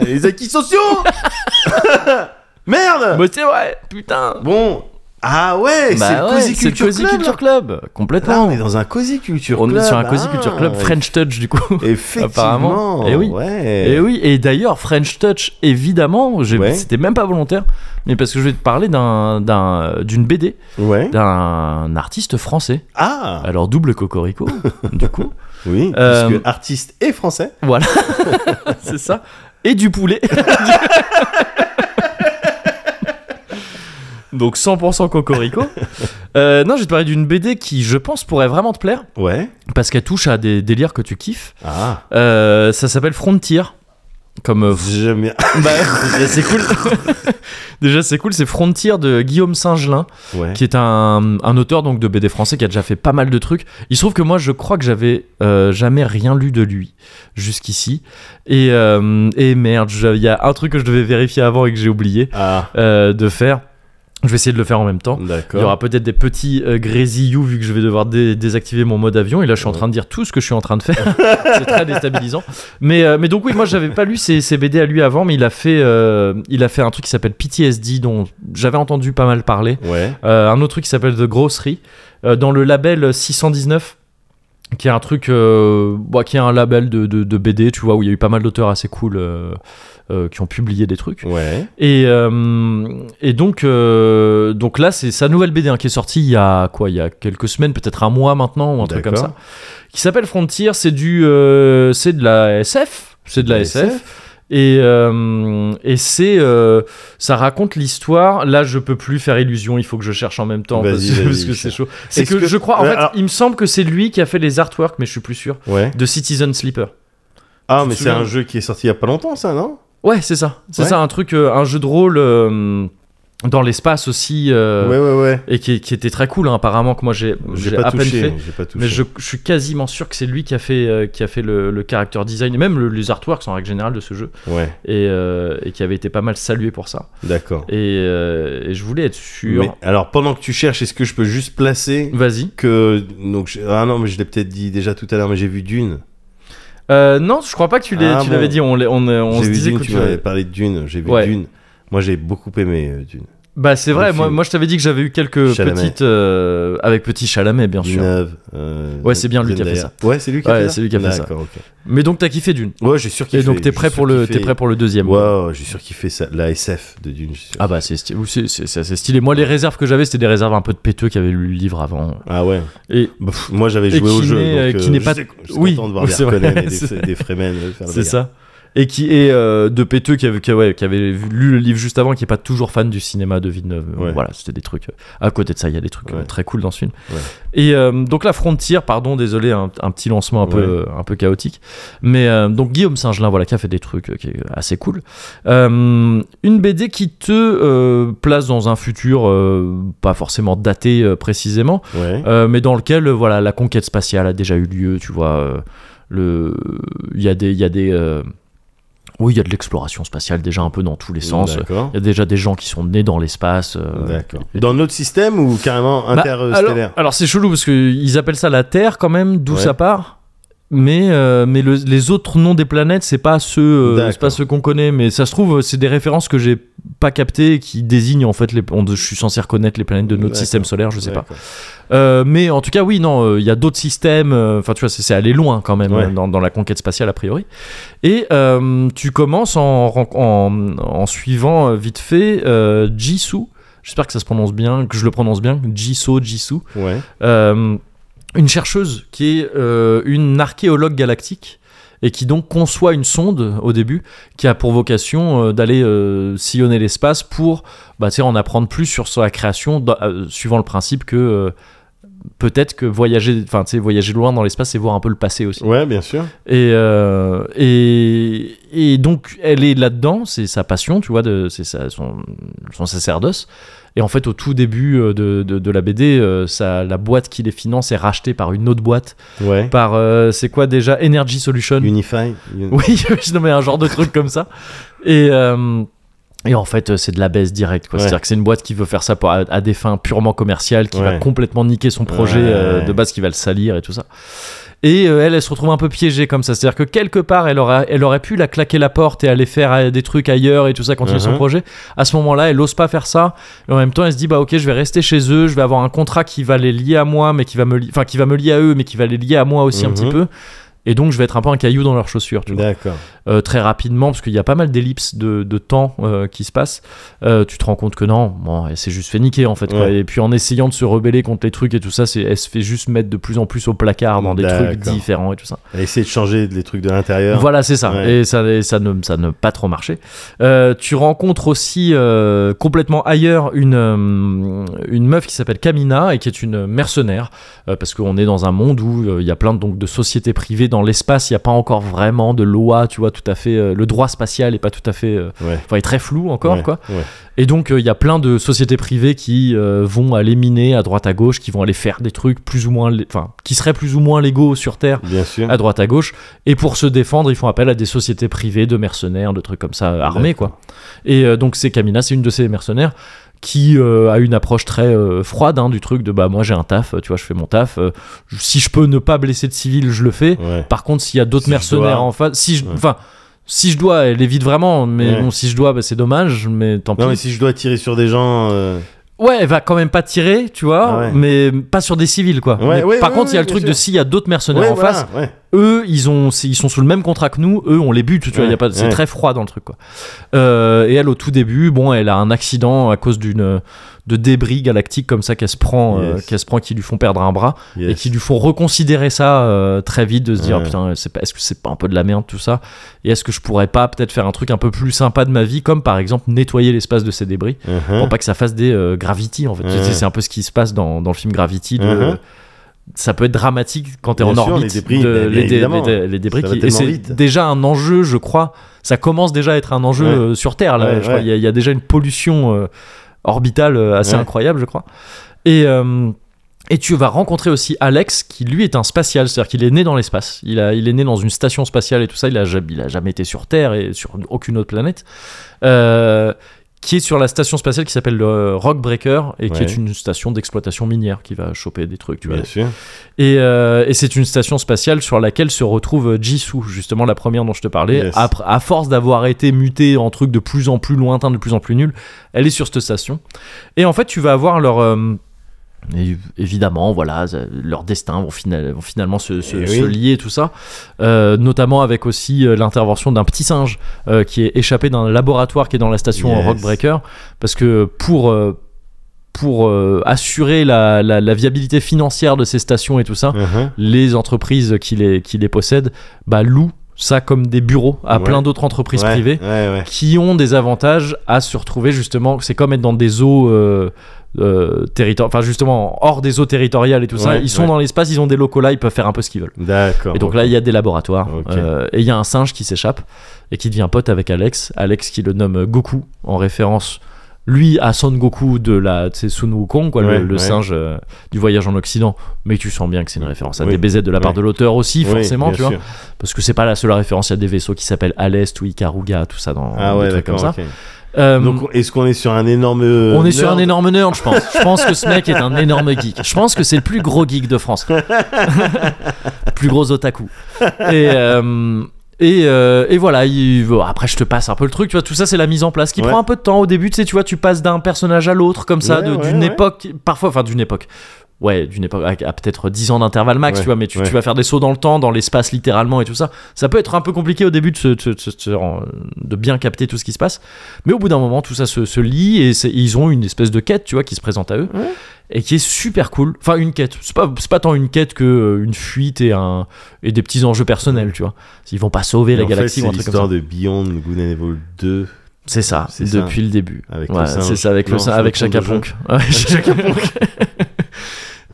[SPEAKER 2] Les acquis sociaux. Merde.
[SPEAKER 1] Mais c'est vrai, putain
[SPEAKER 2] Bon. Ah ouais, c'est
[SPEAKER 1] Bah
[SPEAKER 2] le
[SPEAKER 1] ouais,
[SPEAKER 2] Cozy
[SPEAKER 1] c'est le
[SPEAKER 2] Culture
[SPEAKER 1] Cozy
[SPEAKER 2] Club.
[SPEAKER 1] Culture Club,
[SPEAKER 2] Là,
[SPEAKER 1] complètement.
[SPEAKER 2] on est dans un Cozy Culture
[SPEAKER 1] On
[SPEAKER 2] Club.
[SPEAKER 1] est sur un Cozy
[SPEAKER 2] Ah,
[SPEAKER 1] Culture Club, French Touch du coup.
[SPEAKER 2] Effectivement.
[SPEAKER 1] Apparemment. Eh oui.
[SPEAKER 2] Ouais.
[SPEAKER 1] Et oui, et d'ailleurs, French Touch, évidemment, j'ai-
[SPEAKER 2] Ouais.
[SPEAKER 1] c'était même pas volontaire, mais parce que je vais te parler d'un- d'un- d'une BD,
[SPEAKER 2] Ouais.
[SPEAKER 1] d'un artiste français.
[SPEAKER 2] Ah.
[SPEAKER 1] Alors, double cocorico, du coup.
[SPEAKER 2] Oui.
[SPEAKER 1] Euh,
[SPEAKER 2] Puisque artiste et français.
[SPEAKER 1] Voilà, c'est ça. Et du poulet. Donc 100% cocorico. Euh, non, je vais te parler d'une BD qui, je pense, pourrait vraiment te plaire,
[SPEAKER 2] Ouais.
[SPEAKER 1] parce qu'elle touche à des délires que tu kiffes.
[SPEAKER 2] Ah.
[SPEAKER 1] Euh, ça s'appelle Frontier. Comme... euh,
[SPEAKER 2] J'aime bien.
[SPEAKER 1] bah, déjà, c'est cool. déjà, c'est cool, c'est Frontier de Guillaume Saint-Gelin,
[SPEAKER 2] Ouais.
[SPEAKER 1] qui est un, un auteur donc de BD français qui a déjà fait pas mal de trucs. Il se trouve que moi, je crois que j'avais euh, jamais rien lu de lui jusqu'ici. Et, euh, et merde, je- il y a un truc que je devais vérifier avant et que j'ai oublié
[SPEAKER 2] Ah.
[SPEAKER 1] euh, de faire. Je vais essayer de le faire en même temps. Il y
[SPEAKER 2] D'accord.
[SPEAKER 1] aura peut-être des petits euh, grésillous vu que je vais devoir dé- désactiver mon mode avion. Et là, je suis en train de dire tout ce que je suis en train de faire. c'est très déstabilisant. Mais, euh, mais donc, oui, moi, j'avais pas lu ces, ces BD à lui avant, mais il a fait, euh, il a fait un truc qui s'appelle PTSD, dont j'avais entendu pas mal parler.
[SPEAKER 2] Ouais.
[SPEAKER 1] Euh, un autre truc qui s'appelle The Grossery, euh, dans le label 619 qui est un truc euh, bah, qui est un label de, de- de BD tu vois où il y a eu pas mal d'auteurs assez cool euh, euh, qui ont publié des trucs
[SPEAKER 2] Ouais.
[SPEAKER 1] et, euh, et donc, euh, donc là, c'est sa nouvelle BD hein, qui est sortie il y a quoi Il y a quelques semaines, peut-être un mois maintenant ou un truc comme
[SPEAKER 2] D'accord.
[SPEAKER 1] ça, qui s'appelle Frontier. C'est du, euh, c'est de la SF, c'est de la SF. Et, euh, et c'est, euh, ça raconte l'histoire. Là, je peux plus faire illusion. Il faut que je cherche en même temps
[SPEAKER 2] Vas-y,
[SPEAKER 1] parce, que-
[SPEAKER 2] vas-y,
[SPEAKER 1] parce que
[SPEAKER 2] cherche.
[SPEAKER 1] c'est chaud. C'est
[SPEAKER 2] Est-ce
[SPEAKER 1] que,
[SPEAKER 2] que-
[SPEAKER 1] je crois. En
[SPEAKER 2] Ouais,
[SPEAKER 1] fait,
[SPEAKER 2] alors-
[SPEAKER 1] il me semble que c'est lui qui a fait les artworks, mais je suis plus sûr.
[SPEAKER 2] Ouais.
[SPEAKER 1] De Citizen Sleeper.
[SPEAKER 2] Ah,
[SPEAKER 1] Tu
[SPEAKER 2] mais
[SPEAKER 1] te
[SPEAKER 2] c'est un
[SPEAKER 1] souviens
[SPEAKER 2] jeu qui est sorti il y a pas longtemps, ça, non
[SPEAKER 1] Ouais, c'est ça. C'est
[SPEAKER 2] Ouais.
[SPEAKER 1] ça, un truc, euh, un jeu de rôle euh, dans l'espace aussi. euh,
[SPEAKER 2] Ouais, ouais, ouais.
[SPEAKER 1] et qui, qui était très cool hein, apparemment que moi j'ai
[SPEAKER 2] J'ai
[SPEAKER 1] j'ai
[SPEAKER 2] pas
[SPEAKER 1] à peine fait
[SPEAKER 2] touché. J'ai pas touché.
[SPEAKER 1] mais je, je suis quasiment sûr que c'est lui qui a fait euh, qui a fait le, le character design et même le- les artworks en règle générale de ce jeu
[SPEAKER 2] Ouais.
[SPEAKER 1] et, euh, et qui avait été pas mal salué pour ça
[SPEAKER 2] D'accord.
[SPEAKER 1] et, euh, et je voulais être sûr
[SPEAKER 2] Mais alors, pendant que tu cherches, est-ce que je peux juste placer
[SPEAKER 1] vas-y
[SPEAKER 2] que donc je- ah non mais je l'ai peut-être dit déjà tout à l'heure mais j'ai vu Dune
[SPEAKER 1] Euh, non je crois pas que tu l'aies-
[SPEAKER 2] Ah,
[SPEAKER 1] tu
[SPEAKER 2] bon.
[SPEAKER 1] l'avais dit on, l'est- on, euh, on
[SPEAKER 2] j'ai
[SPEAKER 1] se
[SPEAKER 2] vu
[SPEAKER 1] disait
[SPEAKER 2] Dune
[SPEAKER 1] que
[SPEAKER 2] tu
[SPEAKER 1] tu l'avais-
[SPEAKER 2] m'avais parlé de Dune j'ai vu
[SPEAKER 1] Ouais.
[SPEAKER 2] Dune moi j'ai beaucoup aimé euh, Dune
[SPEAKER 1] bah c'est vrai
[SPEAKER 2] Le
[SPEAKER 1] moi,
[SPEAKER 2] film.
[SPEAKER 1] moi je t'avais dit que j'avais eu quelques
[SPEAKER 2] Chalamet.
[SPEAKER 1] petites euh, avec petit Chalamet bien sûr
[SPEAKER 2] Villeneuve, euh,
[SPEAKER 1] Ouais, c'est bien lui qui a fait
[SPEAKER 2] Zendaya. ouais c'est lui qui a
[SPEAKER 1] Ouais,
[SPEAKER 2] fait ça
[SPEAKER 1] c'est lui qui a fait ça.
[SPEAKER 2] D'accord, ok.
[SPEAKER 1] mais donc t'as kiffé d'une
[SPEAKER 2] ouais j'ai sûr
[SPEAKER 1] et donc t'es prêt pour le t'es prêt pour le deuxième
[SPEAKER 2] Waouh, j'ai sûr qu'il fait ça. La SF de Dune. j'ai sûr
[SPEAKER 1] Ah bah c'est sti- ou c'est- c'est- c'est assez stylé. Moi les réserves que j'avais c'était des réserves un peu de péteux qui avaient lu le livre avant.
[SPEAKER 2] Ah ouais.
[SPEAKER 1] Et
[SPEAKER 2] Bah, pff, moi j'avais
[SPEAKER 1] Et
[SPEAKER 2] joué au
[SPEAKER 1] qui
[SPEAKER 2] jeu.
[SPEAKER 1] n'est-
[SPEAKER 2] donc,
[SPEAKER 1] qui
[SPEAKER 2] euh,
[SPEAKER 1] n'est
[SPEAKER 2] je
[SPEAKER 1] pas-
[SPEAKER 2] sais- Je suis
[SPEAKER 1] oui,
[SPEAKER 2] content de voir
[SPEAKER 1] c'est
[SPEAKER 2] des
[SPEAKER 1] vrai,
[SPEAKER 2] Harkonnen et des,
[SPEAKER 1] c'est ça.
[SPEAKER 2] des Fremen faire la
[SPEAKER 1] c'est
[SPEAKER 2] bagarre.
[SPEAKER 1] ça. Et qui est euh, de péteux qui avait, qui, ouais, qui avait lu le livre juste avant qui est pas toujours fan du cinéma de Villeneuve.
[SPEAKER 2] Ouais.
[SPEAKER 1] Voilà c'était des trucs. euh, À côté de ça il y a des trucs euh,
[SPEAKER 2] Ouais.
[SPEAKER 1] très cool dans ce film.
[SPEAKER 2] Ouais.
[SPEAKER 1] Et euh, donc la Frontier pardon désolé un, un petit lancement un peu
[SPEAKER 2] Ouais.
[SPEAKER 1] euh, un peu chaotique. Mais euh, donc Guillaume Singelin voilà qui a fait des trucs euh, qui est assez cool. Euh, une BD qui te euh, place dans un futur euh, pas forcément daté euh, précisément.
[SPEAKER 2] Ouais.
[SPEAKER 1] Euh, mais dans lequel euh, voilà la conquête spatiale a déjà eu lieu tu vois euh, le il y a des il y a des euh, oui il y a de l'exploration spatiale déjà un peu dans tous les sens
[SPEAKER 2] D'accord.
[SPEAKER 1] il y a déjà des gens qui sont nés dans l'espace euh,
[SPEAKER 2] D'accord.
[SPEAKER 1] et-
[SPEAKER 2] Dans euh, notre système ou carrément
[SPEAKER 1] Bah,
[SPEAKER 2] interstellaire
[SPEAKER 1] alors, alors c'est chelou parce que ils appellent ça la Terre quand même d'où
[SPEAKER 2] Ouais.
[SPEAKER 1] ça part Mais, euh, mais le- les autres noms des planètes, c'est pas ceux, euh,
[SPEAKER 2] D'accord.
[SPEAKER 1] c'est pas ceux qu'on connaît. Mais ça se trouve, c'est des références que j'ai pas captées et qui désignent en fait les. on- je suis censé reconnaître les planètes de notre
[SPEAKER 2] D'accord.
[SPEAKER 1] système solaire, je sais pas.
[SPEAKER 2] D'accord.
[SPEAKER 1] Euh, mais en tout cas, oui, non, euh, il y a d'autres systèmes. euh, Enfin, tu vois, c'est c'est allé loin quand même
[SPEAKER 2] Ouais.
[SPEAKER 1] euh, dans, dans la conquête spatiale a priori. Et euh, tu commences en, ren- en, en suivant euh, vite fait euh, Jisoo. J'espère que ça se prononce bien, que je le prononce bien. Jisoo, Jisoo.
[SPEAKER 2] Ouais.
[SPEAKER 1] Euh, une chercheuse qui est euh, une archéologue galactique et qui donc conçoit une sonde au début qui a pour vocation euh, d'aller euh, sillonner l'espace pour bah, tu sais, en apprendre plus sur sa création dans- euh, suivant le principe que euh, peut-être que voyager enfin tu sais, voyager loin dans l'espace c'est voir un peu le passé aussi
[SPEAKER 2] Ouais, bien sûr.
[SPEAKER 1] et, euh, et, et donc, elle est là-dedans, c'est sa passion, tu vois, de- c'est sa- son, son sacerdoce. Et en fait, au tout début euh, de, de- de la BD, euh, ça, la boîte qui les finance est rachetée par une autre boîte,
[SPEAKER 2] Ouais.
[SPEAKER 1] par, euh, c'est quoi déjà, Energy Solution
[SPEAKER 2] Unify. Un-
[SPEAKER 1] Oui, je nommais un genre de truc comme ça. Et, euh, et en fait, euh, c'est de la baisse directe. quoi.
[SPEAKER 2] Ouais.
[SPEAKER 1] C'est-à-dire que c'est une boîte qui veut faire ça pour- à, à des fins purement commerciales, qui va
[SPEAKER 2] Ouais.
[SPEAKER 1] complètement niquer son projet
[SPEAKER 2] Ouais.
[SPEAKER 1] euh, de base, qui va le salir et tout ça. Et euh, elle, elle se retrouve un peu piégée comme ça. C'est-à-dire que quelque part, elle aurait, elle aurait pu la claquer la porte et aller faire euh, des trucs ailleurs et tout ça, continuer son
[SPEAKER 2] Mhm.
[SPEAKER 1] projet. À ce moment-là, elle n'ose pas faire ça. Et en même temps, elle se dit bah ok, je vais rester chez eux, je vais avoir un contrat qui va les lier à moi, mais qui va me, li- enfin qui va me lier à eux, mais qui va les lier à moi aussi un
[SPEAKER 2] Mhm.
[SPEAKER 1] petit peu. Et donc, je vais être un peu un caillou dans leurs chaussures. Tu vois
[SPEAKER 2] D'accord.
[SPEAKER 1] euh, très rapidement, parce qu'il y a pas mal d'ellipses de, de temps euh, qui se passent, euh, tu te rends compte que non, bon, elle s'est juste fait niquer en fait. quoi.
[SPEAKER 2] Ouais.
[SPEAKER 1] Et puis en essayant de se rebeller contre les trucs et tout ça, c'est, elle se fait juste mettre de plus en plus au placard dans des trucs
[SPEAKER 2] D'accord.
[SPEAKER 1] différents et tout ça.
[SPEAKER 2] Elle essaie de changer les trucs de l'intérieur.
[SPEAKER 1] Voilà, c'est ça.
[SPEAKER 2] Ouais.
[SPEAKER 1] Et ça, et ça ne, ça ne pas trop marché. Euh, tu rencontres aussi euh, complètement ailleurs une, euh, une meuf qui s'appelle Kamina et qui est une mercenaire. euh, parce qu'on est dans un monde où euh, il y a plein donc, de sociétés privées dans l'espace. Il n'y a pas encore vraiment de loi, tu vois, tout à fait. euh, le droit spatial n'est pas tout à fait. euh,
[SPEAKER 2] Ouais.
[SPEAKER 1] Enfin, il est très flou encore,
[SPEAKER 2] Ouais,
[SPEAKER 1] quoi.
[SPEAKER 2] ouais.
[SPEAKER 1] Et donc, euh, il y a plein de sociétés privées qui euh, vont aller miner à droite à gauche, qui vont aller faire des trucs plus ou moins. lé- Enfin, qui seraient plus ou moins légaux sur Terre
[SPEAKER 2] Bien sûr.
[SPEAKER 1] à droite à gauche et pour se défendre ils font appel à des sociétés privées de mercenaires de trucs comme ça euh, armés quoi et euh, donc c'est Kamina c'est une de ces mercenaires qui euh, a une approche très euh, froide hein, du truc de bah moi j'ai un taf euh, tu vois je fais mon taf euh, je- si je peux ne pas blesser de civils je le fais
[SPEAKER 2] Ouais.
[SPEAKER 1] par contre s'il y a d'autres
[SPEAKER 2] Si je
[SPEAKER 1] mercenaires
[SPEAKER 2] dois.
[SPEAKER 1] en face si je
[SPEAKER 2] Ouais.
[SPEAKER 1] enfin si je dois elle évite vraiment mais
[SPEAKER 2] Ouais.
[SPEAKER 1] bon si je dois bah, c'est dommage mais tant
[SPEAKER 2] Non, mais
[SPEAKER 1] pis
[SPEAKER 2] si je dois tirer sur des gens. euh,
[SPEAKER 1] Ouais, elle va quand même pas tirer, tu vois,
[SPEAKER 2] Ah ouais.
[SPEAKER 1] mais pas sur des civils, quoi.
[SPEAKER 2] Ouais,
[SPEAKER 1] Mais
[SPEAKER 2] ouais,
[SPEAKER 1] par
[SPEAKER 2] ouais,
[SPEAKER 1] contre, il y a
[SPEAKER 2] ouais,
[SPEAKER 1] le truc
[SPEAKER 2] bien
[SPEAKER 1] de
[SPEAKER 2] sûr.
[SPEAKER 1] s'il y a d'autres mercenaires
[SPEAKER 2] ouais,
[SPEAKER 1] en
[SPEAKER 2] voilà,
[SPEAKER 1] face,
[SPEAKER 2] ouais.
[SPEAKER 1] eux ils ont c'est- ils sont sous le même contrat que nous eux on les bute tu vois
[SPEAKER 2] Ouais,
[SPEAKER 1] y a pas c'est
[SPEAKER 2] ouais.
[SPEAKER 1] très froid dans le truc quoi Euh, et elle au tout début bon elle a un accident à cause d'une de débris galactiques comme ça qu'elle se prend euh,
[SPEAKER 2] Yes.
[SPEAKER 1] qu'elle se prend qui lui font perdre un bras
[SPEAKER 2] Yes.
[SPEAKER 1] et qui lui font reconsidérer ça euh, très vite de se dire
[SPEAKER 2] Ouais.
[SPEAKER 1] Ah, putain c'est pas est-ce que c'est pas un peu de la merde tout ça et est-ce que je pourrais pas peut-être faire un truc un peu plus sympa de ma vie comme par exemple nettoyer l'espace de ces débris
[SPEAKER 2] Uh-huh.
[SPEAKER 1] pour pas que ça fasse des euh, Gravity en fait.
[SPEAKER 2] Ouais.
[SPEAKER 1] C'est- C'est un peu ce qui se passe dans, dans le film Gravity. de-
[SPEAKER 2] Mhm.
[SPEAKER 1] Ça peut être dramatique quand t'es
[SPEAKER 2] Bien
[SPEAKER 1] en
[SPEAKER 2] sûr,
[SPEAKER 1] orbite.
[SPEAKER 2] les débris,
[SPEAKER 1] de-
[SPEAKER 2] bien
[SPEAKER 1] les, dé-
[SPEAKER 2] évidemment.
[SPEAKER 1] les dé- les débris
[SPEAKER 2] Ça va
[SPEAKER 1] qui- et
[SPEAKER 2] tellement
[SPEAKER 1] c'est
[SPEAKER 2] vite.
[SPEAKER 1] déjà un enjeu, je crois. Ça commence déjà à être un enjeu
[SPEAKER 2] Ouais.
[SPEAKER 1] euh, sur Terre. Là,
[SPEAKER 2] Ouais,
[SPEAKER 1] je crois.
[SPEAKER 2] ouais.
[SPEAKER 1] Il y, a- il y a déjà une pollution euh, orbitale euh, assez
[SPEAKER 2] Ouais.
[SPEAKER 1] incroyable, je crois. Et euh, et tu vas rencontrer aussi Alex, qui lui est un spatial, c'est-à-dire qu'il est né dans l'espace. Il, a, il est né dans une station spatiale et tout ça. Il a, ja- il a jamais été sur Terre et sur aucune autre planète. Euh, qui est sur la station spatiale qui s'appelle le Rockbreaker et qui
[SPEAKER 2] Ouais.
[SPEAKER 1] est une station d'exploitation minière qui va choper des trucs, tu vois.
[SPEAKER 2] Bien sûr.
[SPEAKER 1] Et, euh, et c'est une station spatiale sur laquelle se retrouve Jisoo, justement la première dont je te parlais.
[SPEAKER 2] Yes.
[SPEAKER 1] Après- à force d'avoir été mutée en truc de plus en plus lointain, de plus en plus nul, elle est sur cette station. Et en fait, tu vas avoir leur. euh, et- évidemment, voilà, ça- leurs destins vont, final- vont finalement se, se-
[SPEAKER 2] Eh
[SPEAKER 1] se
[SPEAKER 2] oui.
[SPEAKER 1] lier, tout ça. Euh, notamment avec aussi euh, l'intervention d'un petit singe euh, qui est échappé d'un laboratoire qui est dans la station
[SPEAKER 2] Yes.
[SPEAKER 1] Rockbreaker. Parce que pour. euh, pour euh, assurer la, la- la viabilité financière de ces stations et tout ça,
[SPEAKER 2] Uh-huh.
[SPEAKER 1] les entreprises qui les, qui les possèdent bah, louent ça comme des bureaux à
[SPEAKER 2] Ouais.
[SPEAKER 1] plein d'autres entreprises
[SPEAKER 2] Ouais,
[SPEAKER 1] privées
[SPEAKER 2] Ouais, ouais.
[SPEAKER 1] qui ont des avantages à se retrouver justement. C'est comme être dans des eaux. euh, euh, territo- enfin justement hors des eaux territoriales et tout ça
[SPEAKER 2] Ouais,
[SPEAKER 1] ils sont
[SPEAKER 2] ouais.
[SPEAKER 1] dans l'espace ils ont des locaux là ils peuvent faire un peu ce qu'ils veulent
[SPEAKER 2] D'accord.
[SPEAKER 1] et donc là il y a des laboratoires
[SPEAKER 2] Ok.
[SPEAKER 1] euh, et il y a un singe qui s'échappe et qui devient pote avec Alex Alex qui le nomme Goku en référence lui à Son Goku de la c'est Sun Wukong quoi, le-
[SPEAKER 2] Ouais,
[SPEAKER 1] le,
[SPEAKER 2] ouais.
[SPEAKER 1] singe euh, du voyage en Occident mais tu sens bien que c'est une référence à
[SPEAKER 2] Oui.
[SPEAKER 1] des DBZ de la part
[SPEAKER 2] Ouais.
[SPEAKER 1] de l'auteur aussi
[SPEAKER 2] Oui,
[SPEAKER 1] forcément
[SPEAKER 2] bien
[SPEAKER 1] tu vois
[SPEAKER 2] sûr.
[SPEAKER 1] parce que c'est pas la seule référence il y a des vaisseaux qui s'appellent Alest ou Ikaruga tout ça dans
[SPEAKER 2] Ah
[SPEAKER 1] des
[SPEAKER 2] ouais,
[SPEAKER 1] trucs comme
[SPEAKER 2] d'accord.
[SPEAKER 1] ça
[SPEAKER 2] ok.
[SPEAKER 1] Euh,
[SPEAKER 2] Donc, est-ce qu'on est sur un énorme. euh,
[SPEAKER 1] on est sur
[SPEAKER 2] nerd
[SPEAKER 1] un énorme nerd, je pense. Je pense que ce mec est un énorme geek. Je pense que c'est le plus gros geek de France. plus gros otaku. Et, euh, et, euh, et voilà, il- bon, après je te passe un peu le truc, tu vois, tout ça c'est la mise en place qui
[SPEAKER 2] Ouais.
[SPEAKER 1] prend un peu de temps au début, tu sais, tu vois, tu passes d'un personnage à l'autre comme ça,
[SPEAKER 2] Ouais,
[SPEAKER 1] de-
[SPEAKER 2] ouais,
[SPEAKER 1] d'une
[SPEAKER 2] ouais.
[SPEAKER 1] époque, parfois, enfin d'une époque. Ouais, d'une époque à, à peut-être 10 ans d'intervalle max,
[SPEAKER 2] Ouais,
[SPEAKER 1] tu vois, mais tu,
[SPEAKER 2] ouais.
[SPEAKER 1] tu vas faire des sauts dans le temps, dans l'espace littéralement et tout ça. Ça peut être un peu compliqué au début de, se- de se- de se- de bien capter tout ce qui se passe. Mais au bout d'un moment, tout ça se, se lie et c'est- ils ont une espèce de quête, tu vois, qui se présente à eux et qui est super cool. Enfin, une quête. C'est pas, c'est pas tant une quête que euh, une fuite et, un, et des petits enjeux personnels, tu vois. Ils vont pas sauver
[SPEAKER 2] Et
[SPEAKER 1] la
[SPEAKER 2] en
[SPEAKER 1] galaxie
[SPEAKER 2] fait,
[SPEAKER 1] ou
[SPEAKER 2] c'est
[SPEAKER 1] un truc comme ça.
[SPEAKER 2] l'histoire de Beyond Good and Evil 2.
[SPEAKER 1] C'est ça,
[SPEAKER 2] C'est ça.
[SPEAKER 1] depuis le début.
[SPEAKER 2] Avec
[SPEAKER 1] Ouais,
[SPEAKER 2] le singe.
[SPEAKER 1] c'est ça, avec le
[SPEAKER 2] Non,
[SPEAKER 1] singe,
[SPEAKER 2] c'est
[SPEAKER 1] avec
[SPEAKER 2] le
[SPEAKER 1] Chaka
[SPEAKER 2] compte de
[SPEAKER 1] Ponk. Ouais, Chaka Ponk.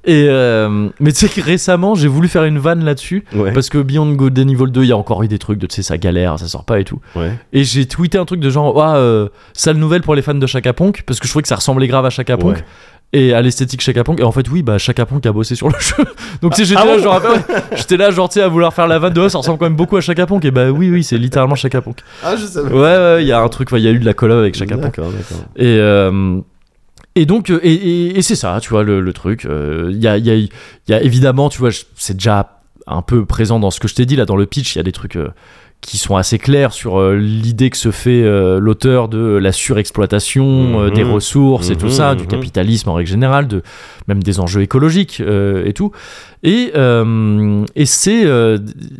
[SPEAKER 1] Et euh, mais tu sais que récemment, j'ai voulu faire une vanne là-dessus.
[SPEAKER 2] Ouais.
[SPEAKER 1] Parce que Beyond Good and Evil 2, il y a encore eu des trucs de, tu sais, ça galère, ça sort pas et tout.
[SPEAKER 2] ouais.
[SPEAKER 1] Et j'ai tweeté un truc de genre, ah, euh, sale nouvelle pour les fans de Chaka Ponk, parce que je trouvais que ça ressemblait grave à Chaka Ponk
[SPEAKER 2] Ouais.
[SPEAKER 1] et à l'esthétique Chaka Ponk. Et en fait, oui, bah Chaka Ponk a bossé sur le jeu. Donc, tu sais, j'étais
[SPEAKER 2] ah
[SPEAKER 1] là,
[SPEAKER 2] bon
[SPEAKER 1] genre, ah, ouais, j'étais là, genre, tu sais, à vouloir faire la vanne de oh, ça ressemble quand même beaucoup à Chaka Ponk. Et bah oui, oui, c'est littéralement Chaka Ponk.
[SPEAKER 2] Ah, je savais.
[SPEAKER 1] Ouais, ouais, il y a un truc, enfin, il y a eu de la collab avec Chaka Ponk.
[SPEAKER 2] D'accord, d'accord.
[SPEAKER 1] Et, euh, et donc, euh, et, et- et c'est ça, tu vois, le, le truc. Euh, Il y, a, il y a- il y a évidemment, tu vois, je- c'est déjà un peu présent dans ce que je t'ai dit, là, dans le pitch, il y a des trucs. euh, qui sont assez clairs sur euh, l'idée que se fait euh, l'auteur de la surexploitation euh, des
[SPEAKER 2] Mhm.
[SPEAKER 1] ressources et tout
[SPEAKER 2] Mhm,
[SPEAKER 1] ça, du
[SPEAKER 2] mhm.
[SPEAKER 1] capitalisme en règle générale, de, même des enjeux écologiques euh, et tout. Et, euh, et c'est euh,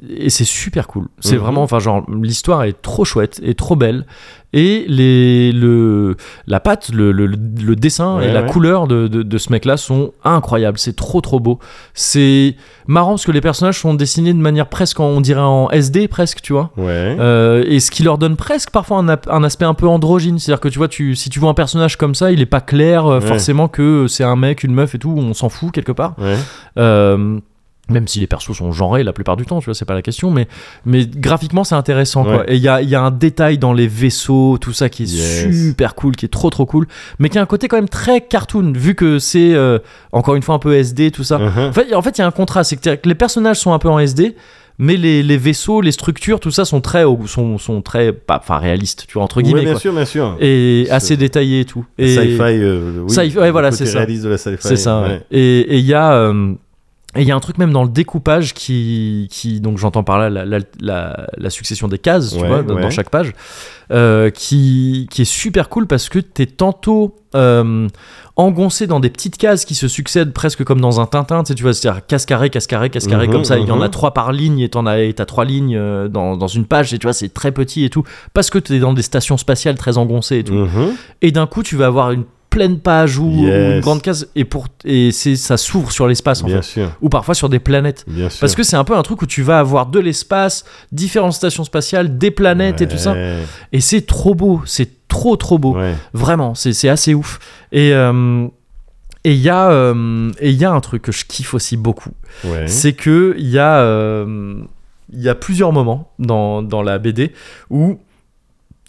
[SPEAKER 1] et c'est super cool. C'est
[SPEAKER 2] Mhm.
[SPEAKER 1] vraiment, enfin, genre, l'histoire est trop chouette et trop belle. Et les, le, la patte, le, le- le dessin et
[SPEAKER 2] Ouais,
[SPEAKER 1] la
[SPEAKER 2] ouais.
[SPEAKER 1] couleur de, de- de ce mec-là sont incroyables. C'est trop, trop beau. C'est marrant parce que les personnages sont dessinés de manière presque, en- on dirait en SD presque, tu vois.
[SPEAKER 2] Ouais.
[SPEAKER 1] Euh, et ce qui leur donne presque parfois un, ap- un aspect un peu androgyne. C'est-à-dire que tu vois, tu, si tu vois un personnage comme ça, il est pas clair euh,
[SPEAKER 2] Ouais.
[SPEAKER 1] forcément que c'est un mec, une meuf et tout, on s'en fout quelque part.
[SPEAKER 2] Ouais.
[SPEAKER 1] Euh, même si les persos sont genrés la plupart du temps, tu vois, c'est pas la question, mais, mais graphiquement c'est intéressant. quoi.
[SPEAKER 2] Ouais.
[SPEAKER 1] Et il y a, il y a un détail dans les vaisseaux, tout ça qui est
[SPEAKER 2] Yes.
[SPEAKER 1] super cool, qui est trop trop cool, mais qui a un côté quand même très cartoon, vu que c'est euh, encore une fois un peu SD, tout ça.
[SPEAKER 2] Uh-huh.
[SPEAKER 1] En fait, en fait, il y a un contraste, c'est que t'as- que les personnages sont un peu en SD, mais les, les vaisseaux, les structures, tout ça sont très, au- sont, sont très, pas- enfin réalistes, tu vois, entre
[SPEAKER 2] Ouais,
[SPEAKER 1] guillemets.
[SPEAKER 2] bien
[SPEAKER 1] quoi.
[SPEAKER 2] sûr, bien sûr.
[SPEAKER 1] Et
[SPEAKER 2] C'est-
[SPEAKER 1] assez détaillé et tout. Et-
[SPEAKER 2] Sci-fi, euh, oui,
[SPEAKER 1] Sci-fi, ouais,
[SPEAKER 2] le
[SPEAKER 1] voilà,
[SPEAKER 2] côté
[SPEAKER 1] c'est ça.
[SPEAKER 2] réaliste de la sci-fi.
[SPEAKER 1] c'est ça. ouais.
[SPEAKER 2] ouais.
[SPEAKER 1] Et et il y a. euh, et il y a un truc même dans le découpage qui, qui donc j'entends par là la, la- la- la succession des cases, tu
[SPEAKER 2] Ouais,
[SPEAKER 1] vois, dans-
[SPEAKER 2] ouais.
[SPEAKER 1] dans chaque page, euh, qui, qui est super cool parce que t'es tantôt euh, engoncé dans des petites cases qui se succèdent presque comme dans un Tintin, tu sais, tu vois, c'est-à-dire case carré, case carré, case carré,
[SPEAKER 2] Mhm,
[SPEAKER 1] comme ça, il y en
[SPEAKER 2] mhm.
[SPEAKER 1] a trois par ligne et t'en as, et t'as trois lignes euh, dans, dans une page, et tu vois, c'est très petit et tout, parce que t'es dans des stations spatiales très engoncées et tout
[SPEAKER 2] Mhm.
[SPEAKER 1] et d'un coup tu vas avoir une pleine page ou ou
[SPEAKER 2] Yes.
[SPEAKER 1] une grande case et pour et c'est ça s'ouvre sur l'espace en
[SPEAKER 2] Bien
[SPEAKER 1] fait
[SPEAKER 2] sûr,
[SPEAKER 1] ou parfois sur des planètes
[SPEAKER 2] bien sûr.
[SPEAKER 1] parce que c'est un peu un truc où tu vas avoir de l'espace, différentes stations spatiales, des planètes et tout ça.
[SPEAKER 2] Ouais,
[SPEAKER 1] Et c'est trop beau, c'est trop trop beau.
[SPEAKER 2] Ouais.
[SPEAKER 1] Vraiment, c'est c'est assez ouf. Et euh, et il y, a, euh, et il y a un truc que je kiffe aussi beaucoup.
[SPEAKER 2] Ouais.
[SPEAKER 1] C'est que il y, a, euh, il y a plusieurs moments dans, dans la BD où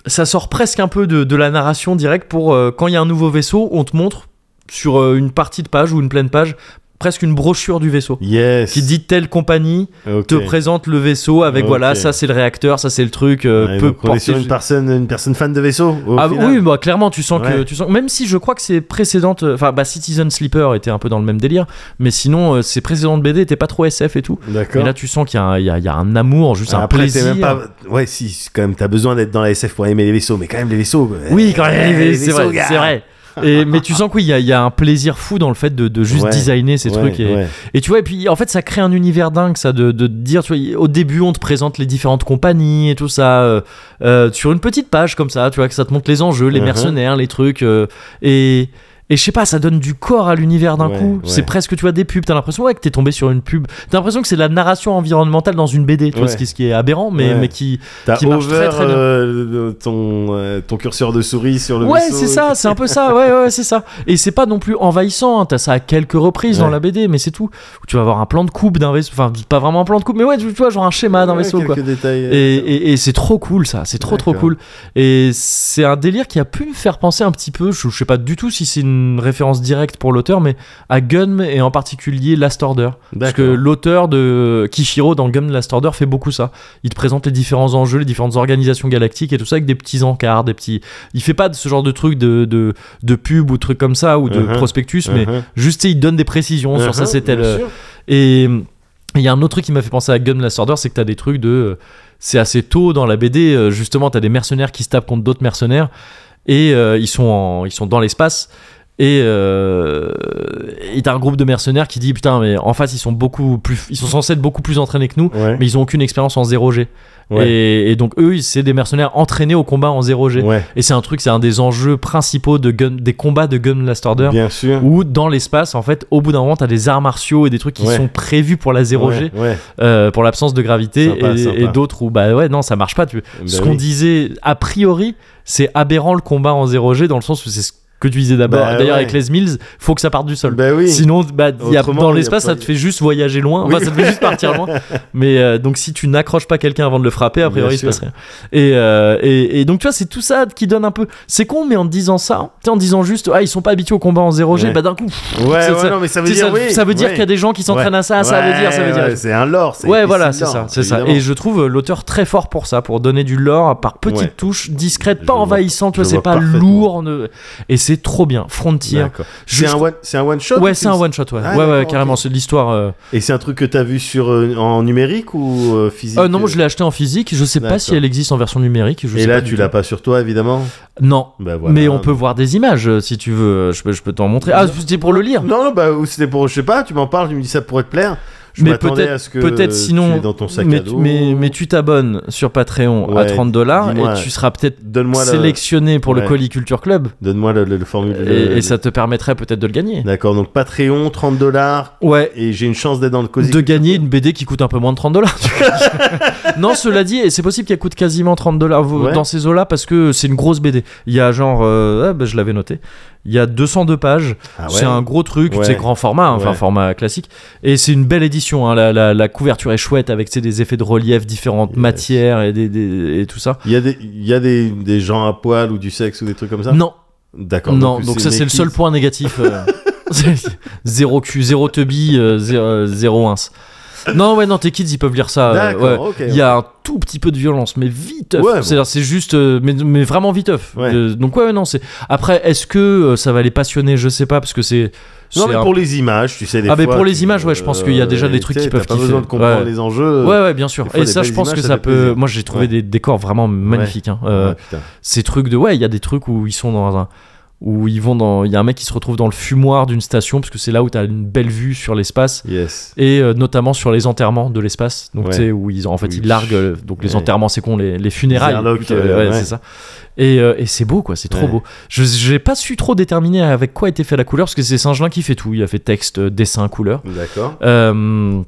[SPEAKER 1] ça sort presque un peu de, de la narration directe pour euh, quand il y a un nouveau vaisseau, on te montre sur euh, une partie de page ou une pleine page presque une brochure du vaisseau
[SPEAKER 2] Yes.
[SPEAKER 1] qui dit telle compagnie
[SPEAKER 2] Ok.
[SPEAKER 1] te présente le vaisseau avec
[SPEAKER 2] Ok.
[SPEAKER 1] voilà ça c'est le réacteur ça c'est le truc euh,
[SPEAKER 2] Ouais,
[SPEAKER 1] peut
[SPEAKER 2] donc on est sur
[SPEAKER 1] porter-
[SPEAKER 2] une personne, une personne fan de vaisseau. au
[SPEAKER 1] ah
[SPEAKER 2] final.
[SPEAKER 1] oui, bah clairement, tu sens que
[SPEAKER 2] Ouais.
[SPEAKER 1] tu sens. Même si je crois que ses précédentes, enfin, bah, Citizen Sleeper était un peu dans le même délire, mais sinon, euh, ses précédentes BD étaient pas trop SF et tout. Mais
[SPEAKER 2] D'accord. Ah,
[SPEAKER 1] là, tu sens qu'il y, a un- il y a- il y a un amour, juste un
[SPEAKER 2] Après, t'es
[SPEAKER 1] plaisir.
[SPEAKER 2] même pas. Ouais, si, c'est quand même, t'as besoin d'être dans la SF pour aimer les vaisseaux, mais quand même, les vaisseaux. euh,
[SPEAKER 1] Oui, quand
[SPEAKER 2] euh,
[SPEAKER 1] même,
[SPEAKER 2] les
[SPEAKER 1] c'est
[SPEAKER 2] vaisseaux,
[SPEAKER 1] vrai,
[SPEAKER 2] gars.
[SPEAKER 1] c'est vrai. Et, mais tu sens qu'il y, a- il y a un plaisir fou dans le fait de, de juste
[SPEAKER 2] Ouais,
[SPEAKER 1] designer ces
[SPEAKER 2] Ouais,
[SPEAKER 1] trucs. Et,
[SPEAKER 2] ouais.
[SPEAKER 1] et tu vois, et puis en fait, ça crée un univers dingue, ça, de, de dire, tu vois, au début, on te présente les différentes compagnies et tout ça, euh, euh, sur une petite page comme ça, tu vois, que ça te montre les enjeux, les
[SPEAKER 2] Mhm.
[SPEAKER 1] mercenaires, les trucs, euh, et. Et je sais pas, ça donne du corps à l'univers d'un
[SPEAKER 2] Ouais,
[SPEAKER 1] coup.
[SPEAKER 2] ouais.
[SPEAKER 1] C'est presque, tu vois, des pubs. T'as l'impression ouais, que t'es tombé sur une pub. T'as l'impression que c'est de la narration environnementale dans une BD, tu vois,
[SPEAKER 2] Ouais.
[SPEAKER 1] ce qui, ce qui est aberrant, mais,
[SPEAKER 2] Ouais.
[SPEAKER 1] mais qui,
[SPEAKER 2] T'as
[SPEAKER 1] qui marche
[SPEAKER 2] over
[SPEAKER 1] très, très bien.
[SPEAKER 2] euh, ton, euh, ton curseur de souris sur le
[SPEAKER 1] ouais,
[SPEAKER 2] vaisseau.
[SPEAKER 1] c'est ça, c'est un peu ça, ouais, ouais, c'est ça. Et c'est pas non plus envahissant, hein, t'as ça à quelques reprises dans
[SPEAKER 2] Ouais.
[SPEAKER 1] la BD, mais c'est tout. Où tu vas avoir un plan de coupe d'un vaisseau, enfin, pas vraiment un plan de coupe, mais ouais, tu tu vois, genre un schéma d'un
[SPEAKER 2] Ouais,
[SPEAKER 1] vaisseau, quoi.
[SPEAKER 2] quelques détails, euh,
[SPEAKER 1] Et, et- et c'est trop cool ça, c'est trop trop
[SPEAKER 2] D'accord.
[SPEAKER 1] cool. Et c'est un délire qui a pu me faire penser un petit peu, je, je sais pas du tout si c'est une une référence directe pour l'auteur, mais à Gun et en particulier Last Order. Parce que
[SPEAKER 2] D'accord.
[SPEAKER 1] l'auteur de Kishiro dans Gun Last Order fait beaucoup ça. Il te présente les différents enjeux, les différentes organisations galactiques et tout ça avec des petits encarts, des petits. Il fait pas de ce genre de truc de, de, de pub ou de trucs comme ça ou de
[SPEAKER 2] Mhm.
[SPEAKER 1] prospectus, mais
[SPEAKER 2] Uh-huh.
[SPEAKER 1] juste tu sais, il donne des précisions sur ça,
[SPEAKER 2] Uh-huh,
[SPEAKER 1] c'est tel.
[SPEAKER 2] bien
[SPEAKER 1] euh,
[SPEAKER 2] sûr.
[SPEAKER 1] et il y a un autre truc qui m'a fait penser à Gun Last Order, c'est que t'as des trucs de. euh, C'est assez tôt dans la BD, euh, justement, t'as des mercenaires qui se tapent contre d'autres mercenaires et euh, ils, sont en- ils sont dans l'espace. Et euh, et t'as un groupe de mercenaires qui dit putain mais en face ils sont beaucoup plus ils sont censés être beaucoup plus entraînés que nous
[SPEAKER 2] Ouais.
[SPEAKER 1] mais ils ont aucune expérience en 0G
[SPEAKER 2] Ouais.
[SPEAKER 1] et, et donc eux ils- c'est des mercenaires entraînés au combat en 0G
[SPEAKER 2] Ouais,
[SPEAKER 1] et c'est un truc c'est un des enjeux principaux de Gun- des combats de Gun Last Order
[SPEAKER 2] bien sûr.
[SPEAKER 1] où dans l'espace, en fait, au bout d'un moment, t'as des arts martiaux et des trucs qui
[SPEAKER 2] Ouais.
[SPEAKER 1] sont prévus pour la 0G,
[SPEAKER 2] Ouais, ouais.
[SPEAKER 1] euh, pour l'absence de gravité,
[SPEAKER 2] Sympa,
[SPEAKER 1] et,
[SPEAKER 2] sympa.
[SPEAKER 1] et d'autres où, bah ouais, non, ça marche pas. Tu... ce
[SPEAKER 2] Bah
[SPEAKER 1] qu'on
[SPEAKER 2] oui.
[SPEAKER 1] disait, a priori, c'est aberrant le combat en 0G, dans le sens où c'est ce que tu disais d'abord.
[SPEAKER 2] Bah
[SPEAKER 1] D'ailleurs,
[SPEAKER 2] ouais.
[SPEAKER 1] avec les Mills, faut que ça parte du sol.
[SPEAKER 2] Bah oui.
[SPEAKER 1] Sinon, bah, y a-
[SPEAKER 2] Autrement,
[SPEAKER 1] dans
[SPEAKER 2] y a
[SPEAKER 1] l'espace,
[SPEAKER 2] pas-
[SPEAKER 1] ça te fait juste voyager loin, enfin,
[SPEAKER 2] Oui.
[SPEAKER 1] ça te fait juste partir loin. Mais euh, donc, si tu n'accroches pas quelqu'un avant de le frapper, a
[SPEAKER 2] Bien
[SPEAKER 1] priori, il se
[SPEAKER 2] sûr.
[SPEAKER 1] passe rien. Et, euh, et, et donc, tu vois, c'est tout ça qui donne un peu. C'est con, mais en disant ça, tu sais, en disant juste, ah, ils sont pas habitués au combat en 0G,
[SPEAKER 2] Ouais.
[SPEAKER 1] bah d'un coup, pff,
[SPEAKER 2] Ouais, ouais,
[SPEAKER 1] c'est- ça-
[SPEAKER 2] non, mais ça veut
[SPEAKER 1] tu sais,
[SPEAKER 2] dire. oui,
[SPEAKER 1] veut dire
[SPEAKER 2] ouais.
[SPEAKER 1] qu'il y a des gens qui s'entraînent
[SPEAKER 2] Ouais.
[SPEAKER 1] à ça, ça veut dire, ça veut dire.
[SPEAKER 2] Ouais, c'est un lore. c'est
[SPEAKER 1] Ouais, voilà, c'est
[SPEAKER 2] épicé de
[SPEAKER 1] ça,
[SPEAKER 2] lore,
[SPEAKER 1] c'est ça.
[SPEAKER 2] évidemment.
[SPEAKER 1] Et je trouve euh, l'auteur très fort pour ça, pour donner du lore par petites
[SPEAKER 2] Ouais.
[SPEAKER 1] touches discrètes,
[SPEAKER 2] Je
[SPEAKER 1] pas
[SPEAKER 2] le vois-
[SPEAKER 1] envahissantes, tu vois, c'est
[SPEAKER 2] je le vois
[SPEAKER 1] pas
[SPEAKER 2] parfaitement.
[SPEAKER 1] lourd. ne- Et c'est trop bien. Frontier.
[SPEAKER 2] D'accord. C'est
[SPEAKER 1] Je-
[SPEAKER 2] un one- c'est un one shot.
[SPEAKER 1] Ouais,
[SPEAKER 2] ou
[SPEAKER 1] c'est un one shot, ouais.
[SPEAKER 2] Ah,
[SPEAKER 1] ouais, ouais,
[SPEAKER 2] d'accord,
[SPEAKER 1] carrément,
[SPEAKER 2] ok.
[SPEAKER 1] c'est de l'histoire. euh,
[SPEAKER 2] Et c'est un truc que t'as vu sur euh, en numérique ou euh, physique
[SPEAKER 1] Euh, non, moi je l'ai acheté en physique. Je sais pas
[SPEAKER 2] D'accord.
[SPEAKER 1] si elle existe en version numérique. Je
[SPEAKER 2] Et
[SPEAKER 1] sais
[SPEAKER 2] là,
[SPEAKER 1] pas
[SPEAKER 2] tu
[SPEAKER 1] du
[SPEAKER 2] l'as
[SPEAKER 1] tout.
[SPEAKER 2] pas sur toi, évidemment.
[SPEAKER 1] Non.
[SPEAKER 2] Bah voilà.
[SPEAKER 1] Mais on peut voir des images euh, si tu veux. Je peux, je peux t'en montrer. Ah, c'était pour le lire.
[SPEAKER 2] Non, non, bah ou c'était pour, je sais pas. Tu m'en parles, tu me dis ça pourrait te plaire. Je
[SPEAKER 1] Mais
[SPEAKER 2] m'attendais
[SPEAKER 1] peut-être-
[SPEAKER 2] à ce que
[SPEAKER 1] peut-être
[SPEAKER 2] tu
[SPEAKER 1] sinon-
[SPEAKER 2] l'aies dans ton sac
[SPEAKER 1] mais,
[SPEAKER 2] à dos.
[SPEAKER 1] mais, mais tu t'abonnes sur Patreon à
[SPEAKER 2] Ouais,
[SPEAKER 1] 30 dollars
[SPEAKER 2] dis-moi.
[SPEAKER 1] et tu seras peut-être
[SPEAKER 2] donne-moi le,
[SPEAKER 1] sélectionné pour le
[SPEAKER 2] Ouais.
[SPEAKER 1] Colis Culture Club.
[SPEAKER 2] donne-moi le, le- le formule.
[SPEAKER 1] et,
[SPEAKER 2] le-
[SPEAKER 1] et ça te permettrait peut-être de le gagner.
[SPEAKER 2] D'accord. Donc Patreon, 30 dollars,
[SPEAKER 1] Ouais.
[SPEAKER 2] et j'ai une chance d'être dans le cosy.
[SPEAKER 1] De gagner une BD qui coûte un peu moins de 30 dollars. non, cela dit, et c'est possible qu'elle coûte quasiment 30 dollars
[SPEAKER 2] Ouais.
[SPEAKER 1] dans ces eaux-là parce que c'est une grosse BD. Il y a genre, euh, ah, bah, je l'avais noté, il y a 202 pages.
[SPEAKER 2] Ah ouais.
[SPEAKER 1] C'est un gros truc,
[SPEAKER 2] Ouais.
[SPEAKER 1] c'est grand format, hein, enfin
[SPEAKER 2] Ouais.
[SPEAKER 1] format classique. Et c'est une belle édition. hein, la, la- la couverture est chouette avec tu sais, des effets de relief, différentes
[SPEAKER 2] Yes.
[SPEAKER 1] matières et, des, des- et tout ça.
[SPEAKER 2] Il y a des, il y a des, des gens à poil ou du sexe ou des trucs comme ça.
[SPEAKER 1] Non,
[SPEAKER 2] D'accord.
[SPEAKER 1] non. Donc ça c'est le seul
[SPEAKER 2] Point.
[SPEAKER 1] point négatif. euh, c'est- zéro cul, zéro tebi, euh, zéro, euh, zéro ins. Non ouais non tes kids ils peuvent lire ça. euh, ouais.
[SPEAKER 2] D'accord. ok.
[SPEAKER 1] Il y a un tout petit peu de violence, mais viteuf.
[SPEAKER 2] Ouais, bon.
[SPEAKER 1] C'est-à-dire, c'est juste, euh, mais, mais vraiment viteuf.
[SPEAKER 2] Ouais.
[SPEAKER 1] Euh, donc ouais, ouais, non, c'est. Après, est-ce que euh, ça va les passionner Je sais pas, parce que c'est.
[SPEAKER 2] Non,
[SPEAKER 1] c'est
[SPEAKER 2] mais
[SPEAKER 1] un-
[SPEAKER 2] pour les images, tu sais. Des
[SPEAKER 1] Ah, mais
[SPEAKER 2] fois,
[SPEAKER 1] pour les
[SPEAKER 2] tu- euh,
[SPEAKER 1] images, ouais, je pense qu'il y a déjà des
[SPEAKER 2] tu
[SPEAKER 1] trucs
[SPEAKER 2] sais,
[SPEAKER 1] qui peuvent
[SPEAKER 2] T'as pas
[SPEAKER 1] kiffer.
[SPEAKER 2] besoin de comprendre
[SPEAKER 1] Ouais.
[SPEAKER 2] les enjeux.
[SPEAKER 1] Ouais, ouais, bien sûr.
[SPEAKER 2] des fois,
[SPEAKER 1] et
[SPEAKER 2] des
[SPEAKER 1] ça,
[SPEAKER 2] belles
[SPEAKER 1] je pense
[SPEAKER 2] images,
[SPEAKER 1] que
[SPEAKER 2] ça
[SPEAKER 1] ça
[SPEAKER 2] fait
[SPEAKER 1] peut.
[SPEAKER 2] plaisir.
[SPEAKER 1] Moi, j'ai trouvé
[SPEAKER 2] Ouais.
[SPEAKER 1] des décors vraiment magnifiques. hein. Euh,
[SPEAKER 2] Ouais, Ah, putain.
[SPEAKER 1] Ces trucs de. Ouais, il y a des trucs où ils sont dans un. Où ils vont dans. Il y a un mec qui se retrouve dans le fumoir d'une station, parce que c'est là où t'as une belle vue sur l'espace.
[SPEAKER 2] Yes.
[SPEAKER 1] et euh, notamment sur les enterrements de l'espace donc
[SPEAKER 2] Ouais.
[SPEAKER 1] tu sais où ils en fait
[SPEAKER 2] Oui.
[SPEAKER 1] ils larguent euh, donc les
[SPEAKER 2] Ouais.
[SPEAKER 1] enterrements c'est con les, les funérailles
[SPEAKER 2] Les airlocks,
[SPEAKER 1] Putain,
[SPEAKER 2] euh,
[SPEAKER 1] ouais,
[SPEAKER 2] ouais.
[SPEAKER 1] c'est ça et, euh, et c'est beau quoi c'est trop
[SPEAKER 2] Ouais.
[SPEAKER 1] beau je j'ai pas su trop déterminer avec quoi était fait la couleur parce que c'est Saint-Gelin qui fait tout il a fait texte euh, dessin couleur
[SPEAKER 2] D'accord.
[SPEAKER 1] Euh,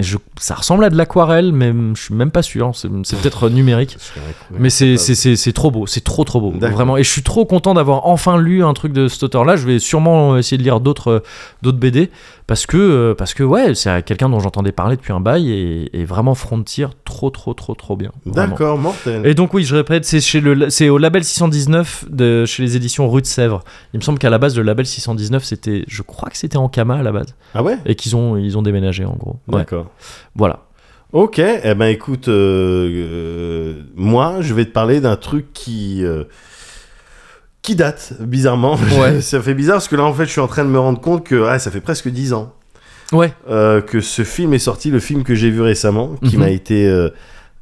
[SPEAKER 1] je- ça ressemble à de l'aquarelle mais mm, je suis même pas sûr c'est c'est peut-être numérique
[SPEAKER 2] Parce que, ouais,
[SPEAKER 1] mais c'est
[SPEAKER 2] pas-
[SPEAKER 1] c'est- c'est c'est trop beau, c'est trop trop beau,
[SPEAKER 2] D'accord.
[SPEAKER 1] vraiment. Et je suis trop content d'avoir enfin lu un truc de cet auteur-là. Je vais sûrement essayer de lire d'autres euh, d'autres BD parce que euh, parce que ouais, c'est quelqu'un dont j'entendais parler depuis un bail et, et vraiment Frontier, trop trop trop trop bien. vraiment.
[SPEAKER 2] D'accord, mortel.
[SPEAKER 1] Et donc oui, je répète, c'est chez le c'est au label 619 de chez les éditions Rue de Sèvres. Il me semble qu'à la base le label 619 c'était, je crois que c'était en Kama à la base
[SPEAKER 2] Ah ouais
[SPEAKER 1] et qu'ils ont ils ont déménagé en gros. Ouais.
[SPEAKER 2] D'accord.
[SPEAKER 1] Voilà.
[SPEAKER 2] Ok, eh ben écoute, euh, euh, moi je vais te parler d'un truc qui euh, qui date bizarrement.
[SPEAKER 1] Ouais.
[SPEAKER 2] ça fait bizarre parce que là en fait je suis en train de me rendre compte que ah, ça fait presque 10 ans
[SPEAKER 1] Ouais.
[SPEAKER 2] euh, que ce film est sorti, le film que j'ai vu récemment, qui
[SPEAKER 1] Mhm.
[SPEAKER 2] m'a été euh,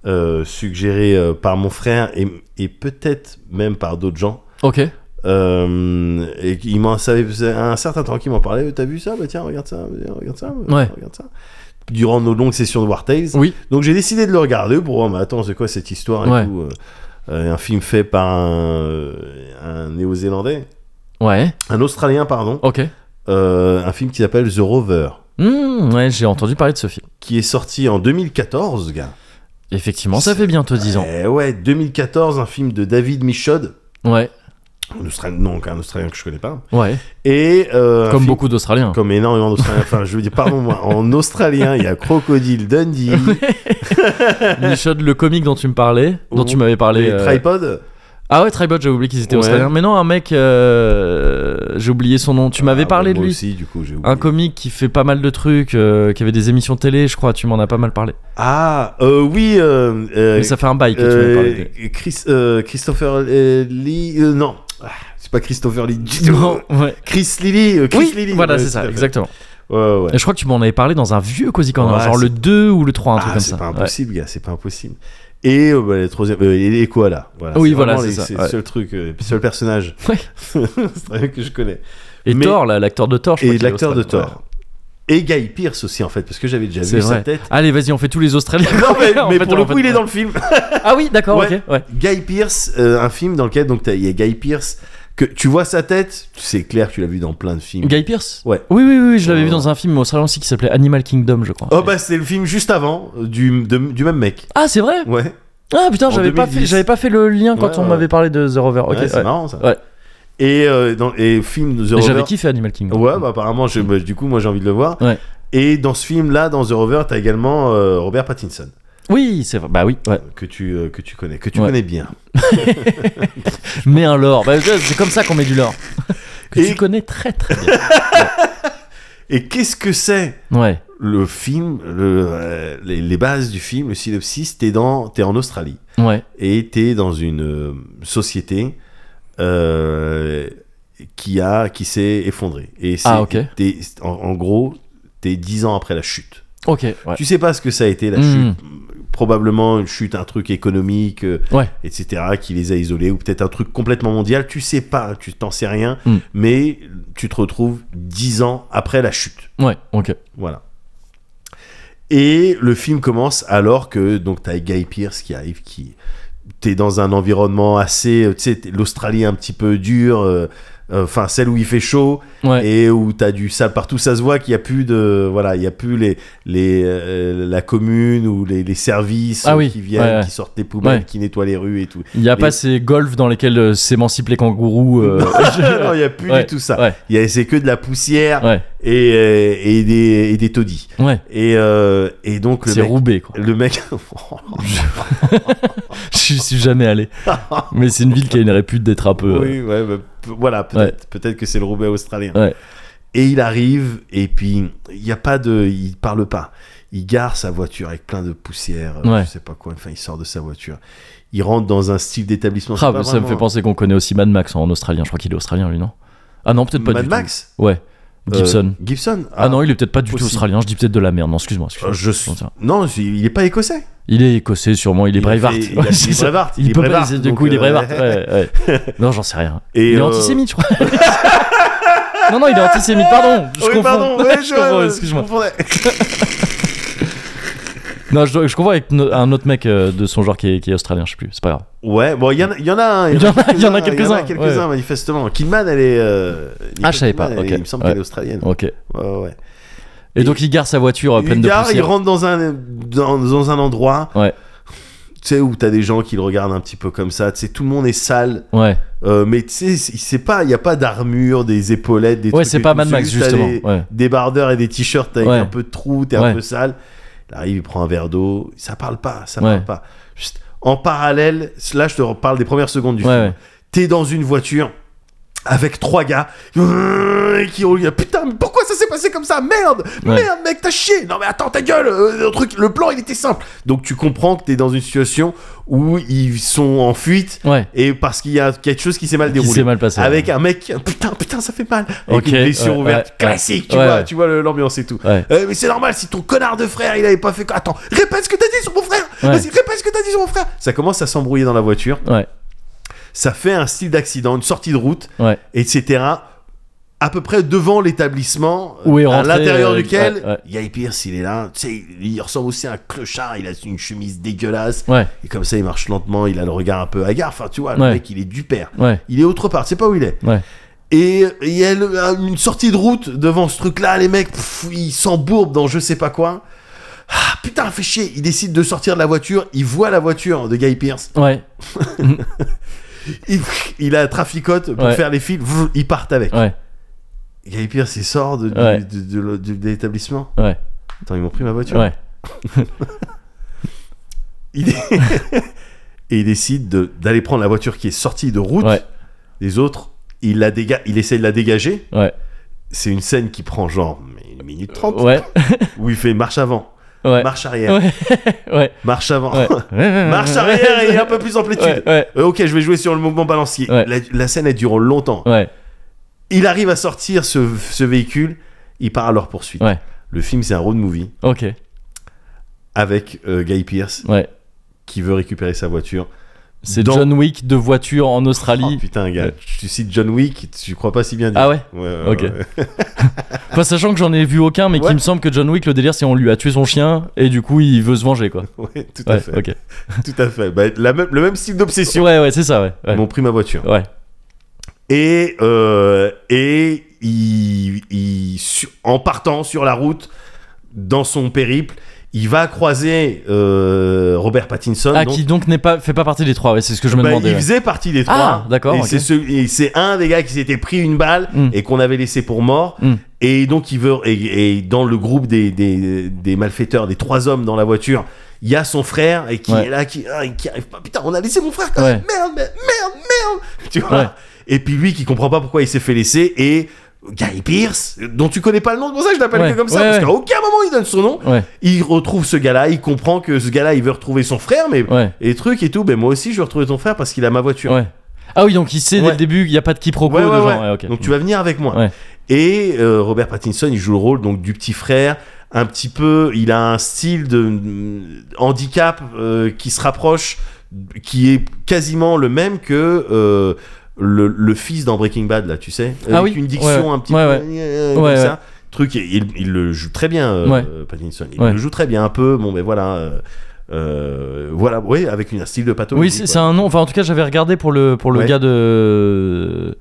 [SPEAKER 2] euh, suggéré euh, par mon frère et, et peut-être même par d'autres gens.
[SPEAKER 1] Ok.
[SPEAKER 2] Euh, et il m'en savait faisait un certain temps qu'il m'en parlait. T'as vu ça Bah tiens, regarde ça, regarde ça,
[SPEAKER 1] Ouais.
[SPEAKER 2] regarde ça. Durant nos longues sessions de War Tales.
[SPEAKER 1] Oui.
[SPEAKER 2] Donc j'ai décidé de le regarder pour voir, mais attends, c'est quoi cette histoire et
[SPEAKER 1] Ouais.
[SPEAKER 2] tout, euh, euh, Un film fait par un, euh, un néo-zélandais,
[SPEAKER 1] Ouais.
[SPEAKER 2] un australien, pardon.
[SPEAKER 1] Ok.
[SPEAKER 2] Euh, un film qui s'appelle The Rover,
[SPEAKER 1] Hmm, ouais, j'ai entendu parler de ce film.
[SPEAKER 2] qui est sorti en 2014, gars.
[SPEAKER 1] Effectivement, ça fait bientôt 10 ans.
[SPEAKER 2] Eh ouais, 2014, un film de David Michaud,
[SPEAKER 1] Ouais,
[SPEAKER 2] un australien, donc un australien que je connais pas.
[SPEAKER 1] ouais.
[SPEAKER 2] Et euh, un
[SPEAKER 1] Comme
[SPEAKER 2] film-
[SPEAKER 1] beaucoup d'Australiens.
[SPEAKER 2] Comme énormément d'Australiens. Enfin, je veux dire, pardon, moi, en Australien, il y a Crocodile Dundee,
[SPEAKER 1] Michaud, le comique dont tu me parlais, dont tu m'avais parlé.
[SPEAKER 2] les
[SPEAKER 1] euh,
[SPEAKER 2] tripods.
[SPEAKER 1] Ah ouais, Tribal, j'avais oublié qu'ils étaient
[SPEAKER 2] Ouais.
[SPEAKER 1] australiens. Mais non, un mec, euh, j'ai oublié son nom. Tu m'avais
[SPEAKER 2] Ah,
[SPEAKER 1] parlé
[SPEAKER 2] ouais,
[SPEAKER 1] de
[SPEAKER 2] moi
[SPEAKER 1] lui.
[SPEAKER 2] aussi, du coup, j'ai oublié.
[SPEAKER 1] Un comique qui fait pas mal de trucs, euh, qui avait des émissions télé, je crois. Tu m'en as pas mal parlé.
[SPEAKER 2] Ah, euh, oui. euh, euh,
[SPEAKER 1] Mais ça fait un bail que tu m'avais parlé. de
[SPEAKER 2] euh,
[SPEAKER 1] lui.
[SPEAKER 2] Chris- euh, Christopher euh, Lee. euh, non, Ah, c'est pas Christopher Lee. du tout.
[SPEAKER 1] Non, ouais.
[SPEAKER 2] Chris Lilly. euh, Chris
[SPEAKER 1] Oui,
[SPEAKER 2] Lilly,
[SPEAKER 1] voilà,
[SPEAKER 2] ouais,
[SPEAKER 1] c'est
[SPEAKER 2] tout à
[SPEAKER 1] ça,
[SPEAKER 2] fait.
[SPEAKER 1] exactement.
[SPEAKER 2] Ouais, ouais.
[SPEAKER 1] Et je crois que tu m'en avais parlé dans un vieux Cozy Corner,
[SPEAKER 2] Ouais,
[SPEAKER 1] genre
[SPEAKER 2] c'est-
[SPEAKER 1] le 2 ou le 3, un
[SPEAKER 2] Ah,
[SPEAKER 1] truc comme
[SPEAKER 2] c'est
[SPEAKER 1] ça.
[SPEAKER 2] pas
[SPEAKER 1] Ouais.
[SPEAKER 2] impossible, gars, c'est pas impossible. Et euh, bah, les troisième, euh, et les koalas. Voilà,
[SPEAKER 1] Oui,
[SPEAKER 2] c'est
[SPEAKER 1] voilà,
[SPEAKER 2] vraiment
[SPEAKER 1] c'est
[SPEAKER 2] les-
[SPEAKER 1] ça,
[SPEAKER 2] C'est
[SPEAKER 1] ouais.
[SPEAKER 2] le seul truc, euh, seul personnage.
[SPEAKER 1] Ouais.
[SPEAKER 2] c'est un que je connais.
[SPEAKER 1] Et
[SPEAKER 2] Mais-
[SPEAKER 1] Thor, là, l'acteur de Thor, je crois
[SPEAKER 2] Et
[SPEAKER 1] qu'il est
[SPEAKER 2] l'acteur de
[SPEAKER 1] australien.
[SPEAKER 2] Thor. Et Guy Pierce aussi, en fait, parce que j'avais déjà
[SPEAKER 1] C'est
[SPEAKER 2] vu sa
[SPEAKER 1] vrai.
[SPEAKER 2] tête.
[SPEAKER 1] Allez, vas-y, on fait tous les Australiens.
[SPEAKER 2] Non, mais,
[SPEAKER 1] En
[SPEAKER 2] mais
[SPEAKER 1] fait,
[SPEAKER 2] pour
[SPEAKER 1] en
[SPEAKER 2] le coup,
[SPEAKER 1] fait,
[SPEAKER 2] il est
[SPEAKER 1] ouais.
[SPEAKER 2] dans le film.
[SPEAKER 1] Ah oui, d'accord, ok.
[SPEAKER 2] Ouais.
[SPEAKER 1] Ouais.
[SPEAKER 2] Guy Pierce, un film dans lequel donc t'as- il y a Guy Pierce que tu vois sa tête, c'est clair, que tu l'as vu dans plein de films.
[SPEAKER 1] Guy Pierce
[SPEAKER 2] Ouais.
[SPEAKER 1] Oui, oui, oui, je l'avais
[SPEAKER 2] Ouais.
[SPEAKER 1] vu dans un film australien aussi qui s'appelait Animal Kingdom, je crois.
[SPEAKER 2] Oh bah c'est le film juste avant euh, du, de- du même mec.
[SPEAKER 1] Ah, c'est vrai
[SPEAKER 2] Ouais.
[SPEAKER 1] Ah putain,
[SPEAKER 2] En
[SPEAKER 1] j'avais pas,
[SPEAKER 2] 2010.
[SPEAKER 1] fait- j'avais pas fait le lien quand
[SPEAKER 2] Ouais,
[SPEAKER 1] on
[SPEAKER 2] ouais.
[SPEAKER 1] m'avait parlé de The Rover. Ok,
[SPEAKER 2] Ouais, c'est
[SPEAKER 1] ouais.
[SPEAKER 2] marrant ça.
[SPEAKER 1] Ouais.
[SPEAKER 2] Et euh, dans et film de The
[SPEAKER 1] Et J'avais
[SPEAKER 2] Rover.
[SPEAKER 1] kiffé Animal Kingdom.
[SPEAKER 2] Ouais, bah, apparemment, je- bah, du coup, moi j'ai envie de le voir.
[SPEAKER 1] Ouais.
[SPEAKER 2] Et dans ce film-là, dans The Rover, t'as également euh, Robert Pattinson,
[SPEAKER 1] Oui, c'est vrai. Bah oui, ouais.
[SPEAKER 2] que tu, euh, que tu connais, que tu
[SPEAKER 1] Ouais.
[SPEAKER 2] connais bien.
[SPEAKER 1] Mais un lore. Bah, c'est c'est comme ça qu'on met du lore. Que
[SPEAKER 2] Et-
[SPEAKER 1] tu connais très très bien.
[SPEAKER 2] Et qu'est-ce que c'est
[SPEAKER 1] Ouais.
[SPEAKER 2] le film, le, euh, les, les bases du film, le synopsis T'es dans- t'es en Australie.
[SPEAKER 1] Ouais.
[SPEAKER 2] et t'es dans une euh, société euh, qui a qui s'est effondrée et c'est-
[SPEAKER 1] Ah, ok.
[SPEAKER 2] t'es- en, en gros t'es 10 ans après la chute
[SPEAKER 1] Ok. Ouais.
[SPEAKER 2] tu sais pas ce que ça a été la
[SPEAKER 1] Mm.
[SPEAKER 2] chute probablement une chute un truc économique euh,
[SPEAKER 1] Ouais.
[SPEAKER 2] etc qui les a isolés ou peut-être un truc complètement mondial tu sais pas tu t'en sais rien
[SPEAKER 1] Mm.
[SPEAKER 2] mais tu te retrouves 10 ans après la chute
[SPEAKER 1] Ouais. Ok.
[SPEAKER 2] voilà. Et le film commence alors que donc t'as Guy Pierce qui arrive, qui t'es dans un environnement assez, euh, tu sais, t'es- l'Australie un petit peu dure, euh, euh, enfin celle où il fait chaud
[SPEAKER 1] Ouais.
[SPEAKER 2] et où t'as du sale partout, ça se voit qu'il y a plus de, voilà, il y a plus les les euh, la commune ou les, les services
[SPEAKER 1] Ah
[SPEAKER 2] euh,
[SPEAKER 1] oui,
[SPEAKER 2] qui viennent,
[SPEAKER 1] ouais, ouais.
[SPEAKER 2] qui sortent des poubelles,
[SPEAKER 1] Ouais.
[SPEAKER 2] qui nettoient les rues et tout.
[SPEAKER 1] Il y a
[SPEAKER 2] les-
[SPEAKER 1] pas ces golfs dans lesquels euh, s'émancipent les kangourous. euh,
[SPEAKER 2] non, il y a plus
[SPEAKER 1] Ouais,
[SPEAKER 2] du tout ça.
[SPEAKER 1] ouais.
[SPEAKER 2] Il y a c'est que de la poussière
[SPEAKER 1] Ouais.
[SPEAKER 2] et, euh, et des et des taudis.
[SPEAKER 1] Ouais.
[SPEAKER 2] Et, euh, et donc le
[SPEAKER 1] C'est
[SPEAKER 2] mec,
[SPEAKER 1] Roubaix quoi.
[SPEAKER 2] le mec
[SPEAKER 1] Je suis jamais allé. Mais c'est une ville qui a une répute d'être un peu. euh,
[SPEAKER 2] oui ouais, bah, p- voilà peut-être peut-être que c'est le Roubaix australien
[SPEAKER 1] Ouais.
[SPEAKER 2] et il arrive et puis il y a pas de il parle pas il gare sa voiture avec plein de poussière euh,
[SPEAKER 1] Ouais.
[SPEAKER 2] je sais pas quoi enfin il sort de sa voiture il rentre dans un style d'établissement
[SPEAKER 1] Ah,
[SPEAKER 2] c'est pas
[SPEAKER 1] ça me fait
[SPEAKER 2] vraiment-
[SPEAKER 1] penser qu'on connaît aussi Mad Max en australien. Je crois qu'il est australien lui, non Ah non, peut-être pas
[SPEAKER 2] Mad
[SPEAKER 1] du
[SPEAKER 2] Max
[SPEAKER 1] tout. Ouais.
[SPEAKER 2] Euh,
[SPEAKER 1] Gibson.
[SPEAKER 2] Gibson
[SPEAKER 1] Ah, non, il est peut-être pas du tout
[SPEAKER 2] possible.
[SPEAKER 1] australien. Je dis peut-être de la merde. Non, excuse-moi.
[SPEAKER 2] euh,
[SPEAKER 1] excuse-moi.
[SPEAKER 2] je
[SPEAKER 1] Non, tiens.
[SPEAKER 2] non c'est- il est pas écossais
[SPEAKER 1] Il est écossais sûrement, il est
[SPEAKER 2] Il a fait-
[SPEAKER 1] Braveheart.
[SPEAKER 2] il a-
[SPEAKER 1] Ouais,
[SPEAKER 2] il est
[SPEAKER 1] c'est ça.
[SPEAKER 2] Braveheart,
[SPEAKER 1] Il
[SPEAKER 2] il est
[SPEAKER 1] peut pas,
[SPEAKER 2] Braveheart,
[SPEAKER 1] du
[SPEAKER 2] donc,
[SPEAKER 1] coup il est
[SPEAKER 2] euh,
[SPEAKER 1] Braveheart. ouais, ouais. Non, j'en sais rien.
[SPEAKER 2] et
[SPEAKER 1] il est
[SPEAKER 2] euh,
[SPEAKER 1] antisémite, je crois. non, non, il est antisémite, pardon. Je
[SPEAKER 2] oui,
[SPEAKER 1] confonds.
[SPEAKER 2] pardon, ouais,
[SPEAKER 1] je
[SPEAKER 2] je-
[SPEAKER 1] confonds,
[SPEAKER 2] ouais,
[SPEAKER 1] excuse-moi.
[SPEAKER 2] je confondais.
[SPEAKER 1] Non, je, je confonds avec no- un autre mec euh, de son genre qui est, qui est australien, je sais plus. C'est pas grave.
[SPEAKER 2] Ouais, bon, il y, en a- il y en a un.
[SPEAKER 1] Il y en a- il y en a
[SPEAKER 2] Il y en a
[SPEAKER 1] quelques-uns,
[SPEAKER 2] quelques-uns,
[SPEAKER 1] ouais.
[SPEAKER 2] manifestement. Kidman, elle est. euh,
[SPEAKER 1] Ah, je savais
[SPEAKER 2] Nicole
[SPEAKER 1] pas,
[SPEAKER 2] Kidman, elle est-
[SPEAKER 1] ok.
[SPEAKER 2] Il me semble
[SPEAKER 1] Ouais.
[SPEAKER 2] qu'elle est australienne.
[SPEAKER 1] Ok.
[SPEAKER 2] Ouais, ouais, ouais.
[SPEAKER 1] Et donc il gare sa voiture euh,
[SPEAKER 2] Il,
[SPEAKER 1] pleine de
[SPEAKER 2] gare, il
[SPEAKER 1] poussière.
[SPEAKER 2] rentre dans un, dans, dans un endroit.
[SPEAKER 1] Ouais.
[SPEAKER 2] Tu sais, où t'as des gens qui le regardent un petit peu comme ça. Tu sais, tout le monde est sale.
[SPEAKER 1] Ouais,
[SPEAKER 2] Euh, mais tu sais, il sait pas, il n'y a pas d'armure, des épaulettes, des
[SPEAKER 1] ouais
[SPEAKER 2] trucs
[SPEAKER 1] c'est
[SPEAKER 2] et
[SPEAKER 1] pas
[SPEAKER 2] tout.
[SPEAKER 1] Mad Max
[SPEAKER 2] juste t'as
[SPEAKER 1] justement.
[SPEAKER 2] des-
[SPEAKER 1] Ouais.
[SPEAKER 2] Des bardeurs et des t-shirts avec
[SPEAKER 1] Ouais.
[SPEAKER 2] un peu de trou, t'es
[SPEAKER 1] Ouais.
[SPEAKER 2] un peu sale. Il arrive, il prend un verre d'eau. Ça parle pas, ça
[SPEAKER 1] Ouais.
[SPEAKER 2] parle pas. Juste, en parallèle, là, je te reparle des premières secondes du
[SPEAKER 1] Ouais,
[SPEAKER 2] film.
[SPEAKER 1] ouais.
[SPEAKER 2] T'es dans une voiture avec trois gars euh, qui ont putain mais pourquoi ça s'est passé comme ça merde
[SPEAKER 1] Ouais.
[SPEAKER 2] merde mec t'as chié non mais attends ta gueule euh, le truc le plan il était simple donc tu comprends que t'es dans une situation où ils sont en fuite
[SPEAKER 1] Ouais.
[SPEAKER 2] et parce qu'il y a quelque chose qui s'est mal
[SPEAKER 1] Qui
[SPEAKER 2] déroulé
[SPEAKER 1] s'est mal passé.
[SPEAKER 2] avec un mec qui- putain putain ça fait mal avec
[SPEAKER 1] Ok,
[SPEAKER 2] une blessure
[SPEAKER 1] ouais,
[SPEAKER 2] ouverte
[SPEAKER 1] ouais,
[SPEAKER 2] classique tu
[SPEAKER 1] ouais,
[SPEAKER 2] vois
[SPEAKER 1] ouais.
[SPEAKER 2] tu vois le- l'ambiance et tout
[SPEAKER 1] Ouais.
[SPEAKER 2] Euh, mais c'est normal si ton connard de frère il avait pas fait quoi attends répète ce que t'as dit sur mon frère
[SPEAKER 1] Ouais.
[SPEAKER 2] vas-y répète ce que t'as dit sur mon frère ça commence à s'embrouiller dans la voiture
[SPEAKER 1] Ouais.
[SPEAKER 2] ça fait un style d'accident une sortie de route
[SPEAKER 1] Ouais.
[SPEAKER 2] etc. À peu près devant l'établissement,
[SPEAKER 1] Où est
[SPEAKER 2] euh, à
[SPEAKER 1] rentré,
[SPEAKER 2] l'intérieur
[SPEAKER 1] euh,
[SPEAKER 2] duquel,
[SPEAKER 1] ouais, ouais.
[SPEAKER 2] Guy Pierce, il est là, tu sais, il ressemble aussi à un clochard, il a une chemise dégueulasse,
[SPEAKER 1] Ouais.
[SPEAKER 2] et comme ça, il marche lentement, il a le regard un peu hagard, enfin, tu vois, le
[SPEAKER 1] Ouais.
[SPEAKER 2] mec, il est du père.
[SPEAKER 1] Ouais.
[SPEAKER 2] Il est autre part, c'est pas où il est.
[SPEAKER 1] Ouais.
[SPEAKER 2] Et et il y a le- un- une sortie de route devant ce truc-là, les mecs, pff, ils s'embourbent dans je sais pas quoi. Ah, putain, fait chier, il décide de sortir de la voiture, il voit la voiture de Guy Pierce,
[SPEAKER 1] Ouais.
[SPEAKER 2] il, il a traficote pour
[SPEAKER 1] Ouais.
[SPEAKER 2] faire les fils, vroom, ils partent avec.
[SPEAKER 1] Ouais.
[SPEAKER 2] Guy Pierce, il sort de, du-
[SPEAKER 1] Ouais.
[SPEAKER 2] de- de l'e- de- de l'établissement.
[SPEAKER 1] Ouais.
[SPEAKER 2] Attends, ils m'ont pris ma voiture.
[SPEAKER 1] Ouais.
[SPEAKER 2] Il est- et il décide de- d'aller prendre la voiture qui est sortie de route.
[SPEAKER 1] Ouais.
[SPEAKER 2] Les autres, il, la déga- il essaie de la dégager.
[SPEAKER 1] Ouais.
[SPEAKER 2] C'est une scène qui prend genre une minute trente
[SPEAKER 1] Ouais.
[SPEAKER 2] où il fait marche avant,
[SPEAKER 1] Ouais.
[SPEAKER 2] marche arrière,
[SPEAKER 1] Ouais. ouais.
[SPEAKER 2] marche avant,
[SPEAKER 1] Ouais.
[SPEAKER 2] marche arrière et un peu plus amplitude.
[SPEAKER 1] Ouais. Ouais.
[SPEAKER 2] Euh, ok, je vais jouer sur le mouvement balancier.
[SPEAKER 1] Ouais.
[SPEAKER 2] La, la scène, elle dure longtemps.
[SPEAKER 1] Ouais.
[SPEAKER 2] Il arrive à sortir ce, ce véhicule, il part à leur poursuite.
[SPEAKER 1] Ouais.
[SPEAKER 2] Le film, c'est un road movie
[SPEAKER 1] Ok.
[SPEAKER 2] avec euh, Guy Pierce
[SPEAKER 1] Ouais.
[SPEAKER 2] qui veut récupérer sa voiture.
[SPEAKER 1] C'est
[SPEAKER 2] Dans-
[SPEAKER 1] John Wick de voiture en
[SPEAKER 2] Oh,
[SPEAKER 1] Australie.
[SPEAKER 2] putain, gars,
[SPEAKER 1] Ouais.
[SPEAKER 2] tu cites John Wick, tu crois pas si bien dire.
[SPEAKER 1] ah ouais
[SPEAKER 2] Ouais, ouais,
[SPEAKER 1] Ok.
[SPEAKER 2] ouais.
[SPEAKER 1] Enfin, sachant que j'en ai vu aucun, mais
[SPEAKER 2] Ouais.
[SPEAKER 1] qu'il me semble que John Wick, le délire, c'est on lui a tué son chien et du coup, il veut se venger, quoi.
[SPEAKER 2] Ouais, tout à
[SPEAKER 1] Ouais,
[SPEAKER 2] fait.
[SPEAKER 1] ok.
[SPEAKER 2] Tout à fait. Bah, la même- le même style d'obsession.
[SPEAKER 1] Ouais, ouais, c'est ça, ouais.
[SPEAKER 2] Ils
[SPEAKER 1] Ouais.
[SPEAKER 2] m'ont pris ma voiture.
[SPEAKER 1] Ouais.
[SPEAKER 2] Et, euh, et il, il- sur- en partant sur la route, dans son périple, il va croiser euh, Robert Pattinson.
[SPEAKER 1] Ah,
[SPEAKER 2] donc-
[SPEAKER 1] qui donc n'est pas, fait pas partie des trois, ouais, c'est ce que je me
[SPEAKER 2] Bah,
[SPEAKER 1] demandais.
[SPEAKER 2] il
[SPEAKER 1] ouais.
[SPEAKER 2] faisait partie des
[SPEAKER 1] Ah,
[SPEAKER 2] trois.
[SPEAKER 1] d'accord,
[SPEAKER 2] Et
[SPEAKER 1] ok.
[SPEAKER 2] c'est celui- et c'est un des gars qui s'était pris une balle
[SPEAKER 1] Mm.
[SPEAKER 2] et qu'on avait laissé pour mort.
[SPEAKER 1] Mm.
[SPEAKER 2] Et donc, il veut. Et, et dans le groupe des, des, des malfaiteurs, des trois hommes dans la voiture, il y a son frère et qui
[SPEAKER 1] Ouais.
[SPEAKER 2] est là, qui, ah, qui arrive pas. Putain, on a laissé mon frère quand
[SPEAKER 1] Ouais.
[SPEAKER 2] même. Merde, merde, merde, merde. Tu vois
[SPEAKER 1] Ouais.
[SPEAKER 2] Et puis lui qui comprend pas pourquoi il s'est fait laisser et. Guy Pierce, dont tu connais pas le nom, c'est pour ça que je l'appelle
[SPEAKER 1] Ouais.
[SPEAKER 2] que comme ça,
[SPEAKER 1] Ouais,
[SPEAKER 2] parce
[SPEAKER 1] ouais.
[SPEAKER 2] qu'à aucun moment il donne son nom.
[SPEAKER 1] Ouais,
[SPEAKER 2] Il retrouve ce gars-là, il comprend que ce gars-là il veut retrouver son frère, mais
[SPEAKER 1] ouais,
[SPEAKER 2] et truc et tout. Ben moi aussi, je vais retrouver ton frère parce qu'il a ma voiture.
[SPEAKER 1] ouais. Ah oui, donc il sait dès
[SPEAKER 2] Ouais.
[SPEAKER 1] le début qu'il n'y a pas de quiproquo
[SPEAKER 2] Ouais,
[SPEAKER 1] de
[SPEAKER 2] ouais,
[SPEAKER 1] genre.
[SPEAKER 2] ouais.
[SPEAKER 1] ouais, ok.
[SPEAKER 2] Donc tu vas venir avec moi.
[SPEAKER 1] Ouais.
[SPEAKER 2] Et euh, Robert Pattinson, il joue le rôle donc du petit frère. Un petit peu, il a un style de mm, handicap euh, qui se rapproche, qui est quasiment le même que euh, le, le fils dans Breaking Bad là, tu sais, avec
[SPEAKER 1] Ah oui.
[SPEAKER 2] une diction
[SPEAKER 1] Ouais, ouais.
[SPEAKER 2] un petit
[SPEAKER 1] Ouais,
[SPEAKER 2] peu
[SPEAKER 1] ouais.
[SPEAKER 2] euh, comme
[SPEAKER 1] Ouais,
[SPEAKER 2] ça.
[SPEAKER 1] ouais.
[SPEAKER 2] Truc, et il, il le joue très bien, euh,
[SPEAKER 1] Ouais.
[SPEAKER 2] Pattinson. Il
[SPEAKER 1] Ouais.
[SPEAKER 2] le joue très bien un peu. Bon, ben voilà, euh, euh, voilà, oui, avec une, un style de pathologie.
[SPEAKER 1] Oui, c'est
[SPEAKER 2] quoi.
[SPEAKER 1] c'est un nom. Enfin, en tout cas, j'avais regardé pour le, pour le
[SPEAKER 2] Ouais.
[SPEAKER 1] gars de.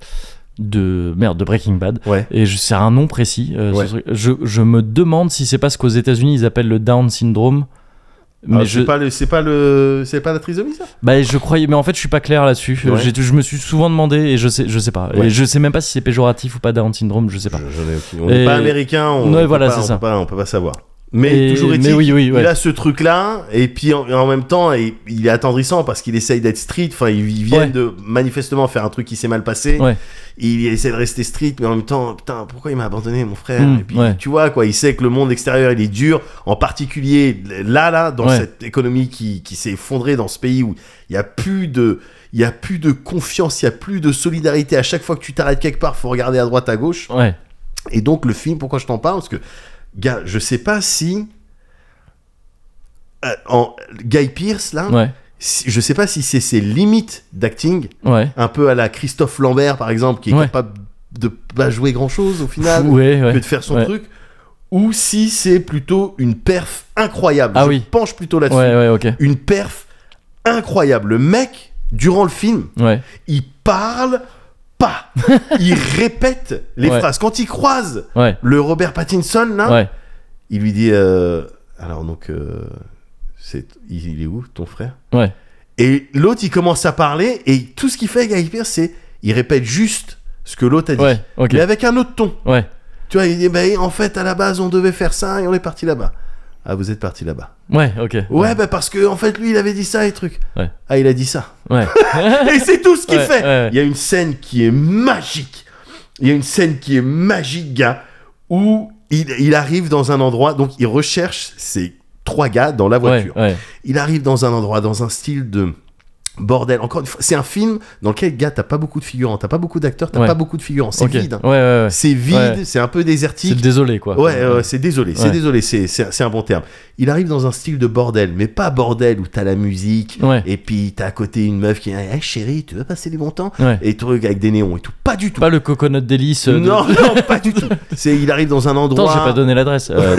[SPEAKER 1] de. merde, de Breaking Bad.
[SPEAKER 2] Ouais.
[SPEAKER 1] Et je- c'est un nom précis. euh, ce
[SPEAKER 2] Ouais.
[SPEAKER 1] truc. Je, je me demande si c'est pas ce qu'aux États-Unis ils appellent le Down syndrome. Mais
[SPEAKER 2] Ah,
[SPEAKER 1] je,
[SPEAKER 2] c'est pas le, c'est pas le, c'est pas la trisomie ça
[SPEAKER 1] bah, je croyais, mais en fait, je suis pas clair là-dessus. Euh,
[SPEAKER 2] Ouais.
[SPEAKER 1] j'ai- Je me suis souvent demandé et je sais, je sais pas.
[SPEAKER 2] Ouais.
[SPEAKER 1] Et je sais même pas si c'est péjoratif ou pas Down syndrome, je sais pas.
[SPEAKER 2] On n'est
[SPEAKER 1] Et-
[SPEAKER 2] pas américain, on,
[SPEAKER 1] Ouais,
[SPEAKER 2] on
[SPEAKER 1] voilà,
[SPEAKER 2] peut pas,
[SPEAKER 1] c'est
[SPEAKER 2] on
[SPEAKER 1] ça.
[SPEAKER 2] peut pas, on peut pas savoir. Mais
[SPEAKER 1] Et-
[SPEAKER 2] toujours est-il,
[SPEAKER 1] mais oui, oui, ouais.
[SPEAKER 2] il a ce truc-là, et puis en, en même temps, et- il est attendrissant parce qu'il essaye d'être street. Enfin, il, il vient
[SPEAKER 1] Ouais.
[SPEAKER 2] de manifestement faire un truc qui s'est mal passé.
[SPEAKER 1] Ouais.
[SPEAKER 2] Il essaie de rester street, mais en même temps, putain, pourquoi il m'a abandonné, mon frère
[SPEAKER 1] Mm,
[SPEAKER 2] Et puis,
[SPEAKER 1] ouais.
[SPEAKER 2] tu vois, quoi, il sait que le monde extérieur, il est dur, en particulier là, là, dans
[SPEAKER 1] Ouais.
[SPEAKER 2] cette économie qui, qui s'est effondrée dans ce pays où il y a plus de. Il y a plus de confiance, il y a plus de solidarité. À chaque fois que tu t'arrêtes quelque part, faut regarder à droite, à gauche.
[SPEAKER 1] Ouais.
[SPEAKER 2] Et donc le film, pourquoi je t'en parle Parce que, gars, je sais pas si... euh, en, Guy Pierce, là,
[SPEAKER 1] Ouais.
[SPEAKER 2] si- je sais pas si c'est ses limites d'acting,
[SPEAKER 1] Ouais.
[SPEAKER 2] un peu à la Christophe Lambert, par exemple, qui est
[SPEAKER 1] Ouais.
[SPEAKER 2] capable de pas jouer grand-chose au final,
[SPEAKER 1] Ouais, ouais.
[SPEAKER 2] que de faire son
[SPEAKER 1] Ouais.
[SPEAKER 2] truc, ou si c'est plutôt une perf incroyable.
[SPEAKER 1] Ah
[SPEAKER 2] je
[SPEAKER 1] oui.
[SPEAKER 2] penche plutôt là-dessus.
[SPEAKER 1] Ouais, ouais, ok.
[SPEAKER 2] Une perf incroyable. Le mec, durant le film,
[SPEAKER 1] Ouais.
[SPEAKER 2] il parle pas. il répète les
[SPEAKER 1] Ouais.
[SPEAKER 2] phrases. Quand il croise
[SPEAKER 1] Ouais.
[SPEAKER 2] le Robert Pattinson, là,
[SPEAKER 1] Ouais.
[SPEAKER 2] il lui dit euh, Alors, donc, euh, c'est, il, il est où ton frère
[SPEAKER 1] Ouais.
[SPEAKER 2] Et l'autre, il commence à parler, et tout ce qu'il fait, Guy Pearce, c'est il répète juste ce que l'autre a dit,
[SPEAKER 1] Ouais. Ok.
[SPEAKER 2] mais avec un autre ton.
[SPEAKER 1] Ouais.
[SPEAKER 2] Tu vois, il dit bah, En fait, à la base, on devait faire ça, et on est parti là-bas. Ah, vous êtes parti là-bas.
[SPEAKER 1] Ouais. Ok.
[SPEAKER 2] Ouais, bah parce que en fait lui il avait dit ça et truc.
[SPEAKER 1] Ouais.
[SPEAKER 2] Ah il a dit ça.
[SPEAKER 1] Ouais.
[SPEAKER 2] Et c'est tout ce qu'il
[SPEAKER 1] Ouais,
[SPEAKER 2] fait.
[SPEAKER 1] ouais, ouais.
[SPEAKER 2] Il y a une scène qui est magique. Il y a une scène qui est magique, gars, où il, il arrive dans un endroit, donc il recherche ces trois gars dans la
[SPEAKER 1] Ouais.
[SPEAKER 2] voiture.
[SPEAKER 1] Ouais.
[SPEAKER 2] Il arrive dans un endroit, dans un style de bordel. Encore une fois, c'est un film dans lequel, gars, t'as pas beaucoup de figurants, t'as pas beaucoup d'acteurs, t'as
[SPEAKER 1] Ouais.
[SPEAKER 2] pas beaucoup de figurants. C'est
[SPEAKER 1] Ok.
[SPEAKER 2] vide. hein.
[SPEAKER 1] Ouais. Ouais. ouais.
[SPEAKER 2] C'est vide,
[SPEAKER 1] Ouais.
[SPEAKER 2] c'est un peu
[SPEAKER 1] C'est
[SPEAKER 2] désertique.
[SPEAKER 1] le désolé, quoi.
[SPEAKER 2] Ouais, euh, ouais, c'est désolé, c'est
[SPEAKER 1] Ouais.
[SPEAKER 2] désolé, c'est- c'est c'est un bon terme. Il arrive dans un style de bordel, mais pas bordel où t'as la musique,
[SPEAKER 1] Ouais.
[SPEAKER 2] et puis t'as à côté une meuf qui dit hey, chérie, tu veux passer du bon temps
[SPEAKER 1] Ouais.
[SPEAKER 2] Et truc avec des néons et tout. Pas du tout.
[SPEAKER 1] Pas le coconut délice. euh, de-
[SPEAKER 2] non, non, pas du tout. C'est- Il arrive dans un endroit.
[SPEAKER 1] Attends, j'ai pas donné l'adresse. Euh,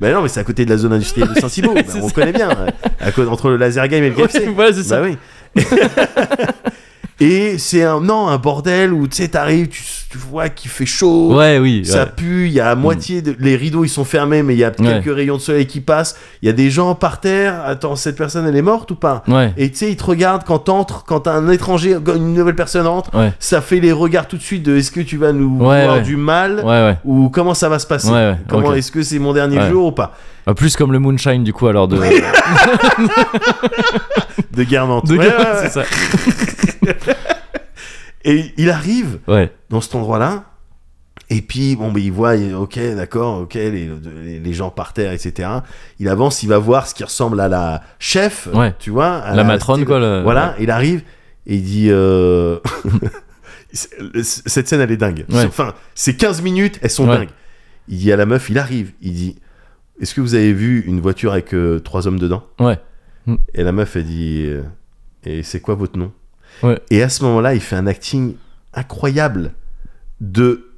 [SPEAKER 2] Bah non, mais c'est à côté de la zone industrielle de Saint-Thibault, bah,
[SPEAKER 1] c'est
[SPEAKER 2] on
[SPEAKER 1] ça.
[SPEAKER 2] connaît bien. ouais. À côté, entre le laser game et le KFC.
[SPEAKER 1] ouais, voilà, c'est ça.
[SPEAKER 2] Bah oui. et c'est un non un bordel où tu sais t'arrives tu, tu vois qu'il fait chaud.
[SPEAKER 1] Ouais, oui.
[SPEAKER 2] Ça
[SPEAKER 1] ouais.
[SPEAKER 2] pue, il y a à moitié de- les rideaux ils sont fermés, mais il y a quelques rayons de soleil qui passent. Il y a des gens par terre. Attends, cette personne elle est morte ou pas
[SPEAKER 1] Ouais.
[SPEAKER 2] Et tu sais, ils te regardent quand t'entres, quand un étranger, quand une nouvelle personne entre,
[SPEAKER 1] Ouais.
[SPEAKER 2] ça fait les regards tout de suite de est-ce que tu vas nous
[SPEAKER 1] Ouais,
[SPEAKER 2] voir
[SPEAKER 1] ouais.
[SPEAKER 2] du mal
[SPEAKER 1] Ouais, ouais.
[SPEAKER 2] ou comment ça va se passer
[SPEAKER 1] Ouais, ouais,
[SPEAKER 2] Comment
[SPEAKER 1] ok.
[SPEAKER 2] est-ce que c'est mon dernier
[SPEAKER 1] Ouais.
[SPEAKER 2] jour ou pas
[SPEAKER 1] Ah, plus comme le moonshine, du coup, alors de.
[SPEAKER 2] De Guermantes.
[SPEAKER 1] de
[SPEAKER 2] Ouais, ouais, ouais.
[SPEAKER 1] c'est ça.
[SPEAKER 2] Et il arrive
[SPEAKER 1] Ouais.
[SPEAKER 2] dans cet endroit-là. Et puis, bon, bah, il voit, il- ok, d'accord, ok, les, les- les gens par terre, etc. Il avance, il va voir ce qui ressemble à la chef,
[SPEAKER 1] Ouais.
[SPEAKER 2] tu vois. à
[SPEAKER 1] La matrone,
[SPEAKER 2] style-
[SPEAKER 1] quoi, le-
[SPEAKER 2] Voilà, il arrive et il dit. euh, c'est- Cette scène, elle est dingue.
[SPEAKER 1] Ouais.
[SPEAKER 2] Enfin, ces 15 minutes, elles sont
[SPEAKER 1] Ouais.
[SPEAKER 2] dingues. Il dit à la meuf, il arrive, il dit Est-ce que vous avez vu une voiture avec euh, trois hommes dedans
[SPEAKER 1] Ouais.
[SPEAKER 2] Et la meuf, elle dit euh, Et c'est quoi votre nom
[SPEAKER 1] Ouais.
[SPEAKER 2] Et à ce moment-là, il fait un acting incroyable de.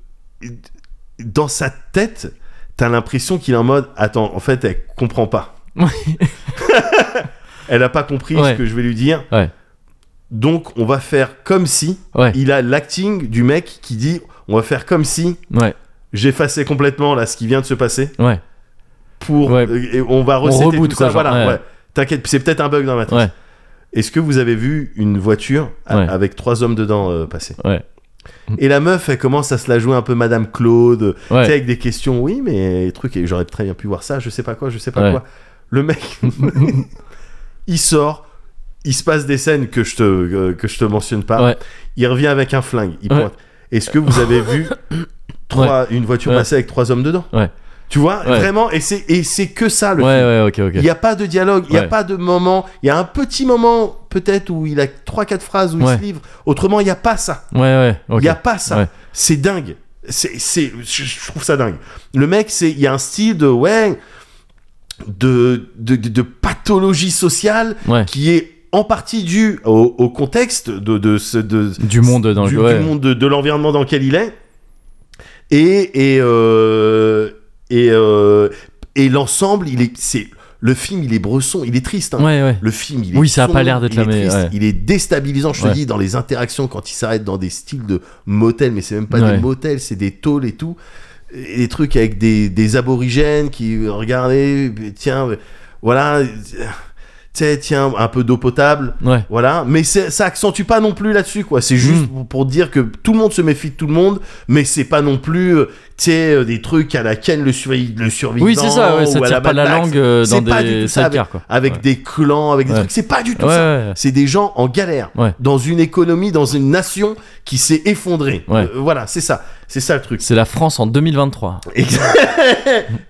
[SPEAKER 2] Dans sa tête, t'as l'impression qu'il est en mode Attends, en fait, elle comprend pas.
[SPEAKER 1] Ouais.
[SPEAKER 2] elle a pas compris
[SPEAKER 1] Ouais.
[SPEAKER 2] ce que je vais lui dire.
[SPEAKER 1] Ouais.
[SPEAKER 2] Donc, on va faire comme si.
[SPEAKER 1] Ouais.
[SPEAKER 2] Il a l'acting du mec qui dit On va faire comme si
[SPEAKER 1] Ouais.
[SPEAKER 2] j'effaçais complètement là ce qui vient de se passer
[SPEAKER 1] Ouais.
[SPEAKER 2] pour
[SPEAKER 1] Ouais.
[SPEAKER 2] euh, et on va resetter
[SPEAKER 1] reboot,
[SPEAKER 2] tout
[SPEAKER 1] quoi,
[SPEAKER 2] ça
[SPEAKER 1] genre,
[SPEAKER 2] voilà
[SPEAKER 1] ouais.
[SPEAKER 2] ouais. t'inquiète c'est peut-être un bug dans la matrice
[SPEAKER 1] Ouais.
[SPEAKER 2] est-ce que vous avez vu une voiture a-
[SPEAKER 1] Ouais.
[SPEAKER 2] avec trois hommes dedans euh, passer
[SPEAKER 1] Ouais.
[SPEAKER 2] et la meuf elle commence à se la jouer un peu Madame Claude tu sais,
[SPEAKER 1] Ouais.
[SPEAKER 2] avec des questions oui mais truc et j'aurais très bien pu voir ça je sais pas quoi je sais pas
[SPEAKER 1] Ouais.
[SPEAKER 2] quoi le mec il sort il se passe des scènes que je te euh, que je te mentionne pas
[SPEAKER 1] Ouais.
[SPEAKER 2] il revient avec un flingue il
[SPEAKER 1] Ouais.
[SPEAKER 2] pointe est-ce que vous avez vu trois une voiture
[SPEAKER 1] Ouais.
[SPEAKER 2] passer avec trois hommes dedans
[SPEAKER 1] Ouais.
[SPEAKER 2] tu vois
[SPEAKER 1] Ouais.
[SPEAKER 2] vraiment et c'est et c'est que ça le
[SPEAKER 1] Ouais,
[SPEAKER 2] film.
[SPEAKER 1] ouais, ok,
[SPEAKER 2] Il
[SPEAKER 1] ok.
[SPEAKER 2] n'y a pas de dialogue, il n'y a
[SPEAKER 1] Ouais.
[SPEAKER 2] pas de moment. Il y a un petit moment, peut-être, où il a 3-4 phrases où il
[SPEAKER 1] Ouais.
[SPEAKER 2] se livre. Autrement, il n'y a pas ça.
[SPEAKER 1] Ouais, ouais,
[SPEAKER 2] Il
[SPEAKER 1] ok.
[SPEAKER 2] n'y a pas ça.
[SPEAKER 1] Ouais.
[SPEAKER 2] C'est dingue. C'est, c'est, je je trouve ça dingue. Le mec, c'est, il y a un style de, ouais, de, de, de- de pathologie sociale
[SPEAKER 1] Ouais.
[SPEAKER 2] qui est en partie due au, au contexte de, de, ce- de-
[SPEAKER 1] Du monde dans le-
[SPEAKER 2] du,
[SPEAKER 1] ouais.
[SPEAKER 2] du monde de, de l'environnement dans lequel il est. Et, et, euh, et, euh, et l'ensemble, il est, c'est, le film, il est bresson, il est triste. hein.
[SPEAKER 1] Ouais, ouais.
[SPEAKER 2] Le film, il est
[SPEAKER 1] Oui, ça a pas
[SPEAKER 2] sombre,
[SPEAKER 1] l'air d'être
[SPEAKER 2] il est
[SPEAKER 1] la- mais,
[SPEAKER 2] triste,
[SPEAKER 1] ouais.
[SPEAKER 2] Il est déstabilisant, je te
[SPEAKER 1] Ouais.
[SPEAKER 2] dis, dans les interactions quand il s'arrête dans des styles de motels, mais c'est même pas des
[SPEAKER 1] Ouais.
[SPEAKER 2] motels, c'est des tôles et tout. Et des trucs avec des, des aborigènes qui euh, regardaient, tiens, euh, voilà, tu sais, tiens, un peu d'eau potable.
[SPEAKER 1] Ouais.
[SPEAKER 2] Voilà, mais c'est- ça accentue pas non plus là-dessus, quoi. C'est juste
[SPEAKER 1] Mm.
[SPEAKER 2] pour, pour dire que tout le monde se méfie de tout le monde, mais c'est pas non plus, euh, tu sais, euh, des trucs à la Ken le, survi- le survivant.
[SPEAKER 1] Oui, c'est ça, ouais, ça
[SPEAKER 2] ou à
[SPEAKER 1] tire pas
[SPEAKER 2] Mad
[SPEAKER 1] la
[SPEAKER 2] Max.
[SPEAKER 1] langue euh, dans
[SPEAKER 2] C'est pas du
[SPEAKER 1] des
[SPEAKER 2] tout ça,
[SPEAKER 1] sidecars, quoi.
[SPEAKER 2] avec
[SPEAKER 1] Ouais.
[SPEAKER 2] des clans, avec des
[SPEAKER 1] Ouais.
[SPEAKER 2] trucs. C'est pas du tout
[SPEAKER 1] Ouais,
[SPEAKER 2] ça.
[SPEAKER 1] ouais, ouais.
[SPEAKER 2] C'est des gens en galère,
[SPEAKER 1] Ouais.
[SPEAKER 2] dans une économie, dans une nation qui s'est effondrée.
[SPEAKER 1] Ouais.
[SPEAKER 2] Euh, voilà, c'est ça. C'est ça le truc.
[SPEAKER 1] C'est la France en 2023.
[SPEAKER 2] Ex-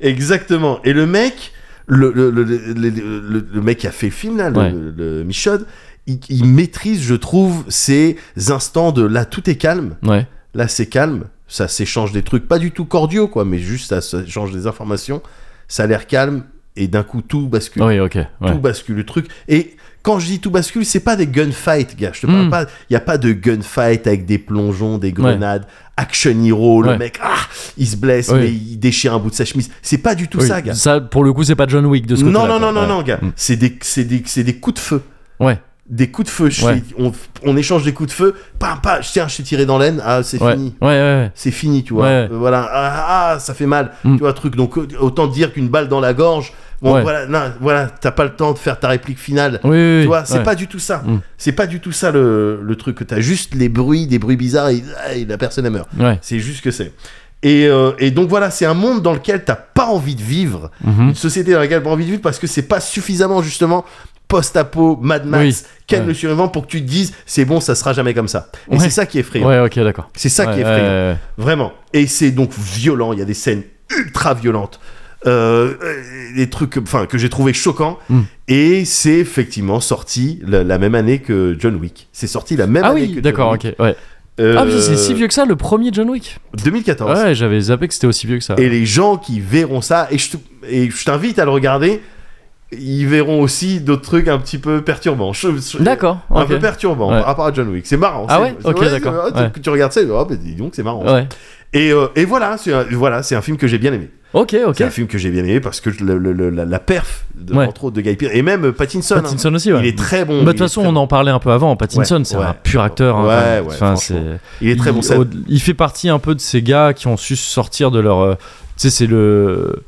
[SPEAKER 2] Exactement. Et le mec, le, le, le, le- le- le- le mec qui a fait le film, là, le,
[SPEAKER 1] Ouais.
[SPEAKER 2] le- le Michaud, il, il maîtrise, je trouve, ces instants de là, tout est calme,
[SPEAKER 1] Ouais.
[SPEAKER 2] là, c'est calme, ça s'échange des trucs, pas du tout cordiaux, quoi, mais juste ça s'échange des informations, ça a l'air calme, et d'un coup, tout bascule
[SPEAKER 1] Oui, ok.
[SPEAKER 2] tout
[SPEAKER 1] Ouais.
[SPEAKER 2] bascule le truc et quand je dis tout bascule c'est pas des gunfights gars je te parle
[SPEAKER 1] Mm.
[SPEAKER 2] pas il y a pas de gunfight avec des plongeons des grenades action hero le
[SPEAKER 1] Ouais.
[SPEAKER 2] mec ah il se blesse
[SPEAKER 1] Oui.
[SPEAKER 2] mais il déchire un bout de sa chemise c'est pas du tout
[SPEAKER 1] Oui.
[SPEAKER 2] ça gars
[SPEAKER 1] Ça, pour le coup, c'est pas John Wick de ce
[SPEAKER 2] non
[SPEAKER 1] côté-là.
[SPEAKER 2] non
[SPEAKER 1] quoi.
[SPEAKER 2] non non
[SPEAKER 1] Ouais.
[SPEAKER 2] non gars
[SPEAKER 1] Mm.
[SPEAKER 2] c'est des c'est des c'est des coups de feu
[SPEAKER 1] Ouais.
[SPEAKER 2] des coups de feu Je
[SPEAKER 1] Ouais.
[SPEAKER 2] suis- on, on échange des coups de feu pam pam je tiens je suis tiré dans l'aine ah c'est
[SPEAKER 1] Ouais.
[SPEAKER 2] fini
[SPEAKER 1] Ouais, ouais,
[SPEAKER 2] c'est fini, tu vois.
[SPEAKER 1] Ouais, ouais.
[SPEAKER 2] Euh, voilà, ah, ah, ça fait mal,
[SPEAKER 1] Mm.
[SPEAKER 2] tu vois, truc. Donc, euh, autant dire qu'une balle dans la gorge, bon,
[SPEAKER 1] Ouais.
[SPEAKER 2] voilà, non, voilà, t'as pas le temps de faire ta réplique finale.
[SPEAKER 1] ouais. Oui, oui, oui.
[SPEAKER 2] Tu vois, c'est
[SPEAKER 1] ouais.
[SPEAKER 2] pas du tout ça.
[SPEAKER 1] Mm.
[SPEAKER 2] C'est pas du tout ça le, le truc. T'as juste les bruits, des bruits bizarres et, ah, et la personne elle meurt.
[SPEAKER 1] Ouais.
[SPEAKER 2] C'est juste ce que c'est. Et, euh, et donc voilà, c'est un monde dans lequel t'as pas envie de vivre,
[SPEAKER 1] Mhm.
[SPEAKER 2] une société dans laquelle t'as pas envie de vivre parce que c'est pas suffisamment justement post-apo, Mad Max,
[SPEAKER 1] Oui.
[SPEAKER 2] Ken
[SPEAKER 1] Ouais.
[SPEAKER 2] le survivant pour que tu te dises c'est bon, ça sera jamais comme ça. Et
[SPEAKER 1] Ouais.
[SPEAKER 2] c'est ça qui est effrayant.
[SPEAKER 1] Ouais, ok, d'accord.
[SPEAKER 2] C'est ça qui est Eh
[SPEAKER 1] Ouais,
[SPEAKER 2] effrayant.
[SPEAKER 1] ouais,
[SPEAKER 2] Vraiment. Et c'est donc violent. Il y a des scènes ultra violentes. Euh, euh, des trucs enfin, que j'ai trouvé choquants.
[SPEAKER 1] Mm.
[SPEAKER 2] Et c'est effectivement sorti la, la même année que John Wick. C'est sorti la même
[SPEAKER 1] Ah
[SPEAKER 2] année ben, que
[SPEAKER 1] oui,
[SPEAKER 2] John
[SPEAKER 1] d'accord,
[SPEAKER 2] Wick.
[SPEAKER 1] ok. Ouais.
[SPEAKER 2] Euh,
[SPEAKER 1] Ah, putain, c'est si vieux que ça, le premier John Wick.
[SPEAKER 2] 2014.
[SPEAKER 1] Ouais, j'avais zappé que c'était aussi vieux que ça.
[SPEAKER 2] Et les gens qui verront ça, et je, te- et je t'invite à le regarder, ils verront aussi d'autres trucs un petit peu perturbants. Je- je-
[SPEAKER 1] D'accord,
[SPEAKER 2] Un
[SPEAKER 1] ok.
[SPEAKER 2] peu perturbants
[SPEAKER 1] Ouais.
[SPEAKER 2] par rapport à John Wick. C'est marrant.
[SPEAKER 1] Ah
[SPEAKER 2] c'est-
[SPEAKER 1] ouais
[SPEAKER 2] c'est-
[SPEAKER 1] Ok,
[SPEAKER 2] c'est-
[SPEAKER 1] d'accord.
[SPEAKER 2] ah, tu-
[SPEAKER 1] Ouais.
[SPEAKER 2] Tu regardes ça, et, oh, bah, dis donc, c'est marrant.
[SPEAKER 1] Ouais.
[SPEAKER 2] Et, euh, et voilà, c'est un- voilà, c'est un film que j'ai bien aimé.
[SPEAKER 1] Ok, ok.
[SPEAKER 2] C'est un film que j'ai bien aimé parce que je- le- le- le- la, la perf, de,
[SPEAKER 1] Ouais.
[SPEAKER 2] entre autres, de Guy Pearce et même euh, Pattinson. hein.
[SPEAKER 1] Pattinson aussi, ouais.
[SPEAKER 2] Il est très bon.
[SPEAKER 1] Bah, De
[SPEAKER 2] il
[SPEAKER 1] toute
[SPEAKER 2] est
[SPEAKER 1] façon,
[SPEAKER 2] très
[SPEAKER 1] on
[SPEAKER 2] bon.
[SPEAKER 1] en parlait un peu avant. Pattinson,
[SPEAKER 2] Ouais,
[SPEAKER 1] c'est
[SPEAKER 2] ouais.
[SPEAKER 1] un pur acteur. hein.
[SPEAKER 2] Ouais, ouais,
[SPEAKER 1] Enfin,
[SPEAKER 2] franchement.
[SPEAKER 1] c'est-
[SPEAKER 2] Il est très bon. c'est-
[SPEAKER 1] au- il fait partie un peu de ces gars qui ont su sortir de leur. euh, tu sais, c'est le.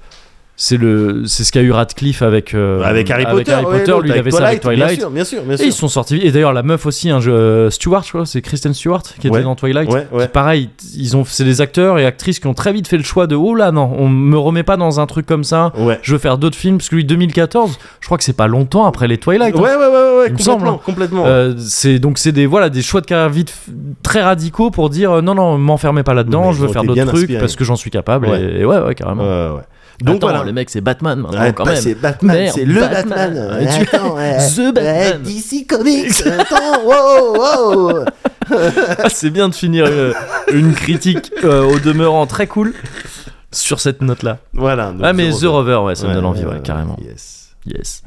[SPEAKER 1] C'est le, c'est ce qu'a eu Radcliffe avec euh,
[SPEAKER 2] Avec Harry Potter, ouais, l'autre,
[SPEAKER 1] lui il
[SPEAKER 2] avec
[SPEAKER 1] avait ça avec
[SPEAKER 2] Bien
[SPEAKER 1] Twilight.
[SPEAKER 2] sûr, bien sûr, bien
[SPEAKER 1] Et
[SPEAKER 2] sûr.
[SPEAKER 1] ils sont sortis. Et d'ailleurs la meuf aussi, un jeu euh, Stewart, je crois, c'est Kristen Stewart qui
[SPEAKER 2] Ouais.
[SPEAKER 1] était dans Twilight.
[SPEAKER 2] Ouais, ouais.
[SPEAKER 1] Qui, pareil, ils ont, c'est des acteurs et actrices qui ont très vite fait le choix de oh là non, on me remet pas dans un truc comme ça.
[SPEAKER 2] Ouais.
[SPEAKER 1] Je veux faire d'autres films parce que lui 2014, je crois que c'est pas longtemps après les Twilight. hein.
[SPEAKER 2] Ouais, ouais, ouais, ouais,
[SPEAKER 1] Il me
[SPEAKER 2] complètement,
[SPEAKER 1] semble, hein.
[SPEAKER 2] complètement.
[SPEAKER 1] Euh, c'est donc c'est des voilà des choix de carrière vite f- très radicaux pour dire euh, non non m'enfermez pas là-dedans
[SPEAKER 2] Mais
[SPEAKER 1] je
[SPEAKER 2] ils
[SPEAKER 1] veux
[SPEAKER 2] ont
[SPEAKER 1] faire
[SPEAKER 2] été
[SPEAKER 1] d'autres
[SPEAKER 2] bien
[SPEAKER 1] trucs
[SPEAKER 2] inspirés.
[SPEAKER 1] parce que j'en suis capable
[SPEAKER 2] Ouais.
[SPEAKER 1] et, et ouais ouais Oh, carrément
[SPEAKER 2] Ouais, ouais. Donc
[SPEAKER 4] Attends,
[SPEAKER 2] voilà.
[SPEAKER 4] le mec, c'est Batman maintenant,
[SPEAKER 2] Ouais,
[SPEAKER 4] quand
[SPEAKER 2] bah,
[SPEAKER 4] même.
[SPEAKER 2] C'est Batman,
[SPEAKER 4] Merde,
[SPEAKER 2] c'est le
[SPEAKER 4] Batman.
[SPEAKER 2] Batman.
[SPEAKER 4] Et tu-
[SPEAKER 2] Attends, ouais.
[SPEAKER 4] The Batman.
[SPEAKER 2] Ouais, DC Comics. Attends, wow, wow.
[SPEAKER 1] Ah, c'est bien de finir euh, une critique euh, au demeurant très cool sur cette note là
[SPEAKER 2] Voilà. donc
[SPEAKER 1] ah mais
[SPEAKER 2] The
[SPEAKER 1] The Rover ouais ça me
[SPEAKER 2] Ouais, euh,
[SPEAKER 1] donne envie
[SPEAKER 2] ouais,
[SPEAKER 1] ouais,
[SPEAKER 2] ouais,
[SPEAKER 1] carrément
[SPEAKER 2] Yes.
[SPEAKER 1] yes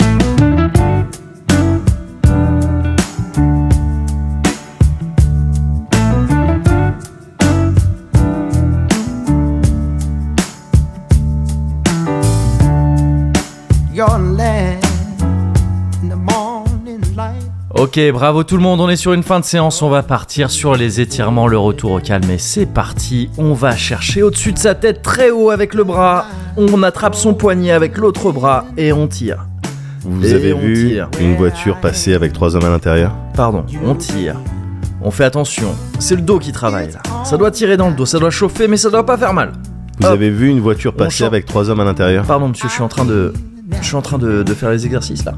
[SPEAKER 8] your land in the morning light.
[SPEAKER 1] Ok, bravo tout le monde, on est sur une fin de séance, on va partir sur les étirements, le retour au calme et c'est parti, on va chercher au-dessus de sa tête très haut avec le bras, on attrape son poignet avec l'autre bras et on tire.
[SPEAKER 2] Vous
[SPEAKER 1] Et
[SPEAKER 2] avez
[SPEAKER 1] on
[SPEAKER 2] vu
[SPEAKER 1] tire.
[SPEAKER 2] une voiture passer avec trois hommes à l'intérieur
[SPEAKER 1] Pardon, on tire. On fait attention, c'est le dos qui travaille là. Ça doit tirer dans le dos, ça doit chauffer mais ça doit pas faire mal.
[SPEAKER 2] Vous
[SPEAKER 1] Hop.
[SPEAKER 2] avez vu une voiture passer
[SPEAKER 1] chante.
[SPEAKER 2] avec trois hommes à l'intérieur
[SPEAKER 1] Pardon monsieur, je suis en train de... Je suis en train de, de faire les exercices là.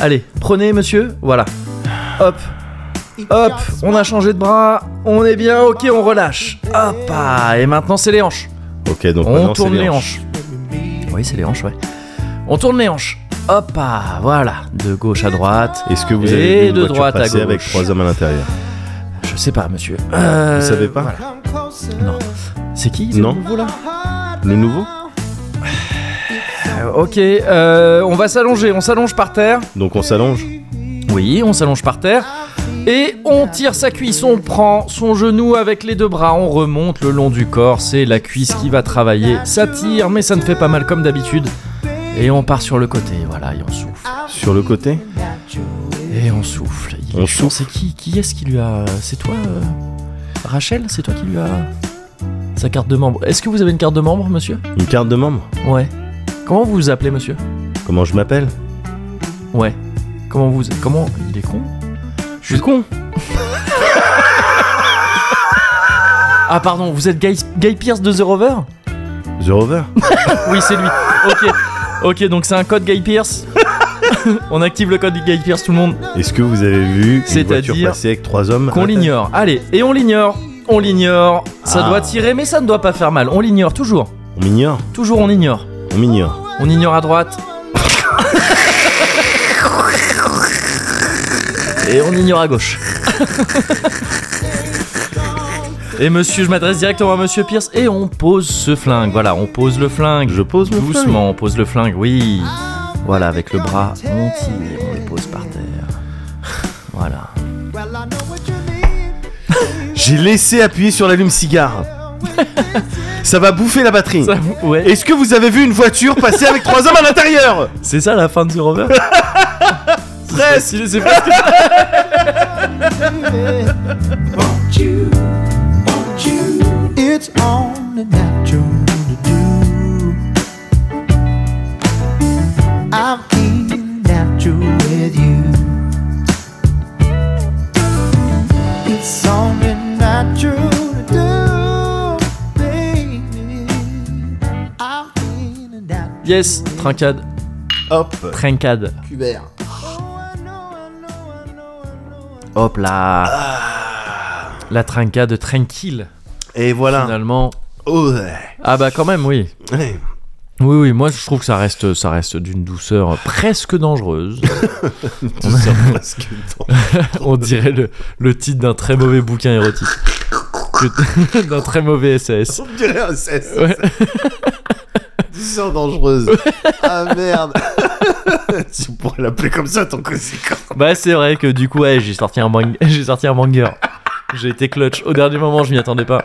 [SPEAKER 1] Allez, prenez monsieur, voilà. Hop, Hop, on a changé de bras, on est bien, ok, on relâche. Hop, ah, et maintenant c'est les hanches.
[SPEAKER 2] Ok, donc
[SPEAKER 1] On
[SPEAKER 2] maintenant c'est
[SPEAKER 1] tourne les
[SPEAKER 2] les
[SPEAKER 1] hanches. Oui, c'est les hanches, ouais. On tourne les hanches. Hop, ah, voilà, de gauche à droite.
[SPEAKER 2] Est-ce que vous
[SPEAKER 1] Et
[SPEAKER 2] avez vu une
[SPEAKER 1] de
[SPEAKER 2] voiture
[SPEAKER 1] droite à
[SPEAKER 2] passer avec
[SPEAKER 1] gauche.
[SPEAKER 2] trois hommes à l'intérieur
[SPEAKER 1] Je sais pas, monsieur. Euh,
[SPEAKER 2] Vous savez pas
[SPEAKER 1] voilà.
[SPEAKER 8] Come closer.
[SPEAKER 1] Non. C'est qui c'est
[SPEAKER 2] Non.
[SPEAKER 1] le nouveau, là
[SPEAKER 2] Le nouveau
[SPEAKER 1] Euh, Ok, euh, on va s'allonger, on s'allonge par terre.
[SPEAKER 2] Donc on s'allonge
[SPEAKER 1] Oui, on s'allonge par terre. Et on tire sa cuisse, on prend son genou avec les deux bras, on remonte le long du corps, c'est la cuisse qui va travailler. Ça tire, mais ça ne fait pas mal comme d'habitude. Et on part sur le côté, voilà, et on souffle.
[SPEAKER 2] sur le côté
[SPEAKER 1] Et on souffle. Il est
[SPEAKER 2] On
[SPEAKER 1] chaud. C'est qui Qui est-ce qui lui a. C'est toi euh, Rachel C'est toi qui lui a. Sa carte de membre. Est-ce que vous avez une carte de membre, monsieur
[SPEAKER 2] Une carte de membre
[SPEAKER 1] Ouais. Comment vous vous appelez, monsieur
[SPEAKER 2] Comment je m'appelle
[SPEAKER 1] Ouais. Comment vous. Comment. Il est con
[SPEAKER 2] Je suis con
[SPEAKER 1] Ah, pardon, vous êtes Guy, Guy Pierce de The Rover
[SPEAKER 2] The Rover
[SPEAKER 1] Oui, c'est lui. Ok. Ok, donc c'est un code Guy Pierce. On active le code Guy Pierce, tout le monde.
[SPEAKER 2] Est-ce que vous avez vu une
[SPEAKER 1] C'est-à-dire
[SPEAKER 2] voiture passer avec trois hommes à
[SPEAKER 1] Qu'on
[SPEAKER 2] l'intérieur
[SPEAKER 1] l'ignore. Allez, et on l'ignore. On l'ignore. Ça doit tirer, mais ça ne doit pas faire mal. On l'ignore toujours.
[SPEAKER 2] On m'ignore
[SPEAKER 1] Toujours, on ignore.
[SPEAKER 2] On m'ignore
[SPEAKER 1] On ignore à droite. Et on ignore à gauche. Et monsieur, je m'adresse directement à monsieur Pierce et on pose ce flingue. Voilà, on pose le flingue.
[SPEAKER 2] Je pose le
[SPEAKER 1] Doucement,
[SPEAKER 2] flingue.
[SPEAKER 1] on pose le flingue, oui. Voilà, avec le bras, on tire, on les pose par terre. Voilà.
[SPEAKER 8] Well, I know what you need.
[SPEAKER 2] J'ai laissé appuyer sur l'allume cigare Ça va bouffer la batterie
[SPEAKER 1] ouais.
[SPEAKER 2] Est-ce que vous avez vu une voiture passer avec trois hommes à l'intérieur
[SPEAKER 1] C'est ça la fin de The Rover Presque C'est pas
[SPEAKER 8] It's only natural to do. I'm being natural with you. It's only natural to do, baby. I'm being natural.
[SPEAKER 1] Yes, trincade,
[SPEAKER 2] Hop
[SPEAKER 1] trincade.
[SPEAKER 2] Cubert
[SPEAKER 1] Hop là La trincade tranquille,
[SPEAKER 2] Ah. Et voilà
[SPEAKER 1] finalement.
[SPEAKER 2] Oh,
[SPEAKER 1] Ah bah quand même, oui.
[SPEAKER 2] ouais.
[SPEAKER 1] Oui, oui, moi je trouve que ça reste, ça reste d'une douceur presque dangereuse.
[SPEAKER 2] Tout ça presque dans-
[SPEAKER 1] On dirait le, le titre d'un très mauvais bouquin érotique. Que- d'un très mauvais SAS.
[SPEAKER 2] On dirait un cesse
[SPEAKER 1] Ouais.
[SPEAKER 2] Position dangereuse. ah merde. tu pourrais l'appeler comme ça ton conséquent.
[SPEAKER 1] Bah c'est vrai que du coup ouais, j'ai sorti un bang... j'ai sorti un banger. J'ai été clutch au dernier moment, je m'y attendais pas.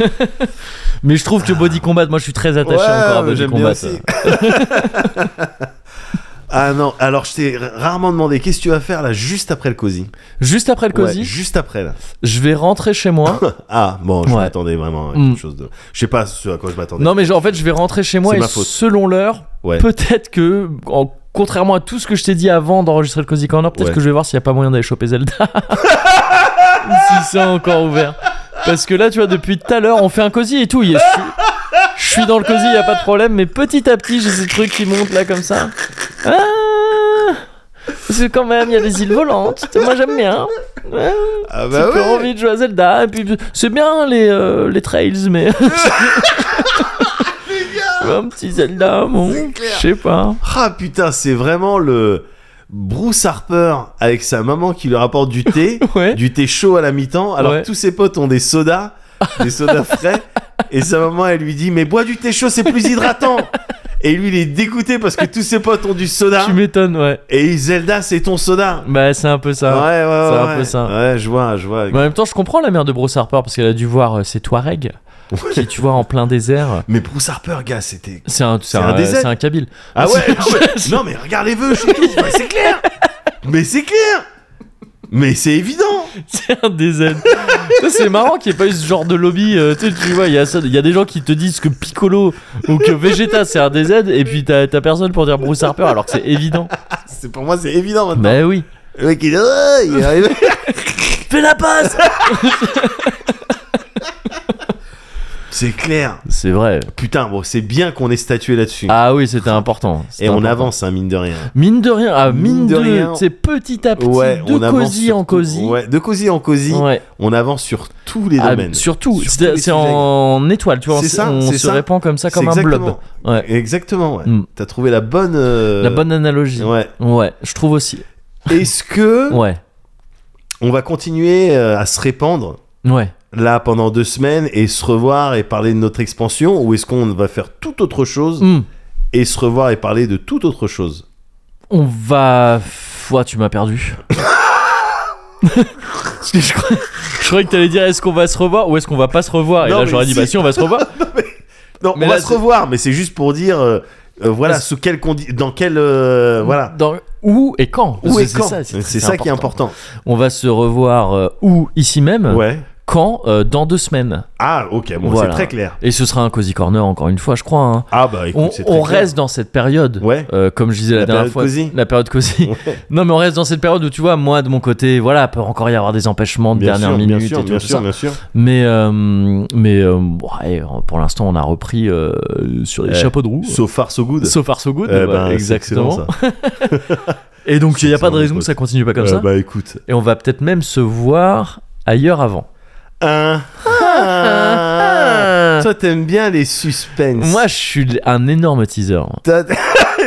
[SPEAKER 1] mais je trouve que Body Combat, moi je suis très attaché encore à
[SPEAKER 2] mais
[SPEAKER 1] Body
[SPEAKER 2] j'aime
[SPEAKER 1] Combat.
[SPEAKER 2] bien aussi. ah non, alors je t'ai ra- rarement demandé qu'est-ce que tu vas faire là juste après le cosy.
[SPEAKER 1] Juste après le cosy,
[SPEAKER 2] Ouais, juste après là.
[SPEAKER 1] je vais rentrer chez moi.
[SPEAKER 2] Ah bon, je
[SPEAKER 1] Ouais.
[SPEAKER 2] m'attendais vraiment à quelque
[SPEAKER 1] Mm.
[SPEAKER 2] chose de. Je sais pas ce à quoi je m'attendais.
[SPEAKER 1] non mais je- en fait, je vais rentrer chez moi
[SPEAKER 2] C'est
[SPEAKER 1] et
[SPEAKER 2] ma faute.
[SPEAKER 1] selon l'heure,
[SPEAKER 2] Ouais.
[SPEAKER 1] peut-être que en- contrairement à tout ce que je t'ai dit avant d'enregistrer le cosy corner, peut-être
[SPEAKER 2] Ouais.
[SPEAKER 1] que je vais voir s'il y a pas moyen d'aller choper Zelda. si c'est encore ouvert. Parce que là, tu vois, depuis tout à l'heure, on fait un cosy et tout. il y a- Je suis, je suis dans le cosy, y a pas de problème, mais petit à petit, j'ai ces trucs qui montent là comme ça. Ah Parce que quand même, il y a des îles volantes. Moi, j'aime bien. Ah,
[SPEAKER 2] Ah
[SPEAKER 1] J'ai
[SPEAKER 2] bah
[SPEAKER 1] plus
[SPEAKER 2] ouais.
[SPEAKER 1] envie de jouer à Zelda. Et puis, c'est bien les, euh, les trails, mais. Un petit Zelda, bon, je sais pas.
[SPEAKER 2] Ah putain, c'est vraiment le Bruce Harper avec sa maman qui lui rapporte du thé,
[SPEAKER 1] Ouais.
[SPEAKER 2] du thé chaud à la mi-temps, alors
[SPEAKER 1] Ouais.
[SPEAKER 2] que tous ses potes ont des sodas, des sodas frais, et sa maman elle lui dit mais bois du thé chaud, c'est plus hydratant. Et lui il est dégoûté parce que tous ses potes ont du soda
[SPEAKER 1] Tu m'étonnes, ouais.
[SPEAKER 2] et Zelda c'est ton soda.
[SPEAKER 1] Bah, c'est un peu ça.
[SPEAKER 2] ouais ouais ouais.
[SPEAKER 1] c'est un peu
[SPEAKER 2] ouais.
[SPEAKER 1] ça.
[SPEAKER 2] Ouais, je vois, je vois.
[SPEAKER 1] Mais en même temps, je comprends la mère de Bruce Harper parce qu'elle a dû voir euh, ses Touaregs qui, tu vois, en plein désert.
[SPEAKER 2] Mais Bruce Harper gars, c'était
[SPEAKER 1] C'est un,
[SPEAKER 2] C'est un
[SPEAKER 1] euh,
[SPEAKER 2] désert.
[SPEAKER 1] C'est un Kabyle.
[SPEAKER 2] Ah ouais, ah ouais. Non mais regarde les vœux, je suis tout. Bah, c'est clair. Mais c'est clair. Mais c'est évident.
[SPEAKER 1] C'est un DZ. Ça, c'est marrant qu'il n'y ait pas eu ce genre de lobby. euh, tu sais, tu vois, il y, a ça- il y a des gens qui te disent que Piccolo ou que Vegeta c'est un DZ et puis t'as t'as personne pour dire Bruce Harper alors que c'est évident.
[SPEAKER 2] C'est pour moi c'est évident maintenant.
[SPEAKER 1] Bah oui.
[SPEAKER 2] Le mec il est, Ah, il est arrivé.
[SPEAKER 1] Fais la passe
[SPEAKER 2] C'est clair.
[SPEAKER 1] C'est vrai.
[SPEAKER 2] Putain, bon, c'est bien qu'on ait statué là-dessus.
[SPEAKER 1] Ah oui, c'était important. C'était
[SPEAKER 2] Et on
[SPEAKER 1] important.
[SPEAKER 2] avance, hein, mine de rien.
[SPEAKER 1] Mine de rien, ah, mine,
[SPEAKER 2] Mine de
[SPEAKER 1] de,
[SPEAKER 2] rien.
[SPEAKER 1] C'est petit à petit,
[SPEAKER 2] Ouais, on
[SPEAKER 1] Ah, de
[SPEAKER 2] avance.
[SPEAKER 1] cosy
[SPEAKER 2] sur
[SPEAKER 1] en
[SPEAKER 2] tout.
[SPEAKER 1] cosy.
[SPEAKER 2] Ouais, de cosy en cosy,
[SPEAKER 1] Ouais.
[SPEAKER 2] on avance sur tous les
[SPEAKER 1] Ah,
[SPEAKER 2] domaines.
[SPEAKER 1] surtout,
[SPEAKER 2] Sur tous
[SPEAKER 1] c'est
[SPEAKER 2] les
[SPEAKER 1] c'est en étoile, tu vois, on,
[SPEAKER 2] C'est
[SPEAKER 1] se-
[SPEAKER 2] ça,
[SPEAKER 1] on
[SPEAKER 2] c'est
[SPEAKER 1] se
[SPEAKER 2] ça.
[SPEAKER 1] répand comme ça,
[SPEAKER 2] C'est
[SPEAKER 1] comme un blob.
[SPEAKER 2] exactement.
[SPEAKER 1] Ouais.
[SPEAKER 2] Exactement, ouais.
[SPEAKER 1] Mm.
[SPEAKER 2] T'as trouvé la bonne. euh,
[SPEAKER 1] La bonne analogie. Ouais.
[SPEAKER 2] Ouais.
[SPEAKER 1] je trouve aussi.
[SPEAKER 2] Est-ce que
[SPEAKER 1] Ouais,
[SPEAKER 2] on va continuer euh, à se répandre
[SPEAKER 1] ouais.
[SPEAKER 2] là pendant deux semaines et se revoir et parler de notre expansion ou est-ce qu'on va faire tout autre chose
[SPEAKER 1] Hmm.
[SPEAKER 2] et se revoir et parler de tout autre chose
[SPEAKER 1] On va. Foi, tu m'as perdu. Parce que je croyais, je croyais que t'allais dire est-ce qu'on va se revoir ou est-ce qu'on va pas se revoir Et
[SPEAKER 2] Non,
[SPEAKER 1] là
[SPEAKER 2] mais
[SPEAKER 1] j'aurais dit
[SPEAKER 2] si.
[SPEAKER 1] bah si on va se revoir.
[SPEAKER 2] Non,
[SPEAKER 1] Mais
[SPEAKER 2] on
[SPEAKER 1] là,
[SPEAKER 2] va se
[SPEAKER 1] c'est-
[SPEAKER 2] revoir, mais c'est juste pour dire, euh, euh, voilà, sous quelle condi- dans quelle, euh, voilà,
[SPEAKER 1] Dans, où et quand Parce
[SPEAKER 2] où
[SPEAKER 1] que
[SPEAKER 2] et
[SPEAKER 1] c'est
[SPEAKER 2] quand.
[SPEAKER 1] ça,
[SPEAKER 2] C'est
[SPEAKER 1] c'est
[SPEAKER 2] ça qui est important.
[SPEAKER 1] On va se revoir euh, où ici même
[SPEAKER 2] Ouais.
[SPEAKER 1] Quand euh, Dans deux semaines.
[SPEAKER 2] Ah, ok, bon,
[SPEAKER 1] Voilà.
[SPEAKER 2] c'est très clair.
[SPEAKER 1] Et ce sera un cozy corner encore une fois, je crois. hein.
[SPEAKER 2] Ah bah écoute,
[SPEAKER 1] On,
[SPEAKER 2] c'est
[SPEAKER 1] on
[SPEAKER 2] très clair.
[SPEAKER 1] reste dans cette période.
[SPEAKER 2] Ouais.
[SPEAKER 1] Euh, comme je disais la,
[SPEAKER 2] La
[SPEAKER 1] dernière
[SPEAKER 2] période
[SPEAKER 1] fois,
[SPEAKER 2] cosy.
[SPEAKER 1] la période cosy.
[SPEAKER 2] Ouais.
[SPEAKER 1] Non, mais on reste dans cette période où tu vois, moi de mon côté, voilà, peut encore y avoir des empêchements de
[SPEAKER 2] Bien
[SPEAKER 1] dernière
[SPEAKER 2] sûr,
[SPEAKER 1] minute
[SPEAKER 2] bien sûr,
[SPEAKER 1] et tout,
[SPEAKER 2] bien
[SPEAKER 1] tout
[SPEAKER 2] sûr,
[SPEAKER 1] ça.
[SPEAKER 2] bien sûr.
[SPEAKER 1] Mais, euh, mais euh, ouais, pour l'instant, on a repris euh, sur les
[SPEAKER 2] Eh,
[SPEAKER 1] chapeaux de roue.
[SPEAKER 2] So far, so good.
[SPEAKER 1] So far so good,
[SPEAKER 2] Eh
[SPEAKER 1] ouais,
[SPEAKER 2] ben, c'est
[SPEAKER 1] exactement.
[SPEAKER 2] excellent, ça.
[SPEAKER 1] Et donc, il n'y a pas de
[SPEAKER 2] excellent,
[SPEAKER 1] raison
[SPEAKER 2] mon
[SPEAKER 1] que ça continue pas comme
[SPEAKER 2] Euh,
[SPEAKER 1] ça.
[SPEAKER 2] Bah écoute.
[SPEAKER 1] Et on va peut-être même se voir ailleurs avant.
[SPEAKER 2] Un.
[SPEAKER 1] ah.
[SPEAKER 2] Toi, t'aimes bien les suspens.
[SPEAKER 1] Moi, je suis un énorme teaser.
[SPEAKER 2] T'as-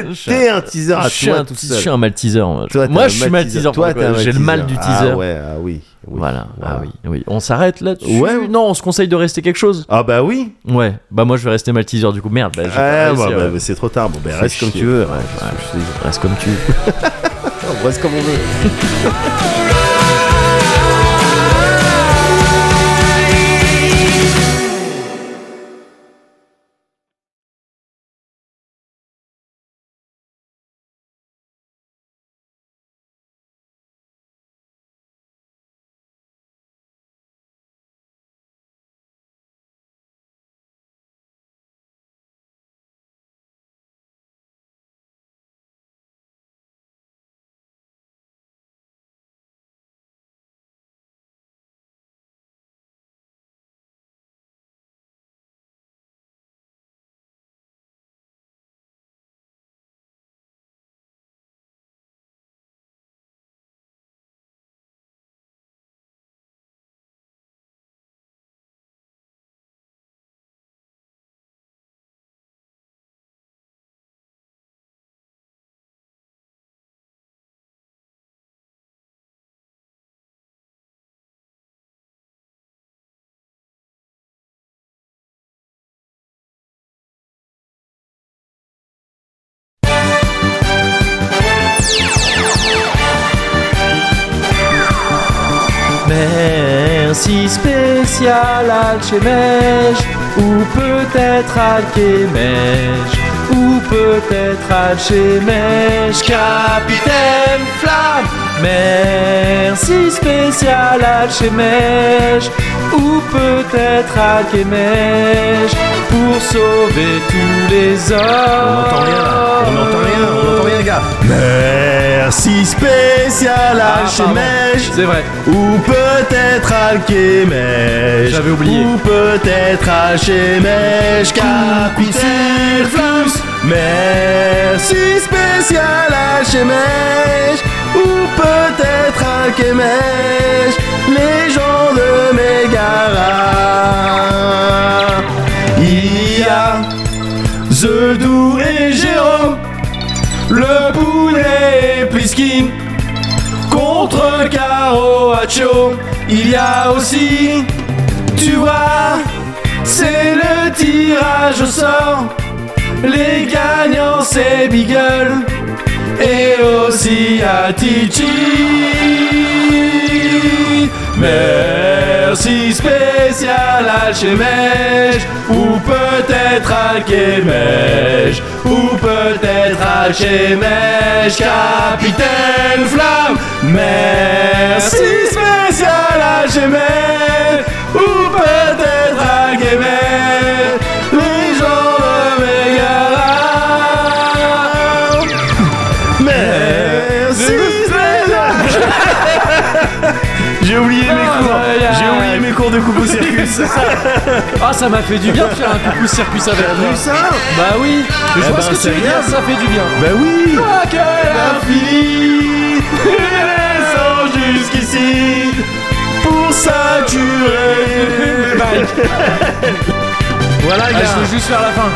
[SPEAKER 1] Je suis un-
[SPEAKER 2] t'es un teaser à
[SPEAKER 1] je suis
[SPEAKER 2] toi
[SPEAKER 1] un,
[SPEAKER 2] tout
[SPEAKER 1] je
[SPEAKER 2] seul.
[SPEAKER 1] suis un mal teaser. Moi,
[SPEAKER 2] Toi, t'es
[SPEAKER 1] Moi,
[SPEAKER 2] un
[SPEAKER 1] je suis mal teaser.
[SPEAKER 2] Toi,
[SPEAKER 1] pourquoi
[SPEAKER 2] t'es un
[SPEAKER 1] J'ai le mal du teaser.
[SPEAKER 2] Ah ouais, ah oui. oui.
[SPEAKER 1] Voilà. Ah oui, oui. On s'arrête là-dessus.
[SPEAKER 2] Ouais, ouais.
[SPEAKER 1] Non, on se conseille de rester quelque chose.
[SPEAKER 2] Ah bah oui.
[SPEAKER 1] Ouais. Bah moi je vais rester mal teaser du coup. Merde. Bah, j'ai pas
[SPEAKER 2] Ah,
[SPEAKER 1] réussi,
[SPEAKER 2] bah,
[SPEAKER 1] ouais.
[SPEAKER 2] bah, c'est trop tard. Bon, bah,
[SPEAKER 1] Fais
[SPEAKER 2] reste comme
[SPEAKER 1] chier.
[SPEAKER 2] tu veux.
[SPEAKER 1] Ouais, ouais. Reste comme tu. veux.
[SPEAKER 2] On reste comme on veut.
[SPEAKER 1] Merci spécial Alchemège, ou peut-être Alchemège, ou peut-être Alchemège, Capitaine Flamme. Merci spécial Alchemège, ou peut-être Alchemège, pour sauver tous les hommes.
[SPEAKER 2] On n'entend rien là, on n'entend rien, on n'entend rien, gars. Merci spécial
[SPEAKER 1] Ah, pardon.
[SPEAKER 2] Alchemège,
[SPEAKER 1] C'est vrai.
[SPEAKER 2] ou peut-être Alchemège.
[SPEAKER 1] J'avais oublié.
[SPEAKER 2] Ou peut-être Alchemège, capitaine Flamme. Merci spécial Alchemège, ou peut-être Alchemège, légende de Mégara. Il y a The Doux et Jérôme, le poulet et Pliskin, contre Caro Hacho, il y a aussi, tu vois, c'est le tirage au sort, les gagnants c'est Beagle, et aussi Atichi. Merci spécial Alchemège, ou peut-être Alchemège, ou peut-être Alchemège, Capitaine Flamme. Merci spécial Alchemège, ou peut-être Alchemège, les gens de Mégara. Merci Spécial J'ai oublié mes cours J'ai oublié mes cours de coupe au circus
[SPEAKER 1] Ah, ça m'a fait du bien de faire un coucou circuit avec
[SPEAKER 2] T'as vu
[SPEAKER 1] toi.
[SPEAKER 2] ça
[SPEAKER 1] Bah oui, mais je
[SPEAKER 2] Eh
[SPEAKER 1] vois
[SPEAKER 2] ben,
[SPEAKER 1] ce que tu
[SPEAKER 2] c'est
[SPEAKER 1] veux dire,
[SPEAKER 2] rien.
[SPEAKER 1] ça fait du bien.
[SPEAKER 2] Bah oui
[SPEAKER 1] Ah, que
[SPEAKER 2] L'infini descend jusqu'ici Pour saturer
[SPEAKER 1] la- Bah,
[SPEAKER 2] Voilà
[SPEAKER 1] Ah, je veux juste faire la fin.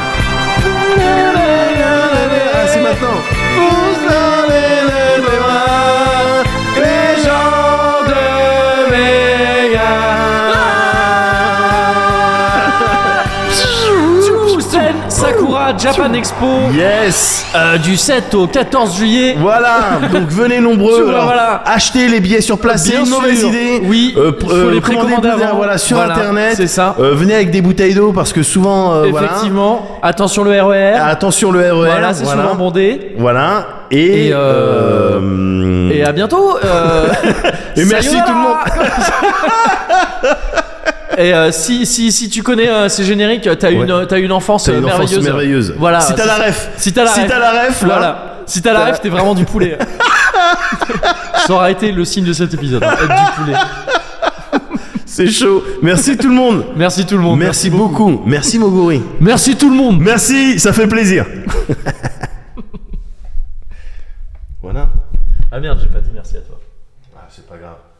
[SPEAKER 2] Ah c'est maintenant Pour donner les bras Les gens de Mega
[SPEAKER 1] Scène Sakura Japan Expo
[SPEAKER 2] Yes
[SPEAKER 1] euh, du 7 au 14 juillet.
[SPEAKER 2] Voilà, donc venez nombreux.
[SPEAKER 1] Voilà,
[SPEAKER 2] Alors,
[SPEAKER 1] voilà.
[SPEAKER 2] Achetez les billets sur place, c'est
[SPEAKER 1] Bien
[SPEAKER 2] une mauvaise
[SPEAKER 1] sûr.
[SPEAKER 2] idée. Euh,
[SPEAKER 1] Oui, il faut les
[SPEAKER 2] commandez
[SPEAKER 1] précommander
[SPEAKER 2] plus tard,
[SPEAKER 1] avant.
[SPEAKER 2] Voilà, sur
[SPEAKER 1] Voilà,
[SPEAKER 2] internet.
[SPEAKER 1] c'est ça.
[SPEAKER 2] Euh, venez avec des bouteilles d'eau parce que souvent, euh, voilà.
[SPEAKER 1] Effectivement, attention le RER.
[SPEAKER 2] Attention le RER.
[SPEAKER 1] voilà, c'est
[SPEAKER 2] voilà.
[SPEAKER 1] souvent bondé.
[SPEAKER 2] Voilà. Et,
[SPEAKER 1] Et, euh,
[SPEAKER 2] euh,
[SPEAKER 1] Et à bientôt. euh,
[SPEAKER 2] et merci
[SPEAKER 1] sayonara.
[SPEAKER 2] tout le monde.
[SPEAKER 1] Et euh, si, si, si tu connais euh, ces génériques, t'as
[SPEAKER 2] Ouais.
[SPEAKER 1] une, t'as une enfance
[SPEAKER 2] C'est
[SPEAKER 1] euh,
[SPEAKER 2] une enfance
[SPEAKER 1] merveilleuse.
[SPEAKER 2] merveilleuse.
[SPEAKER 1] Voilà.
[SPEAKER 2] Si t'as
[SPEAKER 1] c'est
[SPEAKER 2] la
[SPEAKER 1] ça.
[SPEAKER 2] ref.
[SPEAKER 1] Si t'as la
[SPEAKER 2] Si
[SPEAKER 1] ref.
[SPEAKER 2] t'as la ref, là.
[SPEAKER 1] Voilà. Si t'as la ref, t'es vraiment du poulet. Ça aurait été le signe de cet épisode. hein, être du poulet.
[SPEAKER 2] C'est chaud. Merci tout le monde.
[SPEAKER 1] Merci tout le monde.
[SPEAKER 2] Merci, beaucoup. Merci Moguri.
[SPEAKER 1] Merci tout le monde.
[SPEAKER 2] Merci, ça fait plaisir. voilà.
[SPEAKER 1] Ah merde, j'ai pas dit merci à toi.
[SPEAKER 2] Ah, c'est pas grave.